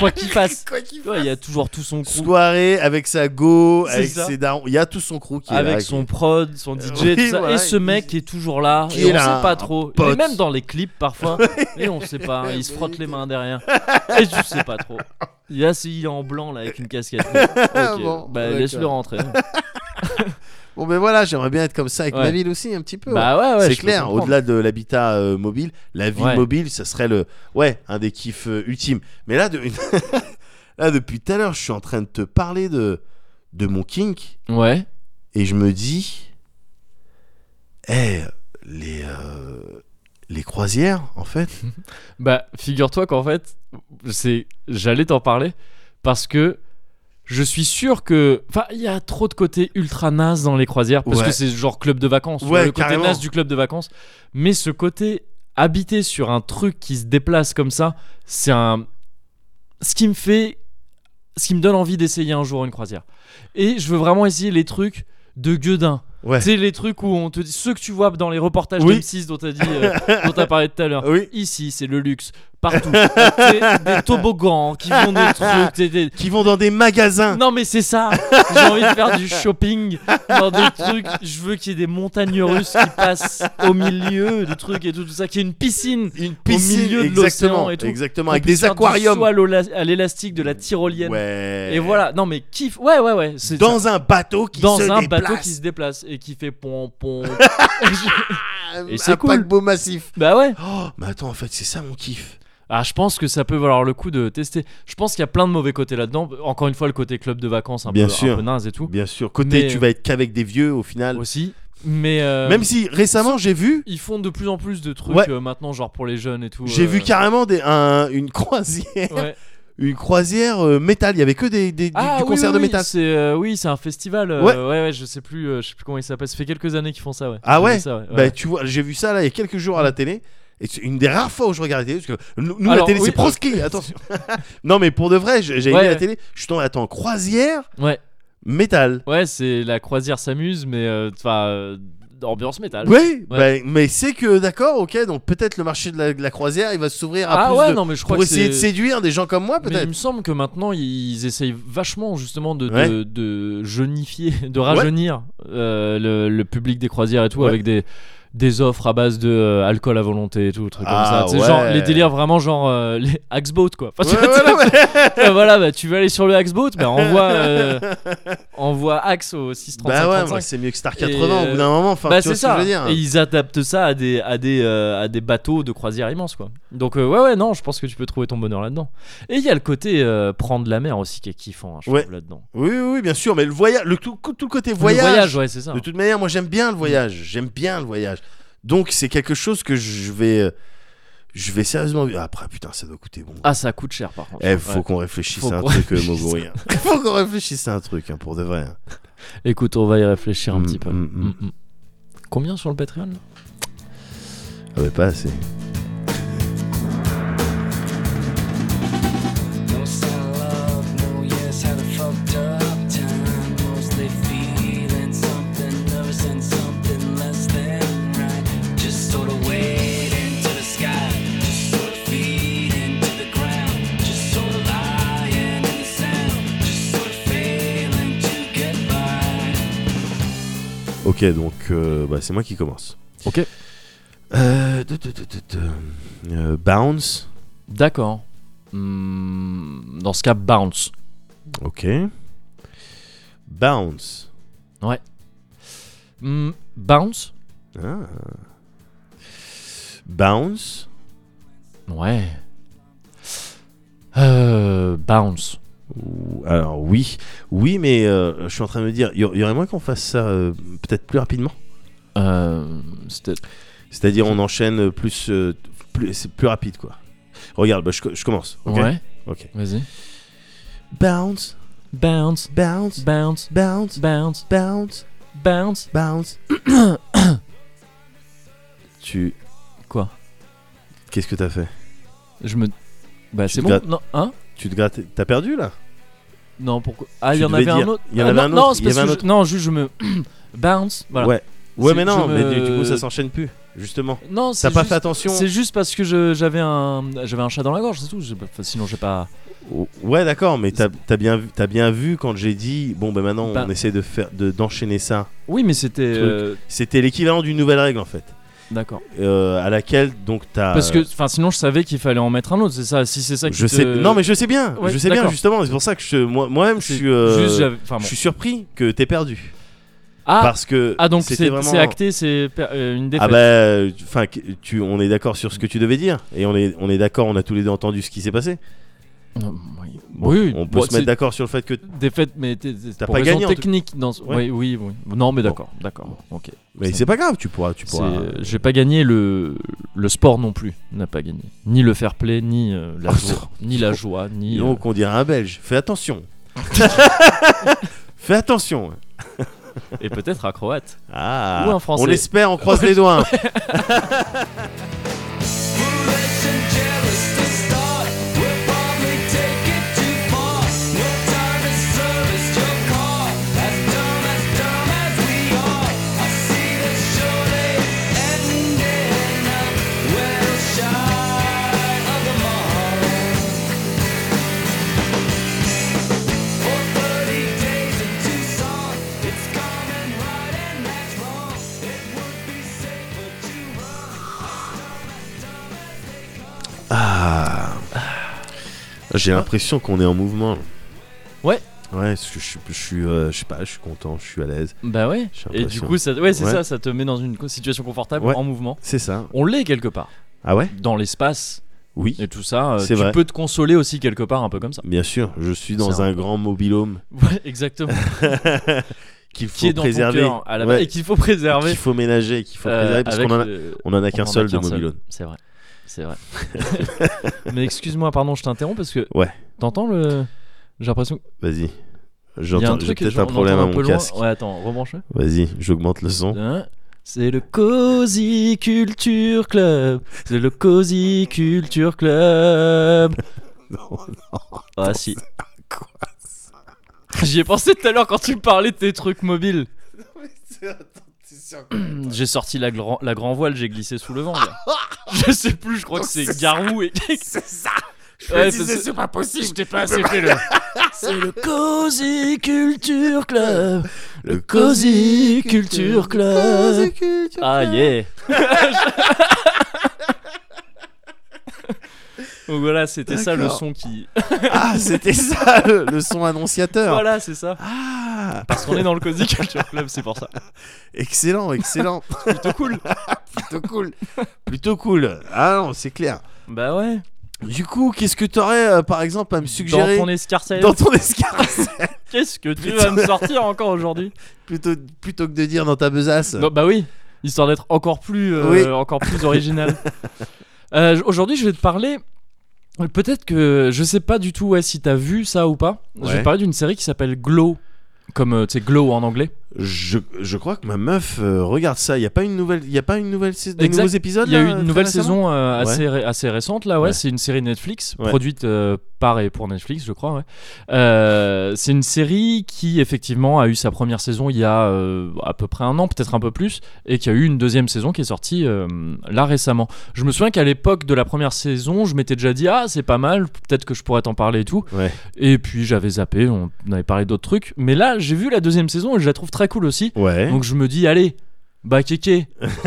Speaker 1: Quoi qu'il fasse.
Speaker 2: Quoi qu'il
Speaker 1: Tu vois, Il y a toujours tout son crew.
Speaker 2: Soirée avec sa go,
Speaker 1: C'est
Speaker 2: avec
Speaker 1: ça.
Speaker 2: ses darons. Il y a tout son crew qui est là,
Speaker 1: Avec
Speaker 2: qui- Euh,
Speaker 1: son prod, son DJ,
Speaker 2: oui,
Speaker 1: tout ça.
Speaker 2: voilà,
Speaker 1: et ce
Speaker 2: il-
Speaker 1: mec est toujours là.
Speaker 2: Qui
Speaker 1: Et on
Speaker 2: est là,
Speaker 1: sait pas
Speaker 2: un
Speaker 1: trop. Et
Speaker 2: pote.
Speaker 1: même dans les clips parfois.
Speaker 2: [laughs]
Speaker 1: et on sait pas. Il se frotte les mains derrière. Et tu sais pas trop. Il, a, il est en blanc là avec une casquette.
Speaker 2: [laughs]
Speaker 1: Ok,
Speaker 2: Ah Bon,
Speaker 1: bah
Speaker 2: d'accord.
Speaker 1: laisse-le rentrer.
Speaker 2: [laughs] Bon ben voilà, j'aimerais bien être comme ça avec
Speaker 1: Ouais.
Speaker 2: ma ville aussi un petit peu. ouais.
Speaker 1: bah ouais, ouais.
Speaker 2: c'est
Speaker 1: je peux
Speaker 2: clair,
Speaker 1: comprendre.
Speaker 2: au-delà de l'habitat euh, mobile, la ville
Speaker 1: Ouais.
Speaker 2: mobile, ça serait le ouais, un des kiffs euh, ultimes. Mais là de- [laughs] là depuis tout à l'heure, je suis en train de te parler de de mon kink
Speaker 1: Ouais.
Speaker 2: et je me dis eh les euh, les croisières en fait.
Speaker 1: Bah, figure-toi qu'en fait, c'est j'allais t'en parler parce que je suis sûr que enfin, il y a trop de côté ultra naze dans les croisières parce
Speaker 2: Ouais.
Speaker 1: que c'est genre club de vacances, tu
Speaker 2: Ouais,
Speaker 1: vois, le côté
Speaker 2: carrément.
Speaker 1: naze du club de vacances, mais ce côté habiter sur un truc qui se déplace comme ça, c'est un ce qui me fait ce qui me donne envie d'essayer un jour une croisière. Et je veux vraiment essayer les trucs de Guedin.
Speaker 2: Ouais.
Speaker 1: Tu sais, les trucs où on te dit ceux que tu vois dans les reportages
Speaker 2: Oui.
Speaker 1: d'M6 dont t'as dit euh, dont t'as parlé tout à l'heure
Speaker 2: Ah Oui.
Speaker 1: ici c'est le luxe partout C'est des toboggans qui font des trucs c'est des-
Speaker 2: Qui vont dans des magasins.
Speaker 1: non mais c'est ça j'ai envie de faire du shopping dans des trucs je veux qu'il y ait des montagnes russes qui passent au milieu du truc et tout, tout ça qu'il y ait une piscine
Speaker 2: Une piscine,
Speaker 1: milieu de l'océan
Speaker 2: exactement,
Speaker 1: et tout.
Speaker 2: exactement,
Speaker 1: qu'on
Speaker 2: avec
Speaker 1: puisse
Speaker 2: des
Speaker 1: faire du saut
Speaker 2: aquariums.
Speaker 1: à l'ola- à l'élastique de la tyrolienne
Speaker 2: Ouais.
Speaker 1: et voilà non mais kiff ouais ouais ouais c'est
Speaker 2: Dans
Speaker 1: ça.
Speaker 2: un bateau qui
Speaker 1: dans
Speaker 2: se
Speaker 1: un
Speaker 2: déplace.
Speaker 1: bateau qui se déplace et qui fait pom pom [laughs]
Speaker 2: Un-
Speaker 1: Et c'est
Speaker 2: un
Speaker 1: cool.
Speaker 2: paquebot massif.
Speaker 1: bah ouais
Speaker 2: Oh, mais attends, en fait, c'est ça mon kiff.
Speaker 1: Ah, je pense que ça peut valoir le coup de tester. Je pense qu'il y a plein de mauvais côtés là-dedans. Encore une fois, le côté club de vacances, un,
Speaker 2: Bien
Speaker 1: peu, un
Speaker 2: sûr.
Speaker 1: peu naze et tout.
Speaker 2: Bien sûr, côté
Speaker 1: Mais-
Speaker 2: tu vas être qu'avec des vieux au final.
Speaker 1: Aussi. Mais. euh,
Speaker 2: Même si récemment j'ai vu,
Speaker 1: Ils font de plus en plus de trucs
Speaker 2: Ouais.
Speaker 1: euh, maintenant, genre pour les jeunes et tout.
Speaker 2: j'ai
Speaker 1: euh,
Speaker 2: vu carrément des, un- une croisière,
Speaker 1: ouais.
Speaker 2: une croisière euh, métal. Il y avait que des, des- du-
Speaker 1: Ah,
Speaker 2: du
Speaker 1: oui,
Speaker 2: concert
Speaker 1: oui,
Speaker 2: de
Speaker 1: oui,
Speaker 2: métal.
Speaker 1: c'est, euh, oui, c'est un festival. euh,
Speaker 2: Ouais.
Speaker 1: ouais, ouais, je sais plus, euh, je sais plus comment il s'appelle. Ça fait quelques années qu'ils font ça, ouais.
Speaker 2: Ah
Speaker 1: J'ai vu
Speaker 2: ouais
Speaker 1: ça, ouais,
Speaker 2: Bah
Speaker 1: ouais.
Speaker 2: tu vois, j'ai vu ça là il y a quelques jours à la télé. Et c'est une des rares fois où je regardais parce que nous nous, la
Speaker 1: Alors,
Speaker 2: télé
Speaker 1: oui, euh,
Speaker 2: c'est proscrit. Attention. [laughs] non mais pour de vrai, j'ai j'ai
Speaker 1: Ouais,
Speaker 2: aimé la
Speaker 1: ouais.
Speaker 2: télé. Je suis tombé attends croisière
Speaker 1: Ouais.
Speaker 2: métal.
Speaker 1: Ouais, c'est la croisière s'amuse, mais euh, enfin, euh, ambiance métal.
Speaker 2: Oui, bah, mais c'est que d'accord, ok, donc peut-être le marché de la, de la croisière il va s'ouvrir à
Speaker 1: Ah
Speaker 2: plus
Speaker 1: ouais,
Speaker 2: de-
Speaker 1: non, mais je crois
Speaker 2: pour
Speaker 1: que
Speaker 2: essayer de
Speaker 1: c'est-
Speaker 2: séduire des gens comme moi
Speaker 1: Mais il
Speaker 2: peut-être.
Speaker 1: me semble que maintenant ils essayent vachement justement de,
Speaker 2: Ouais.
Speaker 1: de, [laughs] de jeunifier, de rajeunir euh, le, le public des croisières et tout
Speaker 2: Ouais.
Speaker 1: avec des, des offres à base de euh, alcool à volonté et tout, trucs comme
Speaker 2: Ah,
Speaker 1: ça. Tu sais,
Speaker 2: ouais.
Speaker 1: genre les délires vraiment genre euh, les Axeboat quoi. Enfin, tu
Speaker 2: Ouais,
Speaker 1: vois,
Speaker 2: ouais, non, mais-
Speaker 1: tu [laughs] vois, voilà, bah, tu veux aller sur le Axeboat, bah envoie
Speaker 2: [laughs]
Speaker 1: euh, envoie Axe au 635.
Speaker 2: bah ouais, mais c'est mieux que Star 80
Speaker 1: Et,
Speaker 2: au bout d'un moment. Enfin,
Speaker 1: bah
Speaker 2: tu vois
Speaker 1: c'est
Speaker 2: ce que
Speaker 1: ça.
Speaker 2: je veux dire.
Speaker 1: Et ils adaptent ça à des à des euh, à des bateaux de croisière immenses quoi. Donc euh, ouais ouais non, je pense que tu peux trouver ton bonheur là-dedans. Et il y a le côté euh, prendre la mer aussi qui est kiffant hein, je
Speaker 2: Ouais.
Speaker 1: trouve là-dedans.
Speaker 2: Oui, oui, oui, bien sûr, mais le voyage, le tout, tout le côté
Speaker 1: Le
Speaker 2: voyage.
Speaker 1: voyage ouais, Mm. c'est ça.
Speaker 2: De toute manière, moi j'aime bien le voyage. J'aime bien le voyage. Donc c'est quelque chose que je vais, euh, je vais sérieusement. Après, putain, ça doit coûter bon.
Speaker 1: Ah ça coûte cher par contre.
Speaker 2: Eh, faut
Speaker 1: Ouais.
Speaker 2: qu'on réfléchisse
Speaker 1: Faut
Speaker 2: à un
Speaker 1: qu'on
Speaker 2: truc, euh,
Speaker 1: réfléchisse.
Speaker 2: Moguri. hein. [laughs] faut qu'on réfléchisse à un truc, hein, pour de vrai. hein.
Speaker 1: Écoute, on va y réfléchir un
Speaker 2: Mm,
Speaker 1: petit peu.
Speaker 2: mm, mm.
Speaker 1: Mm, mm. Combien sur le Patreon là
Speaker 2: Ah, mais pas assez.
Speaker 4: Most I love, no yes, had a fucked up time. Mostly feeling something nervous and something less than right. Just sort of waiting to the sky, just sort of feeding to the ground, just sort of lying in the sound, just sort of failing to get by.
Speaker 2: Ok, donc euh, bah, c'est moi qui commence.
Speaker 1: Ok.
Speaker 2: Euh, de- de- de- de- de- euh, bounce.
Speaker 1: D'accord. Hmm, dans ce cas, bounce.
Speaker 2: Ok. Bounce.
Speaker 1: Hmm, bounce
Speaker 2: Ah. Bounce.
Speaker 1: Ouais. Euh, bounce.
Speaker 2: Ou- Alors oui, oui, mais euh, je suis en train de me dire, il y, a- il y aurait moins qu'on fasse ça euh, peut-être plus rapidement.
Speaker 1: Euh, c'était-
Speaker 2: C'est-à-dire on enchaîne euh, plus, euh, plus c'est plus rapide quoi. Regarde, bah, je, co- je commence. ok
Speaker 1: Ouais,
Speaker 2: Ok.
Speaker 1: vas-y.
Speaker 2: Bounce,
Speaker 1: Bounce,
Speaker 2: bounce,
Speaker 1: bounce,
Speaker 2: bounce,
Speaker 1: bounce,
Speaker 2: bounce,
Speaker 1: bounce.
Speaker 2: bounce. [coughs] tu,
Speaker 1: Quoi
Speaker 2: qu'est-ce que t'as fait
Speaker 1: Je me. Bah,
Speaker 2: Tu
Speaker 1: c'est
Speaker 2: te
Speaker 1: bon
Speaker 2: grattes.
Speaker 1: Non, hein
Speaker 2: Tu te grattes, t'as perdu là
Speaker 1: Non, pourquoi Ah, il
Speaker 2: Tu
Speaker 1: y en
Speaker 2: devais
Speaker 1: avait un
Speaker 2: dire.
Speaker 1: autre.
Speaker 2: Il y en
Speaker 1: Ah,
Speaker 2: avait
Speaker 1: non,
Speaker 2: un
Speaker 1: Non,
Speaker 2: autre,
Speaker 1: c'est
Speaker 2: il y
Speaker 1: parce
Speaker 2: avait
Speaker 1: que
Speaker 2: un
Speaker 1: je- non, juste je me. [clears throat] bounce, voilà.
Speaker 2: Ouais. Ouais,
Speaker 1: C'est-
Speaker 2: mais non,
Speaker 1: je
Speaker 2: mais
Speaker 1: me-
Speaker 2: du, du coup ça s'enchaîne plus, justement.
Speaker 1: Non,
Speaker 2: T'as
Speaker 1: c'est
Speaker 2: pas
Speaker 1: juste-
Speaker 2: fait attention.
Speaker 1: C'est juste parce que je- j'avais un j'avais un chat dans la gorge, c'est tout. J'ai pas- enfin, sinon j'ai pas.
Speaker 2: Oh, Ouais, d'accord, mais t'as t'as bien vu, t'as bien vu quand j'ai dit bon ben maintenant
Speaker 1: Bah.
Speaker 2: on essaie de faire de d'enchaîner ça.
Speaker 1: Oui, mais c'était euh,
Speaker 2: C'était l'équivalent d'une nouvelle règle en fait,
Speaker 1: d'accord.
Speaker 2: euh, à laquelle donc t'as.
Speaker 1: Parce que enfin sinon je savais qu'il fallait en mettre un autre. C'est ça. Si c'est ça. Qui
Speaker 2: je
Speaker 1: te-
Speaker 2: sais. Non mais je sais bien,
Speaker 1: Ouais,
Speaker 2: je sais bien
Speaker 1: d'accord.
Speaker 2: justement. C'est pour ça que je- moi- moi-même je
Speaker 1: C'est
Speaker 2: suis. euh,
Speaker 1: juste, j'avais- enfin, bon.
Speaker 2: Je suis surpris que t'aies perdu
Speaker 1: Ah
Speaker 2: parce que
Speaker 1: ah donc
Speaker 2: c'était
Speaker 1: c'est
Speaker 2: vraiment...
Speaker 1: c'est acté, c'est per- euh, une défaite.
Speaker 2: Ah bah, enfin, que- tu, on est d'accord sur ce que tu devais dire et on est, on est d'accord, on a tous les deux entendu ce qui s'est passé.
Speaker 1: Non, oui.
Speaker 2: Bon,
Speaker 1: oui,
Speaker 2: on peut
Speaker 1: bon,
Speaker 2: se mettre
Speaker 1: c'est-
Speaker 2: d'accord sur le fait que
Speaker 1: Défaite, mais t'es- t'es-
Speaker 2: T'as
Speaker 1: pour
Speaker 2: pas
Speaker 1: raison
Speaker 2: gagné, en tout-
Speaker 1: technique dans. ce-
Speaker 2: Ouais.
Speaker 1: Oui, oui, oui. Non, mais d'accord, d'accord. Ok.
Speaker 2: Mais c'est pas grave, tu pourras, tu
Speaker 1: C'est- euh,
Speaker 2: pourras.
Speaker 1: J'ai pas gagné le le sport non plus. N'a pas gagné. Ni le fair play, ni euh, la
Speaker 2: Oh,
Speaker 1: joie, ni la joie, ni. euh,
Speaker 2: Donc on dirait un Belge.
Speaker 1: [laughs]
Speaker 2: Fais attention. Fais attention.
Speaker 1: Et peut-être un croate.
Speaker 2: Ah.
Speaker 1: Ou un Français.
Speaker 2: On l'espère,
Speaker 1: [laughs]
Speaker 2: on croise les doigts.
Speaker 4: Foolish and jealous to start. We'll probably take it too far. No time to service your car. As dumb as dumb as we are, I see that surely ending up well shy of the mark. For 30 days in Tucson, it's coming right and that's wrong. It would be safer to run.
Speaker 2: Ah. J'ai l'impression qu'on est en mouvement.
Speaker 1: Ouais.
Speaker 2: Ouais, parce que je, suis- je suis, euh, je sais pas, je suis content, je suis à l'aise.
Speaker 1: Bah ouais.
Speaker 2: J'ai
Speaker 1: Et du
Speaker 2: l'impression.
Speaker 1: coup, ça, ouais, c'est
Speaker 2: Ouais.
Speaker 1: ça, ça te met dans une co- situation confortable,
Speaker 2: Ouais.
Speaker 1: en mouvement.
Speaker 2: C'est ça.
Speaker 1: On l'est quelque part,
Speaker 2: Ah ouais
Speaker 1: dans l'espace
Speaker 2: Oui.
Speaker 1: et tout ça. euh,
Speaker 2: C'est
Speaker 1: tu
Speaker 2: vrai.
Speaker 1: peux te consoler aussi quelque part, un peu comme ça.
Speaker 2: Bien sûr, je suis dans
Speaker 1: C'est
Speaker 2: un
Speaker 1: un-
Speaker 2: grand mobilhome
Speaker 1: Ouais,
Speaker 2: [laughs]
Speaker 1: exactement.
Speaker 2: qu'il faut
Speaker 1: Qui est dans
Speaker 2: préserver,
Speaker 1: ton cœur à la
Speaker 2: Ouais.
Speaker 1: base et qu'il faut préserver.
Speaker 2: qu'il faut ménager, qu'il faut
Speaker 1: euh,
Speaker 2: préserver parce
Speaker 1: avec
Speaker 2: qu'on en a,
Speaker 1: le-
Speaker 2: on en a
Speaker 1: on
Speaker 2: qu'un
Speaker 1: en a
Speaker 2: seul de
Speaker 1: qu'un seul.
Speaker 2: mobilhome.
Speaker 1: C'est vrai. C'est
Speaker 2: [laughs]
Speaker 1: vrai. Mais excuse-moi, pardon, je t'interromps parce que.
Speaker 2: Ouais.
Speaker 1: T'entends le. J'ai l'impression
Speaker 2: Vas-y.
Speaker 1: qu'il y a un
Speaker 2: J'entends, j'ai
Speaker 1: truc.
Speaker 2: peut-être
Speaker 1: genre, on
Speaker 2: un problème à
Speaker 1: entend un
Speaker 2: mon
Speaker 1: peu loin.
Speaker 2: casque.
Speaker 1: Ouais, attends, rebranche
Speaker 2: Vas-y, j'augmente le son.
Speaker 1: Hein C'est le Cozy Culture Club. C'est le Cozy Culture Club. Ah si.
Speaker 2: Quoi
Speaker 1: J'y ai pensé tout à l'heure quand tu me parlais de tes trucs
Speaker 2: [laughs]
Speaker 1: mobiles. Hum,
Speaker 2: C'est
Speaker 1: J'ai sorti la, grand, la grand voile, j'ai glissé sous le vent.
Speaker 2: Ah,
Speaker 1: là. je sais plus, je
Speaker 2: [laughs]
Speaker 1: crois que c'est Garou et.
Speaker 2: ça. Je
Speaker 1: Ouais, me disais, parce- c'est
Speaker 2: pas possible. [laughs]
Speaker 1: J'ai pas assez fait le. C'est le Cozy Culture Club. Le Cozy Culture Club. Ah yeah. [laughs] Donc voilà, c'était ça le
Speaker 2: D'accord.
Speaker 1: son qui.
Speaker 2: Ah, c'était ça le, le son annonciateur.
Speaker 1: Voilà, c'est ça.
Speaker 2: Ah,
Speaker 1: Parce qu'on est dans le Cozy Culture Club, c'est pour ça. [laughs]
Speaker 2: excellent, excellent.
Speaker 1: Plutôt cool.
Speaker 2: Plutôt cool. Plutôt cool. Ah non, c'est clair.
Speaker 1: Bah ouais.
Speaker 2: Du coup, qu'est-ce que t'aurais euh, par exemple à me suggérer
Speaker 1: Dans ton escarcelle.
Speaker 2: dans ton escarcelle
Speaker 1: Qu'est-ce que tu vas me sortir encore aujourd'hui
Speaker 2: [laughs] plutôt, plutôt que de dire dans ta besace.
Speaker 1: Non, Bah oui, histoire d'être encore plus, euh,
Speaker 2: Oui.
Speaker 1: encore plus
Speaker 2: [laughs]
Speaker 1: original. Euh, j- aujourd'hui, je vais te parler. Peut-être que je sais pas du tout ouais, si t'as vu ça ou pas. Je vais
Speaker 2: Ouais.
Speaker 1: te parler d'une série qui s'appelle Glow, comme euh, tu sais Glow en anglais.
Speaker 2: Je, je crois que ma meuf euh, regarde ça. Il y a pas une nouvelle, il y a pas une nouvelle, sais- des
Speaker 1: Exact.
Speaker 2: nouveaux épisodes.
Speaker 1: Il y a
Speaker 2: là,
Speaker 1: eu
Speaker 2: très
Speaker 1: une nouvelle
Speaker 2: récemment
Speaker 1: saison euh,
Speaker 2: Ouais.
Speaker 1: assez, ré- assez récente là, ouais.
Speaker 2: Ouais.
Speaker 1: C'est une série Netflix,
Speaker 2: Ouais.
Speaker 1: produite euh, par et pour Netflix, je crois. ouais. Euh, c'est une série qui effectivement a eu sa première saison il y a euh, à peu près un an, peut-être un peu plus, et qui a eu une deuxième saison qui est sortie euh, là récemment. Je me souviens qu'à l'époque de la première saison, je m'étais déjà dit ah c'est pas mal, peut-être que je pourrais t'en parler et tout.
Speaker 2: Ouais.
Speaker 1: Et puis j'avais zappé, on avait parlé d'autres trucs, mais là j'ai vu la deuxième saison et je la trouve très cool aussi.
Speaker 2: Ouais.
Speaker 1: Donc je me dis allez, bah kéké.
Speaker 2: [laughs]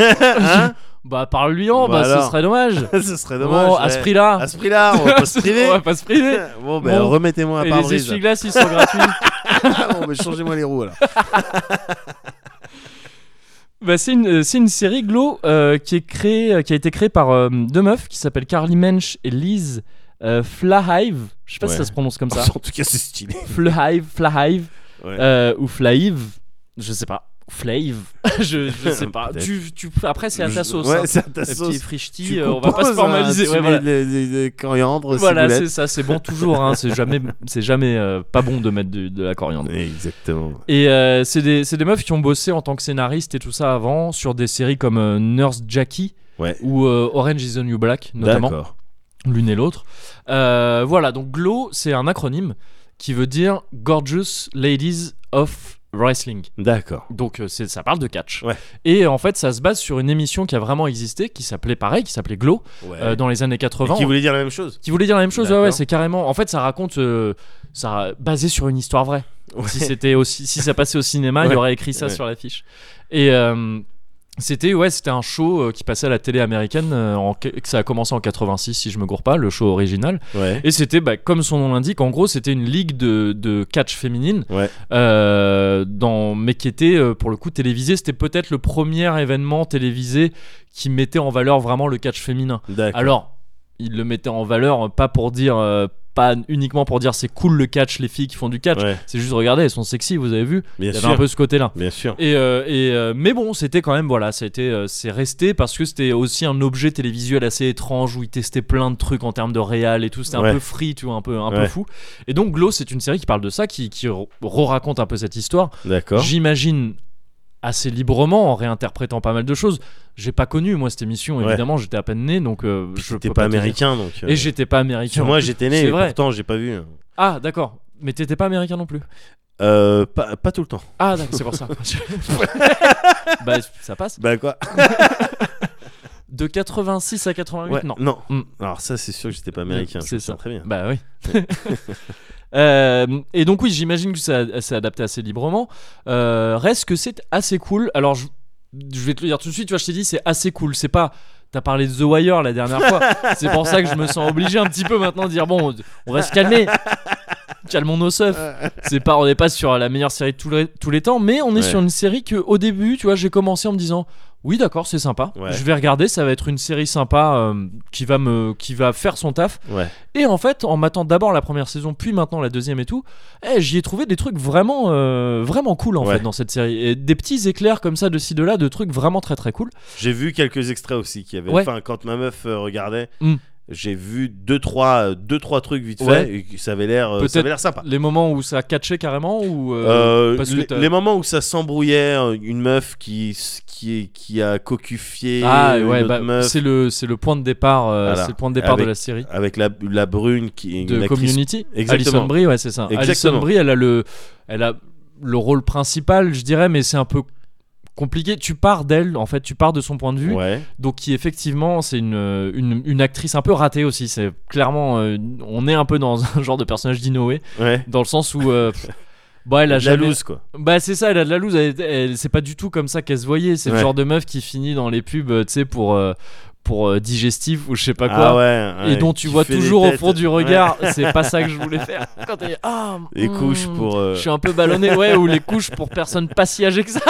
Speaker 2: Hein
Speaker 1: Bah parle-lui-en, bah,
Speaker 2: Bah
Speaker 1: ce
Speaker 2: alors.
Speaker 1: serait
Speaker 2: [laughs]
Speaker 1: dommage.
Speaker 2: Ce serait dommage.
Speaker 1: Bon, oh, à ce
Speaker 2: ouais.
Speaker 1: prix-là.
Speaker 2: À ce prix-là, on
Speaker 1: [laughs]
Speaker 2: va pas se priver.
Speaker 1: On va pas se priver.
Speaker 2: [laughs] Bon, ben
Speaker 1: Bon.
Speaker 2: remettez-moi un
Speaker 1: Et les
Speaker 2: pare-brise.
Speaker 1: essuie-glaces, ils sont gratuits.
Speaker 2: [laughs] Ah, bon, ben changez-moi les roues alors.
Speaker 1: Bah, c'est une, euh, c'est une série Glow euh, qui, est créée, euh, qui a été créée par euh, deux meufs qui s'appellent Carly Mensch et Liz euh, Flahive. Je sais pas si
Speaker 2: Ouais.
Speaker 1: ça se prononce comme ça.
Speaker 2: en tout cas, c'est stylé.
Speaker 1: [laughs] Flahive, Flahive
Speaker 2: Ouais.
Speaker 1: euh, ou Flahive. Je sais pas. Flave. [laughs] je, je
Speaker 2: [laughs]
Speaker 1: sais pas.
Speaker 2: Peut-être.
Speaker 1: Tu, tu, après, c'est à ta sauce.
Speaker 2: Ouais,
Speaker 1: hein.
Speaker 2: c'est à ta
Speaker 1: Les
Speaker 2: sauce.
Speaker 1: petits frichtis,
Speaker 2: Tu
Speaker 1: euh, on va pas se
Speaker 2: composes,
Speaker 1: formaliser.
Speaker 2: hein,
Speaker 1: Ouais,
Speaker 2: tu
Speaker 1: voilà.
Speaker 2: mets de- de- de coriandre,
Speaker 1: Voilà, c'est
Speaker 2: ciboulette.
Speaker 1: ça, c'est bon toujours. hein, c'est jamais, c'est jamais euh, pas bon de mettre de, de la coriandre.
Speaker 2: Exactement.
Speaker 1: Et euh, c'est des, c'est des meufs qui ont bossé en tant que scénaristes et tout ça avant sur des séries comme euh, Nurse Jackie
Speaker 2: Ouais.
Speaker 1: ou euh, Orange is the New Black, notamment,
Speaker 2: D'accord.
Speaker 1: l'une et l'autre. Euh, voilà, donc GLOW, c'est un acronyme qui veut dire Gorgeous Ladies of Wrestling.
Speaker 2: D'accord.
Speaker 1: Donc euh, c'est- ça parle de catch.
Speaker 2: Ouais.
Speaker 1: Et en fait, ça se base sur une émission qui a vraiment existé, qui s'appelait pareil, qui s'appelait GLOW,
Speaker 2: Ouais.
Speaker 1: euh, dans les années
Speaker 2: Et
Speaker 1: 80.
Speaker 2: qui voulait dire la même chose.
Speaker 1: Qui voulait dire la même chose, ouais,
Speaker 2: D'accord.
Speaker 1: ouais, c'est carrément. En fait, ça raconte. euh, ça basé sur une histoire vraie. Si, c'était aussi, si ça passait au cinéma, il
Speaker 2: Ouais.
Speaker 1: aurait écrit ça
Speaker 2: Ouais.
Speaker 1: sur l'affiche. Et. euh, c'était ouais, c'était un show euh, qui passait à la télé américaine euh, en- que ça a commencé en 86 si je me gourre pas, le show original.
Speaker 2: Ouais.
Speaker 1: [laughs] Et c'était bah, comme son nom l'indique, en gros, c'était une ligue de, de catch féminine,
Speaker 2: Ouais.
Speaker 1: euh, dans, mais qui était euh, pour le coup télévisée. C'était peut-être le premier événement télévisé qui mettait en valeur vraiment le catch féminin.
Speaker 2: D'accord.
Speaker 1: Alors, il le mettait en valeur, euh, pas pour dire, euh, pas uniquement pour dire c'est cool le catch, les filles qui font du catch.
Speaker 2: Ouais.
Speaker 1: C'est juste regardez, elles sont sexy, vous avez vu.
Speaker 2: Bien
Speaker 1: Il y
Speaker 2: sûr.
Speaker 1: avait un peu ce côté-là.
Speaker 2: Bien sûr.
Speaker 1: Et, euh, et, euh, mais bon, c'était quand même voilà, ça a été, euh, c'est resté parce que c'était aussi un objet télévisuel assez étrange où ils testaient plein de trucs en termes de réal et tout. C'était un
Speaker 2: Ouais.
Speaker 1: peu free, tu vois, un peu un peu
Speaker 2: Ouais.
Speaker 1: fou. Et donc Glow, c'est une série qui parle de ça, qui qui raconte un peu cette histoire.
Speaker 2: D'accord.
Speaker 1: J'imagine assez librement en réinterprétant pas mal de choses. J'ai pas connu moi cette émission
Speaker 2: Ouais.
Speaker 1: évidemment, j'étais à peine né donc euh, je
Speaker 2: T'es
Speaker 1: peux
Speaker 2: pas
Speaker 1: te dire.
Speaker 2: américain donc. euh,
Speaker 1: Et j'étais pas
Speaker 2: parce
Speaker 1: américain.
Speaker 2: que
Speaker 1: non
Speaker 2: Moi
Speaker 1: plus.
Speaker 2: j'étais né
Speaker 1: C'est
Speaker 2: et
Speaker 1: vrai.
Speaker 2: pourtant j'ai pas vu.
Speaker 1: Ah d'accord. Mais t'étais pas américain non plus.
Speaker 2: Euh, pas, pas tout le temps.
Speaker 1: Ah d'accord, c'est pour
Speaker 2: [laughs]
Speaker 1: ça. bah ça passe.
Speaker 2: Bah quoi
Speaker 1: De 86 à 88
Speaker 2: Ouais,
Speaker 1: non.
Speaker 2: Non.
Speaker 1: Mm.
Speaker 2: Alors ça c'est sûr que j'étais pas américain. je
Speaker 1: C'est
Speaker 2: me
Speaker 1: ça.
Speaker 2: souviens Très bien.
Speaker 1: Bah oui.
Speaker 2: [laughs]
Speaker 1: [laughs] Euh, et donc oui, j'imagine que ça s'est adapté assez librement. Euh, reste que c'est assez cool. Alors je, je vais te le dire tout de suite. Tu vois, je t'ai dit c'est assez cool. C'est pas. T'as parlé de The Wire la dernière
Speaker 2: [laughs]
Speaker 1: fois. c'est pour ça que je me sens obligé un petit peu maintenant de dire bon, on va se calmer. Calmons nos seufs. C'est pas, on n'est pas sur la meilleure série de tous les, tous les temps, mais on est
Speaker 2: Ouais.
Speaker 1: sur une série que au début, tu vois, j'ai commencé en me disant oui d'accord c'est sympa
Speaker 2: Ouais.
Speaker 1: je vais regarder ça va être une série sympa euh, qui va me qui va faire son taf
Speaker 2: Ouais.
Speaker 1: et en fait, en m'attendant d'abord la première saison, puis maintenant la deuxième et tout, eh, j'y ai trouvé des trucs vraiment, euh, vraiment cool en
Speaker 2: Ouais.
Speaker 1: fait dans cette série. Et des petits éclairs comme ça de ci de là, de trucs vraiment très très cool.
Speaker 2: J'ai vu quelques extraits aussi qui avaient.
Speaker 1: Ouais.
Speaker 2: Enfin, quand ma meuf euh, regardait,
Speaker 1: Mm.
Speaker 2: j'ai vu deux trois, euh, deux trois trucs vite
Speaker 1: Ouais.
Speaker 2: fait. Et ça avait l'air, euh,
Speaker 1: Peut-être
Speaker 2: ça avait l'air sympa.
Speaker 1: Les moments où ça catchait carrément ou euh,
Speaker 2: Euh,
Speaker 1: parce que
Speaker 2: les,
Speaker 1: t'as-
Speaker 2: les moments où ça s'embrouillait, euh, une meuf qui s- qui est- qui a cocufié
Speaker 1: ah
Speaker 2: une
Speaker 1: ouais,
Speaker 2: autre
Speaker 1: bah,
Speaker 2: meuf
Speaker 1: c'est le c'est le point de départ, euh,
Speaker 2: Voilà.
Speaker 1: c'est le point de départ de
Speaker 2: Avec-
Speaker 1: la série
Speaker 2: avec la, la brune qui est une
Speaker 1: de
Speaker 2: actrice-
Speaker 1: Community.
Speaker 2: Exactement.
Speaker 1: Alison Brie, ouais, c'est ça. Alison
Speaker 2: Exactement.
Speaker 1: Brie, elle a le elle a le rôle principal, je dirais, mais c'est un peu compliqué. Tu pars d'elle, en fait, tu pars de son point de vue.
Speaker 2: Ouais.
Speaker 1: Donc qui effectivement c'est une, une, une actrice un peu ratée aussi. C'est clairement euh, on est un peu dans [laughs] un genre de personnage d'Inoue
Speaker 2: Ouais.
Speaker 1: dans le sens où
Speaker 2: [laughs]
Speaker 1: euh, pff, bah elle a
Speaker 2: La
Speaker 1: jamais-
Speaker 2: jalouse quoi.
Speaker 1: Bah c'est ça, elle a de la loose. Elle- elle- c'est pas du tout comme ça qu'elle se voyait. C'est
Speaker 2: Ouais.
Speaker 1: le genre de meuf qui finit dans les pubs, euh, tu sais pour euh, pour euh, digestif ou je sais pas quoi.
Speaker 2: Ah ouais, ouais,
Speaker 1: Et dont tu
Speaker 2: qui
Speaker 1: vois
Speaker 2: fait des
Speaker 1: toujours au
Speaker 2: têtes.
Speaker 1: fond du
Speaker 2: Ouais. [laughs]
Speaker 1: regard, c'est pas ça que je voulais faire. Quand elle dit, ah,
Speaker 2: Des
Speaker 1: hmm,
Speaker 2: couches pour. euh,
Speaker 1: je suis un peu ballonné, ouais, ou les couches pour personnes pas si âgées que
Speaker 2: [laughs]
Speaker 1: ça.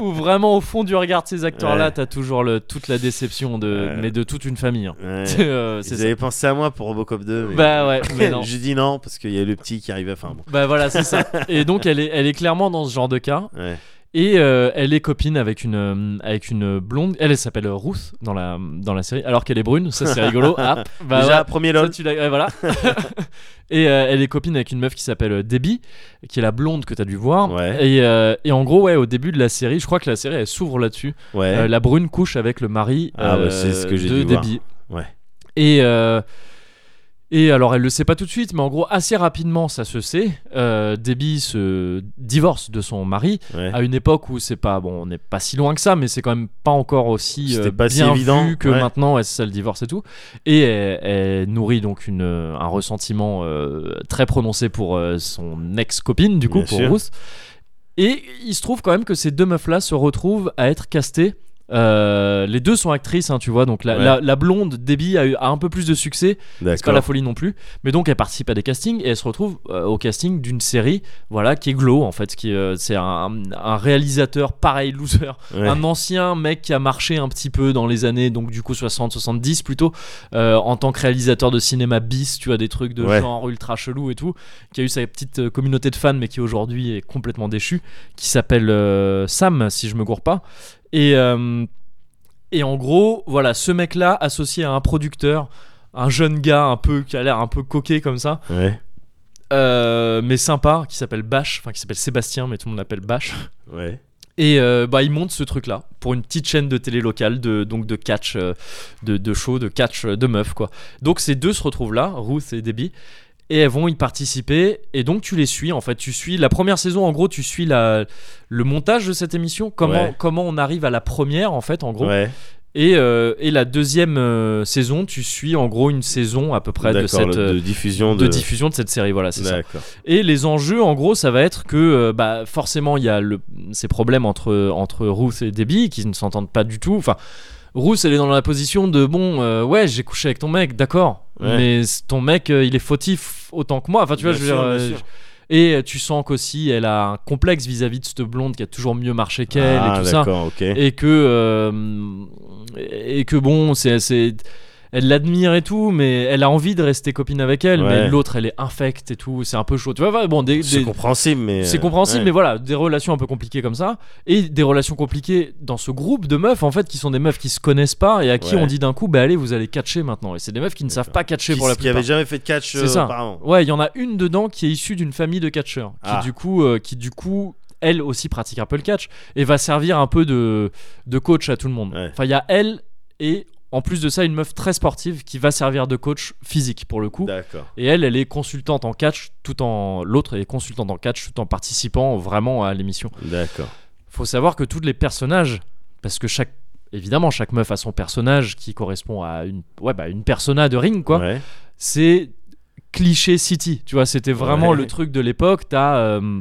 Speaker 1: ou vraiment au fond du regard de ces acteurs-là,
Speaker 2: Ouais.
Speaker 1: t'as toujours le, toute la déception de,
Speaker 2: Ouais.
Speaker 1: mais de toute une famille. hein. [laughs]
Speaker 2: ouais.
Speaker 1: C'est, euh, c'est
Speaker 2: Ils
Speaker 1: ça.
Speaker 2: avaient pensé à moi pour Robocop 2. mais-
Speaker 1: Bah ouais,
Speaker 2: [laughs]
Speaker 1: mais non.
Speaker 2: J'ai dit non parce qu'il y a le petit qui arrive à. Enfin bon.
Speaker 1: Bah voilà, c'est ça. Et donc elle est, elle est clairement dans ce genre de cas.
Speaker 2: Ouais.
Speaker 1: Et euh, elle est copine avec une, euh, avec une blonde. Elle, elle s'appelle Ruth dans la, dans la série, alors qu'elle est brune. Ça, c'est rigolo. Ah, bah
Speaker 2: [laughs] Déjà,
Speaker 1: ouais.
Speaker 2: premier
Speaker 1: Ça,
Speaker 2: LOL.
Speaker 1: tu l'as- ouais,
Speaker 2: [laughs]
Speaker 1: voilà. et euh, elle est copine avec une meuf qui s'appelle euh, Debbie, qui est la blonde que t'as dû voir.
Speaker 2: Ouais.
Speaker 1: Et, euh, et en gros, ouais, au début de la série, je crois que la série elle s'ouvre là-dessus.
Speaker 2: Ouais.
Speaker 1: Euh, la brune couche avec le mari
Speaker 2: Ah,
Speaker 1: euh,
Speaker 2: bah, c'est ce que j'ai
Speaker 1: de
Speaker 2: dû voir.
Speaker 1: Debbie.
Speaker 2: Ouais.
Speaker 1: Et. euh, et alors, elle le sait pas tout de suite, mais en gros, assez rapidement, ça se sait. Euh, Debbie se divorce de son mari
Speaker 2: ouais.
Speaker 1: à une époque où c'est pas bon, on n'est pas si loin que ça, mais c'est quand même pas encore aussi
Speaker 2: C'était
Speaker 1: euh,
Speaker 2: pas si
Speaker 1: bien
Speaker 2: évident,
Speaker 1: vu que
Speaker 2: ouais.
Speaker 1: maintenant, ouais, c'est ça le divorce et tout. Et elle, elle nourrit donc une, euh, un ressentiment euh, très prononcé pour euh, son ex-copine, du coup,
Speaker 2: Bien
Speaker 1: pour
Speaker 2: sûr.
Speaker 1: Ruth. Et il se trouve quand même que ces deux meufs-là se retrouvent à être castées. Euh, les deux sont actrices, hein, tu vois, donc la,
Speaker 2: Ouais.
Speaker 1: la- la blonde Debbie a, eu, a un peu plus de succès, c'est pas
Speaker 2: D'accord.
Speaker 1: la folie non plus, mais donc elle participe à des castings et elle se retrouve euh, au casting d'une série, voilà, qui est Glow en fait, qui euh, c'est un, un réalisateur pareil loser,
Speaker 2: Ouais.
Speaker 1: un ancien mec qui a marché un petit peu dans les années donc du coup 60 70 plutôt euh, en tant que réalisateur de cinéma bis tu as des trucs de
Speaker 2: Ouais.
Speaker 1: genre ultra chelou et tout qui a eu sa petite euh, communauté de fans mais qui aujourd'hui est complètement déchu qui s'appelle euh, Sam si je me gourre pas et euh, et en gros voilà ce mec là associé à un producteur un jeune gars un peu qui a l'air un peu coquet comme ça
Speaker 2: Ouais.
Speaker 1: euh, mais sympa qui s'appelle Bash enfin qui s'appelle Sébastien mais tout le monde l'appelle Bash
Speaker 2: Ouais.
Speaker 1: et euh, bah, il monte ce truc-là pour une petite chaîne de télé locale, de, donc de catch, euh, de, de show, de catch euh, de meufs, quoi. Donc ces deux se retrouvent là, Ruth et Debbie, et elles vont y participer, et donc tu les suis, en fait. Tu suis la première saison, en gros, tu suis la, le montage de cette émission, comment,
Speaker 2: Ouais.
Speaker 1: comment on arrive à la première, en fait, en gros.
Speaker 2: Ouais.
Speaker 1: Et, euh, et la deuxième euh, saison, tu suis, en gros, une saison à peu près de
Speaker 2: D'accord,
Speaker 1: cette.
Speaker 2: le-
Speaker 1: euh,
Speaker 2: de diffusion
Speaker 1: de
Speaker 2: de.
Speaker 1: diffusion de cette série, voilà, c'est ça.
Speaker 2: D'accord.
Speaker 1: Et les enjeux, en gros, ça va être que euh, bah, forcément, il y a le- ces problèmes entre, entre Ruth et Debbie qui ne s'entendent pas du tout. Enfin, Ruth, elle est dans la position de bon, euh, ouais, j'ai couché avec ton mec, d'accord,
Speaker 2: Ouais.
Speaker 1: mais c- ton mec, euh, il est fautif autant que moi. Enfin, tu vois,
Speaker 2: Bien
Speaker 1: je veux
Speaker 2: sûr,
Speaker 1: dire.
Speaker 2: bien
Speaker 1: euh,
Speaker 2: sûr.
Speaker 1: je- Et euh, tu sens qu'aussi, elle a un complexe vis-à-vis de cette blonde qui a toujours mieux marché qu'elle
Speaker 2: ah,
Speaker 1: et tout ça
Speaker 2: D'accord, ok.
Speaker 1: et que euh, et que bon c'est c'est- elle l'admire et tout mais elle a envie de rester copine avec elle mais
Speaker 2: Ouais.
Speaker 1: l'autre elle est infecte et tout c'est un peu chaud tu vois voilà, bon des-
Speaker 2: C'est
Speaker 1: des-
Speaker 2: compréhensible, mais.
Speaker 1: c'est
Speaker 2: euh,
Speaker 1: compréhensible, mais
Speaker 2: ouais.
Speaker 1: voilà, des relations un peu compliquées comme ça, et des relations compliquées dans ce groupe de meufs, en fait, qui sont des meufs qui se connaissent pas et à qui
Speaker 2: Ouais.
Speaker 1: on dit d'un coup, bah allez, vous allez catcher maintenant. Et c'est des meufs qui ne savent pas catcher
Speaker 2: Qui,
Speaker 1: pour la
Speaker 2: qui avait
Speaker 1: plupart.
Speaker 2: jamais fait de catch
Speaker 1: C'est
Speaker 2: euh,
Speaker 1: ça.
Speaker 2: auparavant.
Speaker 1: Ouais, il y en a une dedans qui est issue d'une famille de catcheurs, qui
Speaker 2: Ah.
Speaker 1: du coup, euh, qui du coup, elle aussi pratique un peu le catch et va servir un peu de, de coach à tout le monde.
Speaker 2: Ouais.
Speaker 1: Enfin, il y a elle et en plus de ça, une meuf très sportive qui va servir de coach physique pour le coup.
Speaker 2: D'accord.
Speaker 1: Et elle, elle est consultante en catch, tout en l'autre est consultante en catch, tout en participant vraiment à l'émission.
Speaker 2: D'accord.
Speaker 1: Faut savoir que tous les personnages, parce que chaque évidemment chaque meuf a son personnage qui correspond à une ouais bah une persona de ring quoi
Speaker 2: Ouais.
Speaker 1: c'est cliché city tu vois c'était vraiment
Speaker 2: Ouais.
Speaker 1: le truc de l'époque t'as euh,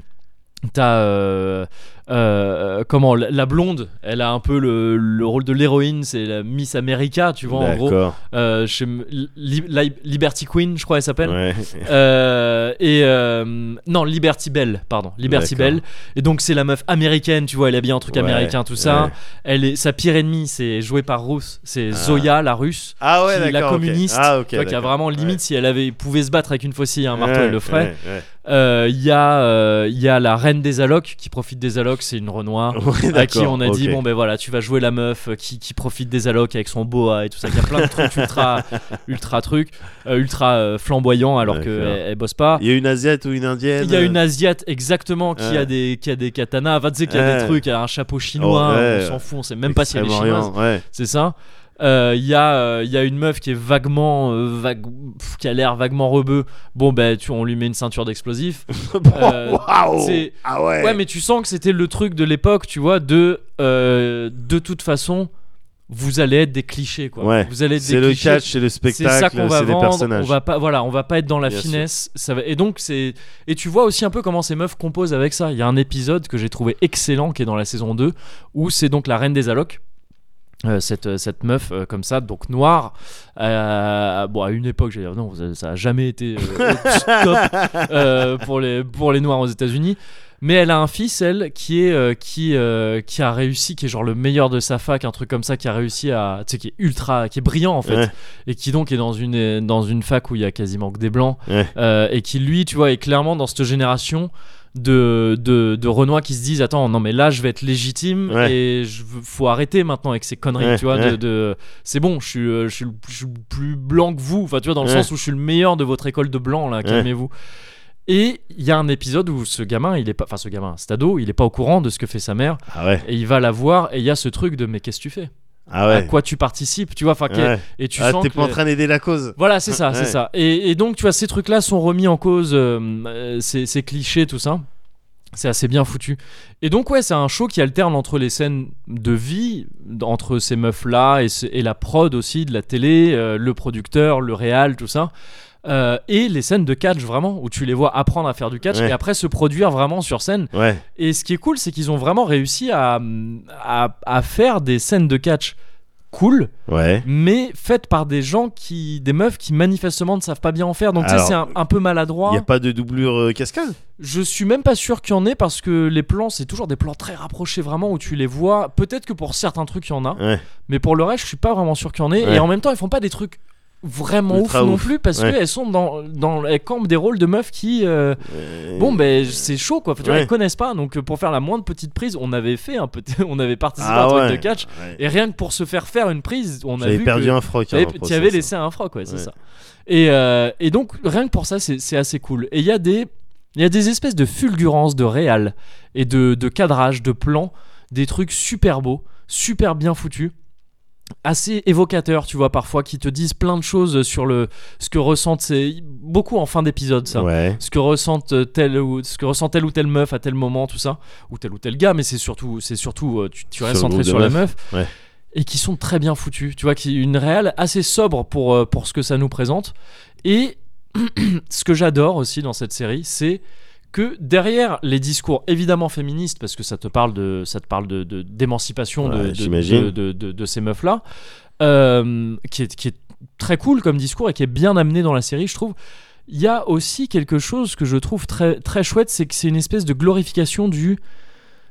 Speaker 1: t'as euh, euh, comment la la blonde elle a un peu le, le rôle de l'héroïne c'est la Miss America tu vois en gros
Speaker 2: D'accord.
Speaker 1: Euh, je sais m- Li- Li- Liberty Queen je crois elle s'appelle
Speaker 2: Ouais.
Speaker 1: euh, et euh, non Liberty Bell pardon Liberty
Speaker 2: D'accord.
Speaker 1: Belle et donc c'est la meuf américaine tu vois elle a bien un truc
Speaker 2: Ouais,
Speaker 1: américain tout ça
Speaker 2: ouais.
Speaker 1: elle est sa pire ennemie c'est jouée par Ruth c'est
Speaker 2: Ah.
Speaker 1: Zoya la russe
Speaker 2: Ah ouais,
Speaker 1: qui-
Speaker 2: d'accord.
Speaker 1: la
Speaker 2: ok.
Speaker 1: communiste
Speaker 2: Ah, ok.
Speaker 1: tu vois, qui a
Speaker 2: d'accord.
Speaker 1: vraiment limite
Speaker 2: Ouais.
Speaker 1: si elle avait pouvait se battre avec une faucille et un marteau
Speaker 2: Ouais,
Speaker 1: elle le ferait
Speaker 2: ouais, ouais.
Speaker 1: [laughs] Euh, il y a euh, il y a la reine des allocs qui profite des allocs c'est une renoir
Speaker 2: Ouais,
Speaker 1: à qui
Speaker 2: d'accord,
Speaker 1: on a dit
Speaker 2: ok.
Speaker 1: bon ben voilà tu vas jouer la meuf euh, qui, qui profite des allocs avec son boa et tout ça il y a plein de trucs
Speaker 2: [laughs]
Speaker 1: ultra ultra truc euh, ultra euh, flamboyant alors que
Speaker 2: D'accord.
Speaker 1: elle- elle bosse pas
Speaker 2: Il y a une asiate ou une indienne
Speaker 1: bah,
Speaker 2: euh,
Speaker 1: il y a une asiate exactement qui
Speaker 2: Ouais.
Speaker 1: a des qui a des katanas, enfin, tu sais, qui a des
Speaker 2: Ouais.
Speaker 1: trucs, elle a un chapeau chinois,
Speaker 2: Oh, ouais.
Speaker 1: on s'en fout, on sait même pas si elle est chinoise,
Speaker 2: Extrême-Orient, Ouais.
Speaker 1: c'est ça. Euh, Il y a euh, il y a une meuf qui est vaguement euh, vague- pff, qui a l'air vaguement rebeu. Bon ben tu on lui met une ceinture d'explosifs.
Speaker 2: [laughs] Bon,
Speaker 1: Euh,
Speaker 2: waouh
Speaker 1: c'est-
Speaker 2: Ah ouais.
Speaker 1: Ouais mais tu sens que c'était le truc de l'époque, tu vois, de euh, de toute façon, vous allez être des clichés, quoi.
Speaker 2: Ouais,
Speaker 1: vous allez être
Speaker 2: C'est
Speaker 1: des
Speaker 2: le
Speaker 1: clichés.
Speaker 2: catch, c'est le
Speaker 1: C'est ça
Speaker 2: spectacle,
Speaker 1: qu'on va
Speaker 2: c'est des
Speaker 1: vendre.
Speaker 2: personnages.
Speaker 1: On va pas, voilà, on va pas être dans la
Speaker 2: Bien sûr.
Speaker 1: finesse. Ça va, et donc c'est, et tu vois aussi un peu comment ces meufs composent avec ça. Il y a un épisode que j'ai trouvé excellent qui est dans la saison 2 où c'est donc la reine des allocs. Euh, cette, euh, cette meuf euh, comme ça donc noire euh, bon à une époque j'allais dire non vous avez- ça a jamais été
Speaker 2: [laughs]
Speaker 1: euh, au top [laughs] euh, pour les pour les noirs aux États-Unis mais elle a un fils elle qui est euh, qui euh, qui a réussi qui est genre le meilleur de sa fac un truc comme ça qui a réussi à tu sais qui est ultra qui est brillant en fait
Speaker 2: Ouais.
Speaker 1: et qui donc est dans une euh, dans une fac où il y a quasiment que des blancs
Speaker 2: Ouais.
Speaker 1: Euh, et qui lui tu vois est clairement dans cette génération de, de, de Renoir qui se disent attends non mais là je vais être légitime
Speaker 2: Ouais.
Speaker 1: et je, veux- faut arrêter maintenant avec ces conneries
Speaker 2: Ouais,
Speaker 1: tu vois de-
Speaker 2: ouais.
Speaker 1: de- c'est bon je suis, euh, je, suis le, je suis le plus blanc que vous enfin tu vois dans le
Speaker 2: Ouais.
Speaker 1: sens où je suis le meilleur de votre école de blanc là calmez-vous et il y a un épisode où ce gamin il est pas enfin ce gamin cet ado il est pas au courant de ce que fait sa mère
Speaker 2: Ah ouais,
Speaker 1: et il va la voir et il y a ce truc de mais qu'est-ce que tu fais
Speaker 2: ah
Speaker 1: à
Speaker 2: ouais.
Speaker 1: quoi tu participes tu vois enfin qu'est-
Speaker 2: ouais.
Speaker 1: et tu
Speaker 2: Ah,
Speaker 1: sens
Speaker 2: t'es
Speaker 1: que
Speaker 2: pas en
Speaker 1: les-
Speaker 2: train d'aider la cause.
Speaker 1: voilà, c'est ça,
Speaker 2: Ouais.
Speaker 1: c'est ça. Et, et donc, tu vois, ces trucs-là sont remis en cause, euh, euh, ces, ces clichés, tout ça. C'est assez bien foutu. Et donc, ouais, c'est un show qui alterne entre les scènes de vie, d- entre ces meufs-là et, ce- et la prod aussi, de la télé, euh, le producteur, le réal, tout ça. Euh, et les scènes de catch vraiment où tu les vois apprendre à faire du catch
Speaker 2: Ouais.
Speaker 1: et après se produire vraiment sur scène
Speaker 2: Ouais,
Speaker 1: et ce qui est cool c'est qu'ils ont vraiment réussi à, à, à faire des scènes de catch cool
Speaker 2: ouais.
Speaker 1: mais faite par des gens qui des meufs qui manifestement ne savent pas bien en faire donc tu sais
Speaker 2: Alors,
Speaker 1: c'est un, un peu maladroit
Speaker 2: Y a pas de doublure euh, cascade
Speaker 1: je suis même pas sûr qu'il y en ait parce que les plans c'est toujours des plans très rapprochés vraiment où tu les vois peut-être que pour certains trucs il y en a
Speaker 2: Ouais.
Speaker 1: mais pour le reste je suis pas vraiment sûr qu'il y en ait
Speaker 2: Ouais.
Speaker 1: et en même temps ils font pas des trucs vraiment ouf,
Speaker 2: Ultra
Speaker 1: non
Speaker 2: ouf.
Speaker 1: plus parce
Speaker 2: Ouais.
Speaker 1: qu'elles sont dans, dans elles campent des rôles de meufs qui euh,
Speaker 2: Euh,
Speaker 1: bon ben c'est chaud quoi Enfin, tu vois,
Speaker 2: Ouais.
Speaker 1: elles connaissent pas donc euh, pour faire la moindre petite prise on avait fait un petit [laughs] on avait participé à
Speaker 2: ah
Speaker 1: un
Speaker 2: ouais.
Speaker 1: truc de catch
Speaker 2: Ouais.
Speaker 1: et rien que pour se faire faire une prise on a
Speaker 2: J'avais
Speaker 1: vu
Speaker 2: perdu
Speaker 1: que-
Speaker 2: un froc. hein,
Speaker 1: T'avais-
Speaker 2: en
Speaker 1: T'y
Speaker 2: process,
Speaker 1: avais
Speaker 2: hein.
Speaker 1: laissé un froc, ouais, c'est
Speaker 2: Ouais.
Speaker 1: ça. Et, euh, et donc, rien que pour ça, c'est c'est assez cool. Et il y a des. Il y a des espèces de fulgurances de réal et de, de cadrage, de plans, des trucs super beaux, super bien foutus, assez évocateurs, tu vois, parfois, qui te disent plein de choses sur le, ce que ressentent ces. Beaucoup en fin d'épisode, ça
Speaker 2: Ouais.
Speaker 1: ce que ressentent euh, telle ou ce que ressent telle ou telle meuf à tel moment tout ça ou tel ou tel gars mais c'est surtout c'est surtout euh, tu, tu
Speaker 2: Sur
Speaker 1: restes
Speaker 2: le
Speaker 1: centré
Speaker 2: groupe de
Speaker 1: sur la meuf
Speaker 2: meufs, ouais.
Speaker 1: et qui sont très bien foutus tu vois qui une réelle assez sobre pour euh, pour ce que ça nous présente et [clears throat] ce que j'adore aussi dans cette série c'est que derrière les discours évidemment féministes parce que ça te parle de ça te parle de de- d'émancipation de-
Speaker 2: Ouais,
Speaker 1: de-
Speaker 2: j'imagine.
Speaker 1: de, de, de- de ces meufs là euh, qui, est, qui est très cool comme discours et qui est bien amené dans la série, je trouve. Il y a aussi quelque chose que je trouve très, très chouette, c'est que c'est une espèce de glorification du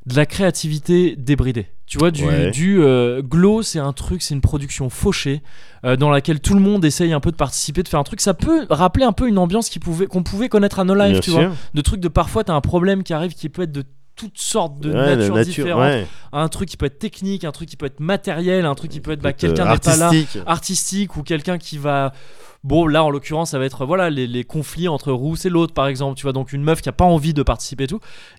Speaker 1: de la créativité débridée. Tu vois, du,
Speaker 2: Ouais.
Speaker 1: du euh, glow, c'est un truc, c'est une production fauchée euh, dans laquelle tout le monde essaye un peu de participer, de faire un truc. Ça peut rappeler un peu une ambiance qui pouvait- qu'on pouvait, connaître à No Life,
Speaker 2: Bien
Speaker 1: tu
Speaker 2: sûr.
Speaker 1: vois. De trucs de parfois, t'as un problème qui arrive qui peut être de toutes sortes de
Speaker 2: Ouais, la
Speaker 1: natures
Speaker 2: nature,
Speaker 1: différentes
Speaker 2: ouais.
Speaker 1: un truc qui peut être technique, un truc qui peut être matériel, un truc qui peut être bah,
Speaker 2: Peut-être, euh,
Speaker 1: quelqu'un n'est pas là,
Speaker 2: artistique.
Speaker 1: artistique ou quelqu'un qui va Bon, là en l'occurrence, ça va être voilà les, les conflits entre Rousse et l'autre, par exemple. Tu vois, donc une meuf qui a pas envie de participer et tout.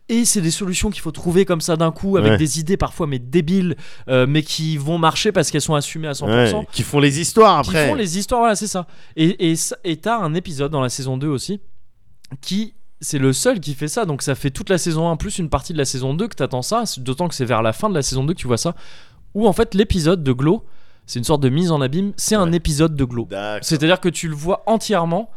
Speaker 1: Et c'est des solutions qu'il faut trouver comme ça d'un coup, avec
Speaker 2: Ouais.
Speaker 1: des idées parfois mais débiles, euh, mais qui vont marcher parce qu'elles sont assumées à 100%.
Speaker 2: Ouais, Qui font les histoires
Speaker 1: Qui
Speaker 2: après.
Speaker 1: font les histoires, voilà, c'est ça. Et et ça- et t'as un épisode dans la saison 2 aussi qui. C'est le seul qui fait ça, donc ça fait toute la saison 1 plus une partie de la saison 2 que t'attends ça, c'est- d'autant que c'est vers la fin de la saison 2 que tu vois ça, où en fait l'épisode de Glow, c'est une sorte de mise en abîme, c'est un
Speaker 2: Ouais.
Speaker 1: épisode de Glow.
Speaker 2: D'accord.
Speaker 1: C'est-à-dire que tu le vois entièrement.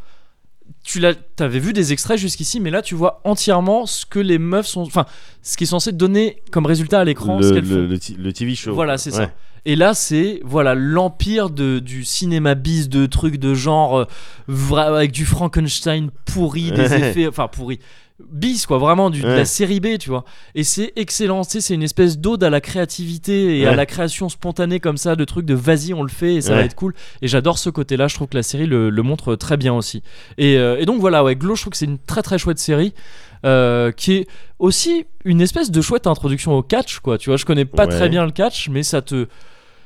Speaker 1: Tu l'as, t'avais vu des extraits jusqu'ici, mais là tu vois entièrement ce que les meufs sont, enfin, ce qui est censé donner comme résultat à l'écran, ce
Speaker 2: le,
Speaker 1: qu'elles font.
Speaker 2: le, le ti- le TV show.
Speaker 1: Voilà, c'est ça.
Speaker 2: Ouais.
Speaker 1: Et là, c'est voilà l'empire de du cinéma bis de trucs de genre euh, vra- avec du Frankenstein pourri, des
Speaker 2: Ouais.
Speaker 1: effets, enfin pourri, bis quoi, vraiment du, de la
Speaker 2: Ouais.
Speaker 1: série B, tu vois. Et c'est excellent, tu sais, c'est une espèce d'ode à la créativité et à
Speaker 2: Ouais.
Speaker 1: la création spontanée comme ça de trucs de vas-y, on le fait et ça va
Speaker 2: Ouais.
Speaker 1: être cool. Et j'adore ce côté-là, je trouve que la série le, le montre très bien aussi. Et, euh, et donc voilà, ouais, Glow, je trouve que c'est une très très chouette série. euh, qui est aussi une espèce de chouette introduction au catch quoi tu vois je connais pas
Speaker 2: Ouais.
Speaker 1: très bien le catch mais ça te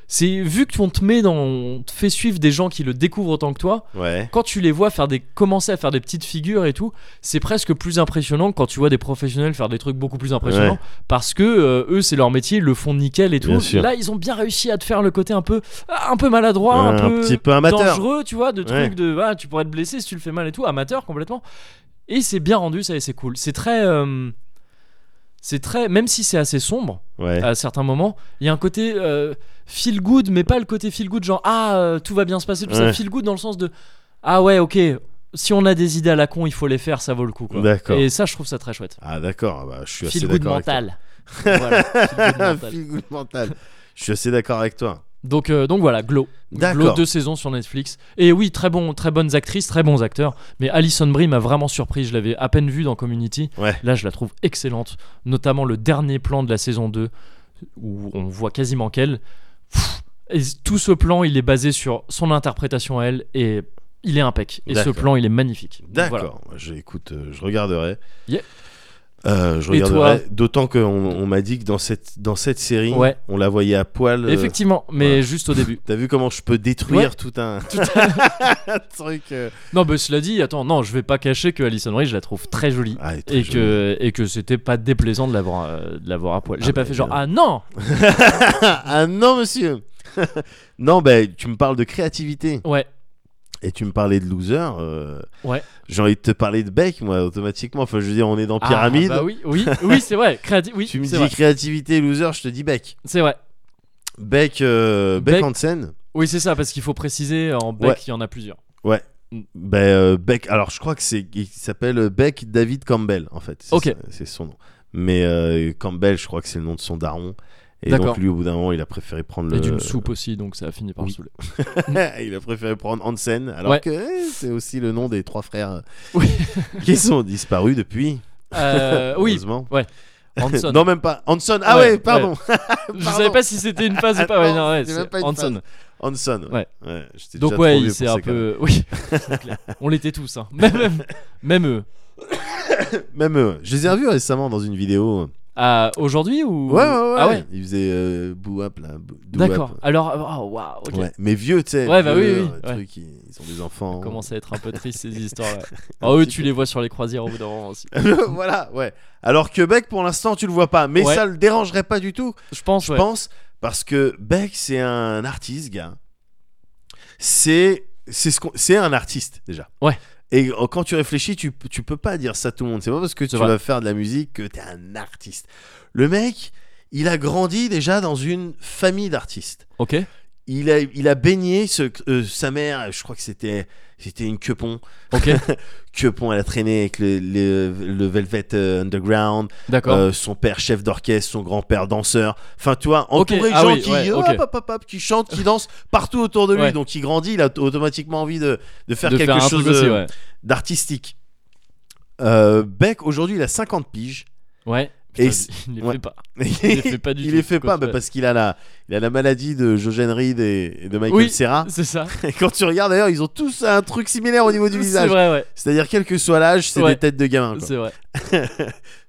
Speaker 1: c'est vu que on te met dans on te fait suivre des gens qui le découvrent autant que toi
Speaker 2: Ouais.
Speaker 1: quand tu les vois faire des commencer à faire des petites figures et tout c'est presque plus impressionnant que quand tu vois des professionnels faire des trucs beaucoup plus impressionnants
Speaker 2: Ouais.
Speaker 1: parce que euh, eux c'est leur métier ils le font nickel et tout
Speaker 2: Bien sûr.
Speaker 1: là ils ont bien réussi à te faire le côté un peu un peu maladroit un,
Speaker 2: Un
Speaker 1: peu
Speaker 2: petit peu amateur.
Speaker 1: dangereux tu vois de
Speaker 2: Ouais.
Speaker 1: trucs de ah, tu pourrais te blesser si tu le fais mal et tout amateur complètement et c'est bien rendu ça et c'est cool c'est très euh, c'est très, même si c'est assez sombre
Speaker 2: Ouais.
Speaker 1: à certains moments, il y a un côté euh, feel good, mais pas le côté feel good genre ah euh, tout va bien se passer, tout ça.
Speaker 2: Ouais.
Speaker 1: Feel good dans le sens de ah ouais ok, si on a des idées à la con, il faut les faire, ça vaut le coup. quoi.
Speaker 2: D'accord.
Speaker 1: Et ça, je trouve ça très chouette.
Speaker 2: Ah d'accord, ah bah, je suis assez
Speaker 1: Feel good
Speaker 2: d'accord. avec toi.
Speaker 1: mental. Voilà, feel
Speaker 2: [laughs]
Speaker 1: good mental.
Speaker 2: Feel good mental. Je suis assez d'accord avec toi.
Speaker 1: Donc, euh, donc voilà, Glow. Glow,
Speaker 2: D'accord.
Speaker 1: deux saisons sur Netflix. Et oui, très, bon, très bonnes actrices, très bons acteurs. Mais Alison Brie m'a vraiment surpris. Je l'avais à peine vue dans Community.
Speaker 2: Ouais.
Speaker 1: Là, je la trouve excellente. Notamment le dernier plan de la saison 2, où on voit quasiment qu'elle. Pfff. Et tout ce plan, il est basé sur son interprétation à elle. Et il est impec. Et ce
Speaker 2: D'accord.
Speaker 1: plan, il est magnifique. Donc, voilà.
Speaker 2: D'accord. J'écoute, je regarderai.
Speaker 1: Yeah.
Speaker 2: Euh, je
Speaker 1: Et toi
Speaker 2: regarderai. D'autant qu'on on, m'a dit que dans cette, dans cette série,
Speaker 1: Ouais.
Speaker 2: on la voyait à poil. euh,
Speaker 1: Effectivement, mais
Speaker 2: voilà.
Speaker 1: juste au début.
Speaker 2: T'as vu comment je peux détruire
Speaker 1: Ouais.
Speaker 2: tout un [laughs] truc. euh.
Speaker 1: Non, mais cela dit, attends, non, je vais pas cacher que Alison Brie, je la trouve très jolie.
Speaker 2: Ah, elle est très
Speaker 1: et
Speaker 2: jolie.
Speaker 1: que et que c'était pas déplaisant de l'avoir euh, de l'avoir à poil. J'ai
Speaker 2: Ah
Speaker 1: pas
Speaker 2: bah,
Speaker 1: fait genre
Speaker 2: bien.
Speaker 1: ah non.
Speaker 2: [laughs] ah non monsieur. [laughs] non ben tu me parles de créativité
Speaker 1: Ouais.
Speaker 2: et tu me parlais de loser. euh,
Speaker 1: Ouais.
Speaker 2: J'ai envie de te parler de Beck moi automatiquement. Enfin je veux dire on est dans pyramide.
Speaker 1: Ah, bah oui, oui, oui, c'est vrai. Créati oui,
Speaker 2: [laughs] Tu me
Speaker 1: c'est
Speaker 2: dis
Speaker 1: vrai.
Speaker 2: créativité loser, je te dis Beck.
Speaker 1: C'est vrai.
Speaker 2: Beck euh, Beck,
Speaker 1: Beck.
Speaker 2: Hansen.
Speaker 1: Oui, c'est ça parce qu'il faut préciser en bec,
Speaker 2: Ouais.
Speaker 1: il y en a plusieurs.
Speaker 2: Ben euh, Beck. Alors je crois que c'est il s'appelle euh, Beck David Campbell en fait. C'est
Speaker 1: Ok.
Speaker 2: ça- C'est son nom. Mais euh, Campbell je crois que c'est le nom de son daron. Et
Speaker 1: D'accord.
Speaker 2: donc lui au bout d'un moment il a préféré prendre le.
Speaker 1: Et d'une soupe aussi, donc ça a fini par
Speaker 2: oui.
Speaker 1: me saouler.
Speaker 2: [laughs] il a préféré prendre Hansen, alors
Speaker 1: Ouais.
Speaker 2: que eh, c'est aussi le nom des trois frères euh,
Speaker 1: Oui.
Speaker 2: [laughs] qui sont disparus depuis.
Speaker 1: Euh, oui,
Speaker 2: [laughs] heureusement.
Speaker 1: Hanson.
Speaker 2: Non, même pas. Hanson, ah
Speaker 1: Ouais,
Speaker 2: ouais, pardon.
Speaker 1: Je savais pas si c'était une phase ou pas. Ouais,
Speaker 2: Attends,
Speaker 1: non, ouais,
Speaker 2: c'était même
Speaker 1: c'est
Speaker 2: pas une
Speaker 1: Hanson.
Speaker 2: phase. Hanson, ouais.
Speaker 1: Ouais.
Speaker 2: Ouais, j'étais
Speaker 1: Donc
Speaker 2: déjà
Speaker 1: ouais,
Speaker 2: trop
Speaker 1: il
Speaker 2: vieux
Speaker 1: s'est
Speaker 2: pour
Speaker 1: un
Speaker 2: ces
Speaker 1: peu. [laughs] Oui. c'est clair. On l'était tous. Hein. Même, même, même eux.
Speaker 2: conneries. Même eux, je les ai revus récemment dans une vidéo.
Speaker 1: Ah, Aujourd'hui ou
Speaker 2: Ouais, ouais, ouais.
Speaker 1: Ah ouais.
Speaker 2: Ils faisaient euh, boo-up, là. boo- doo-wap.
Speaker 1: D'accord. Alors, oh, waouh. ok.
Speaker 2: Ouais, mais vieux, tu sais.
Speaker 1: Ouais, bah
Speaker 2: vieux,
Speaker 1: oui, oui,
Speaker 2: euh,
Speaker 1: ouais.
Speaker 2: truc, ils, ils ont des enfants. [laughs]
Speaker 1: commence à être un peu triste ces histoires là. Ah eux
Speaker 2: Oh. petit
Speaker 1: tu
Speaker 2: peu. Euh,
Speaker 1: les vois sur les croisières au bout d'un moment aussi.
Speaker 2: voilà, ouais. Alors que Beck, pour l'instant, tu le vois pas. Mais
Speaker 1: Ouais.
Speaker 2: ça le dérangerait pas du tout.
Speaker 1: Je pense
Speaker 2: je
Speaker 1: ouais.
Speaker 2: pense, parce que Beck, c'est un artiste, gars. C'est c'est ce qu'on- c'est un artiste déjà.
Speaker 1: Ouais.
Speaker 2: Et euh, quand tu réfléchis, tu, tu peux pas dire ça à tout le monde. C'est pas parce que tu
Speaker 1: vrai.
Speaker 2: vas faire de la musique que t'es un artiste. Le mec, il a grandi déjà dans une famille d'artistes.
Speaker 1: OK.
Speaker 2: Il a, il a baigné ce, euh, sa mère, je crois que c'était c'était une quepon. [laughs]
Speaker 1: OK.
Speaker 2: Quepon, elle a traîné avec le, le, le Velvet euh, Underground.
Speaker 1: D'accord.
Speaker 2: Euh, son père chef d'orchestre, son grand-père danseur. Enfin, tu vois,
Speaker 1: Ok,
Speaker 2: entouré de
Speaker 1: ah
Speaker 2: gens
Speaker 1: oui,
Speaker 2: qui,
Speaker 1: ouais,
Speaker 2: hop,
Speaker 1: ok.
Speaker 2: hop, hop, hop, qui chantent, qui dansent partout autour de lui.
Speaker 1: Ouais.
Speaker 2: Donc, il grandit, il a automatiquement envie de, de faire
Speaker 1: de
Speaker 2: quelque
Speaker 1: faire un
Speaker 2: chose
Speaker 1: truc aussi
Speaker 2: euh,
Speaker 1: ouais.
Speaker 2: d'artistique. Euh, Beck, aujourd'hui, il a 50 piges.
Speaker 1: Ouais.
Speaker 2: Et
Speaker 1: Putain,
Speaker 2: c'est-
Speaker 1: [laughs] il les
Speaker 2: ouais.
Speaker 1: fait pas. les
Speaker 2: [laughs]
Speaker 1: fait pas du
Speaker 2: Il
Speaker 1: tout,
Speaker 2: les fait
Speaker 1: quoi,
Speaker 2: pas,
Speaker 1: tu
Speaker 2: bah,
Speaker 1: vois.
Speaker 2: parce qu'il a la, il a la maladie de Jojen Reed et, et de Michael
Speaker 1: Oui. [laughs]
Speaker 2: Serra.
Speaker 1: C'est
Speaker 2: [laughs]
Speaker 1: ça.
Speaker 2: Et quand tu regardes d'ailleurs, ils ont tous un truc similaire au niveau du
Speaker 1: C'est
Speaker 2: visage.
Speaker 1: vrai ouais.
Speaker 2: C'est-à-dire, quel que soit l'âge, c'est
Speaker 1: Ouais.
Speaker 2: des têtes de gamins. quoi.
Speaker 1: C'est vrai.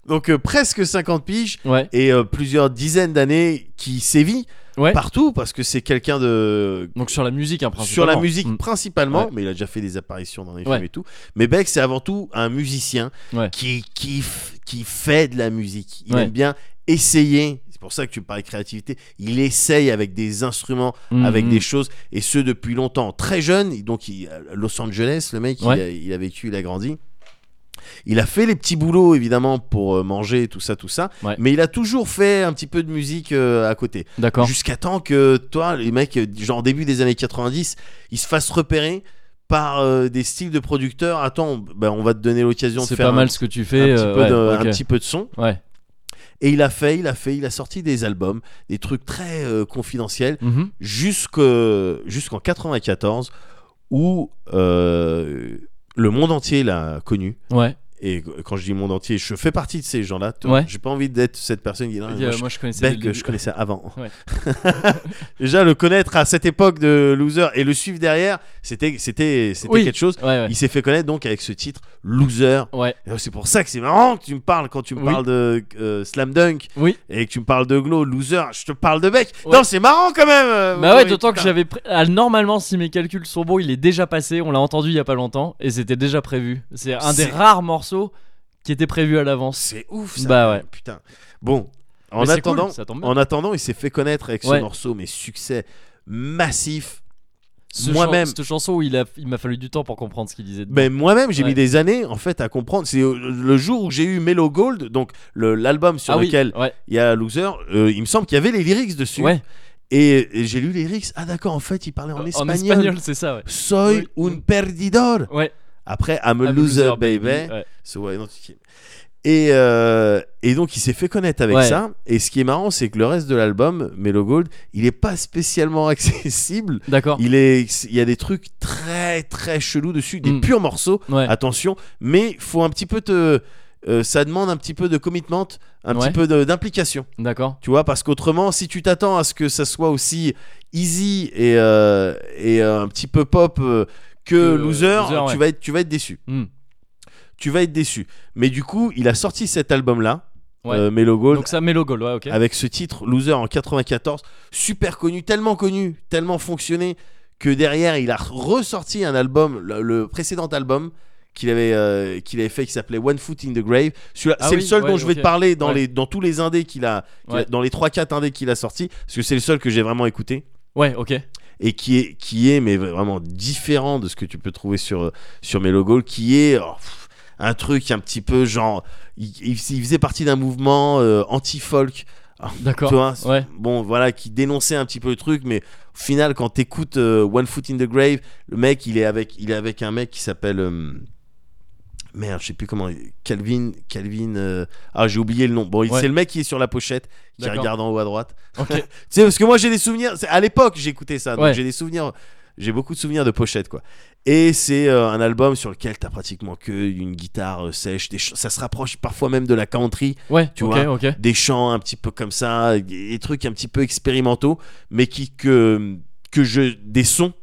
Speaker 2: Donc, euh, presque 50 piges
Speaker 1: Ouais.
Speaker 2: et euh, plusieurs dizaines d'années qui sévit
Speaker 1: Ouais.
Speaker 2: partout parce que c'est quelqu'un de
Speaker 1: Donc sur la musique hein,
Speaker 2: sur la
Speaker 1: principalement.
Speaker 2: musique
Speaker 1: Mm.
Speaker 2: principalement,
Speaker 1: Ouais.
Speaker 2: mais il a déjà fait des apparitions dans les
Speaker 1: Ouais.
Speaker 2: films et tout. Mais Beck, c'est avant tout un musicien
Speaker 1: Ouais.
Speaker 2: qui, qui, f- qui fait de la musique. Il
Speaker 1: Ouais.
Speaker 2: aime bien essayer. C'est pour ça que tu parlais de créativité. Il essaye avec des instruments,
Speaker 1: Mm,
Speaker 2: avec
Speaker 1: mm.
Speaker 2: des choses, et ce depuis longtemps. Très jeune, donc il- à Los Angeles, le mec, il
Speaker 1: Ouais.
Speaker 2: a- il, a vécu, il a grandi. Il a fait les petits boulots évidemment pour euh, manger tout ça tout ça,
Speaker 1: Ouais.
Speaker 2: mais il a toujours fait un petit peu de musique euh, à côté.
Speaker 1: D'accord.
Speaker 2: Jusqu'à temps que toi, les mecs, euh, genre début des années 90, ils se fassent repérer par euh, des styles de producteurs. Attends, bah, on va te donner l'occasion de
Speaker 1: C'est
Speaker 2: faire
Speaker 1: pas
Speaker 2: un,
Speaker 1: mal
Speaker 2: petit-
Speaker 1: ce que tu
Speaker 2: un
Speaker 1: fais.
Speaker 2: petit
Speaker 1: euh,
Speaker 2: peu
Speaker 1: ouais,
Speaker 2: de,
Speaker 1: ok.
Speaker 2: un petit peu de son.
Speaker 1: Ouais.
Speaker 2: Et il a fait, il a fait, il a sorti des albums, des trucs très euh, confidentiels,
Speaker 1: Mhm.
Speaker 2: jusqu'e- jusqu'en 94, où euh, le monde entier l'a connu.
Speaker 1: Ouais.
Speaker 2: Et quand je dis monde entier, je fais partie de ces gens-là. tu vois.
Speaker 1: Ouais.
Speaker 2: J'ai pas envie d'être cette personne qui dit, Non,
Speaker 1: Il y
Speaker 2: moi,
Speaker 1: a-
Speaker 2: je
Speaker 1: moi je connaissais. dès
Speaker 2: Beck,
Speaker 1: le début.
Speaker 2: je connaissais avant.
Speaker 1: Ouais. [laughs]
Speaker 2: [laughs] Déjà, le connaître à cette époque de Loser et le suivre derrière, c'était c'était c'était
Speaker 1: Oui.
Speaker 2: quelque chose.
Speaker 1: Ouais ouais.
Speaker 2: [laughs] Il s'est fait connaître donc avec ce titre Loser.
Speaker 1: Ouais.
Speaker 2: Et C'est pour ça que c'est marrant que tu me parles quand tu me
Speaker 1: Oui.
Speaker 2: parles de euh, Slam Dunk
Speaker 1: Oui.
Speaker 2: et que tu me parles de Glow, Loser. Je te parle de Beck.
Speaker 1: Ouais.
Speaker 2: Non, c'est marrant quand même. euh,
Speaker 1: Bah ouais,
Speaker 2: Maurice,
Speaker 1: d'autant que
Speaker 2: putain.
Speaker 1: j'avais pris- ah, normalement si mes calculs sont bons, il est déjà passé, on l'a entendu il y a pas longtemps et c'était déjà prévu. C'est un des
Speaker 2: C'est-
Speaker 1: rares morceaux qui était prévu à l'avance.
Speaker 2: C'est ouf ça.
Speaker 1: Bah ouais.
Speaker 2: Putain. Bon, en
Speaker 1: Mais c'est
Speaker 2: attendant,
Speaker 1: cool, ça tombe bien.
Speaker 2: en attendant, il s'est fait connaître avec
Speaker 1: Ouais.
Speaker 2: ce morceau, mais succès massif.
Speaker 1: Ce
Speaker 2: Moi-même.
Speaker 1: chan- Cette chanson où il a- il m'a fallu du temps pour comprendre ce qu'il disait. dedans.
Speaker 2: Mais moi-même, j'ai
Speaker 1: Ouais.
Speaker 2: mis des années en fait à comprendre. C'est euh, le jour où j'ai eu Mellow Gold, donc le- l'album sur
Speaker 1: ah oui,
Speaker 2: lequel
Speaker 1: ouais,
Speaker 2: il y a Loser, euh, il me semble qu'il y avait les lyrics dessus.
Speaker 1: ouais,
Speaker 2: Et, et j'ai lu les lyrics. Ah d'accord, en fait, il parlait en,
Speaker 1: en
Speaker 2: espagnol.
Speaker 1: espagnol, c'est ça, ouais.
Speaker 2: Soy
Speaker 1: Oui.
Speaker 2: un perdidor.
Speaker 1: Ouais.
Speaker 2: Après, I'm a
Speaker 1: I'm a
Speaker 2: loser, baby.
Speaker 1: ouais.
Speaker 2: So why don't you- Et, euh, et donc il s'est fait connaître avec
Speaker 1: Ouais.
Speaker 2: ça. Et ce qui est marrant, c'est que le reste de l'album, Mellow Gold, il est pas spécialement [laughs] accessible.
Speaker 1: D'accord.
Speaker 2: Il, est, il y a des trucs très très chelous dessus, des
Speaker 1: Mm.
Speaker 2: purs morceaux.
Speaker 1: Ouais.
Speaker 2: Attention, mais faut un petit peu te, euh, ça demande un petit peu de commitment, un
Speaker 1: Ouais.
Speaker 2: petit peu de- d'implication.
Speaker 1: D'accord.
Speaker 2: Tu vois, parce qu'autrement, si tu t'attends à ce que ça soit aussi easy et, euh, et euh, un petit peu pop euh, que
Speaker 1: euh,
Speaker 2: Loser,
Speaker 1: Loser, ouais.
Speaker 2: tu, vas être, tu vas être déçu.
Speaker 1: Hmm.
Speaker 2: Tu vas être déçu. Mais du coup, il a sorti cet album-là,
Speaker 1: Ouais.
Speaker 2: euh, Mellow Gold,
Speaker 1: Donc ça met le goal, ouais, ok.
Speaker 2: avec ce titre Loser en 94, super connu, tellement connu, tellement fonctionné, que derrière, il a ressorti un album, le, le précédent album qu'il avait, euh, qu'il avait fait qui s'appelait One Foot in the Grave. Celui-là,
Speaker 1: Ah
Speaker 2: c'est le
Speaker 1: oui,
Speaker 2: seul
Speaker 1: ouais,
Speaker 2: dont je vais
Speaker 1: ok.
Speaker 2: te parler dans,
Speaker 1: Ouais.
Speaker 2: les, dans tous les indés qu'il a, qu'il a-
Speaker 1: Ouais.
Speaker 2: dans les 3-4 indés qu'il a sorti, parce que c'est le seul que j'ai vraiment écouté.
Speaker 1: Ouais, ok.
Speaker 2: Et qui est, qui est, mais vraiment différent de ce que tu peux trouver sur, sur Mellow Gold, qui est oh, pff, un truc un petit peu genre. Il, il- il faisait partie d'un mouvement euh, anti-folk
Speaker 1: D'accord.
Speaker 2: tu vois,
Speaker 1: Ouais.
Speaker 2: bon voilà qui dénonçait un petit peu le truc mais au final quand t'écoutes euh, One Foot in the Grave le mec il est avec il est avec un mec qui s'appelle euh, merde je sais plus comment Calvin Calvin euh, ah j'ai oublié le nom bon il-
Speaker 1: Ouais.
Speaker 2: c'est le mec qui est sur la pochette qui
Speaker 1: D'accord.
Speaker 2: regarde en haut à droite
Speaker 1: Ok.
Speaker 2: [laughs] tu sais parce que moi j'ai des souvenirs c'est- à l'époque j'écoutais ça donc
Speaker 1: Ouais.
Speaker 2: j'ai des souvenirs j'ai beaucoup de souvenirs de pochette quoi et c'est euh, un album sur lequel t'as pratiquement que une guitare euh, sèche des ch- ça se rapproche parfois même de la country
Speaker 1: Ouais.
Speaker 2: Tu
Speaker 1: ok,
Speaker 2: vois.
Speaker 1: ok.
Speaker 2: des chants un petit peu comme ça, des trucs un petit peu expérimentaux, mais qui que que je des sons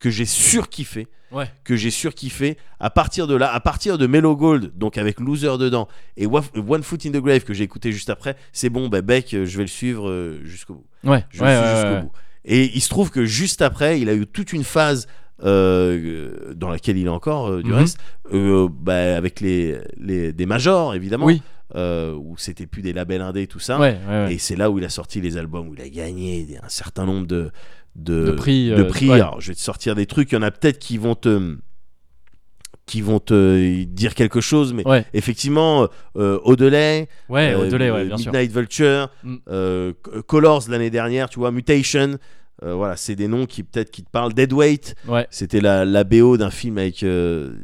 Speaker 2: que j'ai surkiffé,
Speaker 1: Ouais.
Speaker 2: que j'ai surkiffé. À partir de là, à partir de Mellow Gold, donc avec Loser dedans et Waf- One Foot in the Grave que j'ai écouté juste après, c'est bon, bah Beck, euh, je vais le suivre euh, jusqu'au bout.
Speaker 1: Ouais.
Speaker 2: Je
Speaker 1: ouais,
Speaker 2: le suis
Speaker 1: ouais,
Speaker 2: jusqu'au
Speaker 1: ouais.
Speaker 2: bout. Et il se trouve que juste après, il a eu toute une phase. euh, dans laquelle il est encore euh, du
Speaker 1: Mhm.
Speaker 2: reste euh, bah, avec les, les des majors évidemment
Speaker 1: Oui.
Speaker 2: euh, où c'était plus des labels indés et tout ça
Speaker 1: Ouais, ouais, ouais.
Speaker 2: et c'est là où il a sorti les albums, où il a gagné des- un certain nombre de, de,
Speaker 1: De prix,
Speaker 2: de
Speaker 1: euh,
Speaker 2: prix.
Speaker 1: ouais.
Speaker 2: Alors, je vais te sortir des trucs, il y en a peut-être qui vont te qui vont te dire quelque chose, mais
Speaker 1: Ouais.
Speaker 2: effectivement, euh, Audelay,
Speaker 1: Ouais,
Speaker 2: euh,
Speaker 1: Audelay, ouais,
Speaker 2: euh,
Speaker 1: bien sûr.
Speaker 2: Midnight Vulture,
Speaker 1: Mm.
Speaker 2: euh, C- Colors de l'année dernière, tu vois, Mutation, euh, voilà, c'est des noms qui peut-être qui te parlent. Deadweight,
Speaker 1: Ouais.
Speaker 2: c'était la, la BO d'un film avec euh,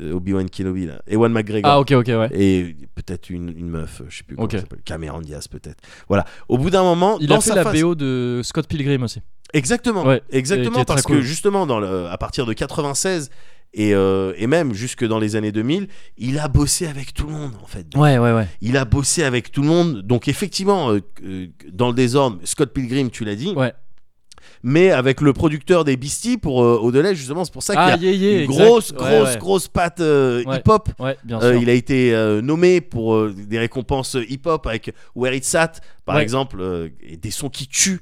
Speaker 2: euh, Obi-Wan Kenobi, là, Ewan McGregor
Speaker 1: Ah, ok, ok, ouais.
Speaker 2: et peut-être une, une meuf, je sais plus comment
Speaker 1: Ok.
Speaker 2: elle s'appelle, Cameron Diaz peut-être. Voilà. Au bout d'un moment,
Speaker 1: Il
Speaker 2: dans
Speaker 1: a fait
Speaker 2: sa
Speaker 1: la
Speaker 2: phase-
Speaker 1: BO de Scott Pilgrim aussi.
Speaker 2: Exactement,
Speaker 1: Ouais, et qui
Speaker 2: exactement,
Speaker 1: est très
Speaker 2: parce que
Speaker 1: cool.
Speaker 2: justement, dans le, à partir de 96 et, euh, et même jusque dans les années 2000, il a bossé avec tout le monde en fait.
Speaker 1: Ouais, ouais, ouais.
Speaker 2: Il a bossé avec tout le monde, donc effectivement, euh, euh, dans le désordre, Scott Pilgrim, tu l'as dit,
Speaker 1: Ouais.
Speaker 2: mais avec le producteur des Beastie pour euh, Audelay, justement, c'est pour ça qu'il
Speaker 1: Ah,
Speaker 2: a
Speaker 1: yeah, yeah,
Speaker 2: une
Speaker 1: exact.
Speaker 2: grosse,
Speaker 1: Ouais,
Speaker 2: grosse,
Speaker 1: ouais.
Speaker 2: grosse patte euh,
Speaker 1: Ouais.
Speaker 2: hip-hop.
Speaker 1: Ouais, bien
Speaker 2: Euh,
Speaker 1: sûr.
Speaker 2: il a été euh, nommé pour euh, des récompenses euh, hip-hop avec Where It's At, par
Speaker 1: Ouais.
Speaker 2: exemple, euh, et des sons qui tuent.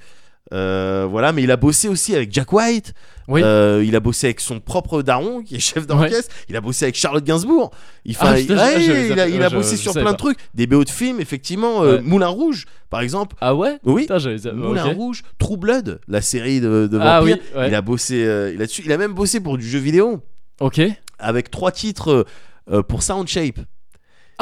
Speaker 2: Euh, voilà, mais il a bossé aussi avec Jack White.
Speaker 1: Oui.
Speaker 2: Euh, il a bossé avec son propre daron qui est chef d'orchestre. Il a bossé avec Charlotte Gainsbourg. Il,
Speaker 1: Ah,
Speaker 2: fait-
Speaker 1: putain, je-
Speaker 2: ouais,
Speaker 1: je-
Speaker 2: il a,
Speaker 1: je-
Speaker 2: il a
Speaker 1: je-
Speaker 2: bossé
Speaker 1: je
Speaker 2: sur
Speaker 1: savais
Speaker 2: plein
Speaker 1: pas.
Speaker 2: de trucs, des BO de films effectivement, euh,
Speaker 1: Ouais.
Speaker 2: Moulin Rouge par exemple.
Speaker 1: Ah ouais
Speaker 2: Oui,
Speaker 1: Putain, j'avais.
Speaker 2: Moulin
Speaker 1: ok.
Speaker 2: Rouge, True Blood, la série de, de
Speaker 1: Ah oui,
Speaker 2: vampires.
Speaker 1: ouais.
Speaker 2: Il a bossé euh, là-dessus. Il a même bossé pour du jeu vidéo
Speaker 1: Ok.
Speaker 2: avec trois titres euh, pour Soundshape.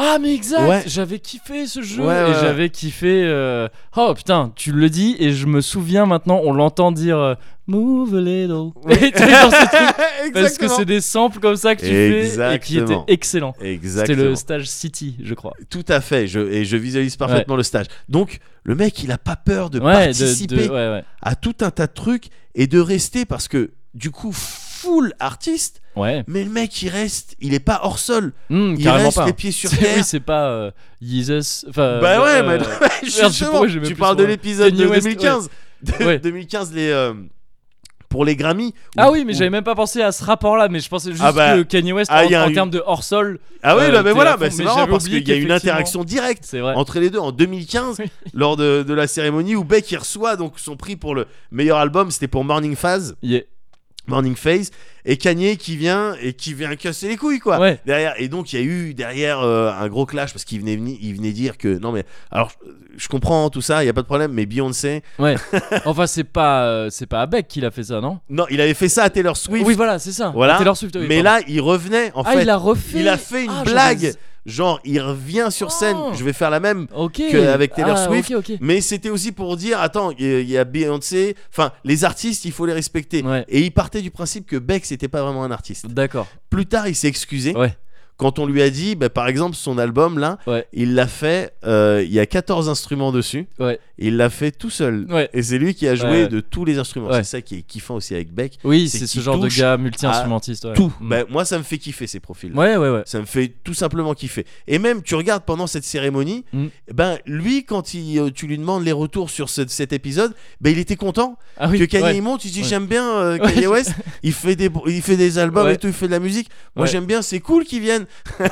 Speaker 1: Ah mais exact,
Speaker 2: Ouais.
Speaker 1: j'avais kiffé ce jeu
Speaker 2: Ouais,
Speaker 1: et
Speaker 2: ouais, ouais.
Speaker 1: j'avais kiffé. euh, Oh putain, tu le dis et je me souviens maintenant, on l'entend dire euh, Move a little. [laughs] Et tu vois, genre, ce truc, [laughs] parce que c'est des samples comme ça que tu fais et qui étaient
Speaker 2: Exactement.
Speaker 1: excellents. C'était
Speaker 2: Exactement.
Speaker 1: le stage City, je crois.
Speaker 2: Tout à fait. Je, et je visualise parfaitement le stage. Donc, le mec, il a pas peur de
Speaker 1: ouais, de- de- ouais,
Speaker 2: participer
Speaker 1: ouais.
Speaker 2: à tout un tas de trucs et de rester parce que, du coup, full artiste,
Speaker 1: Ouais,
Speaker 2: mais le mec, il reste, il est pas hors sol.
Speaker 1: Hmm,
Speaker 2: Il
Speaker 1: carrément
Speaker 2: reste
Speaker 1: pas.
Speaker 2: les pieds sur
Speaker 1: C'est-
Speaker 2: terre.
Speaker 1: [laughs] Oui, c'est pas euh, Jesus. Enfin,
Speaker 2: bah [laughs] ouais,
Speaker 1: euh,
Speaker 2: mais
Speaker 1: je sais pas
Speaker 2: justement,
Speaker 1: pourquoi j'ai même
Speaker 2: tu
Speaker 1: plus
Speaker 2: parles
Speaker 1: son
Speaker 2: de
Speaker 1: nom.
Speaker 2: l'épisode
Speaker 1: Kanye
Speaker 2: de
Speaker 1: West,
Speaker 2: 2015. De-
Speaker 1: Ouais.
Speaker 2: 2015, les. euh, pour les Grammy.
Speaker 1: Ah oui, mais
Speaker 2: Où-
Speaker 1: j'avais même pas pensé à ce rapport-là, mais je pensais juste
Speaker 2: Ah bah,
Speaker 1: que Kanye West,
Speaker 2: ah,
Speaker 1: en,
Speaker 2: y a
Speaker 1: en
Speaker 2: une-
Speaker 1: termes de hors-sol,
Speaker 2: Ah oui,
Speaker 1: euh,
Speaker 2: bah, mais
Speaker 1: t'es à
Speaker 2: voilà,
Speaker 1: fond,
Speaker 2: bah, c'est
Speaker 1: mais
Speaker 2: marrant
Speaker 1: j'avais
Speaker 2: parce
Speaker 1: oublié
Speaker 2: qu'il y a une
Speaker 1: qu'effectivement-
Speaker 2: interaction directe
Speaker 1: c'est vrai.
Speaker 2: entre les deux en 2015. lors de, de la cérémonie où Beck il reçoit donc son prix pour le meilleur album, c'était pour Morning Phase.
Speaker 1: Yeah.
Speaker 2: Morning Face et Kanye qui vient et qui vient casser les couilles quoi
Speaker 1: Ouais.
Speaker 2: derrière et donc il y a eu derrière euh, un gros clash parce qu'il venait veni- il venait dire que non mais alors je comprends tout ça il y a pas de problème mais Beyoncé
Speaker 1: Ouais. enfin, c'est pas, euh, c'est pas Abeck qui l'a fait ça, non
Speaker 2: non il avait fait ça à Taylor Swift
Speaker 1: Oui, voilà, c'est ça. Ah,
Speaker 2: Voilà.
Speaker 1: Taylor Swift. oui,
Speaker 2: mais
Speaker 1: pardon.
Speaker 2: là il revenait en
Speaker 1: ah,
Speaker 2: fait
Speaker 1: il a refait.
Speaker 2: il a fait une
Speaker 1: Ah,
Speaker 2: blague
Speaker 1: j'avais-
Speaker 2: genre il revient sur scène
Speaker 1: Oh.
Speaker 2: je vais faire la même
Speaker 1: Ok.
Speaker 2: que avec Taylor
Speaker 1: Ah,
Speaker 2: Swift.
Speaker 1: Ok, ok.
Speaker 2: mais c'était aussi pour dire attends il y a- il y a Beyoncé enfin les artistes il faut les respecter
Speaker 1: Ouais.
Speaker 2: et il partait du principe que Beck c'était pas vraiment un artiste
Speaker 1: D'accord.
Speaker 2: plus tard il s'est excusé
Speaker 1: Ouais.
Speaker 2: quand on lui a dit, bah, par exemple, son album là,
Speaker 1: Ouais.
Speaker 2: il l'a fait, euh, il y a 14 instruments dessus,
Speaker 1: Ouais.
Speaker 2: il l'a fait tout seul.
Speaker 1: Ouais.
Speaker 2: Et c'est lui qui a joué
Speaker 1: Ouais.
Speaker 2: de tous les instruments.
Speaker 1: Ouais.
Speaker 2: C'est ça qui est kiffant aussi avec Beck.
Speaker 1: Oui,
Speaker 2: C'est
Speaker 1: c'est ce
Speaker 2: qu'il
Speaker 1: genre de
Speaker 2: touche
Speaker 1: gars multi-instrumentiste. ouais.
Speaker 2: Tout.
Speaker 1: Mm.
Speaker 2: Bah, moi, ça me fait kiffer ces profils.
Speaker 1: Ouais, ouais, ouais.
Speaker 2: Ça me fait tout simplement kiffer. Et même, tu regardes pendant cette cérémonie,
Speaker 1: Mm.
Speaker 2: ben lui, quand il, euh, tu lui demandes les retours sur ce- cet épisode, ben il était content
Speaker 1: Ah oui.
Speaker 2: que Kanye
Speaker 1: ouais.
Speaker 2: il monte. Il dit
Speaker 1: Ouais.
Speaker 2: j'aime bien
Speaker 1: [laughs]
Speaker 2: euh,
Speaker 1: Ouais.
Speaker 2: Kanye West. Il fait des, il fait des albums
Speaker 1: Ouais.
Speaker 2: et tout. Il fait de la musique. Moi
Speaker 1: Ouais.
Speaker 2: j'aime bien. C'est cool qu'il vienne. [laughs]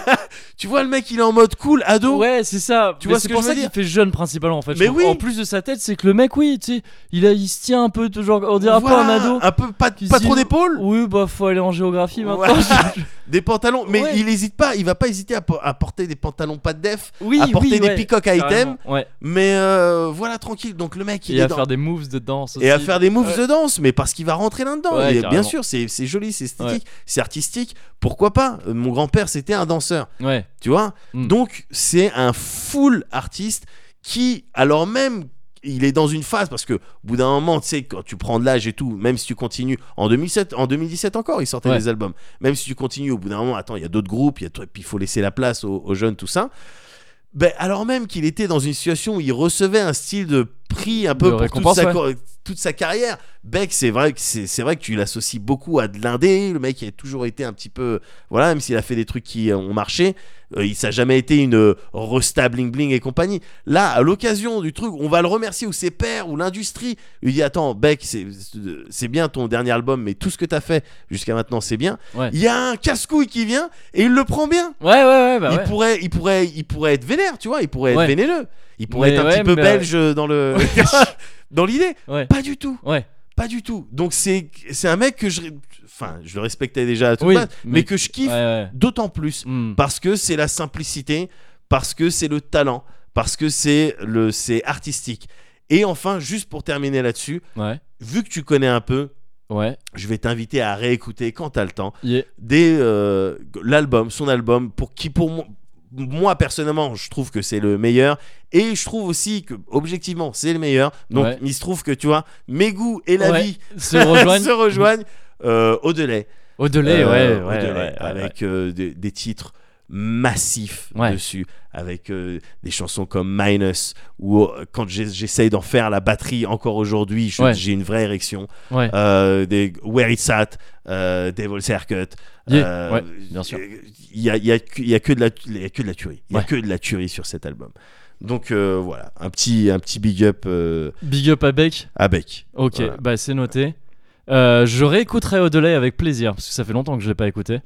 Speaker 2: tu vois le mec, il est en mode cool ado.
Speaker 1: Ouais, c'est ça.
Speaker 2: Tu
Speaker 1: Mais
Speaker 2: vois ce
Speaker 1: c'est
Speaker 2: que
Speaker 1: pour
Speaker 2: je
Speaker 1: ça
Speaker 2: veux
Speaker 1: qu'il
Speaker 2: dire
Speaker 1: fait jeune principalement en fait. je
Speaker 2: Mais
Speaker 1: trouve.
Speaker 2: oui.
Speaker 1: En plus de sa tête, c'est que le mec, oui, tu sais, il a, il se tient un peu toujours. On dirait
Speaker 2: Voilà,
Speaker 1: un peu un ado.
Speaker 2: un peu pas,
Speaker 1: qui
Speaker 2: pas
Speaker 1: se
Speaker 2: trop
Speaker 1: dit,
Speaker 2: d'épaule,
Speaker 1: Oui, bah faut aller en géographie maintenant.
Speaker 2: Voilà. [laughs] des pantalons, mais
Speaker 1: Ouais.
Speaker 2: il hésite pas, il va pas hésiter à, po- à porter des pantalons pas de def,
Speaker 1: oui,
Speaker 2: à porter
Speaker 1: oui,
Speaker 2: des
Speaker 1: ouais,
Speaker 2: peacock à item,
Speaker 1: carrément, Ouais.
Speaker 2: mais euh, voilà tranquille. Donc le mec il
Speaker 1: Et
Speaker 2: est
Speaker 1: à
Speaker 2: dans-
Speaker 1: faire des moves de danse.
Speaker 2: et à
Speaker 1: aussi.
Speaker 2: faire des moves
Speaker 1: Ouais.
Speaker 2: de danse, mais parce qu'il va rentrer là-dedans.
Speaker 1: Ouais,
Speaker 2: Et bien
Speaker 1: carrément.
Speaker 2: sûr, c'est c'est joli, c'est esthétique, c'est artistique. Pourquoi pas Euh, Mon grand-père c'était un danseur,
Speaker 1: Ouais.
Speaker 2: tu vois.
Speaker 1: Mm.
Speaker 2: Donc c'est un full artiste qui, alors même il est dans une phase parce que au bout d'un moment, tu sais, quand tu prends de l'âge et tout, même si tu continues en 2007, en 2017 encore, il sortait
Speaker 1: Ouais.
Speaker 2: des albums. Même si tu continues, au bout d'un moment, attends, il y a d'autres groupes, il y a tout- et puis il faut laisser la place aux, aux jeunes, tout ça. Ben, alors même qu'il était dans une situation où il recevait un style de prix un peu
Speaker 1: De
Speaker 2: pour toute
Speaker 1: récompense,
Speaker 2: sa,
Speaker 1: ouais.
Speaker 2: cor- toute sa carrière, Beck, c'est vrai que c'est c'est vrai que tu l'associes beaucoup à de l'indé. Le mec il a toujours été un petit peu, voilà, même s'il a fait des trucs qui euh, ont marché, euh, il ça a jamais été une euh, resta bling bling et compagnie. Là, à l'occasion du truc, on va le remercier ou ses pairs ou l'industrie lui dit attends Beck c'est c'est bien ton dernier album mais tout ce que t'as fait jusqu'à maintenant c'est bien
Speaker 1: Ouais.
Speaker 2: il y a un casse-couille qui vient et il le prend bien
Speaker 1: Ouais, ouais, ouais, bah
Speaker 2: il
Speaker 1: ouais.
Speaker 2: pourrait il pourrait il pourrait être vénère tu vois il pourrait être
Speaker 1: Ouais.
Speaker 2: vénéreux il pourrait
Speaker 1: Mais
Speaker 2: être un
Speaker 1: ouais,
Speaker 2: petit peu
Speaker 1: mais,
Speaker 2: belge dans le [laughs] dans l'idée
Speaker 1: Ouais.
Speaker 2: pas du tout
Speaker 1: Ouais.
Speaker 2: pas du tout donc c'est c'est un mec que je enfin je le respectais déjà à tout
Speaker 1: Oui,
Speaker 2: base, mais
Speaker 1: mais-
Speaker 2: que je
Speaker 1: Ouais,
Speaker 2: kiffe
Speaker 1: ouais.
Speaker 2: d'autant plus
Speaker 1: Mm.
Speaker 2: parce que c'est la simplicité, parce que c'est le talent, parce que c'est le c'est artistique. Et enfin, juste pour terminer là-dessus,
Speaker 1: Ouais.
Speaker 2: vu que tu connais un peu,
Speaker 1: Ouais.
Speaker 2: je vais t'inviter à réécouter quand t'as le temps [laughs]
Speaker 1: Yeah.
Speaker 2: des euh, l'album, son album pour qui pour moi moi personnellement je trouve que c'est le meilleur et je trouve aussi que objectivement c'est le meilleur donc
Speaker 1: Ouais.
Speaker 2: il se trouve que tu vois mes goûts et la
Speaker 1: Ouais.
Speaker 2: vie
Speaker 1: Se rejoignent.
Speaker 2: [laughs] se rejoignent euh, au delay
Speaker 1: Au-delà,
Speaker 2: euh,
Speaker 1: ouais,
Speaker 2: au
Speaker 1: ouais,
Speaker 2: Delay,
Speaker 1: ouais, ouais, ouais.
Speaker 2: avec euh, des, des titres massifs
Speaker 1: Ouais.
Speaker 2: dessus, avec euh, des chansons comme Minus, ou euh, quand j'ai- j'essaye d'en faire la batterie encore aujourd'hui, je-
Speaker 1: Ouais.
Speaker 2: j'ai une vraie érection,
Speaker 1: Ouais.
Speaker 2: Euh, des Where It's At, euh, Devil's Haircut,
Speaker 1: Yeah,
Speaker 2: euh,
Speaker 1: ouais, bien sûr.
Speaker 2: Il y a, il y a que- il y a que de la, il y a que de la tuerie, il y a
Speaker 1: Ouais.
Speaker 2: que de la tuerie sur cet album. Donc euh, voilà, un petit, un petit big up euh,
Speaker 1: Big up à Beck.
Speaker 2: à Beck.
Speaker 1: Ok,
Speaker 2: Voilà.
Speaker 1: bah c'est noté. Euh, je réécouterai Au-delà avec plaisir parce que ça fait longtemps que je l'ai pas écouté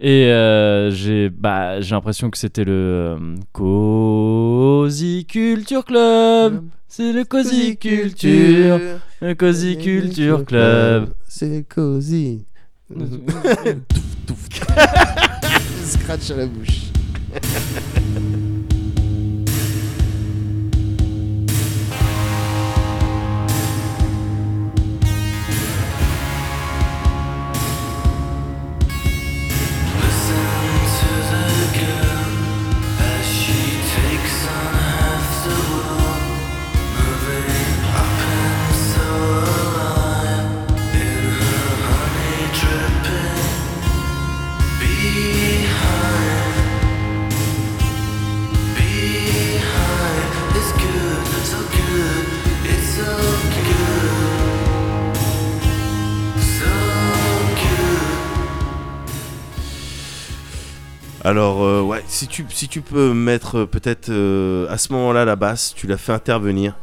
Speaker 1: et euh, j'ai bah j'ai l'impression que c'était le euh, Cozy Culture Club. C'est le Cozy Culture, le Cozy Culture Club.
Speaker 2: C'est cosy. Scratch à la bouche. Alors, euh, ouais, si tu, si tu peux mettre euh, peut-être euh, à ce moment-là la basse, tu la fais intervenir,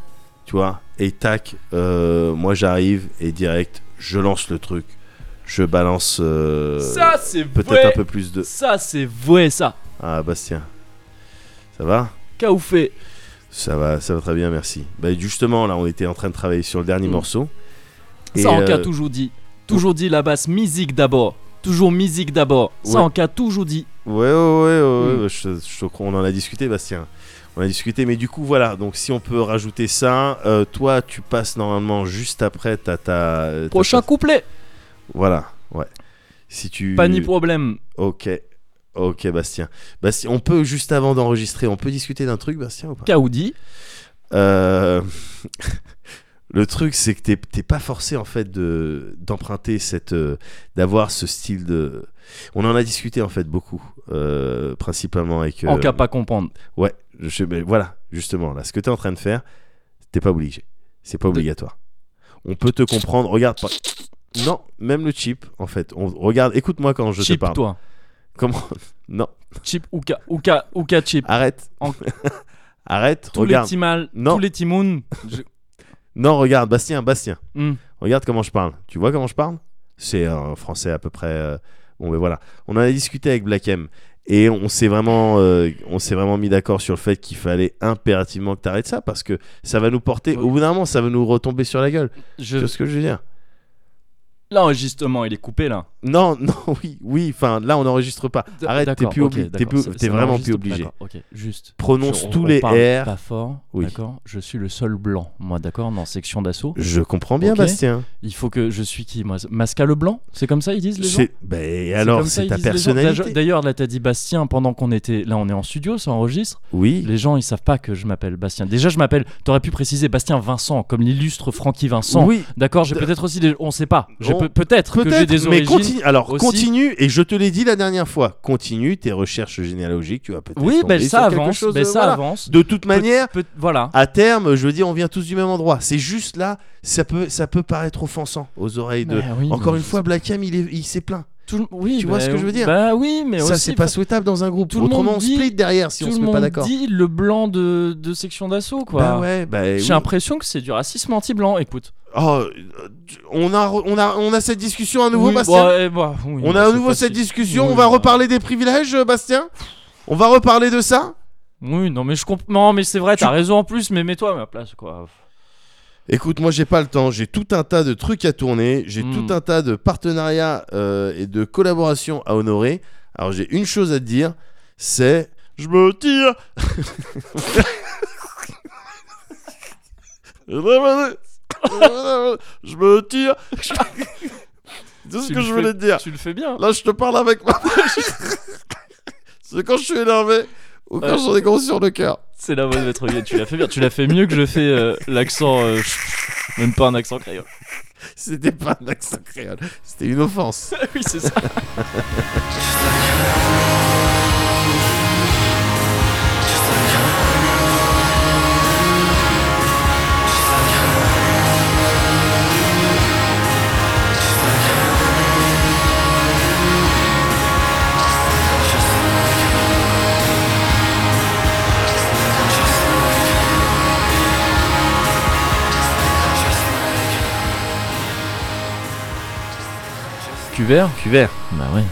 Speaker 2: tu vois, et tac, euh, moi j'arrive et direct, je lance le truc, je balance euh,
Speaker 1: Ça c'est
Speaker 2: peut-être
Speaker 1: vrai.
Speaker 2: un peu plus de.
Speaker 1: Ça c'est vrai ça.
Speaker 2: Ah, Bastien, ça va
Speaker 1: Qu'a ou fait
Speaker 2: Ça va, ça va très bien, merci. Bah, justement, là, on était en train de travailler sur le dernier
Speaker 1: Mm.
Speaker 2: morceau. Et,
Speaker 1: Ça on
Speaker 2: euh,
Speaker 1: qu'a toujours dit. Toujours dit la basse musique d'abord. Toujours musique d'abord. Ça,
Speaker 2: Ouais.
Speaker 1: en cas, toujours dit.
Speaker 2: Ouais, ouais, ouais,
Speaker 1: Hmm.
Speaker 2: ouais, ouais, je- je crois- on en a discuté, Bastien. On a discuté, mais du coup, voilà. Donc, si on peut rajouter ça, euh, toi, tu passes normalement juste après ta. ta ta-
Speaker 1: Prochain
Speaker 2: ta-
Speaker 1: couplet.
Speaker 2: Voilà, ouais. Si tu.
Speaker 1: Pas ni problème.
Speaker 2: Ok. Ok, Bastien. Bastien, on peut, juste avant d'enregistrer, on peut discuter d'un truc, Bastien, ou pas
Speaker 1: Kaoudi.
Speaker 2: Euh, [laughs] Le truc, c'est que t'es t'es pas forcé en fait de d'emprunter cette, euh, d'avoir ce style de. On en a discuté en fait beaucoup, euh, principalement avec.
Speaker 1: En
Speaker 2: euh,
Speaker 1: cas pas comprendre.
Speaker 2: Ouais, je, mais voilà, justement là, ce que t'es en train de faire, t'es pas obligé, c'est pas obligatoire. On peut te comprendre. Regarde pas. Non, même le chip en fait. On regarde. Écoute-moi quand je te
Speaker 1: Chip,
Speaker 2: parle.
Speaker 1: toi.
Speaker 2: Comment Non,
Speaker 1: Chip ou ka, ou ka, ou ka chip.
Speaker 2: arrête.
Speaker 1: En-
Speaker 2: [laughs] arrête.
Speaker 1: Tous
Speaker 2: regarde.
Speaker 1: les timals,
Speaker 2: Non.
Speaker 1: tous les timouns.
Speaker 2: Non, regarde, Bastien, Bastien.
Speaker 1: Hmm.
Speaker 2: Regarde comment je parle. Tu vois comment je parle C'est un français à peu près. euh, Bon, mais voilà. On en a discuté avec Black M. Et on s'est vraiment, euh, on s'est vraiment mis d'accord sur le fait qu'il fallait impérativement que tu arrêtes ça parce que ça va nous porter. Au bout d'un moment, ça va nous retomber sur la gueule.
Speaker 1: Je-
Speaker 2: Tu vois ce que je veux dire
Speaker 1: L'enregistrement, il est coupé là.
Speaker 2: Non, [laughs] non, oui, oui. Enfin, là, on n'enregistre pas. Arrête, t'es
Speaker 1: D'accord,
Speaker 2: plus
Speaker 1: ok,
Speaker 2: obli- t'es
Speaker 1: d'accord,
Speaker 2: plus-
Speaker 1: ça-
Speaker 2: t'es
Speaker 1: ça
Speaker 2: vraiment
Speaker 1: m'enregistre,
Speaker 2: plus obligé.
Speaker 1: d'accord, Ok, juste.
Speaker 2: Prononce
Speaker 1: Je- on-
Speaker 2: tous
Speaker 1: on
Speaker 2: les
Speaker 1: parle
Speaker 2: R.
Speaker 1: Pas fort.
Speaker 2: Oui.
Speaker 1: D'accord. Je suis le seul blanc, moi, d'accord, dans section d'assaut.
Speaker 2: Je comprends bien,
Speaker 1: Ok.
Speaker 2: Bastien.
Speaker 1: Il faut que je suis qui, moi Masca le blanc C'est comme ça ils disent les gens
Speaker 2: C'est, ben, alors,
Speaker 1: comme ça,
Speaker 2: c'est
Speaker 1: ils
Speaker 2: ta
Speaker 1: disent les gens
Speaker 2: personnalité.
Speaker 1: D'ailleurs- D'ailleurs, là, t'as dit Bastien pendant qu'on était. Là, on est en studio, ça enregistre.
Speaker 2: Oui.
Speaker 1: Les gens, ils savent pas que je m'appelle Bastien. Déjà, je m'appelle. T'aurais pu préciser Bastien Vincent, comme l'illustre Francky Vincent.
Speaker 2: Oui.
Speaker 1: D'accord, j'ai peut-être aussi des. On sait pas. J'ai
Speaker 2: On-
Speaker 1: pe- Peut-être que j'ai
Speaker 2: Peut-être,
Speaker 1: des
Speaker 2: mais
Speaker 1: origines.
Speaker 2: continue. Alors,
Speaker 1: aussi.
Speaker 2: continue, et je te l'ai dit la dernière fois, continue tes recherches généalogiques, tu vas peut-être.
Speaker 1: Oui,
Speaker 2: tomber
Speaker 1: ben
Speaker 2: sur
Speaker 1: ça
Speaker 2: quelque
Speaker 1: avance.
Speaker 2: chose,
Speaker 1: ben,
Speaker 2: euh,
Speaker 1: ça
Speaker 2: voilà.
Speaker 1: avance.
Speaker 2: De toute manière,
Speaker 1: Peut- voilà.
Speaker 2: à terme, je veux dire, on vient tous du même endroit. C'est juste là, ça peut, ça peut paraître offensant aux oreilles de.
Speaker 1: Mais Eh oui,
Speaker 2: Encore
Speaker 1: mais
Speaker 2: une fois, Black Ham, il est- il s'est plaint.
Speaker 1: tout- oui,
Speaker 2: tu vois
Speaker 1: bah,
Speaker 2: ce que je veux dire
Speaker 1: Bah oui, mais
Speaker 2: Ça,
Speaker 1: aussi,
Speaker 2: c'est pas souhaitable dans un groupe.
Speaker 1: tout le
Speaker 2: Autrement,
Speaker 1: monde
Speaker 2: on
Speaker 1: dit-
Speaker 2: split derrière si
Speaker 1: tout
Speaker 2: on se
Speaker 1: le
Speaker 2: met pas
Speaker 1: monde
Speaker 2: d'accord.
Speaker 1: dit le blanc de, de section d'assaut, quoi.
Speaker 2: Bah ouais, bah
Speaker 1: J'ai
Speaker 2: oui.
Speaker 1: l'impression que c'est du racisme anti-blanc, écoute.
Speaker 2: Oh, euh, on a, re- on a, on a cette discussion à nouveau,
Speaker 1: Oui,
Speaker 2: Bastien.
Speaker 1: bah, eh, bah, oui,
Speaker 2: on
Speaker 1: bah,
Speaker 2: a à
Speaker 1: c'est
Speaker 2: nouveau cette
Speaker 1: facile.
Speaker 2: discussion.
Speaker 1: Oui,
Speaker 2: on va
Speaker 1: bah.
Speaker 2: reparler des privilèges, euh, Bastien. On va reparler de ça.
Speaker 1: Oui, non, mais je comprends. mais c'est vrai,
Speaker 2: Tu-
Speaker 1: t'as raison en plus, mais mets-toi à ma place, quoi.
Speaker 2: Écoute, moi j'ai pas le temps, j'ai tout un tas de trucs à tourner, j'ai
Speaker 1: Mm.
Speaker 2: tout un tas de partenariats euh, et de collaborations à honorer. Alors j'ai une chose à te dire, c'est je me tire. [laughs] je me tire. C'est ce
Speaker 1: Tu
Speaker 2: que
Speaker 1: le
Speaker 2: je
Speaker 1: fais-
Speaker 2: voulais te dire.
Speaker 1: Tu le fais bien.
Speaker 2: Là, je te parle avec ma C'est quand je suis énervé ou quand
Speaker 1: Ouais.
Speaker 2: j'en ai gros sur le cœur.
Speaker 1: C'est la voix de votre vie, tu l'as fait bien. Tu l'as fait mieux que je fais euh, l'accent. euh, ch- même pas un accent créole.
Speaker 2: C'était pas un accent créole, c'était une offense.
Speaker 1: [laughs] oui, c'est ça. Cuvert
Speaker 2: Cuvert.
Speaker 1: Bah ouais.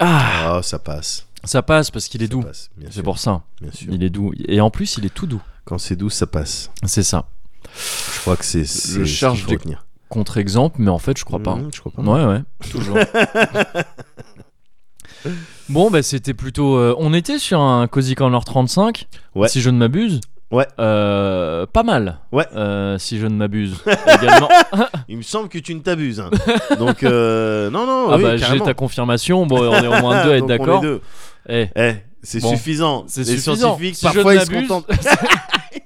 Speaker 1: Ah,
Speaker 2: Ah, ça passe.
Speaker 1: ça passe parce qu'il est
Speaker 2: Ça
Speaker 1: doux.
Speaker 2: passe, bien
Speaker 1: C'est
Speaker 2: sûr,
Speaker 1: pour ça.
Speaker 2: bien sûr.
Speaker 1: Il est doux. Et en plus, il est tout doux.
Speaker 2: Quand c'est doux, ça passe.
Speaker 1: C'est ça.
Speaker 2: Je crois que c'est c'est
Speaker 1: Le
Speaker 2: ce qu'il
Speaker 1: charge
Speaker 2: faut
Speaker 1: des-
Speaker 2: retenir.
Speaker 1: Contre-exemple, mais en fait, je crois pas.
Speaker 2: Mhm, je crois pas.
Speaker 1: Ouais, ouais.
Speaker 2: [laughs]
Speaker 1: Toujours. bon, bah, c'était plutôt. euh, on était sur un Cozy Corner 35,
Speaker 2: Ouais.
Speaker 1: si je ne m'abuse.
Speaker 2: Ouais.
Speaker 1: Euh, pas mal.
Speaker 2: Ouais.
Speaker 1: Euh, si je ne
Speaker 2: [laughs]
Speaker 1: m'abuse. également.
Speaker 2: Il me semble que tu ne
Speaker 1: [laughs]
Speaker 2: t'abuses. hein. Donc euh, non non,
Speaker 1: ah,
Speaker 2: oui,
Speaker 1: bah, j'ai
Speaker 2: carrément. Ah,
Speaker 1: ta confirmation. Bon, on est au
Speaker 2: [laughs]
Speaker 1: moins deux à être
Speaker 2: Donc, on est
Speaker 1: d'accord.
Speaker 2: deux.
Speaker 1: Eh,
Speaker 2: Eh, c'est
Speaker 1: Bon.
Speaker 2: suffisant.
Speaker 1: C'est
Speaker 2: Les
Speaker 1: suffisant.
Speaker 2: scientifiques
Speaker 1: Si je
Speaker 2: parfois
Speaker 1: ne
Speaker 2: ils se
Speaker 1: m'abuse. [laughs]
Speaker 2: contentent.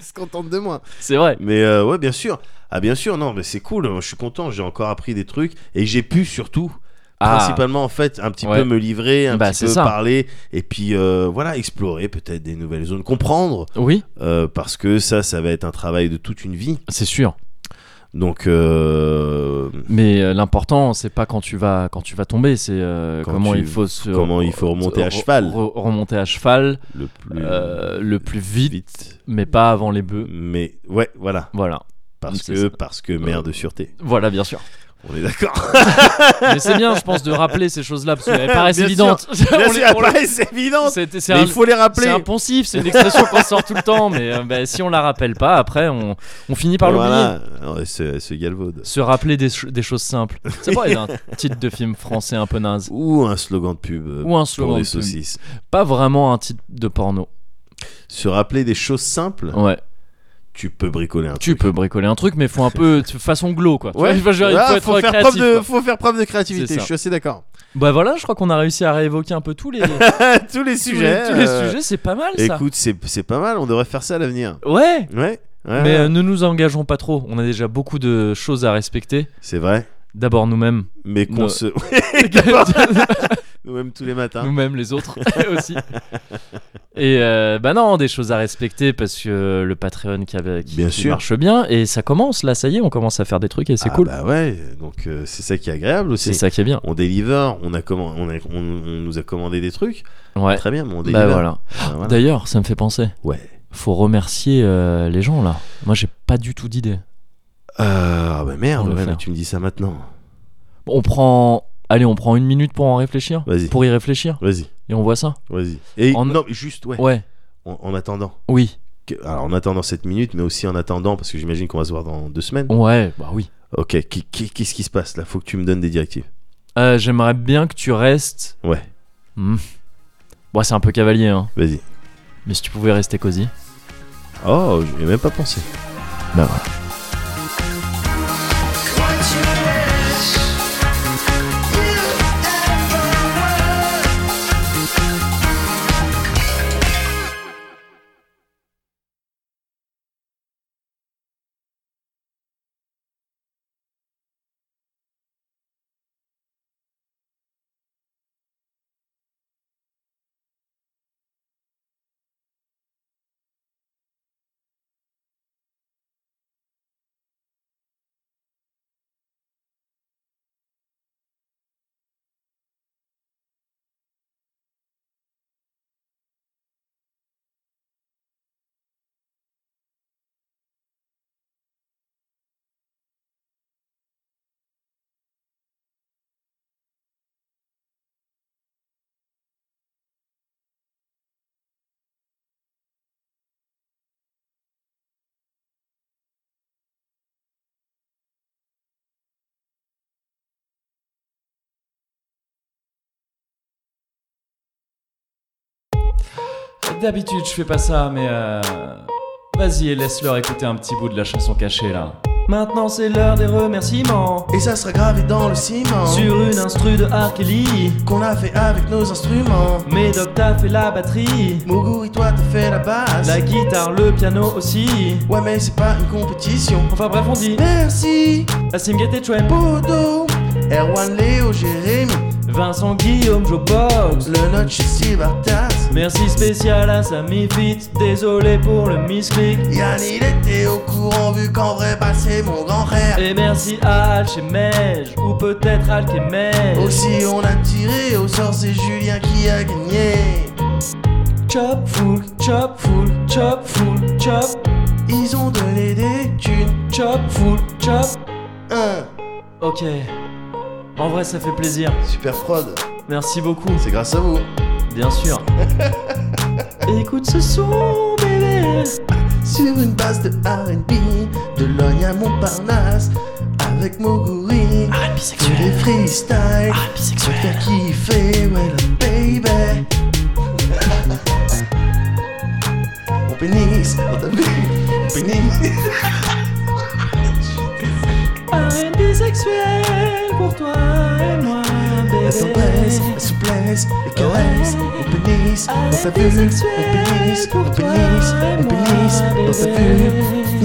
Speaker 2: ils se contentent de moi.
Speaker 1: c'est vrai.
Speaker 2: Mais euh, ouais, bien sûr. Ah bien sûr, non, mais c'est cool. Moi, je suis content. J'ai encore appris des trucs et j'ai pu surtout.
Speaker 1: Ah,
Speaker 2: principalement en fait un petit
Speaker 1: Ouais.
Speaker 2: peu me livrer un
Speaker 1: Bah,
Speaker 2: petit
Speaker 1: c'est
Speaker 2: peu
Speaker 1: ça.
Speaker 2: parler et puis euh, voilà explorer peut-être des nouvelles zones comprendre
Speaker 1: oui,
Speaker 2: euh, parce que ça ça va être un travail de toute une vie
Speaker 1: c'est sûr.
Speaker 2: donc euh,
Speaker 1: Mais euh, l'important, c'est pas quand tu vas quand tu vas tomber, c'est euh,
Speaker 2: Quand
Speaker 1: comment
Speaker 2: tu-
Speaker 1: il faut se-
Speaker 2: comment il faut remonter à
Speaker 1: re-
Speaker 2: cheval.
Speaker 1: re- remonter à cheval
Speaker 2: le plus
Speaker 1: euh, le plus vite,
Speaker 2: vite
Speaker 1: mais pas avant les bœufs.
Speaker 2: mais ouais voilà
Speaker 1: Voilà.
Speaker 2: parce
Speaker 1: C'est
Speaker 2: que
Speaker 1: ça.
Speaker 2: parce que maire de sûreté [laughs]
Speaker 1: Voilà, bien sûr.
Speaker 2: On
Speaker 1: [laughs]
Speaker 2: est d'accord.
Speaker 1: Mais c'est bien, je pense, de rappeler ces choses-là parce qu'elles paraissent
Speaker 2: Bien
Speaker 1: évidentes. [laughs] On
Speaker 2: Là,
Speaker 1: les-
Speaker 2: c'est
Speaker 1: on les-
Speaker 2: après, c'est évident.
Speaker 1: c'est- c'est
Speaker 2: Mais
Speaker 1: un-
Speaker 2: il faut les
Speaker 1: c'est
Speaker 2: rappeler.
Speaker 1: un poncif, c'est une expression qu'on sort tout le temps, mais euh, bah, si on la rappelle pas, après on, on finit par l'oublier.
Speaker 2: Voilà, Ah Ouais, ce, ce galvaude.
Speaker 1: Se rappeler des, ch- des choses simples. C'est pas un
Speaker 2: [laughs]
Speaker 1: titre de film français un peu naze.
Speaker 2: Ou un slogan de pub euh,
Speaker 1: Ou un
Speaker 2: pour
Speaker 1: slogan.
Speaker 2: des
Speaker 1: de film.
Speaker 2: saucisses.
Speaker 1: Pas vraiment un titre de porno.
Speaker 2: Se rappeler des choses simples,
Speaker 1: Ouais.
Speaker 2: tu peux bricoler un
Speaker 1: Tu
Speaker 2: truc.
Speaker 1: peux bricoler un truc, mais faut un
Speaker 2: [laughs]
Speaker 1: peu de façon glow quoi. Tu
Speaker 2: Ouais,
Speaker 1: vois, je veux dire, il
Speaker 2: Ah,
Speaker 1: faut être
Speaker 2: faut, faire
Speaker 1: créatif,
Speaker 2: preuve de,
Speaker 1: quoi.
Speaker 2: faut faire preuve de créativité,
Speaker 1: C'est ça.
Speaker 2: je suis assez d'accord.
Speaker 1: Bah voilà, je crois qu'on a réussi à réévoquer un peu tous
Speaker 2: [laughs]
Speaker 1: les, tous les-
Speaker 2: tous les
Speaker 1: tous les
Speaker 2: sujets. euh,
Speaker 1: sujets, c'est pas mal ça.
Speaker 2: Écoute, c'est c'est pas mal, on devrait faire ça à l'avenir.
Speaker 1: Ouais.
Speaker 2: Ouais, ouais,
Speaker 1: Mais euh,
Speaker 2: ouais,
Speaker 1: ne nous engageons pas trop, on a déjà beaucoup de choses à respecter.
Speaker 2: c'est vrai.
Speaker 1: D'abord nous-mêmes.
Speaker 2: Mais qu'on
Speaker 1: Non.
Speaker 2: se. [laughs] D'accord. Nous-mêmes tous les matins.
Speaker 1: [laughs] Nous-mêmes, les
Speaker 2: [laughs]
Speaker 1: autres [laughs] aussi. Et euh, bah non, des choses à respecter parce que euh, le Patreon qui, avait- qui-
Speaker 2: Bien
Speaker 1: qui
Speaker 2: sûr.
Speaker 1: marche bien et ça commence là, ça y est, on commence à faire des trucs et c'est
Speaker 2: Ah
Speaker 1: cool.
Speaker 2: Bah ouais, donc euh, c'est ça qui est agréable aussi.
Speaker 1: c'est ça qui est bien.
Speaker 2: On deliver, on, a command- on, a- on- on nous a commandé des trucs.
Speaker 1: Ouais.
Speaker 2: Très bien, mais on deliver.
Speaker 1: Bah voilà.
Speaker 2: Ah, voilà.
Speaker 1: D'ailleurs, ça me fait penser.
Speaker 2: Ouais.
Speaker 1: Faut remercier euh, les gens là. Moi, j'ai pas du tout d'idée.
Speaker 2: Euh, ah bah
Speaker 1: On
Speaker 2: merde,
Speaker 1: le
Speaker 2: ouais,
Speaker 1: fait.
Speaker 2: mais tu me dis ça maintenant.
Speaker 1: On prend, allez, on prend une minute pour en réfléchir,
Speaker 2: Vas-y.
Speaker 1: pour y réfléchir
Speaker 2: Vas-y,
Speaker 1: et on voit ça.
Speaker 2: vas-y. Et
Speaker 1: En-
Speaker 2: non, mais juste, ouais.
Speaker 1: Ouais.
Speaker 2: En, en attendant.
Speaker 1: Oui.
Speaker 2: Que- alors, en attendant cette minute, mais aussi en attendant, parce que j'imagine qu'on va se voir dans deux semaines.
Speaker 1: Ouais. Bah oui.
Speaker 2: Ok, qui- qui- qu'est-ce qui se passe là Faut que tu me donnes des directives.
Speaker 1: Euh, J'aimerais bien que tu restes.
Speaker 2: Ouais.
Speaker 1: Hmm. Bon, c'est un peu cavalier, hein.
Speaker 2: Vas-y.
Speaker 1: Mais si tu pouvais rester cosy.
Speaker 2: Oh, j'y ai même pas pensé.
Speaker 1: Bah voilà. D'habitude, je fais pas ça, mais euh... vas-y et laisse-leur écouter un petit bout de la chanson cachée là. Maintenant, c'est l'heure des remerciements
Speaker 5: Et ça sera gravé dans le ciment
Speaker 1: sur une instru de R. Kelly.
Speaker 5: qu'on a fait avec nos instruments.
Speaker 1: Médoc t'a fait la batterie,
Speaker 5: Mougou et toi t'as fait la basse.
Speaker 1: la guitare, le piano aussi.
Speaker 5: Ouais mais c'est pas une compétition.
Speaker 1: Enfin bref, on dit
Speaker 5: Merci
Speaker 1: Assim Gaeté Twain,
Speaker 5: Bodo, Erwan, Léo, Jérémy,
Speaker 1: Vincent Guillaume, Joe Box.
Speaker 5: le notch Steve Artas.
Speaker 1: Merci spécial à Samy Fit, désolé pour le misclick.
Speaker 5: Yann il était au courant vu qu'en vrai bah c'est mon grand frère.
Speaker 1: Et merci à Alchemège, ou peut-être Alchemège.
Speaker 5: Aussi on a tiré au sort c'est Julien qui a gagné.
Speaker 1: Chop full, chop full, chop full, chop,
Speaker 5: Ils ont donné des thunes.
Speaker 1: chop full, chop.
Speaker 5: Hein,
Speaker 1: Ok. En vrai, ça fait plaisir.
Speaker 5: super prod,
Speaker 1: Merci beaucoup,
Speaker 5: c'est grâce à vous.
Speaker 1: bien sûr. Écoute ce son, bébé.
Speaker 5: Sur une base de R&B, de Logne à Montparnasse, avec Moguri,
Speaker 1: Arrête
Speaker 5: tu les
Speaker 1: bisexuel.
Speaker 5: freestyle,
Speaker 1: Arrête bisexuel.
Speaker 5: faire kiffer, ouais le baby. Mon pénis, on t'a vu, mon pénis.
Speaker 1: Arrête bisexuel pour toi et moi,
Speaker 5: La
Speaker 1: bébé.
Speaker 5: souplesse, la souplesse, les caresses, mon pénis, on t'a
Speaker 1: Arrête
Speaker 5: vu, mon
Speaker 1: bisexuel
Speaker 5: pénis,
Speaker 1: pour
Speaker 5: mon
Speaker 1: toi
Speaker 5: pénis,
Speaker 1: et
Speaker 5: mon
Speaker 1: moi,
Speaker 5: pénis, on t'a vu.
Speaker 1: bébé.